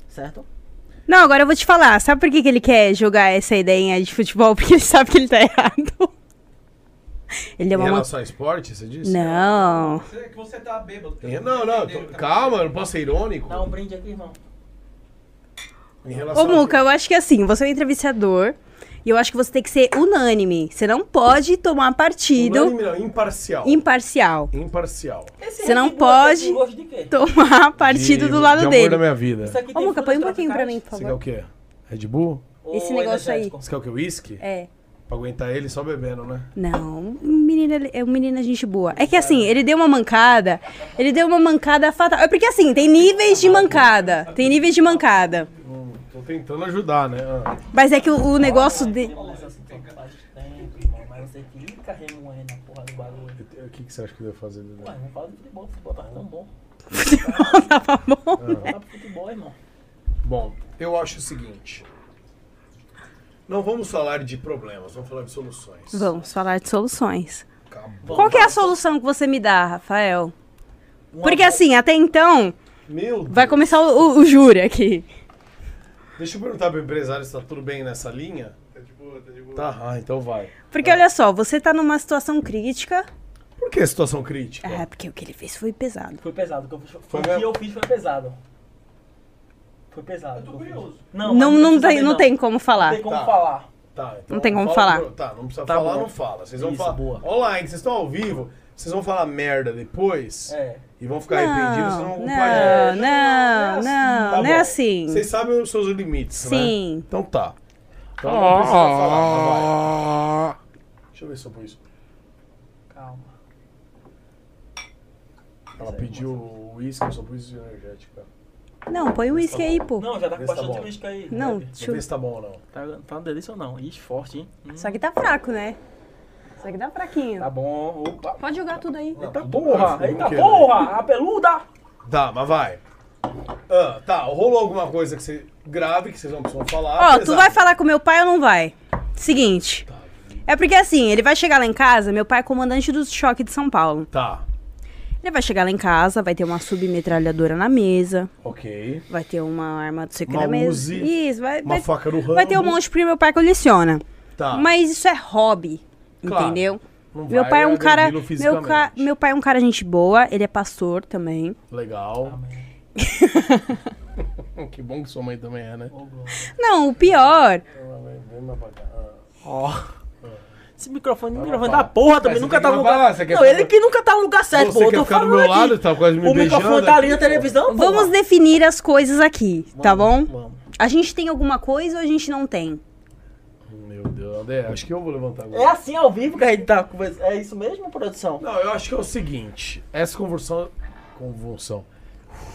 Speaker 6: Certo?
Speaker 9: Não, agora eu vou te falar. Sabe por que, que ele quer jogar essa ideinha de futebol? Porque ele sabe que ele tá errado. Ele
Speaker 3: Em
Speaker 9: deu uma. man-
Speaker 3: relação a esporte, você disse?
Speaker 9: Não.
Speaker 8: Você, que você tá bêbado.
Speaker 3: É, Não, não, eu tô- calma, eu não posso ser irônico.
Speaker 6: Dá um brinde aqui, irmão.
Speaker 3: Em
Speaker 9: Ô,
Speaker 3: relação a-
Speaker 9: Muca, eu acho que assim, você é um entrevistador e eu acho que você tem que ser unânime. Você não pode tomar partido
Speaker 3: Unânime é não, imparcial.
Speaker 9: imparcial.
Speaker 3: Imparcial.
Speaker 9: Você não
Speaker 6: Esse gosto- esse
Speaker 9: pode
Speaker 6: gosto de quê?
Speaker 9: tomar partido
Speaker 3: De-
Speaker 9: do
Speaker 3: de
Speaker 9: lado
Speaker 3: amor da
Speaker 9: dele.
Speaker 3: minha vida.
Speaker 6: Isso aqui
Speaker 9: Ô,
Speaker 6: tem
Speaker 9: Muca, põe um
Speaker 6: frutas
Speaker 9: pouquinho pra mim,
Speaker 6: tropicais?
Speaker 9: por
Speaker 3: Você tá quer o
Speaker 9: favor.
Speaker 3: quê? Red Bull?
Speaker 9: Esse
Speaker 6: Ou
Speaker 9: negócio aí.
Speaker 6: energético?
Speaker 3: Você quer o quê? Whisky?
Speaker 9: É.
Speaker 3: Pra aguentar ele só bebendo, né?
Speaker 9: Não, o menino ele- é um menino gente boa. É que assim, ele deu uma mancada, ele deu uma mancada fatal. É porque assim, tem níveis de mancada, tem níveis de mancada.
Speaker 3: Hum, tô tentando ajudar, né? Ah.
Speaker 9: Mas é que o, o negócio de...
Speaker 6: Nossa, assim, faz tempo, irmão, mas você fica remoendo a porra do bagulho.
Speaker 3: O que, que você acha que eu devo fazer, Dudu?
Speaker 6: Ué, não fala de futebol, futebol tá tão bom.
Speaker 9: tava bom.
Speaker 6: Fala pro futebol, irmão.
Speaker 3: Bom, eu acho o seguinte. Não vamos falar de problemas, vamos falar de soluções.
Speaker 9: Vamos falar de soluções.
Speaker 3: Acabou.
Speaker 6: Vamos
Speaker 9: Qual que é
Speaker 6: lá.
Speaker 9: a solução que você me dá, Rafael?
Speaker 6: Uma
Speaker 9: Porque
Speaker 6: boa-
Speaker 9: assim, até então,
Speaker 3: Meu Deus.
Speaker 9: vai começar o, o, o júri aqui.
Speaker 3: Deixa eu perguntar pro empresário se tá tudo bem nessa linha. Tá de boa, tá de boa. Tá, ah, então vai.
Speaker 9: Porque olha só, você tá numa situação crítica.
Speaker 3: Por que situação crítica?
Speaker 9: Ah, porque o que ele fez foi pesado.
Speaker 6: Foi pesado, o que eu fiz-
Speaker 3: Foi
Speaker 6: o que
Speaker 3: mesmo?
Speaker 6: eu fiz foi pesado. Foi pesado. Eu tô curioso. Não,
Speaker 9: Não,
Speaker 6: mas
Speaker 9: não,
Speaker 6: precisa
Speaker 9: tem,
Speaker 6: saber,
Speaker 9: não tem como
Speaker 6: Não
Speaker 9: falar.
Speaker 6: tem como
Speaker 3: Tá.
Speaker 6: falar.
Speaker 3: Tá, então
Speaker 9: Não tem como
Speaker 3: fala
Speaker 9: falar.
Speaker 3: pro- Tá, não precisa
Speaker 6: Tá
Speaker 3: falar,
Speaker 6: bom.
Speaker 3: não fala. Vocês vão
Speaker 6: Isso,
Speaker 3: falar.
Speaker 6: boa.
Speaker 3: Online, vocês estão ao vivo, vocês vão falar merda depois
Speaker 6: É.
Speaker 3: e vão ficar arrependidos e não
Speaker 9: Não,
Speaker 3: vão é,
Speaker 9: não, não,
Speaker 3: Tá
Speaker 9: não, não é
Speaker 3: bom.
Speaker 9: assim.
Speaker 3: Vocês sabem os seus limites, né?
Speaker 9: Sim.
Speaker 3: Então tá. Então
Speaker 9: Ah.
Speaker 3: não precisa falar. mas vai. Deixa eu ver se eu pôr isso.
Speaker 6: Calma.
Speaker 3: Ela pediu o uísque, eu só pus o energético. cara.
Speaker 9: Não, põe o uísque aí, pô.
Speaker 6: Não, já tá com
Speaker 3: Vê se tá
Speaker 6: bastante
Speaker 3: bom.
Speaker 6: risco aí.
Speaker 9: Não,
Speaker 6: bebe.
Speaker 9: deixa
Speaker 3: Deixa eu
Speaker 9: eu...
Speaker 3: ver se tá bom ou não.
Speaker 6: Tá, tá uma delícia ou não? Ixi, forte, hein? Hum,
Speaker 9: Isso aqui tá fraco, né? Isso aqui tá fraquinho.
Speaker 6: Tá bom. Tá Opa.
Speaker 9: Pode jogar tudo aí.
Speaker 6: Eita
Speaker 3: tudo
Speaker 6: porra!
Speaker 3: bem,
Speaker 6: Eita
Speaker 3: ok,
Speaker 6: porra! A peluda!
Speaker 3: Tá, mas vai. Ah, tá, rolou alguma coisa que você grave que vocês não precisam falar.
Speaker 9: Ó, tu
Speaker 3: apesar-
Speaker 9: vai falar com meu pai ou não vai? Seguinte. É porque assim, ele vai chegar lá em casa, meu pai é comandante do choque de São Paulo.
Speaker 3: Tá,
Speaker 9: Ele vai chegar lá em casa, vai ter uma submetralhadora na mesa,
Speaker 3: ok.
Speaker 9: vai ter uma arma do sei o que
Speaker 3: Uma
Speaker 9: na mesa.
Speaker 3: Uzi,
Speaker 9: Isso, vai,
Speaker 3: Uma
Speaker 9: vai,
Speaker 3: faca no ramo.
Speaker 9: vai ter um monte porque meu pai coleciona.
Speaker 3: Tá.
Speaker 9: Mas isso é hobby,
Speaker 3: Claro.
Speaker 9: entendeu?
Speaker 3: Não
Speaker 9: Meu
Speaker 3: vai
Speaker 9: pai é um cara.
Speaker 3: agredi-lo
Speaker 9: Meu, ca-
Speaker 3: fisicamente.
Speaker 9: meu pai é um cara gente boa, ele é pastor também.
Speaker 3: Legal. que bom que sua mãe também é, né?
Speaker 9: Não, o pior.
Speaker 3: Vem mais pra cá. Ah,
Speaker 6: Esse microfone, microfone da porra também,
Speaker 3: Mas
Speaker 6: nunca
Speaker 3: você
Speaker 6: tá
Speaker 3: tem
Speaker 6: no
Speaker 3: que falar,
Speaker 6: lugar.
Speaker 3: você quer
Speaker 6: Não, ele
Speaker 3: falar-
Speaker 6: que nunca tá no lugar certo,
Speaker 3: Você
Speaker 6: pô. Eu
Speaker 3: quer
Speaker 6: tô
Speaker 3: ficar do
Speaker 6: falando
Speaker 3: meu lado?
Speaker 6: aqui.
Speaker 3: Tá quase me
Speaker 6: O microfone
Speaker 3: beijando
Speaker 6: tá ali na
Speaker 3: aqui, pô.
Speaker 6: televisão, pô.
Speaker 9: Vamos definir as coisas aqui, tá bom?
Speaker 6: vamos.
Speaker 9: A gente tem alguma coisa ou a gente não tem?
Speaker 3: Meu Deus, André, acho que eu vou levantar agora.
Speaker 6: É assim ao vivo que a gente tá conversando. É isso mesmo, produção?
Speaker 3: Não, eu acho que é o seguinte. Essa convulsão... Convulsão.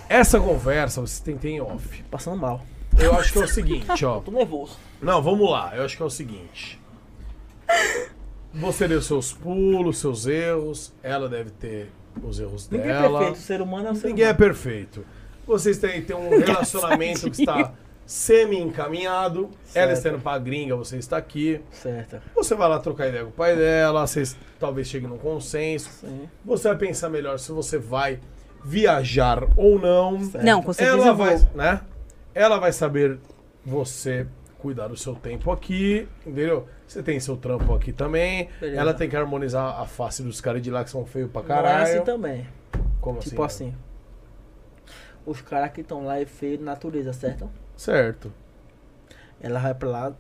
Speaker 3: Essa conversa você tem, tem em off.
Speaker 6: Passando mal.
Speaker 3: Eu acho que é o seguinte, ó.
Speaker 6: Tô nervoso.
Speaker 3: Não, vamos lá. Eu acho que é o seguinte. Você deu seus pulos, seus erros. Ela deve ter os erros
Speaker 6: Ninguém é
Speaker 3: dela.
Speaker 6: perfeito, o ser humano é um ser
Speaker 3: Ninguém é
Speaker 6: humano.
Speaker 3: perfeito. Vocês têm, têm um relacionamento que está semi-encaminhado. Ela está indo pra gringa, você está aqui.
Speaker 6: Certo.
Speaker 3: Você vai lá trocar ideia com o pai dela, vocês talvez cheguem num consenso.
Speaker 6: Sim.
Speaker 3: Você vai pensar melhor se você vai viajar ou não.
Speaker 9: Não, com certeza
Speaker 3: Ela
Speaker 9: eu vou.
Speaker 3: vai, né? Ela vai saber você cuidar do seu tempo aqui, entendeu? Você tem seu trampo aqui também.
Speaker 6: Beleza.
Speaker 3: Ela tem que harmonizar a face dos caras de lá que são feios pra
Speaker 6: Caralho. Não é
Speaker 3: caralho.
Speaker 6: assim também.
Speaker 3: Como
Speaker 6: tipo
Speaker 3: assim?
Speaker 6: assim. Os caras que estão lá é feio de natureza, certo?
Speaker 3: Certo.
Speaker 6: Ela vai pra lá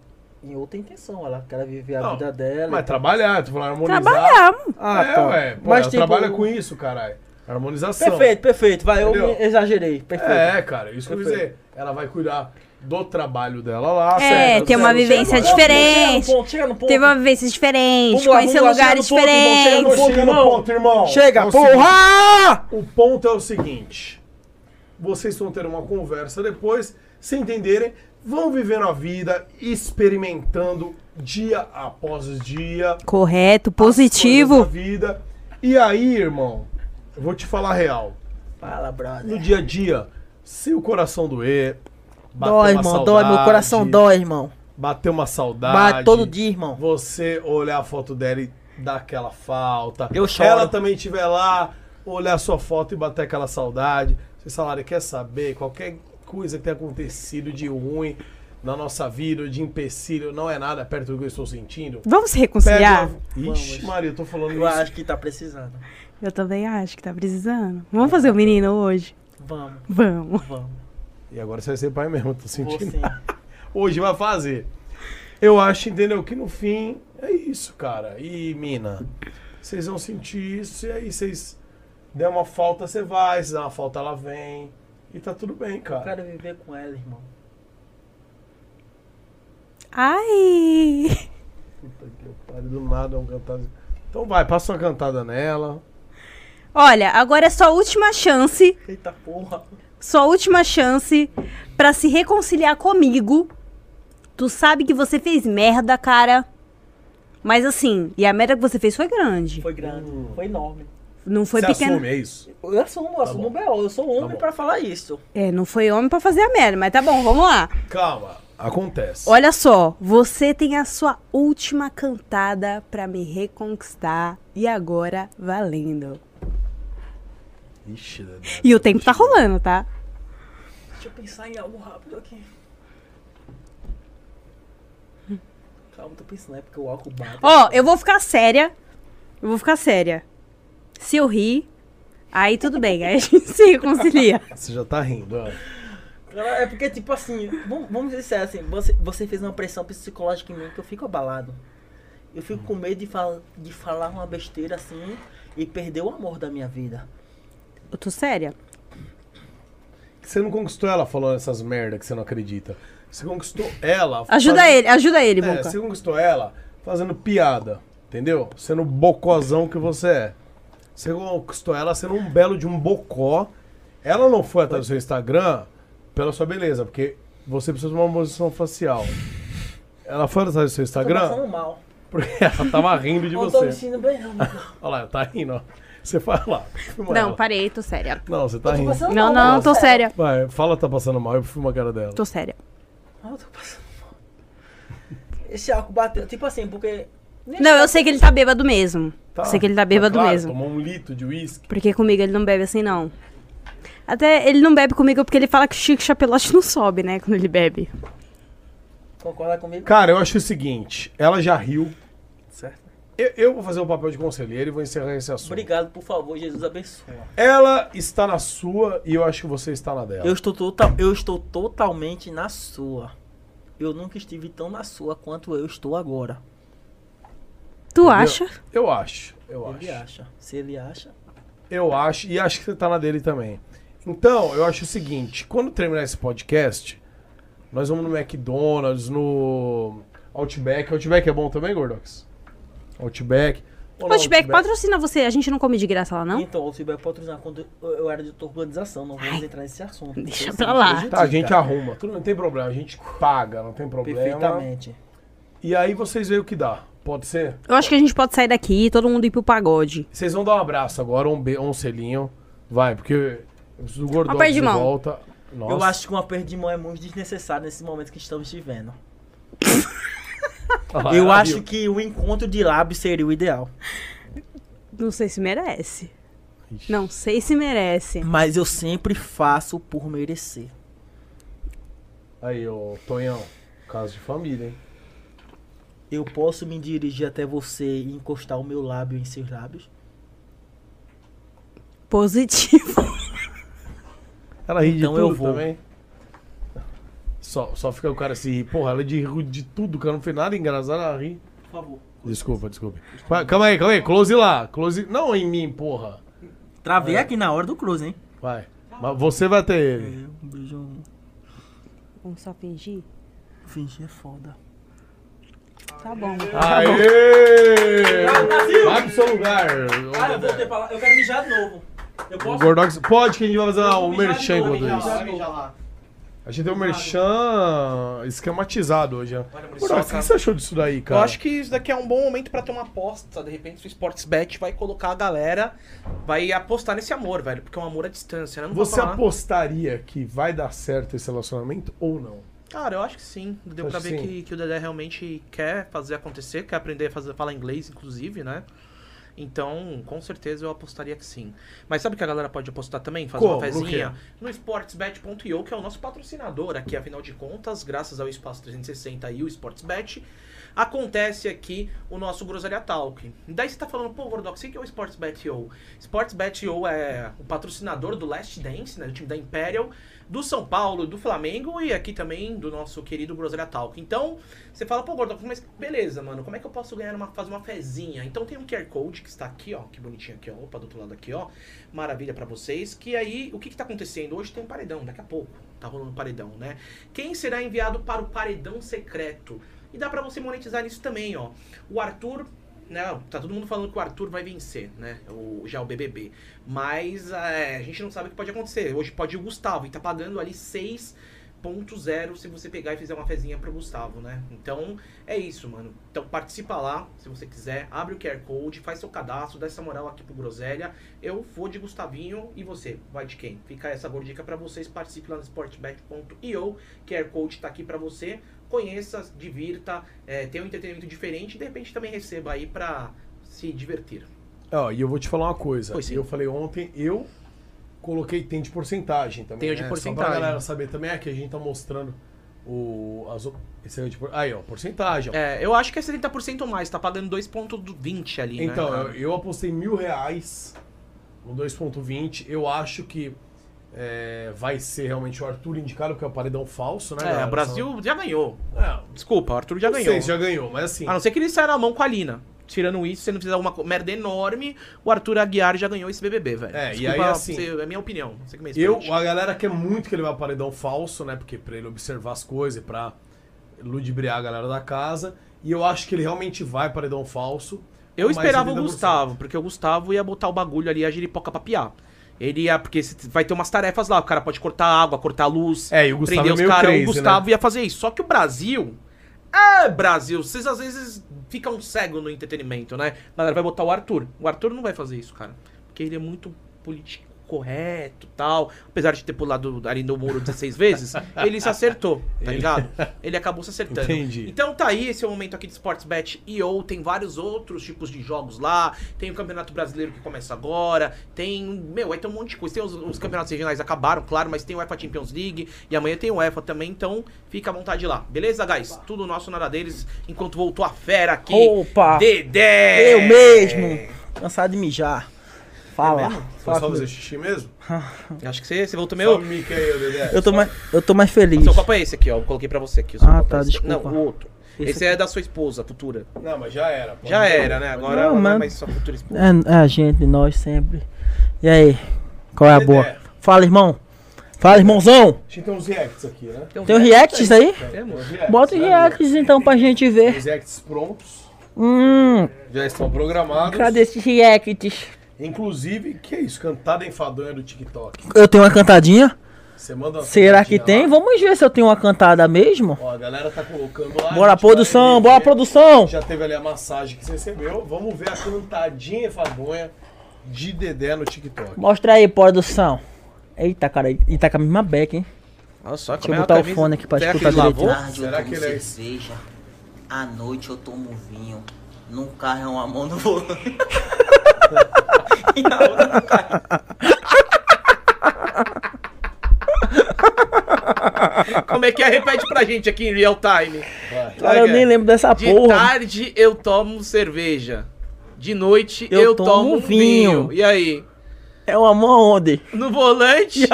Speaker 6: em outra intenção. Ela quer viver a
Speaker 3: Não,
Speaker 6: vida dela.
Speaker 3: Mas trabalhar, tu falando harmonizar.
Speaker 9: Trabalhamos.
Speaker 6: Ah,
Speaker 3: é,
Speaker 6: tá.
Speaker 3: ué. Pô,
Speaker 6: Mas,
Speaker 3: ela
Speaker 6: tipo,
Speaker 3: trabalha com isso, caralho. Harmonização.
Speaker 6: Perfeito, perfeito. Vai, eu
Speaker 3: Entendeu?
Speaker 6: me exagerei. Perfeito.
Speaker 3: É, cara, isso que eu ia
Speaker 6: Perfeito.
Speaker 3: dizer. Ela vai cuidar do trabalho dela lá.
Speaker 9: É,
Speaker 3: certo?
Speaker 9: tem uma
Speaker 3: Certo,
Speaker 9: vivência
Speaker 3: certo.
Speaker 6: Chega no ponto, Chega no
Speaker 9: diferente.
Speaker 6: ponto, chega no ponto.
Speaker 9: Teve uma vivência diferente,
Speaker 6: Vamos lá,
Speaker 9: conhecer
Speaker 6: vamos lá,
Speaker 9: lugares
Speaker 6: chega no ponto, irmão, chega no
Speaker 9: diferentes.
Speaker 3: Não chega no
Speaker 6: irmão.
Speaker 3: ponto, irmão.
Speaker 6: Chega,
Speaker 3: É o
Speaker 6: porra!
Speaker 3: O ponto é o seguinte: vocês vão ter uma conversa depois, se entenderem, vão vivendo a vida, experimentando dia após dia. as
Speaker 9: Correto,
Speaker 3: coisas
Speaker 9: positivo.
Speaker 3: Da vida. E aí, irmão, eu vou te falar a real.
Speaker 6: Fala, brother.
Speaker 3: No dia a dia, se o coração doer, bater
Speaker 6: Dói,
Speaker 3: uma
Speaker 6: irmão, dói. Meu
Speaker 3: saudade,
Speaker 6: coração dói, irmão.
Speaker 3: Bater uma saudade.
Speaker 6: Bate todo dia, irmão.
Speaker 3: Você olhar a foto dela e dar aquela falta.
Speaker 6: Eu choro.
Speaker 3: Ela também estiver lá, olhar a sua foto e bater aquela saudade. Você salário quer saber qualquer coisa que tenha acontecido de ruim na nossa vida, de empecilho, não é nada perto do que eu estou sentindo.
Speaker 9: Vamos se
Speaker 3: Pega.
Speaker 9: reconciliar?
Speaker 3: Ixi, Maria, eu tô falando
Speaker 6: Eu
Speaker 3: isso.
Speaker 6: acho que tá precisando.
Speaker 9: Eu também acho que tá precisando. Vamos fazer o menino hoje?
Speaker 6: Vamos,
Speaker 9: Vamos.
Speaker 6: vamos.
Speaker 3: E agora você vai ser pai mesmo, eu tô
Speaker 6: Vou
Speaker 3: sentindo.
Speaker 6: sim.
Speaker 3: Hoje vai fazer. Eu acho, entendeu? Que no fim é isso, cara. E, mina, vocês vão sentir isso e aí vocês der uma falta, você vai, se der uma falta, ela vem. E tá tudo bem,
Speaker 6: Eu
Speaker 3: cara.
Speaker 6: quero viver com ela, irmão.
Speaker 9: Ai.
Speaker 3: Puta que pariu, do nada é um cantado. Então vai, passa uma cantada nela.
Speaker 9: Olha, agora é sua última chance,
Speaker 6: Eita porra.
Speaker 9: sua última chance pra se reconciliar comigo. Tu sabe que você fez merda, cara. Mas assim, e a merda que você fez foi grande.
Speaker 6: Foi grande,
Speaker 3: Hum.
Speaker 6: foi enorme.
Speaker 9: Não foi
Speaker 3: você
Speaker 9: pequena.
Speaker 3: assume, é isso?
Speaker 6: Eu assumo, eu assumo o B.O. Eu sou homem
Speaker 3: Tá bom.
Speaker 6: pra falar isso.
Speaker 9: É, não foi homem pra fazer a merda, mas tá bom, vamos lá.
Speaker 3: Calma, acontece.
Speaker 9: Olha só, você tem a sua última cantada pra me reconquistar e agora valendo.
Speaker 3: Ixi, Dedé.
Speaker 9: E o tempo tá rolando, tá?
Speaker 6: Deixa eu pensar em algo rápido aqui. Calma, tô pensando, é porque o álcool bate.
Speaker 9: Ó, eu vou ficar séria. Eu vou ficar séria. Se eu rir, aí tudo bem, aí a gente se reconcilia.
Speaker 3: Você já tá rindo, ó.
Speaker 6: Cara, É porque, tipo assim, vamos, vamos dizer assim, você, você fez uma pressão psicológica em mim que eu fico abalado. Eu fico com medo de, fal de falar uma besteira assim e perder o amor da minha vida.
Speaker 9: Eu tô séria?
Speaker 3: Você não conquistou ela falando essas merda que você não acredita. Você conquistou ela.
Speaker 9: Ajuda
Speaker 3: fazendo-
Speaker 9: ele, ajuda ele,
Speaker 3: É,
Speaker 9: Boca.
Speaker 3: você conquistou ela fazendo piada, entendeu? Sendo o bocozão que você é. Você conquistou ela sendo um belo de um bocó. Ela não foi atrás do seu Instagram pela sua beleza, porque você precisa de uma posição facial. Ela foi atrás do seu
Speaker 6: Tô
Speaker 3: Instagram
Speaker 6: passando mal.
Speaker 3: porque ela tava rindo de
Speaker 6: Não tô
Speaker 3: você.
Speaker 6: me sentindo bem, não. mano.
Speaker 3: Olha lá, tá rindo, ó. Você fala lá. filma
Speaker 9: Não,
Speaker 3: ela.
Speaker 9: parei, tô séria.
Speaker 3: Não, você tá
Speaker 6: Tô
Speaker 3: rindo.
Speaker 6: passando
Speaker 9: Não,
Speaker 6: mal,
Speaker 9: não,
Speaker 6: mano,
Speaker 9: tô
Speaker 6: sério.
Speaker 9: séria.
Speaker 3: Vai, fala tá passando mal, eu filmo a cara dela.
Speaker 9: Tô séria.
Speaker 6: Ah, eu tô passando mal. Esse álcool bateu, tipo assim, porque. nem
Speaker 9: Não,
Speaker 6: sei
Speaker 9: eu sei que ele tá bêbado mesmo.
Speaker 3: Tá.
Speaker 9: Sei que ele tá bêbado
Speaker 3: claro,
Speaker 9: mesmo.
Speaker 3: Tomou um litro de uísque.
Speaker 9: Porque comigo ele não bebe assim, não. Até ele não bebe comigo porque ele fala que o Chico Chapelote não sobe, né? Quando ele bebe.
Speaker 6: Concorda comigo?
Speaker 3: Cara, eu acho o seguinte, ela já riu.
Speaker 6: Certo.
Speaker 3: Eu, eu vou fazer o papel de conselheiro e vou encerrar esse assunto.
Speaker 6: Obrigado, por favor, Jesus abençoa.
Speaker 3: Ela está na sua e eu acho que você está na dela.
Speaker 6: Eu estou, total, eu estou totalmente na sua. Eu nunca estive tão na sua quanto eu estou agora.
Speaker 9: Tu Tu acha?
Speaker 3: Eu acho, eu
Speaker 6: Ele
Speaker 3: acho.
Speaker 6: acha. Se ele acha.
Speaker 3: Eu acho, e acho que você tá na dele também. Então, eu acho o seguinte: quando terminar esse podcast, nós vamos no McDonald's, no Outback. Outback é bom também, Gordox? Outback. Vamos lá,
Speaker 9: Outback patrocina você, a gente não come de graça lá, não?
Speaker 6: Então, o Silber patrocinar quando eu eu era de urbanização, não vamos entrar nesse assunto. Então,
Speaker 9: deixa
Speaker 6: Esse
Speaker 9: pra
Speaker 6: me
Speaker 9: lá.
Speaker 6: prejudica.
Speaker 3: Tá, a gente arruma. Tudo não tem problema, a gente paga, não tem problema.
Speaker 6: Perfeitamente.
Speaker 3: E aí vocês veem o que dá. Pode ser?
Speaker 9: Eu acho que a gente pode sair daqui e todo mundo ir pro pagode.
Speaker 3: Vocês vão dar um abraço agora, um, be- um selinho. Vai, porque eu preciso do Gordox
Speaker 9: aperto de
Speaker 3: de
Speaker 9: mão.
Speaker 3: volta. Nossa.
Speaker 6: Eu acho que uma perda de mão é muito desnecessária nesse momento que estamos vivendo.
Speaker 3: Ah,
Speaker 6: eu
Speaker 3: ela
Speaker 6: acho
Speaker 3: viu.
Speaker 6: que o encontro de lábios seria o ideal.
Speaker 9: Não sei se merece. Não sei se merece.
Speaker 6: Mas eu sempre faço por merecer.
Speaker 3: Aí, ô Tonhão, caso de família, hein?
Speaker 6: Eu posso me dirigir até você e encostar o meu lábio em seus lábios?
Speaker 9: Positivo.
Speaker 3: Ela ri de
Speaker 6: Então
Speaker 3: tudo
Speaker 6: eu vou.
Speaker 3: também. Só, só fica o cara assim, ri. porra, ela de ri de tudo, cara, não fez nada engraçado, ela ri.
Speaker 6: Por favor.
Speaker 3: Desculpa, desculpa. Vai, calma aí, calma aí, close lá, close. Não em mim, porra.
Speaker 6: Travei
Speaker 3: É.
Speaker 6: aqui na hora do cruz, hein?
Speaker 3: Vai. Mas você vai ter ele.
Speaker 6: Um beijo.
Speaker 9: Vamos só fingir?
Speaker 6: Fingir é foda.
Speaker 9: Tá bom.
Speaker 3: Ah. Aê! Vai pro seu lugar.
Speaker 6: Ah, eu voltei pra lá. Eu quero mijar de novo. Eu
Speaker 3: O
Speaker 6: posso.
Speaker 3: Gordox, pode que a gente vai fazer um merchan
Speaker 6: mijar de
Speaker 3: enquanto
Speaker 6: novo,
Speaker 3: isso.
Speaker 6: mijar de novo.
Speaker 3: A gente tem um merchan esquematizado hoje, né? Gordox, o que você achou disso daí, cara?
Speaker 5: Eu acho que isso daqui é um bom momento pra ter uma aposta. De repente, o Sportsbet vai colocar a galera, vai apostar nesse amor, velho. Porque é um amor à distância, né? Não vou
Speaker 3: Você
Speaker 5: falar.
Speaker 3: apostaria que vai dar certo esse relacionamento ou não?
Speaker 5: Cara, eu acho que sim. Deu
Speaker 3: Acho
Speaker 5: pra
Speaker 3: que
Speaker 5: ver
Speaker 3: sim.
Speaker 5: que, que o Dedé realmente quer fazer acontecer, quer aprender a fazer, falar inglês, inclusive, né? Então, com certeza eu apostaria que sim. Mas sabe que a galera pode apostar também? Fazer
Speaker 3: Como?
Speaker 5: uma
Speaker 3: No
Speaker 5: fezinha? No sportsbet.io, que é o nosso patrocinador aqui, afinal de contas, graças ao Espaço 360 e o Sportsbet, acontece aqui o nosso Groselha Talk. Daí você tá falando, pô, Gordox, o que é o Sportsbet.io? Sportsbet.io é o patrocinador do Last Dance, né, do time da Imperial, do São Paulo, do Flamengo e aqui também do nosso querido Groselha Talk. Então, você fala, pô, Gordox, mas beleza, mano, como é que eu posso ganhar uma, fazer uma fezinha? Então tem um QR Code que está aqui, ó, que bonitinho aqui, ó, opa, do outro lado aqui, ó, maravilha pra vocês, que aí, o que que tá acontecendo? Hoje tem um paredão, daqui a pouco tá rolando um paredão, né? Quem será enviado para o paredão secreto? E dá pra você monetizar nisso também, ó. O Arthur, né, tá todo mundo falando que o Arthur vai vencer, né, o, já o BBB, mas é, a gente não sabe o que pode acontecer. Hoje pode ir o Gustavo e tá pagando ali 6.0 se você pegar e fizer uma fezinha pro Gustavo, né? Então, é isso, mano. Então participa lá, se você quiser. Abre o QR Code, faz seu cadastro, dá essa moral aqui pro Groselha. Eu vou de Gustavinho e você vai de quem? Fica essa gordica pra vocês. Participe lá no sportbet.io. QR Code tá aqui pra você. Conheça, divirta, é, tenha um entretenimento diferente e de repente também receba aí pra se divertir.
Speaker 3: Ó, e eu vou te falar uma coisa.
Speaker 5: Pois sim.
Speaker 3: Eu falei ontem, eu coloquei tem de porcentagem também.
Speaker 5: Tem de
Speaker 3: né? Só
Speaker 5: porcentagem.
Speaker 3: pra galera saber também, é que a gente tá mostrando o. As, op- esse aí, de por- aí, ó, porcentagem. ó.
Speaker 5: É, eu acho que é 70% ou mais, tá pagando 2,20 ali,
Speaker 3: então,
Speaker 5: né?
Speaker 3: eu, eu apostei mil reais no 2,20. Eu acho que é, vai ser realmente o Arthur indicado, porque é o paredão falso, né?
Speaker 5: É,
Speaker 3: galera?
Speaker 5: o Brasil já ganhou.
Speaker 3: São- É,
Speaker 5: Desculpa, o Arthur já
Speaker 3: não
Speaker 5: ganhou.
Speaker 3: sei se já ganhou, mas assim.
Speaker 5: A não ser que ele saia na mão com a Lina. Tirando isso, se não fizer alguma co- merda enorme, o Arthur Aguiar já ganhou esse BBB, velho.
Speaker 3: É, e
Speaker 5: Desculpa
Speaker 3: aí, assim,
Speaker 5: você- é minha opinião. Você que me
Speaker 3: Eu,
Speaker 5: respeite.
Speaker 3: a galera quer muito que ele vá ao paredão falso, né? Porque pra ele observar as coisas, e pra ludibriar a galera da casa. E eu acho que ele realmente vai paredão falso.
Speaker 5: Eu
Speaker 3: com mais
Speaker 5: esperava o
Speaker 3: 80%.
Speaker 5: Gustavo, porque o Gustavo ia botar o bagulho ali, a giripoca pra piar. Ele ia, porque se- vai ter umas tarefas lá, o cara pode cortar água, cortar a luz,
Speaker 3: É, e o Gustavo é meio crazy,
Speaker 5: o Gustavo ia fazer isso. Só que o Brasil. É, Brasil, vocês às vezes ficam cego no entretenimento, né? A galera vai botar o Arthur. O Arthur não vai fazer isso, cara. Porque ele é muito político correto tal. Apesar de ter pulado ali no muro 16 vezes, ele se acertou, tá ligado? Ele acabou se acertando.
Speaker 3: Entendi.
Speaker 5: Então tá aí esse é o momento aqui de Sportsbet e ou tem vários outros tipos de jogos lá. Tem o Campeonato Brasileiro que começa agora. Tem, meu, aí tem um monte de coisa. Tem os, os campeonatos regionais acabaram, claro, mas tem o UEFA Champions League e amanhã tem o UEFA também, então fica à vontade lá. Beleza, guys? Tudo nosso, nada deles. Enquanto voltou a fera aqui.
Speaker 6: Opa!
Speaker 3: É.
Speaker 5: Dedé!
Speaker 6: Eu mesmo! Cansado de mijar.
Speaker 5: Tá
Speaker 6: Fala.
Speaker 3: É Foi
Speaker 6: Fala
Speaker 3: só
Speaker 6: comigo.
Speaker 3: fazer xixi mesmo?
Speaker 5: Acho que você, você voltou
Speaker 3: Meu...
Speaker 5: meio.
Speaker 3: Mickey, aí, Dedé.
Speaker 6: Eu tô mais, eu tô mais feliz.
Speaker 5: Seu copo é esse aqui, ó. Eu coloquei pra você aqui. o seu
Speaker 6: Ah,
Speaker 5: copo
Speaker 6: tá,
Speaker 5: é esse.
Speaker 6: desculpa.
Speaker 5: Não, o outro. Esse é da sua esposa, futura.
Speaker 7: Não, mas já era. pô.
Speaker 5: Já era, né? Agora
Speaker 6: Não,
Speaker 5: ela não é
Speaker 6: mano.
Speaker 5: mais sua futura esposa.
Speaker 6: É, a gente, nós sempre. E aí? Qual é a boa?
Speaker 7: Dedé.
Speaker 6: Fala, irmão. Fala, irmãozão.
Speaker 7: A gente tem uns reacts aqui, né?
Speaker 6: Tem o reacts aí?
Speaker 5: Temos.
Speaker 6: Bota os reacts então pra gente ver.
Speaker 7: Os reacts prontos.
Speaker 6: Hum,
Speaker 7: Já estão programados.
Speaker 6: cadê esses reacts?
Speaker 7: Inclusive, que é isso? Cantada enfadonha do TikTok.
Speaker 6: Eu tenho uma cantadinha?
Speaker 7: Você manda uma
Speaker 6: Será que
Speaker 7: cantadinha
Speaker 6: tem?
Speaker 7: lá.
Speaker 6: Vamos ver se eu tenho uma cantada mesmo.
Speaker 7: Ó, a galera tá colocando lá. a
Speaker 6: Bora,
Speaker 7: gente vai
Speaker 6: produção, bora,
Speaker 7: ver.
Speaker 6: produção.
Speaker 7: Já teve ali a massagem que você recebeu. Vamos ver a cantadinha enfadonha de Dedé no TikTok.
Speaker 6: Mostra aí, produção. Eita, cara, e tá com a mesma beca, hein?
Speaker 5: Olha só,
Speaker 6: Deixa eu botar o fone aqui pra escutar direito.
Speaker 10: tarde
Speaker 7: Será
Speaker 10: eu tomo
Speaker 7: que ele é-
Speaker 10: cerveja, à noite eu tomo vinho, num carro é uma mão no volante. e a outra no carro.
Speaker 5: Como é que é? Repete pra gente aqui em real time.
Speaker 6: Cara, eu nem lembro dessa
Speaker 5: De
Speaker 6: porra.
Speaker 5: tarde eu tomo cerveja. De noite eu,
Speaker 6: Eu
Speaker 5: tomo,
Speaker 6: tomo
Speaker 5: vinho.
Speaker 6: vinho.
Speaker 5: E aí?
Speaker 6: É uma mão onde?
Speaker 5: No volante
Speaker 6: É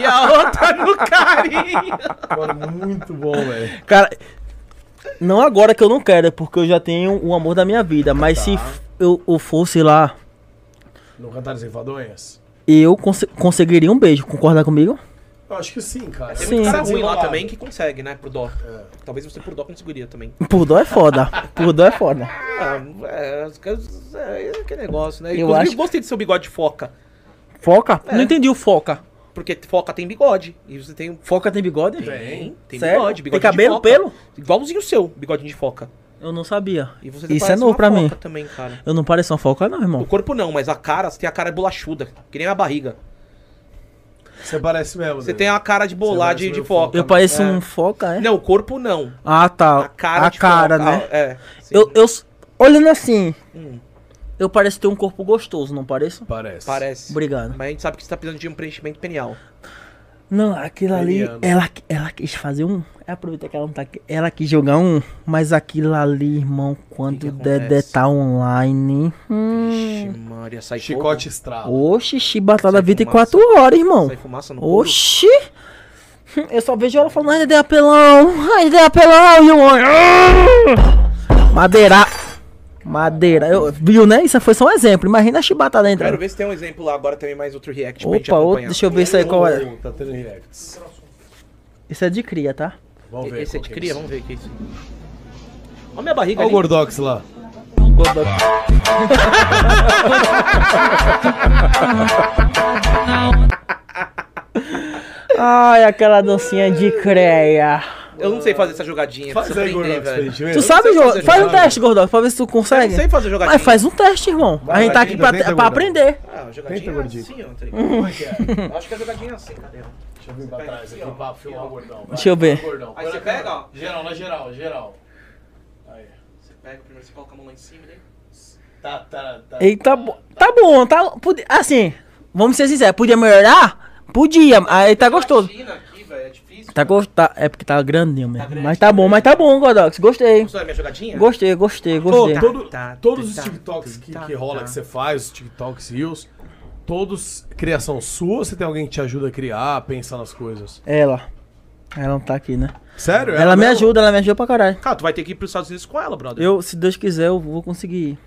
Speaker 5: e a, outra no carinho.
Speaker 7: Mano, é muito bom, velho.
Speaker 6: Cara, não agora que eu não quero, é porque eu já tenho o amor da minha vida. Mas
Speaker 5: Tá.
Speaker 6: se f- eu, eu fosse lá,
Speaker 7: Não cantaram enfadonhas?
Speaker 6: eu cons- conseguiria um beijo. Concorda comigo?
Speaker 7: Eu acho que sim, cara.
Speaker 5: Tem
Speaker 6: Sim.
Speaker 5: muito cara ruim lá
Speaker 7: Desenrolado.
Speaker 5: também que consegue, né? Pro dó. Talvez você por dó conseguiria também.
Speaker 6: Por dó é foda. Por dó é foda.
Speaker 5: Ah, é, os caras- é, é que negócio, né?
Speaker 6: Eu
Speaker 5: Inclusive,
Speaker 6: acho-
Speaker 5: eu gostei do seu bigode de foca.
Speaker 6: Foca? Não entendi o foca.
Speaker 5: Porque foca tem bigode. E você tem.
Speaker 6: Foca tem bigode?
Speaker 5: Tem, tem
Speaker 6: Sério?
Speaker 5: bigode,
Speaker 6: Tem
Speaker 5: bigode
Speaker 6: cabelo,
Speaker 5: de foca.
Speaker 6: pelo?
Speaker 5: Igualzinho o seu, bigodinho de foca.
Speaker 6: Eu não sabia.
Speaker 5: E você
Speaker 6: Isso é
Speaker 5: parece
Speaker 6: novo
Speaker 5: uma
Speaker 6: pra
Speaker 5: foca
Speaker 6: mim.
Speaker 5: também, cara.
Speaker 6: Eu não pareço uma foca, não,
Speaker 5: O
Speaker 6: irmão.
Speaker 5: corpo não, mas a cara, você tem a cara bolachuda, que nem a barriga.
Speaker 7: Você parece mesmo,
Speaker 5: Você
Speaker 7: Dedé.
Speaker 5: tem a cara de bolar
Speaker 7: parece
Speaker 5: de, de
Speaker 7: meio
Speaker 5: foca.
Speaker 6: Eu pareço
Speaker 5: É.
Speaker 6: um foca, é?
Speaker 5: Não, o corpo não.
Speaker 6: Ah, tá.
Speaker 5: A cara
Speaker 6: A
Speaker 5: de
Speaker 6: cara,
Speaker 5: foca.
Speaker 6: né?
Speaker 5: Ah, É. sim.
Speaker 6: Eu, eu, s- olhando assim,
Speaker 5: Hum.
Speaker 6: eu pareço ter um corpo gostoso, não pareço?
Speaker 7: Parece.
Speaker 5: Parece.
Speaker 6: Obrigado.
Speaker 5: Mas a gente sabe que você tá precisando de um preenchimento penial.
Speaker 6: Não, aquilo ali,
Speaker 7: Periano.
Speaker 6: ela, ela quis fazer um. Aproveita que ela não tá aqui. Ela quis jogar um. Mas aquilo ali, irmão, quando
Speaker 5: que
Speaker 6: o Dedé
Speaker 5: acontece?
Speaker 6: tá online. Hum,
Speaker 5: Vixe, Maria, sai
Speaker 7: Chicote estrala.
Speaker 6: oxi,
Speaker 5: Sai
Speaker 6: chibatada
Speaker 5: fumaça.
Speaker 6: 24 horas,
Speaker 5: fogo,
Speaker 6: irmão.
Speaker 5: sai fumaça no couro.
Speaker 6: Oxi! Eu só vejo ela falando, ai, Dedé apelão, ai, Dedé apelão, e o homem, "Ah!" Madeira. Madeira. Eu, viu, né? Isso foi só um exemplo. Imagina a chibatada
Speaker 5: Quero
Speaker 6: entrando.
Speaker 5: ver se tem um exemplo lá agora também, mais outro react pra gente
Speaker 6: Opa, outro,
Speaker 5: acompanhar.
Speaker 6: deixa eu ver isso aí qual é.
Speaker 7: Tá tendo reacts.
Speaker 6: Isso é de cria, tá?
Speaker 7: Vamos ver.
Speaker 5: Esse é
Speaker 7: qual
Speaker 5: de
Speaker 7: que
Speaker 5: cria,
Speaker 7: isso.
Speaker 5: vamos ver o que é isso. Olha minha barriga
Speaker 7: Olha o
Speaker 5: ali.
Speaker 7: Gordox lá.
Speaker 6: Ai, aquela dancinha de creia.
Speaker 5: Eu não sei fazer essa jogadinha,
Speaker 7: Faz
Speaker 5: precisa
Speaker 7: aí,
Speaker 5: aprender,
Speaker 7: Gordox, pra
Speaker 5: velho.
Speaker 7: gente ver.
Speaker 6: Tu sabe,
Speaker 5: sei
Speaker 6: Jô?
Speaker 5: fazer
Speaker 6: Faz um
Speaker 5: jogadinha.
Speaker 6: teste, Gordox, pra ver se tu
Speaker 5: Eu
Speaker 6: consegue.
Speaker 5: não sei fazer jogadinha.
Speaker 6: Mas faz um teste, irmão. a gente tá aqui
Speaker 7: tenta,
Speaker 6: pra,
Speaker 7: tenta,
Speaker 6: pra
Speaker 7: Gordox.
Speaker 6: aprender.
Speaker 5: Ah, a jogadinha
Speaker 7: Tenta,
Speaker 5: é
Speaker 7: gordinho.
Speaker 5: assim, ó. tá
Speaker 6: Uhum.
Speaker 5: ligado? Como é que é? Eu Acho que a jogadinha é assim, cadê?
Speaker 7: Deixa eu vir pra trás aqui um pra filmar o gordão. vai.
Speaker 6: Deixa eu ver.
Speaker 7: Gordão.
Speaker 5: Aí você pega, ó.
Speaker 7: Geral, na geral, geral.
Speaker 5: Você pega primeiro, você coloca a mão lá em cima, né?
Speaker 7: Tá, tá, tá.
Speaker 6: Eita, bo- tá bom, tá. pode- Assim, vamos ser sinceros, podia melhorar? Podia, aí tá gostoso.
Speaker 5: Imagina aqui, velho, é difícil.
Speaker 6: Tá gostoso. é porque tá grandinho mesmo. mas tá bom, mas tá bom, Godox. Gostei.
Speaker 5: Gostou da minha jogadinha?
Speaker 6: Gostei, gostei,
Speaker 7: Pô,
Speaker 6: gostei.
Speaker 7: todo-
Speaker 5: Tá, tá,
Speaker 7: todos
Speaker 5: tá,
Speaker 7: os TikToks
Speaker 5: tá,
Speaker 7: que,
Speaker 5: tá,
Speaker 7: que rola
Speaker 5: tá.
Speaker 7: que você faz, os TikToks Reels, todos criação sua ou você tem alguém que te ajuda a criar, a pensar nas coisas?
Speaker 6: Ela. Ela não tá aqui, né?
Speaker 7: Sério?
Speaker 6: Ela me
Speaker 7: mesmo?
Speaker 6: ajuda, ela me ajuda pra caralho.
Speaker 5: Cara, tu vai ter que ir pros Estados Unidos com ela, brother.
Speaker 6: Eu, se Deus quiser, eu vou conseguir. ir.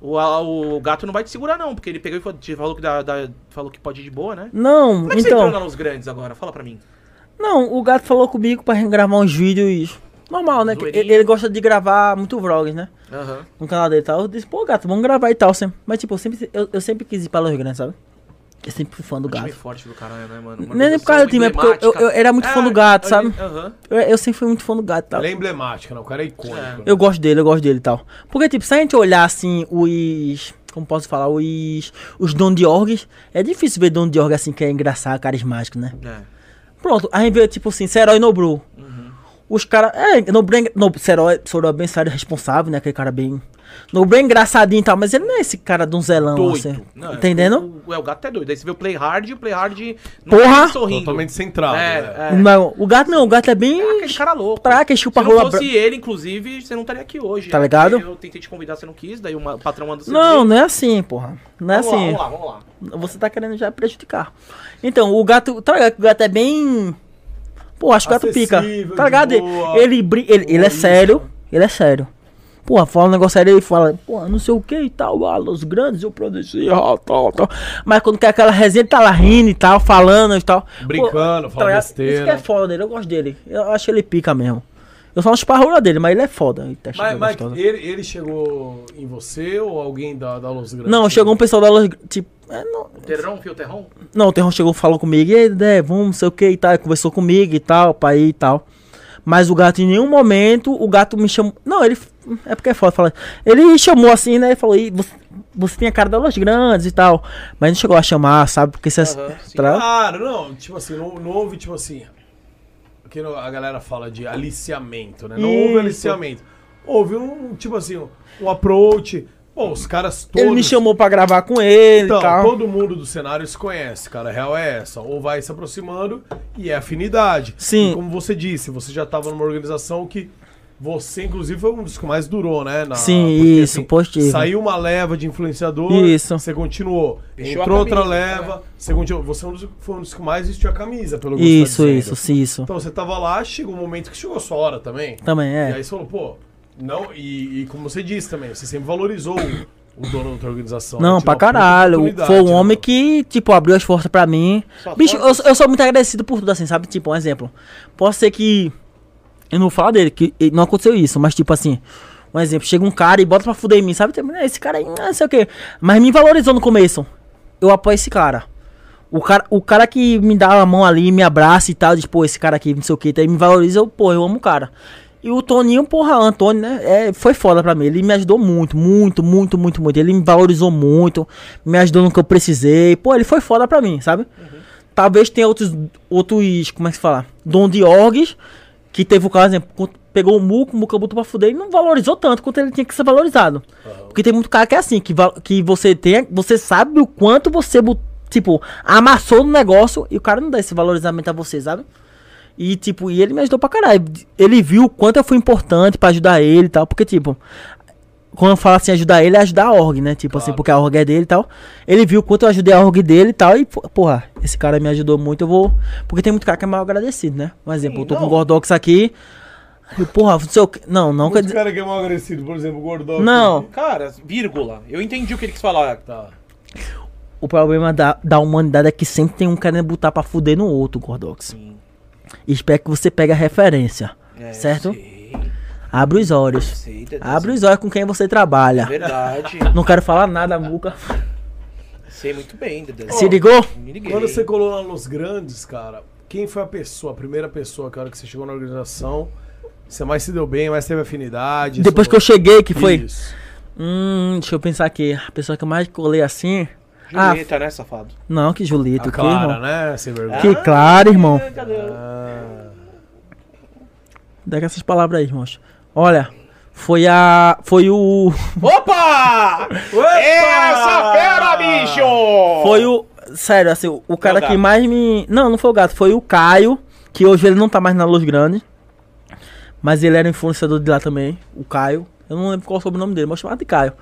Speaker 5: O, a- o gato não vai te segurar, não, porque ele pegou e fa- te falou que, dá- dá- falou que pode ir de boa, né?
Speaker 6: Não,
Speaker 5: Como é que você
Speaker 6: então.
Speaker 5: entrou lá nos grandes agora? Fala pra mim.
Speaker 6: Não, o gato falou comigo pra gente gravar uns vídeos. Normal, né? Que
Speaker 5: Zoeirinho.
Speaker 6: ele, ele gosta de gravar muito vlogs, né?
Speaker 5: Aham.
Speaker 6: No canal dele e tal. Eu disse, pô, gato, vamos gravar e tal. Sempre. Mas, tipo, eu sempre, eu, eu sempre quis ir pra Los Grandes, sabe? Eu sempre fui fã do
Speaker 5: Time
Speaker 6: gato.
Speaker 5: forte do caralho, né, mano? Uma Ah,
Speaker 6: Nem nem por causa do time, é porque eu, eu, eu era muito fã do gato, sabe?
Speaker 5: Aham.
Speaker 6: Eu, eu sempre fui muito fã do gato e tal.
Speaker 7: Ela é emblemática, né? O cara é icônico. né?
Speaker 6: Eu gosto dele, eu gosto dele e tal. Porque, tipo, se a gente olhar assim, os. Como posso falar? Os. Os donos de orgs. É difícil ver dono de org assim que é engraçado, carismático, né?
Speaker 5: É.
Speaker 6: Pronto, a gente vê, tipo assim, Serol e Nobru.
Speaker 5: Uhum.
Speaker 6: Os caras. É, Nobru é engra- no, Serol, é- Serol é bem sério, responsável, né? Aquele cara bem. Nobru é engraçadinho e tal, mas ele não é esse cara donzelão, assim.
Speaker 5: Doido. Não, é-
Speaker 6: entendendo?
Speaker 5: O, o, é, o gato é doido. Aí você vê o Play Hard e o Play Hard não
Speaker 6: Porra!
Speaker 5: tá sorrindo.
Speaker 7: Totalmente centrado,
Speaker 5: É,
Speaker 7: né?
Speaker 5: é.
Speaker 6: Não, o gato não, o gato é bem.
Speaker 5: Aquele cara louco.
Speaker 6: Traca, chupa
Speaker 5: Se não
Speaker 6: rola.
Speaker 5: fosse
Speaker 6: bra-
Speaker 5: ele, inclusive, você não estaria aqui hoje.
Speaker 6: Tá
Speaker 5: né?
Speaker 6: ligado?
Speaker 5: Eu tentei te convidar, você não quis, daí o ma- o patrão mandou você
Speaker 6: Não,
Speaker 5: vir.
Speaker 6: não é assim, porra. Não é
Speaker 5: Vamos lá,
Speaker 6: assim.
Speaker 5: vamos lá, vamos lá.
Speaker 6: Você tá querendo já prejudicar. Então, o gato. Tá ligado? que O gato é bem. Pô, acho que o gato pica.
Speaker 7: Acessível,
Speaker 6: Tá
Speaker 7: de
Speaker 6: ligado?
Speaker 7: boa.
Speaker 6: Ele, bri- ele, ele é sério. Ele é sério. Porra, fala um negócio sério aí, fala, porra, não sei o que e tal, ah, os grandes eu produzi, ah, tal, tal. Mas quando quer aquela resenha, ele tá lá rindo e tal, falando e tal.
Speaker 3: Brincando,
Speaker 6: Pô,
Speaker 3: fala
Speaker 6: ligado? Isso que é
Speaker 3: besteira.
Speaker 6: foda dele, eu gosto dele. Eu acho ele pica mesmo. Eu só não esparrulho dele, mas ele é foda. Eita,
Speaker 3: Mas,
Speaker 6: chega
Speaker 3: mas
Speaker 6: gostosa.
Speaker 3: ele, ele chegou em você ou alguém da, da Los Grandes?
Speaker 6: Não, chegou um pessoal da loja, tipo, é, não,
Speaker 5: Terrão, fio terrão?
Speaker 6: Não, o Terron chegou falou comigo, e aí, Dedé, vamos, não sei o que e tal, e conversou comigo e tal, pra ir e tal. Mas o gato, em nenhum momento, o gato me chamou. Não, ele. É porque é foda falar. Ele chamou assim, né? E falou, e você, você tem a cara da Los Grandes e tal. Mas não chegou a chamar, sabe? Porque você. tá-
Speaker 3: Claro, não, tipo assim, não, não houve, tipo assim. Que no- a galera fala de aliciamento, né? Não houve
Speaker 6: Isso.
Speaker 3: aliciamento. Houve um, tipo assim, um, um approach. Pô, os caras todos.
Speaker 6: Ele me chamou pra gravar com ele
Speaker 3: Então,
Speaker 6: e tal.
Speaker 3: todo mundo do cenário se conhece, cara. A real é essa. Ou vai se aproximando e é afinidade.
Speaker 6: Sim.
Speaker 3: E como você disse, você já tava numa organização que você, inclusive, foi um dos que mais durou, né? Na-
Speaker 6: Sim, isso, positivo.
Speaker 3: Saiu uma leva de influenciador.
Speaker 6: Isso.
Speaker 3: Você continuou.
Speaker 5: Vestiu a
Speaker 3: Entrou outra
Speaker 5: camisa, né?
Speaker 3: leva. Você continuou. Você é um dos- foi um dos que mais vestiu a camisa, pelo que você tá
Speaker 6: Isso,
Speaker 3: dizendo.
Speaker 6: isso, sim, isso.
Speaker 3: Então, você tava lá, chegou um momento que chegou a sua hora também.
Speaker 6: Também,
Speaker 3: E
Speaker 6: é.
Speaker 3: aí você falou, pô, não, e, e como você disse também, você sempre valorizou o, o dono da tua organização. né?
Speaker 6: Não,
Speaker 3: Te deu
Speaker 6: pra
Speaker 3: uma puta
Speaker 6: caralho.
Speaker 3: oportunidade,
Speaker 6: Foi um
Speaker 3: né,
Speaker 6: homem
Speaker 3: mano?
Speaker 6: que, tipo, abriu as forças pra mim. Bicho, eu, eu sou muito agradecido por tudo, assim, sabe? Tipo, um exemplo. Pode ser que. Eu não vou falar dele, que não aconteceu isso, mas tipo assim. Um exemplo, chega um cara e bota pra fuder em mim, sabe? Tipo, "Ah, Esse cara aí, não sei o quê. Mas me valorizou no começo. Eu apoio esse cara. O cara, o cara que me dá a mão ali, me abraça e tal, diz, pô, esse cara aqui, não sei o que, daí me valoriza, eu, pô, eu amo o cara. E o Toninho, porra, Antônio, né? É, foi foda pra mim. Ele me ajudou muito, muito, muito, muito, muito. Ele me valorizou muito, me ajudou no que eu precisei. Pô, ele foi foda pra mim, sabe? Talvez tenha outros, outros, como é que se fala? Dom de orgs, que teve o caso, exemplo, quando pegou o Muco, o Muca botou pra fuder e não valorizou tanto quanto ele tinha que ser valorizado. Porque tem muito cara que é assim, que, val- que você tem, você sabe o quanto você, bot- tipo, amassou no negócio e o cara não dá esse valorizamento a você, sabe? E, tipo, e ele me ajudou pra caralho. Ele viu o quanto eu fui importante pra ajudar ele e tal, porque, tipo, quando eu falo assim, ajudar ele, é ajudar a org, né? Tipo assim, porque a org é dele e tal. Ele viu o quanto eu ajudei a org dele e tal. E, pô- porra, esse cara me ajudou muito, eu vou. Porque tem muito cara que é mal agradecido, né? Um exemplo, eu tô com o Gordox aqui. E, porra, não sei o que. Não, não quer
Speaker 3: Muito
Speaker 6: dizer.
Speaker 3: cara que é mal agradecido, por exemplo, o Gordão.
Speaker 6: Não,
Speaker 5: Cara, vírgula. Eu entendi o que ele quis falar. Tá.
Speaker 6: o problema da, da humanidade é que sempre tem um querendo botar pra fuder no outro, Gordox. E Espero que você pegue a referência. certo? Abre os olhos.
Speaker 5: Sei, Dedé,
Speaker 6: Abre os olhos com quem você trabalha.
Speaker 5: Verdade.
Speaker 6: Não quero falar nada, Muca.
Speaker 5: Sei muito bem, Dedé.
Speaker 6: Se ligou?
Speaker 5: Me
Speaker 3: aqui.
Speaker 5: liguei.
Speaker 3: Quando você colou lá nos grandes, cara, quem foi a pessoa, a primeira pessoa, cara, que você chegou na organização, você mais se deu bem, mais teve afinidade?
Speaker 6: Depois que eu cheguei, que foi.
Speaker 3: Isso.
Speaker 6: Hum, deixa eu pensar aqui. A pessoa que eu mais colei assim.
Speaker 5: Julieta, né, safado?
Speaker 6: Ah, não, que Julito,
Speaker 3: A
Speaker 6: que irmão.
Speaker 3: tá Clara, né? Sem vergonha.
Speaker 6: Que claro, irmão.
Speaker 5: Cadê?
Speaker 6: Pega essas palavras aí, irmãos. Olha, foi a. Foi o.
Speaker 5: Opa! Essa fera, bicho!
Speaker 6: Foi o. Sério, assim, o- o cara
Speaker 5: o
Speaker 6: que
Speaker 5: gato.
Speaker 6: mais me. Não, não foi o gato, foi o Caio, que hoje ele não tá mais na Luz Grande. Mas ele era influenciador de lá também, o Caio. Eu não lembro qual é o sobrenome dele, mas eu chamava de Caio.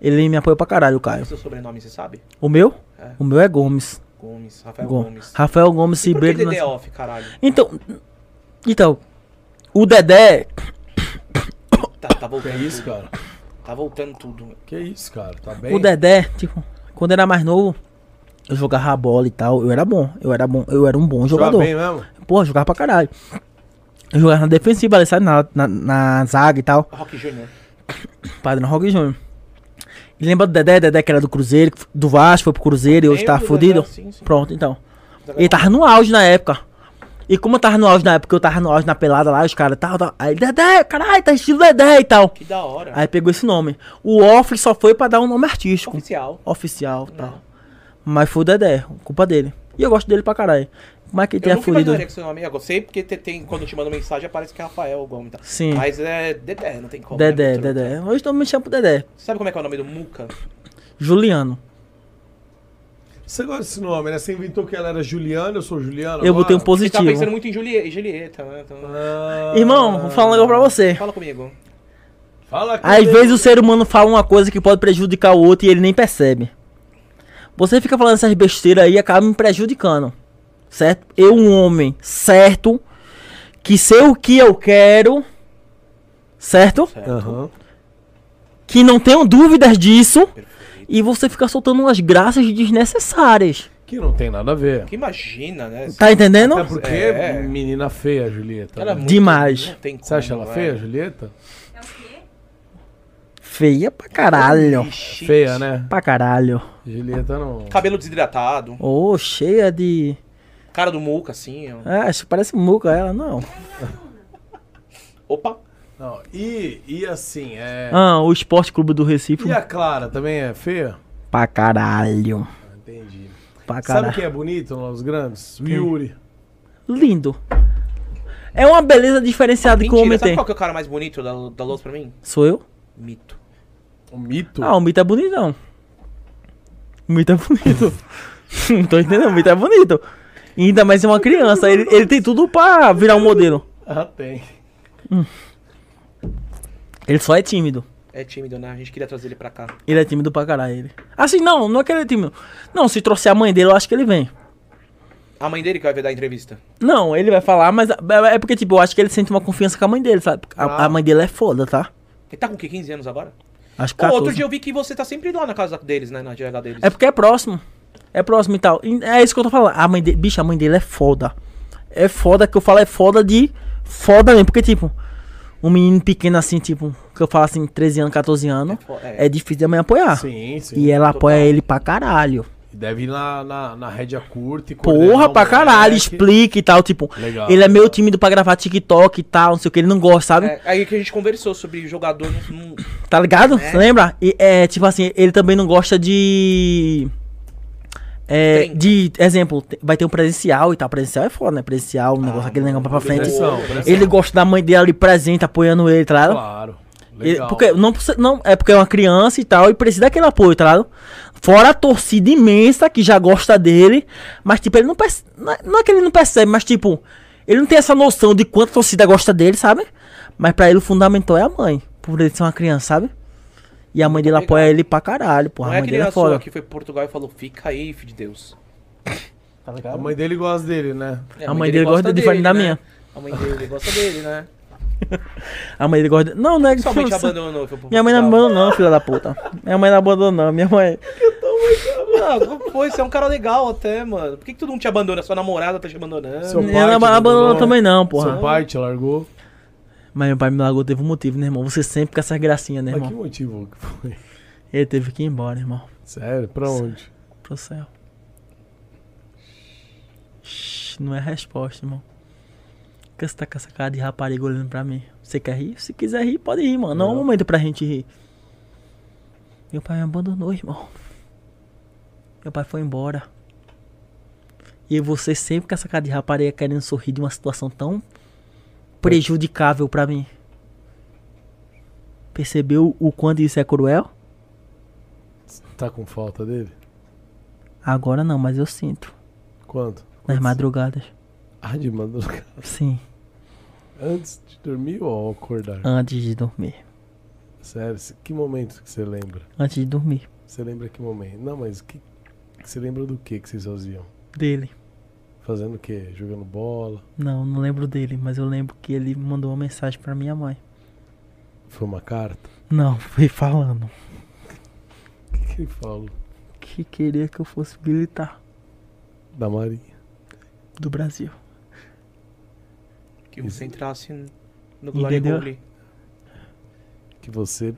Speaker 6: Ele me apoiou pra caralho, o Caio.
Speaker 5: Seu é sobrenome, você sabe?
Speaker 6: O meu?
Speaker 5: É.
Speaker 6: O meu é Gomes.
Speaker 5: Gomes, Rafael
Speaker 6: Go-
Speaker 5: Gomes.
Speaker 6: Rafael Gomes
Speaker 5: E por que
Speaker 6: Ribeiro.
Speaker 5: Dedé é
Speaker 6: Nascimento.
Speaker 5: off, caralho?
Speaker 6: Então. Então. O Dedé.
Speaker 5: Tá, tá voltando
Speaker 3: isso,
Speaker 5: tudo.
Speaker 3: cara?
Speaker 5: Tá voltando tudo.
Speaker 3: Que isso, cara? Tá bem?
Speaker 6: O Dedé, tipo, quando era mais novo, eu jogava a bola e tal. Eu era bom. Eu era bom. Eu era um bom
Speaker 3: Joga
Speaker 6: jogador.
Speaker 3: Tá bem mesmo?
Speaker 5: né?
Speaker 6: Porra, jogava pra caralho. Eu jogava na defensiva ali, sabe? Na, na, na zaga e tal.
Speaker 5: Rock Jr.
Speaker 6: Padrão Rock Júnior. E lembra do Dedé? Dedé que era do Cruzeiro, que f- do Vasco, foi pro Cruzeiro e hoje
Speaker 5: Lembro
Speaker 6: tá
Speaker 5: do
Speaker 6: fudido.
Speaker 5: Dedé, sim, sim.
Speaker 6: Pronto, então. Ele tava no auge na época. E como eu tava no auge na época, eu tava no auge na pelada lá, os caras tal, tal. Aí, Dedé, caralho, tá estilo Dedé e tal.
Speaker 5: Que da hora.
Speaker 6: Aí pegou esse nome. O Off só foi pra dar um nome artístico.
Speaker 5: Oficial.
Speaker 6: Oficial e
Speaker 5: É.
Speaker 6: tal. Mas foi o Dedé, culpa dele. E eu gosto dele pra caralho. Como é que ele
Speaker 5: Eu
Speaker 6: tem
Speaker 5: nunca
Speaker 6: fudido?
Speaker 5: imaginaria que seu nome ia. Eu sei porque te- tem, quando eu te mando mensagem aparece que é Rafael Gomes. Tá?
Speaker 6: Sim.
Speaker 5: Mas é Dedé, não tem como. né,
Speaker 6: Dedé,
Speaker 5: Petruta?
Speaker 6: Dedé. Hoje todo mundo me chama pro Dedé.
Speaker 5: Sabe como é que é o nome do Muca?
Speaker 6: Juliano.
Speaker 3: Você gosta desse nome, né? Você inventou que ela era Juliana, eu sou Juliana.
Speaker 6: Eu botei um
Speaker 5: Você tá pensando
Speaker 6: positivo.
Speaker 5: muito em Julie- Julieta, né? Então,
Speaker 3: Ah.
Speaker 6: Irmão, vou falar um negócio pra você.
Speaker 5: fala comigo.
Speaker 3: Fala com
Speaker 6: Às
Speaker 3: ele.
Speaker 6: vezes o ser humano fala uma coisa que pode prejudicar o outro e ele nem percebe. Você fica falando essas besteiras aí e acaba me prejudicando. Certo? Eu, um homem, certo? Que sei o que eu quero, certo? Que não tenham dúvidas disso. E você fica soltando umas graças desnecessárias.
Speaker 3: Que não tem nada a ver.
Speaker 5: Que imagina, né?
Speaker 6: Tá entendendo?
Speaker 3: Até porque
Speaker 5: É.
Speaker 3: menina feia, Julieta.
Speaker 5: Ela é
Speaker 3: né?
Speaker 5: muito-
Speaker 6: Demais.
Speaker 5: não tem
Speaker 3: Você acha
Speaker 5: como,
Speaker 3: ela
Speaker 5: né?
Speaker 3: feia, Julieta?
Speaker 6: Feia pra caralho.
Speaker 5: Ixi,
Speaker 3: Feia, né?
Speaker 6: Pra caralho.
Speaker 3: Julieta não.
Speaker 5: Cabelo desidratado,
Speaker 6: Ô, cheia de.
Speaker 5: cara do Muca, assim. ó.
Speaker 6: É, acho que parece muca ela, não.
Speaker 5: Opa.
Speaker 3: não. E, e assim, é.
Speaker 6: Ah, o Esporte Clube do Recife.
Speaker 3: E a Clara também é feia?
Speaker 6: Pra caralho.
Speaker 3: Entendi.
Speaker 6: Pra
Speaker 3: Sabe
Speaker 6: caralho.
Speaker 3: quem é bonito nos grandes? O Yuri.
Speaker 6: Lindo. É uma beleza diferenciada que o
Speaker 5: Mentira,
Speaker 6: homem
Speaker 5: sabe
Speaker 6: tem.
Speaker 5: qual que é o cara mais bonito da, da Lotus pra mim?
Speaker 6: Sou eu?
Speaker 5: Mito.
Speaker 3: O mito.
Speaker 6: Ah, o Mito é bonitão. O Mito é bonito. Não tô entendendo, o Mito é bonito. E ainda mais é uma criança. Ele, ele tem tudo pra virar um modelo. Hum.
Speaker 3: Ah, tem.
Speaker 6: Ele só é tímido.
Speaker 5: É tímido, né? A gente queria trazer ele pra cá.
Speaker 6: Ele é tímido pra caralho, ele. Assim, não, não é que ele é tímido. Não, se trouxer a mãe dele, eu acho que ele vem.
Speaker 5: A mãe dele que vai ver da entrevista.
Speaker 6: Não, ele vai falar, mas é- é porque, tipo, eu acho que ele sente uma confiança com a mãe dele, sabe? A, a mãe dele é foda, tá?
Speaker 5: Ele tá com o quê? 15 anos agora?
Speaker 6: Acho que
Speaker 5: Pô, outro
Speaker 6: 14.
Speaker 5: dia eu vi que você tá sempre lá na casa deles, né? Na GH deles.
Speaker 6: É porque é próximo. É próximo e tal. E É isso que eu tô falando. A mãe dele, bicho, a mãe dele é foda. É foda que eu falo, é foda de foda mesmo. Porque, tipo, um menino pequeno assim, tipo, que eu falo assim, 13 anos, 14 anos,
Speaker 5: fo-
Speaker 6: é, difícil da mãe apoiar.
Speaker 3: Sim, sim.
Speaker 6: e ela apoia ele pra caralho.
Speaker 3: E Deve ir na, na, na rédea curta e coordenar
Speaker 6: Porra,
Speaker 3: o
Speaker 6: pra caralho,
Speaker 3: moleque.
Speaker 6: explica e tal. Tipo,
Speaker 3: Legal,
Speaker 6: ele é meio
Speaker 3: legal.
Speaker 6: tímido pra gravar TikTok e tal, não sei o que, ele não gosta, sabe?
Speaker 5: É, aí que a gente conversou sobre o jogador. não- não-
Speaker 6: Tá ligado? Você lembra? E, é, tipo assim, ele também não gosta de. É,
Speaker 5: Trem.
Speaker 6: de exemplo, te- vai ter um presencial e tal. Presencial é foda, né? Presencial, um negócio, aquele negócio pra frente.
Speaker 3: Pressão, pressão.
Speaker 6: Ele gosta da mãe dele ali presente, apoiando ele, tá ligado?
Speaker 3: Claro.
Speaker 6: Ele-
Speaker 3: Legal.
Speaker 6: porque não, precisa- não, é porque é uma criança e tal, e precisa daquele apoio, tá ligado? Fora a torcida imensa que já gosta dele, mas tipo, ele não percebe. Não é que ele não percebe, mas tipo, ele não tem essa noção de quanto a torcida gosta dele, sabe? Mas pra ele o fundamental é a mãe, por ele ser uma criança, sabe? E a mãe dele apoia ele pra caralho, porra.
Speaker 5: não
Speaker 6: a
Speaker 5: é
Speaker 6: mãe
Speaker 5: que
Speaker 6: dele
Speaker 5: nem
Speaker 6: é
Speaker 5: a sua
Speaker 6: foda.
Speaker 5: que foi pro Portugal e falou: fica aí, filho de Deus.
Speaker 3: A mãe dele gosta dele, né?
Speaker 5: É,
Speaker 6: A mãe dele gosta diferente da
Speaker 5: né?
Speaker 6: minha.
Speaker 5: A mãe dele gosta dele, né?
Speaker 6: A mãe dele gosta. Não, não é que
Speaker 5: Sua mãe te abandonou. tá foi pro
Speaker 6: Minha mãe não
Speaker 5: Portugal.
Speaker 6: abandonou, não, filha da puta. Minha mãe não abandonou, não. Minha mãe.
Speaker 5: Não, não foi, você é um cara legal até, mano. Por que, que tu não te abandona? Sua namorada tá te abandonando.
Speaker 3: Seu pai
Speaker 6: Ela não
Speaker 3: te
Speaker 6: abandonou também, não, porra.
Speaker 3: Seu pai te largou.
Speaker 6: Mas meu pai me largou, teve um motivo, né, irmão? Você sempre com essas gracinhas, né,
Speaker 3: Mas que
Speaker 6: irmão?
Speaker 3: motivo que foi?
Speaker 6: Ele teve que ir embora, irmão.
Speaker 3: Sério? Pra onde?
Speaker 6: Pro céu. Shhh, não é resposta, irmão. Por que você tá com essa cara de rapariga olhando pra mim? Você quer rir? Se quiser rir, pode rir, mano. Não é um momento pra gente rir. Meu pai me abandonou, irmão. Meu pai foi embora. E você sempre com essa cara de rapariga querendo sorrir de uma situação tão prejudicável pra mim. Percebeu o quanto isso é cruel?
Speaker 3: Tá com falta dele?
Speaker 6: Agora não, mas eu sinto.
Speaker 3: Quanto?
Speaker 6: Nas madrugadas.
Speaker 3: Ah, de madrugada.
Speaker 6: Sim,
Speaker 3: Antes de dormir ou ao acordar?
Speaker 6: antes de dormir.
Speaker 3: Sério, se- que momento que você lembra?
Speaker 6: Antes de dormir.
Speaker 3: Você lembra que momento? Não, mas que... você lembra do que que vocês faziam?
Speaker 6: Dele.
Speaker 3: Fazendo o quê? Jogando bola?
Speaker 6: Não, não lembro dele, mas eu lembro que ele mandou uma mensagem pra minha mãe.
Speaker 3: Foi uma carta?
Speaker 6: Não, foi falando
Speaker 3: O que, que ele falou?
Speaker 6: que queria que eu fosse militar
Speaker 3: Da Marinha.
Speaker 6: do Brasil.
Speaker 5: Que você entrasse no Glory
Speaker 6: Entendeu?
Speaker 5: Hole.
Speaker 3: Que você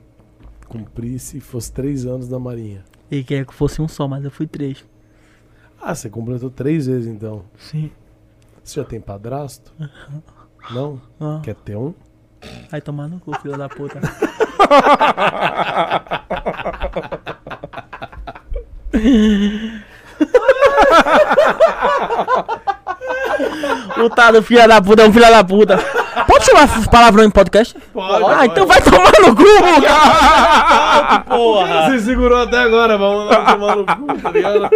Speaker 3: cumprisse e fosse três anos da Marinha.
Speaker 6: Ele queria que eu fosse um só, mas eu fui três.
Speaker 3: Ah, você completou três vezes então.
Speaker 6: Sim.
Speaker 3: Você já tem padrasto? Não?
Speaker 6: Ah,
Speaker 3: Quer ter um?
Speaker 6: vai tomar no cu, filha da puta. O Tado, filha da puta, é um filha da puta. Pode chamar palavrão em podcast?
Speaker 3: Pode.
Speaker 6: Ah, então vai tomar no cu, Muca!
Speaker 5: Porra!
Speaker 3: Você segurou até agora, vamos lá tomar no cu, tá ligado?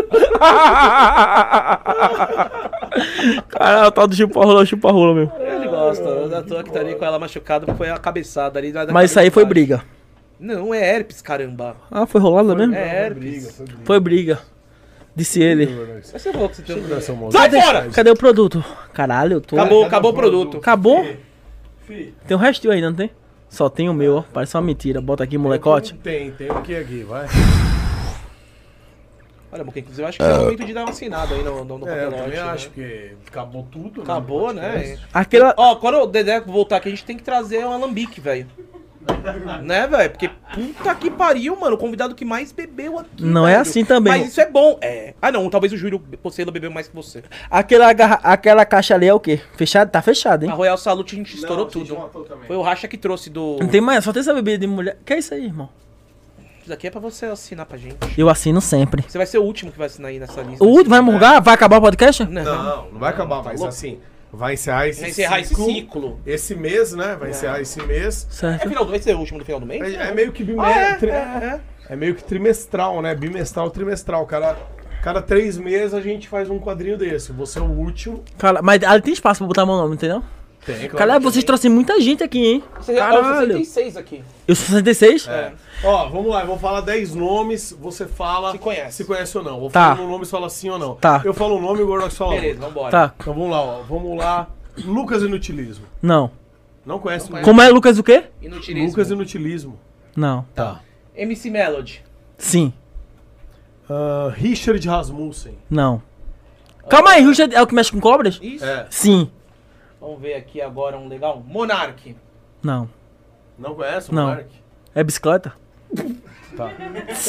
Speaker 6: Caralho, o tal do chupa rola, chupa rola, meu.
Speaker 5: Ele gosta, da toa que tá ali com ela machucada foi a cabeçada ali. da- da
Speaker 6: Mas isso aí foi
Speaker 5: cabeça.
Speaker 6: briga.
Speaker 5: Não, é herpes, caramba.
Speaker 6: Ah, foi rolada mesmo?
Speaker 5: É herpes.
Speaker 6: Foi briga. Disse ele.
Speaker 5: Mas você falou que você tem um-
Speaker 3: Sai
Speaker 5: fora!
Speaker 6: Cadê o produto? Caralho, eu tô.
Speaker 5: Acabou, acabou o produto.
Speaker 6: Acabou? Tem um restinho ainda, não tem? Só tem o meu, ó. Parece uma mentira. Bota aqui, molecote.
Speaker 3: Tem, tem o que aqui, vai.
Speaker 5: Olha, Boca, inclusive eu acho que é o momento de dar uma assinada aí no, no, no
Speaker 3: É, eu
Speaker 5: papelote,
Speaker 3: também
Speaker 5: né?
Speaker 3: acho que acabou tudo. né,
Speaker 5: Acabou,
Speaker 3: no
Speaker 5: né?
Speaker 3: podcast.
Speaker 6: Aquela.
Speaker 5: Ó, quando o Dedé voltar aqui, a gente tem que trazer um alambique, velho. né, velho? Porque puta que pariu, mano. O convidado que mais bebeu aqui.
Speaker 6: Não é
Speaker 5: velho.
Speaker 6: assim também.
Speaker 5: Mas isso é bom. É. Ah, não. Talvez o Júlio Poceiro bebeu mais que você.
Speaker 6: Aquela, garra- aquela caixa ali é o quê? Fechada? Tá fechada, hein?
Speaker 5: A Royal Salute a gente
Speaker 3: Não,
Speaker 5: estourou
Speaker 3: a gente
Speaker 5: tudo.
Speaker 3: matou também.
Speaker 5: Foi o Racha que trouxe do.
Speaker 6: Não tem mais, só tem essa bebida de mulher. Que é isso aí, irmão?
Speaker 5: Isso daqui é pra você assinar pra gente.
Speaker 6: Eu assino sempre.
Speaker 5: Você vai ser o último que vai assinar aí nessa lista.
Speaker 6: O último vai murgar? Vai acabar o podcast?
Speaker 5: Não.
Speaker 3: Não, não vai acabar, mas
Speaker 5: Tá louco?
Speaker 3: assim, vai encerrar esse
Speaker 5: Vai encerrar esse ciclo.
Speaker 3: Esse mês, né? Vai encerrar esse mês.
Speaker 5: É
Speaker 6: Certo.
Speaker 5: final do vai ser o último do final do mês?
Speaker 3: É, é meio que bime-
Speaker 5: Ah, é,
Speaker 3: tri-
Speaker 5: é,
Speaker 3: é meio que trimestral, né? Bimestral, trimestral. Cada, cada três meses a gente faz um quadrinho desse. Você é o último.
Speaker 6: Cala- mas ali tem espaço pra botar meu nome, entendeu?
Speaker 3: Tem, é
Speaker 6: Caralho, vocês trouxeram muita gente aqui, hein?
Speaker 5: Você já tá
Speaker 6: Caralho.
Speaker 5: 66 aqui.
Speaker 6: Eu sou 66?
Speaker 3: Ó, vamos lá, eu vou falar 10 nomes, você fala.
Speaker 5: Se conhece.
Speaker 3: Se conhece ou não. Vou
Speaker 6: Tá.
Speaker 3: falar um nome, você fala sim ou não.
Speaker 6: Tá.
Speaker 3: Eu falo o nome e o Gordox fala.
Speaker 5: Beleza,
Speaker 3: outro.
Speaker 5: vambora.
Speaker 6: Tá.
Speaker 3: Então vamos lá, ó. Vamos lá. Lucas Inutilismo.
Speaker 6: Não.
Speaker 3: Não conhece o
Speaker 6: Como é Lucas o quê?
Speaker 5: Inutilismo.
Speaker 3: Lucas Inutilismo.
Speaker 6: Não.
Speaker 3: Tá.
Speaker 5: MC Melody.
Speaker 6: Sim.
Speaker 3: Ah, Richard Rasmussen.
Speaker 6: Não. Calma aí, Richard é o que mexe com cobras?
Speaker 5: Isso.
Speaker 3: É.
Speaker 6: Sim.
Speaker 5: Vamos ver aqui agora um legal. Monark.
Speaker 6: Não.
Speaker 3: Não conhece o
Speaker 6: Não.
Speaker 3: Monark?
Speaker 6: É bicicleta? Tá.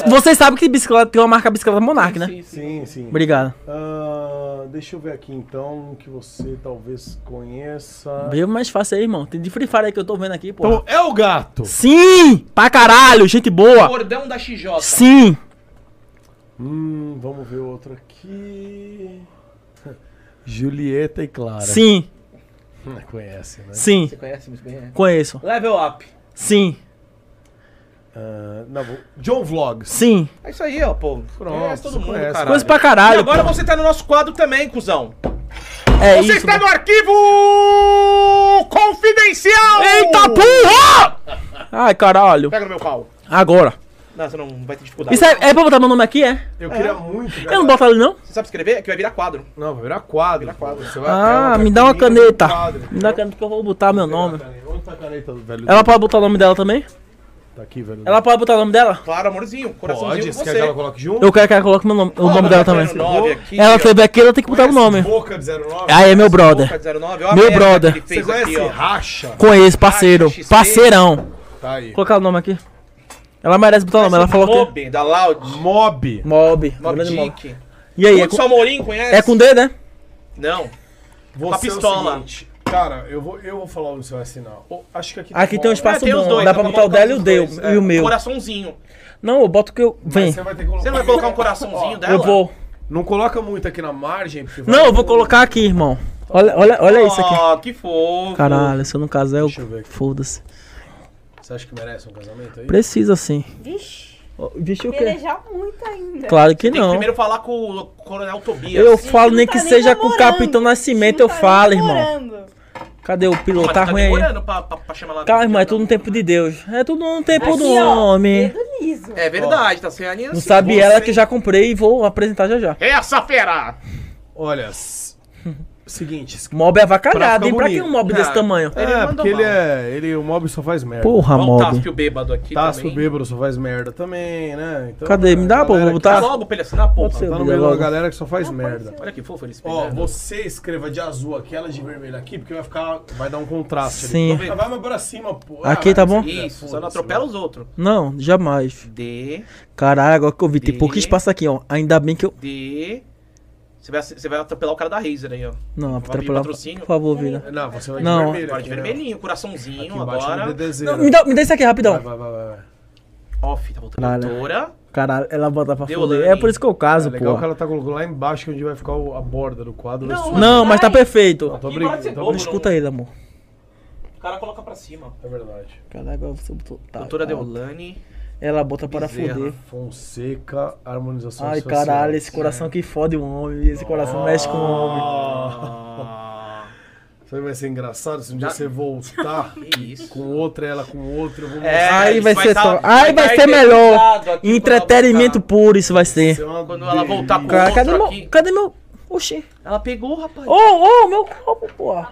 Speaker 6: Vocês sabem que bicicleta tem uma marca bicicleta Monark, né?
Speaker 5: Sim, sim.
Speaker 3: Sim, sim.
Speaker 6: Obrigado.
Speaker 3: Ah, deixa eu ver aqui então um que você talvez conheça.
Speaker 6: Veio mais fácil aí, irmão. Tem de Free Fire aí que eu tô vendo aqui, pô.
Speaker 3: Então é o gato.
Speaker 6: Sim! Pra caralho, gente boa!
Speaker 5: Cordão da XJ.
Speaker 6: Sim!
Speaker 3: Hum, vamos ver outro aqui. Julieta e Clara.
Speaker 6: Sim!
Speaker 3: Hum, Conhece, né?
Speaker 6: Sim!
Speaker 5: Você conhece muito bem? é?
Speaker 6: Conheço.
Speaker 5: Level Up.
Speaker 6: Sim!
Speaker 3: Ah, não, vou- John Vlogs.
Speaker 6: Sim!
Speaker 5: É isso aí, ó, pô.
Speaker 3: Pronto,
Speaker 5: conhece todo
Speaker 3: você
Speaker 5: mundo,
Speaker 3: conhece.
Speaker 5: caralho.
Speaker 6: Coisa pra
Speaker 5: E
Speaker 6: caralho.
Speaker 5: agora
Speaker 6: pô.
Speaker 5: você tá no nosso quadro também, cuzão.
Speaker 6: É
Speaker 5: Você
Speaker 6: isso.
Speaker 5: está
Speaker 6: pô.
Speaker 5: no arquivo confidencial!
Speaker 6: Eita porra! Ai, caralho.
Speaker 5: Pega no meu pau.
Speaker 6: Agora.
Speaker 5: Não, você não vai ter dificuldade.
Speaker 6: Isso é, é pra botar meu nome aqui, é?
Speaker 3: Eu queria muito.
Speaker 6: Eu não boto ali, não?
Speaker 5: Você sabe escrever? É que vai virar quadro.
Speaker 3: Não, vai virar quadro. pô. Você vai
Speaker 6: Ah,
Speaker 3: vai
Speaker 6: me dá uma
Speaker 3: tá, comigo,
Speaker 6: caneta.
Speaker 3: quadro.
Speaker 6: Me dá uma caneta que eu vou botar meu nome.
Speaker 3: Onde tá a caneta do velho?
Speaker 6: Ela pode botar o nome dela também?
Speaker 3: Tá aqui, velho.
Speaker 6: Ela pode botar o nome dela?
Speaker 5: Claro, amorzinho, coraçãozinho
Speaker 3: Pode, você
Speaker 5: com você.
Speaker 6: é
Speaker 3: quer que ela coloque junto?
Speaker 6: Eu quero que ela coloque meu nome, o nome dela também. Ela
Speaker 5: fez
Speaker 6: teve aqui, ela tem que botar o nome.
Speaker 3: Boca de 09.
Speaker 6: Aí é meu brother.
Speaker 5: 09, ó, a
Speaker 6: Meu
Speaker 5: merda
Speaker 6: brother.
Speaker 5: que ele
Speaker 3: Você
Speaker 5: fez
Speaker 3: conhece
Speaker 5: aqui, ó.
Speaker 3: Racha?
Speaker 6: Conheço, parceiro.
Speaker 5: XP.
Speaker 6: Parceirão.
Speaker 3: Tá aí.
Speaker 6: Vou colocar o nome aqui. Ela merece botar o nome, ela falou que.
Speaker 5: Mob, da Loud.
Speaker 3: Mob.
Speaker 6: Mob.
Speaker 5: Mob
Speaker 6: grande Mob.
Speaker 5: Dick.
Speaker 6: E aí, é
Speaker 5: Hudson
Speaker 6: com,
Speaker 5: Amorim, conhece?
Speaker 6: é com D, né?
Speaker 5: Não.
Speaker 3: Você é o
Speaker 5: pistola.
Speaker 3: seguinte, cara, eu vou, eu vou falar onde você vai assinar. Ô, acho que aqui,
Speaker 6: Aqui
Speaker 3: bom,
Speaker 6: tem um
Speaker 3: né?
Speaker 6: espaço
Speaker 5: É, tem os
Speaker 6: bom.
Speaker 5: dois,
Speaker 6: Dá
Speaker 5: dá
Speaker 6: pra
Speaker 5: pra
Speaker 6: botar o
Speaker 5: colocar
Speaker 6: dela e o
Speaker 5: os
Speaker 6: deu.
Speaker 5: dois, É,
Speaker 6: E o meu.
Speaker 5: Coraçãozinho.
Speaker 6: Não, eu boto o que eu. Vem.
Speaker 3: É, Você vai ter que colocar.
Speaker 5: Você não vai colocar um coraçãozinho dela?
Speaker 6: Eu vou.
Speaker 3: Não coloca muito aqui na margem. porque vai-
Speaker 6: Não, eu vou colocar aqui, irmão. Olha, olha, olha isso aqui.
Speaker 5: Ó, Ah, que fofo.
Speaker 6: Caralho, se eu não casar, eu.
Speaker 3: Deixa eu ver aqui.
Speaker 6: Foda-se.
Speaker 3: Você acha que merece um casamento aí?
Speaker 6: Precisa sim.
Speaker 9: Vixe,
Speaker 6: Ó, Deixa eu quê?
Speaker 9: pelejar é muito ainda.
Speaker 6: Claro que
Speaker 5: Tem que
Speaker 6: não.
Speaker 5: primeiro falar com o Coronel Tobias.
Speaker 6: Eu falo nem
Speaker 9: Não
Speaker 6: que
Speaker 9: tá
Speaker 6: seja com o
Speaker 9: namorando.
Speaker 6: Capitão Nascimento,
Speaker 9: Não
Speaker 6: eu
Speaker 9: tá
Speaker 6: falo, irmão.
Speaker 9: namorando.
Speaker 6: Cadê o piloto? Tá
Speaker 5: tá
Speaker 6: ruim aí.
Speaker 5: demorando pra, pra, pra chamar ela.
Speaker 6: Calma, irmão, é tudo no tempo de Deus. É tudo no tempo do
Speaker 9: Aqui, ó, tá
Speaker 6: homem.
Speaker 9: Dedo liso.
Speaker 5: É verdade, tá sem anima.
Speaker 6: Não sabe ela que já comprei e vou apresentar já já.
Speaker 5: é Essa fera!
Speaker 3: Olha, s- seguinte. esse-
Speaker 6: Mob é
Speaker 3: Pra
Speaker 6: avacalhado,
Speaker 3: ficar
Speaker 6: hein? Pra que
Speaker 3: bonito.
Speaker 6: um mob
Speaker 5: Ah,
Speaker 6: desse tamanho?
Speaker 5: Ele
Speaker 3: é,
Speaker 5: mandou
Speaker 3: porque
Speaker 5: mal.
Speaker 3: ele é. Ele, o Mob só faz merda.
Speaker 6: Porra,
Speaker 5: Olha o
Speaker 6: Tá mob.
Speaker 5: Tássio bêbado aqui
Speaker 3: Tá, se o
Speaker 5: também.
Speaker 3: bêbado só faz merda também, né? Então,
Speaker 6: Cadê? Me dá,
Speaker 3: a
Speaker 6: pô,
Speaker 3: galera
Speaker 6: vou
Speaker 3: que-
Speaker 5: Tá
Speaker 6: botar.
Speaker 5: logo pra ele assinar, porra.
Speaker 6: Pode ser.
Speaker 3: Tá no
Speaker 6: Meu
Speaker 3: meio da
Speaker 6: Deus.
Speaker 3: galera que só faz merda.
Speaker 5: Olha que fofo ele espelhando.
Speaker 3: Ó, você escreva de azul aqui, ela de vermelho aqui, porque vai ficar. Vai dar um contraste ali.
Speaker 6: Sim.
Speaker 3: Ah, Vai mais pra cima, pô.
Speaker 6: Aqui tá bom?
Speaker 5: Isso, só
Speaker 3: foda-se,
Speaker 5: não
Speaker 3: né?
Speaker 5: atropela os outros.
Speaker 6: Não, jamais.
Speaker 5: D,
Speaker 6: Caralho, agora que eu vi, tem
Speaker 5: E-
Speaker 6: pouco espaço aqui, ó. Ainda bem que eu.
Speaker 5: D. Você vai, você vai atropelar o cara da Razer aí, ó.
Speaker 6: Não,
Speaker 5: pedir
Speaker 6: atropelar.
Speaker 5: patrocínio?
Speaker 6: Por favor, vida.
Speaker 3: Não, você vai
Speaker 6: Não.
Speaker 3: de vermelho.
Speaker 5: Agora de
Speaker 3: aqui, né?
Speaker 5: vermelhinho,
Speaker 3: Aqui
Speaker 5: coraçãozinho,
Speaker 3: embaixo
Speaker 5: agora.
Speaker 3: no DDZ.
Speaker 6: Não, então- me, dá, me dá isso aqui
Speaker 3: Vai,
Speaker 6: rapidão.
Speaker 3: vai, vai, vai. vai.
Speaker 5: Off, tá voltando a
Speaker 6: Caralho.
Speaker 5: doutora.
Speaker 6: Caralho, ela bota pra
Speaker 5: Deu
Speaker 6: foder.
Speaker 5: lane.
Speaker 6: É por isso que eu
Speaker 3: É
Speaker 6: caso,
Speaker 3: legal que
Speaker 6: pô.
Speaker 3: ela tá colocando lá embaixo, que é onde vai ficar o- a borda do quadro. assim.
Speaker 5: Não,
Speaker 3: Isso.
Speaker 5: mano.
Speaker 6: Não, mas tá perfeito.
Speaker 3: Não, tô
Speaker 5: Que
Speaker 3: brincando,
Speaker 5: pode ser
Speaker 3: tô
Speaker 5: bobo,
Speaker 3: brincando.
Speaker 6: Escuta ele, amor.
Speaker 5: O cara coloca pra cima.
Speaker 3: É verdade.
Speaker 6: Caralho, agora você botou. Tá,
Speaker 5: Doutora
Speaker 6: tá.
Speaker 5: Deolane.
Speaker 6: Ela bota para
Speaker 5: Bezerra.
Speaker 6: foder.
Speaker 3: Fonseca, harmonização
Speaker 6: Ai,
Speaker 3: social.
Speaker 6: caralho, esse coração que fode o homem. Esse coração mexe com o homem.
Speaker 5: Ah.
Speaker 3: Sabe, vai ser engraçado se um dia você voltar
Speaker 5: Que isso.
Speaker 3: com outra, ela com outra. Eu vou
Speaker 5: É,
Speaker 3: mostrar.
Speaker 6: Aí
Speaker 5: isso
Speaker 6: vai ser
Speaker 5: tá-
Speaker 6: só. Aí vai
Speaker 5: tá
Speaker 6: ser melhor.
Speaker 5: eternizado aqui quando ela
Speaker 6: Entretenimento
Speaker 5: voltar.
Speaker 6: puro, isso vai ser.
Speaker 3: Isso é uma
Speaker 5: Quando ela
Speaker 3: delícia.
Speaker 5: voltar com
Speaker 6: Cara,
Speaker 5: o
Speaker 6: cadê
Speaker 5: outro
Speaker 6: meu.
Speaker 5: aqui.
Speaker 6: Cadê meu. Oxi.
Speaker 5: Ela pegou, rapaz.
Speaker 6: Ô, ô, meu copo, porra.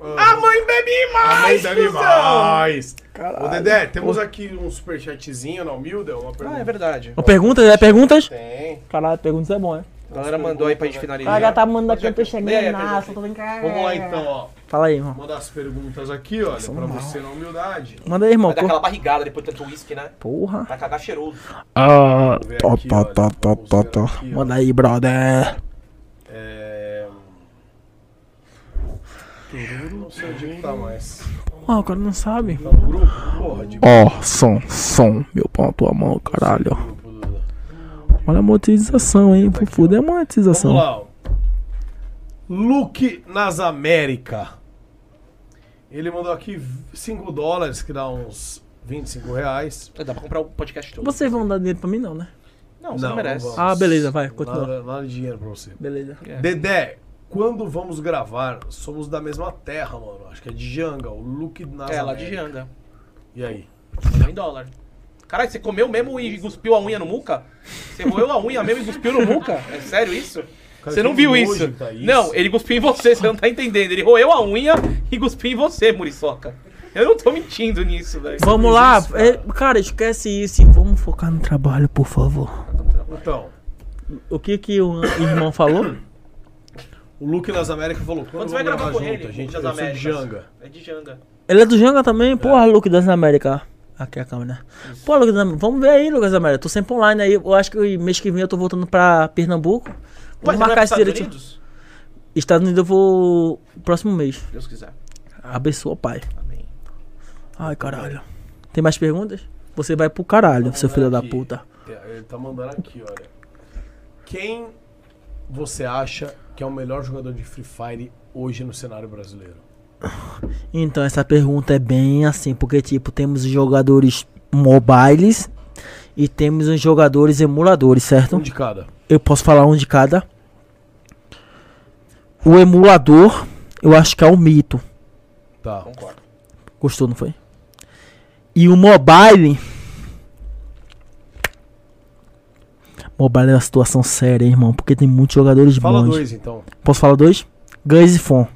Speaker 3: A mãe bebe mais! A mãe bebe mais! Ô, Dedé, temos aqui um superchatzinho na humilda, uma pergunta.
Speaker 5: Ah, é verdade.
Speaker 6: Perguntas, né? Perguntas?
Speaker 3: Tem.
Speaker 6: Caralho, perguntas é bom, né?
Speaker 5: A galera mandou aí pra gente finalizar.
Speaker 6: A galera tá mandando aqui, eu tô
Speaker 5: Lê aí a
Speaker 6: chegando na só tô em
Speaker 5: É.
Speaker 6: casa.
Speaker 3: Vamos lá então, ó.
Speaker 6: Fala aí, irmão.
Speaker 3: Uma das perguntas aqui, olha, pra você na humildade.
Speaker 6: Manda aí, irmão.
Speaker 5: Vai dar aquela barrigada depois de tanto uísque, né?
Speaker 6: Porra.
Speaker 5: Vai cagar cheiroso.
Speaker 6: Ah,
Speaker 3: ver
Speaker 6: tá,
Speaker 3: aqui,
Speaker 6: tá,
Speaker 3: olha,
Speaker 6: tá, tá,
Speaker 3: vamos
Speaker 6: tá,
Speaker 3: ver
Speaker 6: tá.
Speaker 3: aqui, ó.
Speaker 6: Manda aí, brother.
Speaker 3: É. Não sei onde que tá mais.
Speaker 6: Ah, o cara não sabe.
Speaker 3: Tá no grupo? Porra, de
Speaker 6: Ó, som, som. Meu pau na tua mão, caralho.
Speaker 3: grupo, Duda.
Speaker 6: Olha a monetização, hein? Por fuder a
Speaker 3: Vamos
Speaker 6: monetização.
Speaker 3: lá, ó. Luke nas América. Ele mandou aqui 5 dólares, que dá uns 25 reais.
Speaker 5: Dá pra comprar o podcast todo.
Speaker 6: Vocês vão dar dinheiro pra mim, não, né?
Speaker 5: Não, você não, merece.
Speaker 3: vamos.
Speaker 6: Ah, beleza, vai, continua.
Speaker 3: Nada, nada de dinheiro pra você.
Speaker 6: Beleza.
Speaker 3: Dedé, quando vamos gravar? Somos da mesma terra, mano. Acho que é de Janga, o Luke nas
Speaker 5: é, lá
Speaker 3: América.
Speaker 5: de Janga.
Speaker 3: E aí?
Speaker 5: Tá em dólar. Caralho, você comeu mesmo e cuspiu a unha no muca? Você roeu a unha mesmo e cuspiu no muca? É sério isso? você não
Speaker 3: que
Speaker 5: viu
Speaker 3: nojo
Speaker 5: isso.
Speaker 3: que tá isso.
Speaker 5: Não, ele cuspiu em você, você não tá entendendo. Ele roeu a unha e cuspiu em você, Muriçoca. Eu não tô mentindo nisso, velho.
Speaker 6: Vamos lá. É, cara, esquece isso. e Vamos focar no trabalho, por favor.
Speaker 3: Então,
Speaker 6: O que que o irmão falou?
Speaker 3: o Luke nas América falou: quando,
Speaker 5: Quando
Speaker 3: vamos
Speaker 5: você vai gravar com
Speaker 3: junto?
Speaker 5: ele,
Speaker 3: a gente eu
Speaker 5: das
Speaker 3: sou de
Speaker 5: Américas?
Speaker 3: Janga.
Speaker 5: É de Janga.
Speaker 6: Ele é do Janga também? Porra, Luke das Américas. Aqui é a câmera. né? Pô, Luke das Américas. Vamos ver aí, Luke das Américas. Tô sempre online aí. Eu acho que mês que vem eu tô voltando pra Pernambuco. Vamos
Speaker 5: Ué, você vai
Speaker 6: marcar
Speaker 5: pros
Speaker 6: esse
Speaker 5: Estados
Speaker 6: direito.
Speaker 5: Unidos?
Speaker 6: Estados Unidos eu vou. Próximo mês.
Speaker 5: Se Deus quiser.
Speaker 6: Abençoa, pai.
Speaker 5: Amém.
Speaker 6: Ai, caralho. Tem mais perguntas? Você vai pro caralho, seu filho da
Speaker 3: aqui.
Speaker 6: puta.
Speaker 3: É, Ele tá mandando aqui, olha. Quem você acha que é o melhor jogador de Free Fire hoje no cenário brasileiro?
Speaker 6: Então, essa pergunta é bem assim, porque, tipo, temos os jogadores mobiles e temos os jogadores emuladores, certo?
Speaker 3: Um de cada.
Speaker 6: Eu posso falar um de cada. O emulador, eu acho que é o mito.
Speaker 3: Tá.
Speaker 6: Gostou, não foi? E o mobile. Mobile é uma situação séria, hein, irmão, porque tem muitos jogadores
Speaker 3: Fala
Speaker 6: bons.
Speaker 3: dois, então.
Speaker 6: Posso falar dois? Guns e Fon.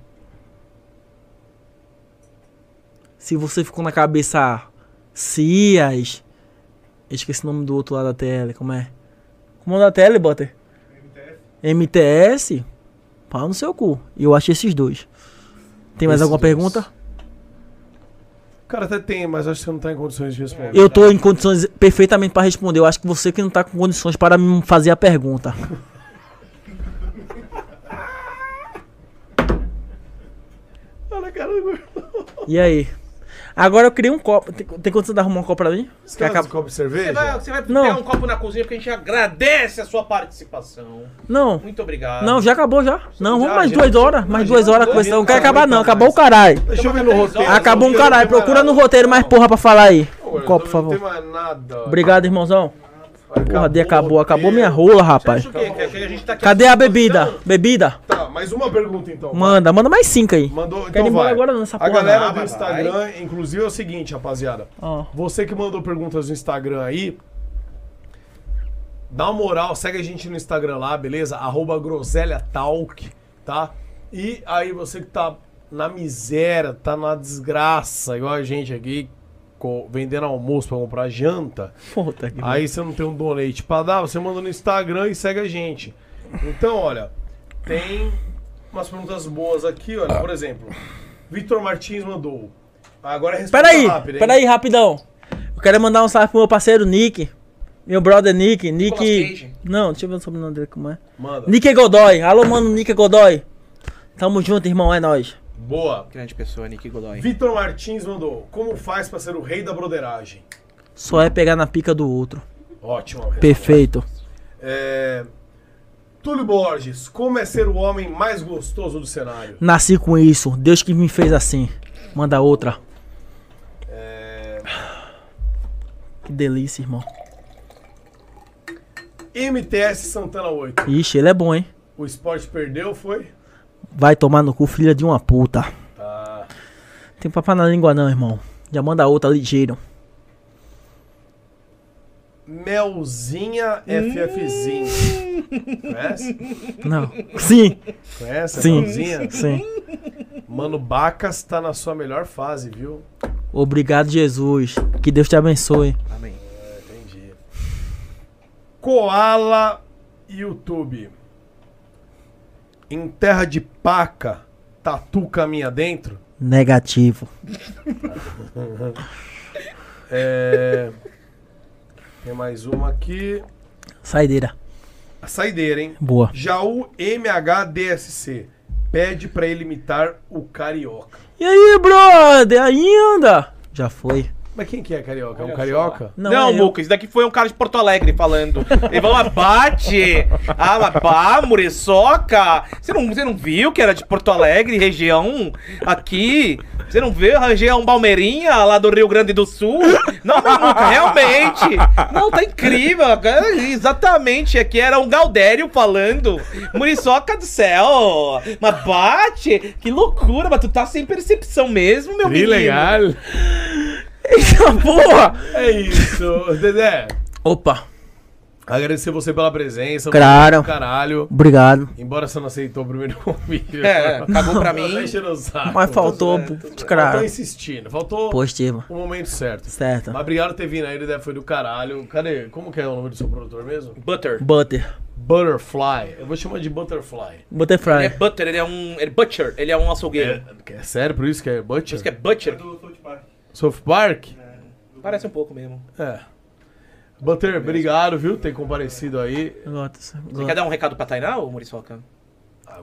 Speaker 6: Se você ficou na cabeça Cias. Eu esqueci o nome do outro lado da tele, como é? Como é o da tele, Butter? MTS. MTS? Pau no seu cu. E eu acho esses dois. Tem mais
Speaker 3: Esses
Speaker 6: alguma
Speaker 3: dois.
Speaker 6: pergunta?
Speaker 3: Cara, até tem, mas acho que você não tá em condições de responder.
Speaker 6: Eu tô em condições perfeitamente para responder. Eu acho que você que não tá com condições para me fazer a pergunta. E aí? Agora eu criei um copo. Tem, tem condição de arrumar um copo pra mim?
Speaker 3: Você quer
Speaker 6: acaba-
Speaker 3: um copo de
Speaker 5: Você
Speaker 3: cerveja?
Speaker 5: vai, você vai
Speaker 6: Não.
Speaker 5: pegar um copo na cozinha porque a gente agradece a sua participação.
Speaker 6: Não.
Speaker 5: Muito obrigado.
Speaker 6: Não, já acabou já. Não, vamos
Speaker 3: já,
Speaker 6: mais
Speaker 3: já.
Speaker 6: duas horas. Mais duas horas
Speaker 3: dois
Speaker 6: conversando. Não quer
Speaker 3: minutos,
Speaker 6: acabar
Speaker 3: não
Speaker 6: não.
Speaker 3: aguenta
Speaker 6: Acabou o caralho.
Speaker 3: Deixa eu ver no roteiro.
Speaker 6: Acabou um
Speaker 3: Não, eu não
Speaker 6: caralho.
Speaker 3: tenho
Speaker 6: Procura
Speaker 3: mais
Speaker 6: no
Speaker 3: nada.
Speaker 6: roteiro mais porra pra falar aí. Um
Speaker 3: Eu
Speaker 6: copo, por
Speaker 3: não tenho
Speaker 6: favor.
Speaker 3: mais nada.
Speaker 6: Obrigado, irmãozão. Porra, dei, acabou.
Speaker 3: o
Speaker 6: Acabou
Speaker 3: roteiro.
Speaker 6: minha rola, rapaz.
Speaker 5: Isso que- que- que a gente tá aqui-
Speaker 6: Cadê a bebida? Bebida?
Speaker 3: Tá, mais uma pergunta então.
Speaker 6: Manda, manda mais cinco aí.
Speaker 3: Mandou, então
Speaker 6: Quero ir embora
Speaker 3: vai.
Speaker 6: agora nessa
Speaker 3: A
Speaker 6: porra,
Speaker 3: galera
Speaker 6: não.
Speaker 3: do Instagram, inclusive, é o seguinte, rapaziada.
Speaker 6: Ó.
Speaker 3: Você que mandou perguntas no Instagram aí, dá uma moral, segue a gente no Instagram lá, beleza? Arroba Groselha Talk, tá? E aí você que tá na miséria, tá na desgraça, igual a gente aqui, co- vendendo almoço pra comprar janta,
Speaker 6: Puta que
Speaker 3: Aí você não tem um donate pra dar, você manda no Instagram e segue a gente. Então, olha, tem umas perguntas boas aqui, olha, por exemplo, Vitor Martins mandou. Agora é resposta
Speaker 6: Peraí,
Speaker 3: rápida, hein?
Speaker 6: peraí, rapidão. Eu quero mandar um salve pro meu parceiro Nick. Meu brother Nick. Nick.
Speaker 5: Cage.
Speaker 6: Não, deixa eu ver o sobrenome dele como é.
Speaker 3: Manda.
Speaker 6: Nick Godoy. Alô, mano, Nick Godoy. Tamo junto, irmão, é nóis.
Speaker 3: Boa.
Speaker 5: Grande pessoa, Nick Godoy.
Speaker 3: Vitor Martins mandou. Como faz pra ser o rei da broderagem?
Speaker 6: Só é pegar na pica do outro.
Speaker 3: Ótimo.
Speaker 6: Perfeito.
Speaker 3: É... Túlio Borges, como é ser o homem mais gostoso do cenário?
Speaker 6: Nasci com isso. Deus que me fez assim. Manda outra. Que delícia, irmão.
Speaker 3: MTS Santana 8.
Speaker 6: Ixi, ele é bom, hein?
Speaker 3: O esporte perdeu, foi?
Speaker 6: Vai tomar no cu, filha de uma puta.
Speaker 3: Tá.
Speaker 6: Tem papo na língua não, irmão. Já manda outra ligeiro.
Speaker 3: Melzinha FFzinho. Conhece?
Speaker 6: Não. Sim,
Speaker 3: Conhece a
Speaker 6: sim.
Speaker 3: Melzinha?
Speaker 6: Sim.
Speaker 3: Mano, Bacas tá na sua melhor fase, viu?
Speaker 6: Obrigado, Jesus. Que Deus te abençoe.
Speaker 3: Koala YouTube. Em terra de paca, tatu caminha dentro?
Speaker 6: Negativo.
Speaker 3: É... Tem mais uma aqui.
Speaker 6: Saideira.
Speaker 3: A saideira, hein?
Speaker 6: Boa.
Speaker 3: Jaú MHDSC. Pede pra ele imitar o carioca.
Speaker 6: E aí, brother? Ainda? Já foi.
Speaker 3: Mas quem que é carioca? É um carioca?
Speaker 6: Não,
Speaker 5: Não,
Speaker 6: é eu.
Speaker 5: Muca, isso daqui foi um cara de Porto Alegre falando. Ele falou, "Ah, bate! Ah, mas pá, Mureçoca! Você não, você não viu que era de Porto Alegre, região aqui? Você não viu a região Balmeirinha, lá do Rio Grande do Sul? Não, mas, Muca, realmente! Não, tá incrível! cara, Exatamente, aqui era um Gaudério falando. Muriçoca do céu! Mas bate! Que loucura, mas tu tá sem percepção mesmo, meu menino.
Speaker 3: Ah.
Speaker 6: Eita porra!
Speaker 3: É isso, Dedé.
Speaker 6: Opa,
Speaker 3: Agradecer você pela presença.
Speaker 6: Claro.
Speaker 3: do Caralho.
Speaker 6: obrigado.
Speaker 3: Embora você não aceitou o primeiro convite.
Speaker 5: É, acabou pra
Speaker 3: Não,
Speaker 5: mim.
Speaker 3: deixa no saco. Então, é,
Speaker 6: Mas faltou,
Speaker 3: Faltou
Speaker 6: cara.
Speaker 3: insistindo. Faltou
Speaker 6: Positivo.
Speaker 3: o momento certo.
Speaker 6: Certo.
Speaker 3: Mas obrigado por ter vindo aí, Dedé. Foi do caralho. Cadê? Como que é o nome do seu produtor mesmo?
Speaker 5: Butter.
Speaker 6: Butter.
Speaker 3: Butterfly. Eu vou chamar de Butterfly.
Speaker 5: Ele é
Speaker 6: Butterfly.
Speaker 5: butter, ele é um. Ele é butcher, ele é um açougueiro.
Speaker 3: É, é sério por isso que é Butcher?
Speaker 5: Por isso que é butcher.
Speaker 3: South Park?
Speaker 5: Parece um pouco mesmo.
Speaker 3: É. Butter, obrigado, viu, ter comparecido aí.
Speaker 6: Eu gosto, eu
Speaker 5: Quer
Speaker 6: gosto.
Speaker 5: dar um recado pra Tainá ou Muriçoca?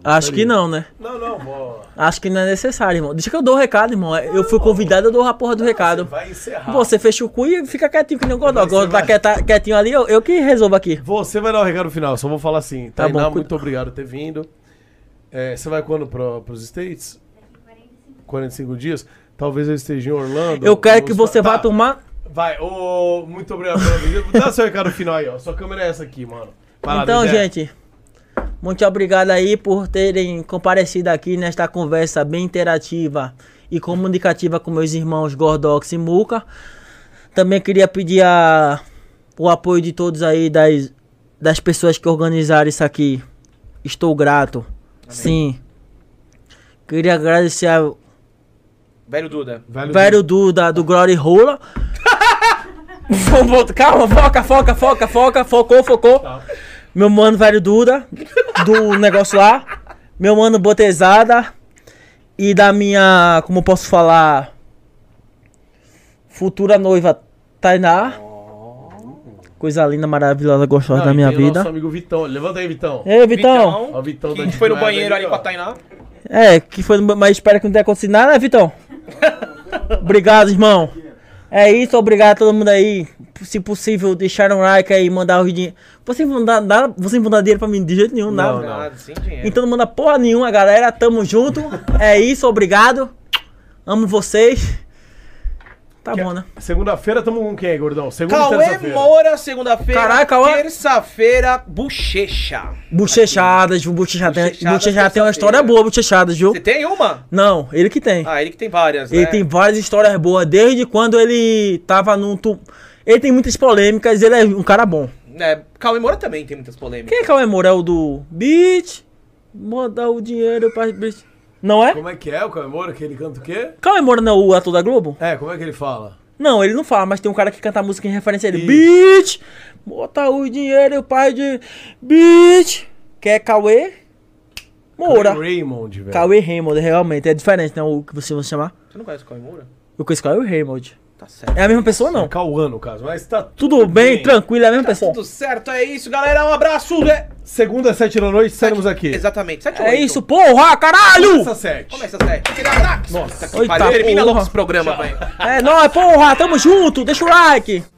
Speaker 6: Acho que não, né?
Speaker 3: Não, não, vó.
Speaker 6: Acho que não é necessário, irmão. Deixa que eu dou o recado, irmão. Eu fui convidado, eu dou a porra do recado.
Speaker 3: Vai encerrar.
Speaker 6: Você fecha o cu e fica quietinho que nem o Godó. Godó tá quieta- quietinho ali, eu, eu que resolvo aqui.
Speaker 3: Você vai dar o recado final, só vou falar assim.
Speaker 6: Tá
Speaker 3: Tainá,
Speaker 6: bom, cuida-
Speaker 3: muito obrigado por ter vindo. É, você vai quando pro, pros States? 45 dias? Talvez eu esteja em Orlando.
Speaker 6: Eu quero
Speaker 3: Nos-
Speaker 6: que você vá
Speaker 3: Tá,
Speaker 6: tomar.
Speaker 3: Vai, ô, muito obrigado pela visita. Dá seu recado final aí, ó. Sua câmera é essa aqui, mano. Vai lá,
Speaker 6: Então,
Speaker 3: Dedé.
Speaker 6: gente, muito obrigado aí por terem comparecido aqui nesta conversa bem interativa e comunicativa com meus irmãos Gordox e Muca. Também queria pedir a- o apoio de todos aí, das, das pessoas que organizaram isso aqui. Estou grato. Sim. Queria agradecer ao
Speaker 5: Velho Duda.
Speaker 3: Velho
Speaker 6: velho Duda do Glory Rola. Calma, foca, foca, foca, foca, focou, focou.
Speaker 3: Tá.
Speaker 6: Meu mano velho Duda, do negócio lá. Meu mano Botezada. E da minha, como eu posso falar? Futura noiva Tainá. Coisa linda, maravilhosa, gostosa
Speaker 3: Oh. Não,
Speaker 6: da
Speaker 3: e
Speaker 6: minha
Speaker 3: tem o Nosso
Speaker 6: vida.
Speaker 3: amigo Vitão. Levanta aí, Vitão.
Speaker 6: Ei, Vitão.
Speaker 3: Ó, o Vitão tá
Speaker 5: que
Speaker 3: da
Speaker 5: foi no
Speaker 3: Desmaiada
Speaker 5: banheiro
Speaker 3: ali,
Speaker 5: ali
Speaker 3: ó.
Speaker 5: com a Tainá.
Speaker 6: É, que foi, no- mas espero que não tenha acontecido nada, né, Vitão? obrigado, irmão. É isso, obrigado a todo mundo aí. Se possível, deixar um like aí, mandar o dinheiro. Vocês não dá nada, vocês não dá dinheiro pra mim de jeito nenhum, nada.
Speaker 5: Nada, Ah, sem dinheiro.
Speaker 6: Então não manda porra nenhuma, galera. Tamo junto. É isso, obrigado. Amo vocês. Tá bom, né?
Speaker 3: Segunda-feira tamo com quem, gordão? Segunda e
Speaker 5: Cauê
Speaker 3: terça-feira.
Speaker 5: Moura, segunda-feira.
Speaker 6: Caraca, Cauê.
Speaker 5: Terça-feira, bochecha.
Speaker 6: Bochechadas, o Bochecha tem,
Speaker 5: Bochechadas,
Speaker 6: Bochecha tem uma
Speaker 5: terça-feira.
Speaker 6: história boa, Bochechadas, viu?
Speaker 5: Você tem uma?
Speaker 6: Não, ele que tem.
Speaker 5: Ah, ele que tem várias,
Speaker 6: Ele
Speaker 5: né?
Speaker 6: tem várias histórias boas, desde quando ele tava num. Tu... Ele tem muitas polêmicas, ele é um cara bom.
Speaker 5: É, Cauê Moura também tem muitas polêmicas.
Speaker 6: Quem é Cauê Moura? É o do Beat? Manda o dinheiro pra. Beat. Não é?
Speaker 3: Como é que é o Cauê Moura, que ele canta o quê?
Speaker 6: Cauê Moura não é o ator da Globo?
Speaker 3: É, como é que ele fala?
Speaker 6: Não, ele não fala, mas tem um cara que canta a música em referência a ele. Beat! Bota o dinheiro, pai de. Beat! Que é Cauê Moura.
Speaker 3: Cauê Raymond, velho.
Speaker 6: Cauê Raymond, realmente. É diferente, né? O que você vai chamar.
Speaker 5: Você não conhece o Cauê Moura?
Speaker 6: Eu conheço Cauê Raymond.
Speaker 5: Tá certo.
Speaker 6: É a mesma pessoa, não.
Speaker 3: Cauã, no caso. Mas tá
Speaker 6: Tudo bem, tranquilo, é a mesma pessoa.
Speaker 5: Tudo certo, é isso, galera. Um abraço. né?
Speaker 3: Segunda, sete da noite, estaremos aqui.
Speaker 5: Exatamente. Sete,
Speaker 6: É
Speaker 5: oito.
Speaker 6: isso, porra, caralho!
Speaker 3: Sexta, sete.
Speaker 5: Começa sete. Nossa, que
Speaker 6: Eita
Speaker 5: pariu. Termina
Speaker 6: porra.
Speaker 5: logo esse programa, velho.
Speaker 6: É nóis, porra, tamo junto, deixa o like!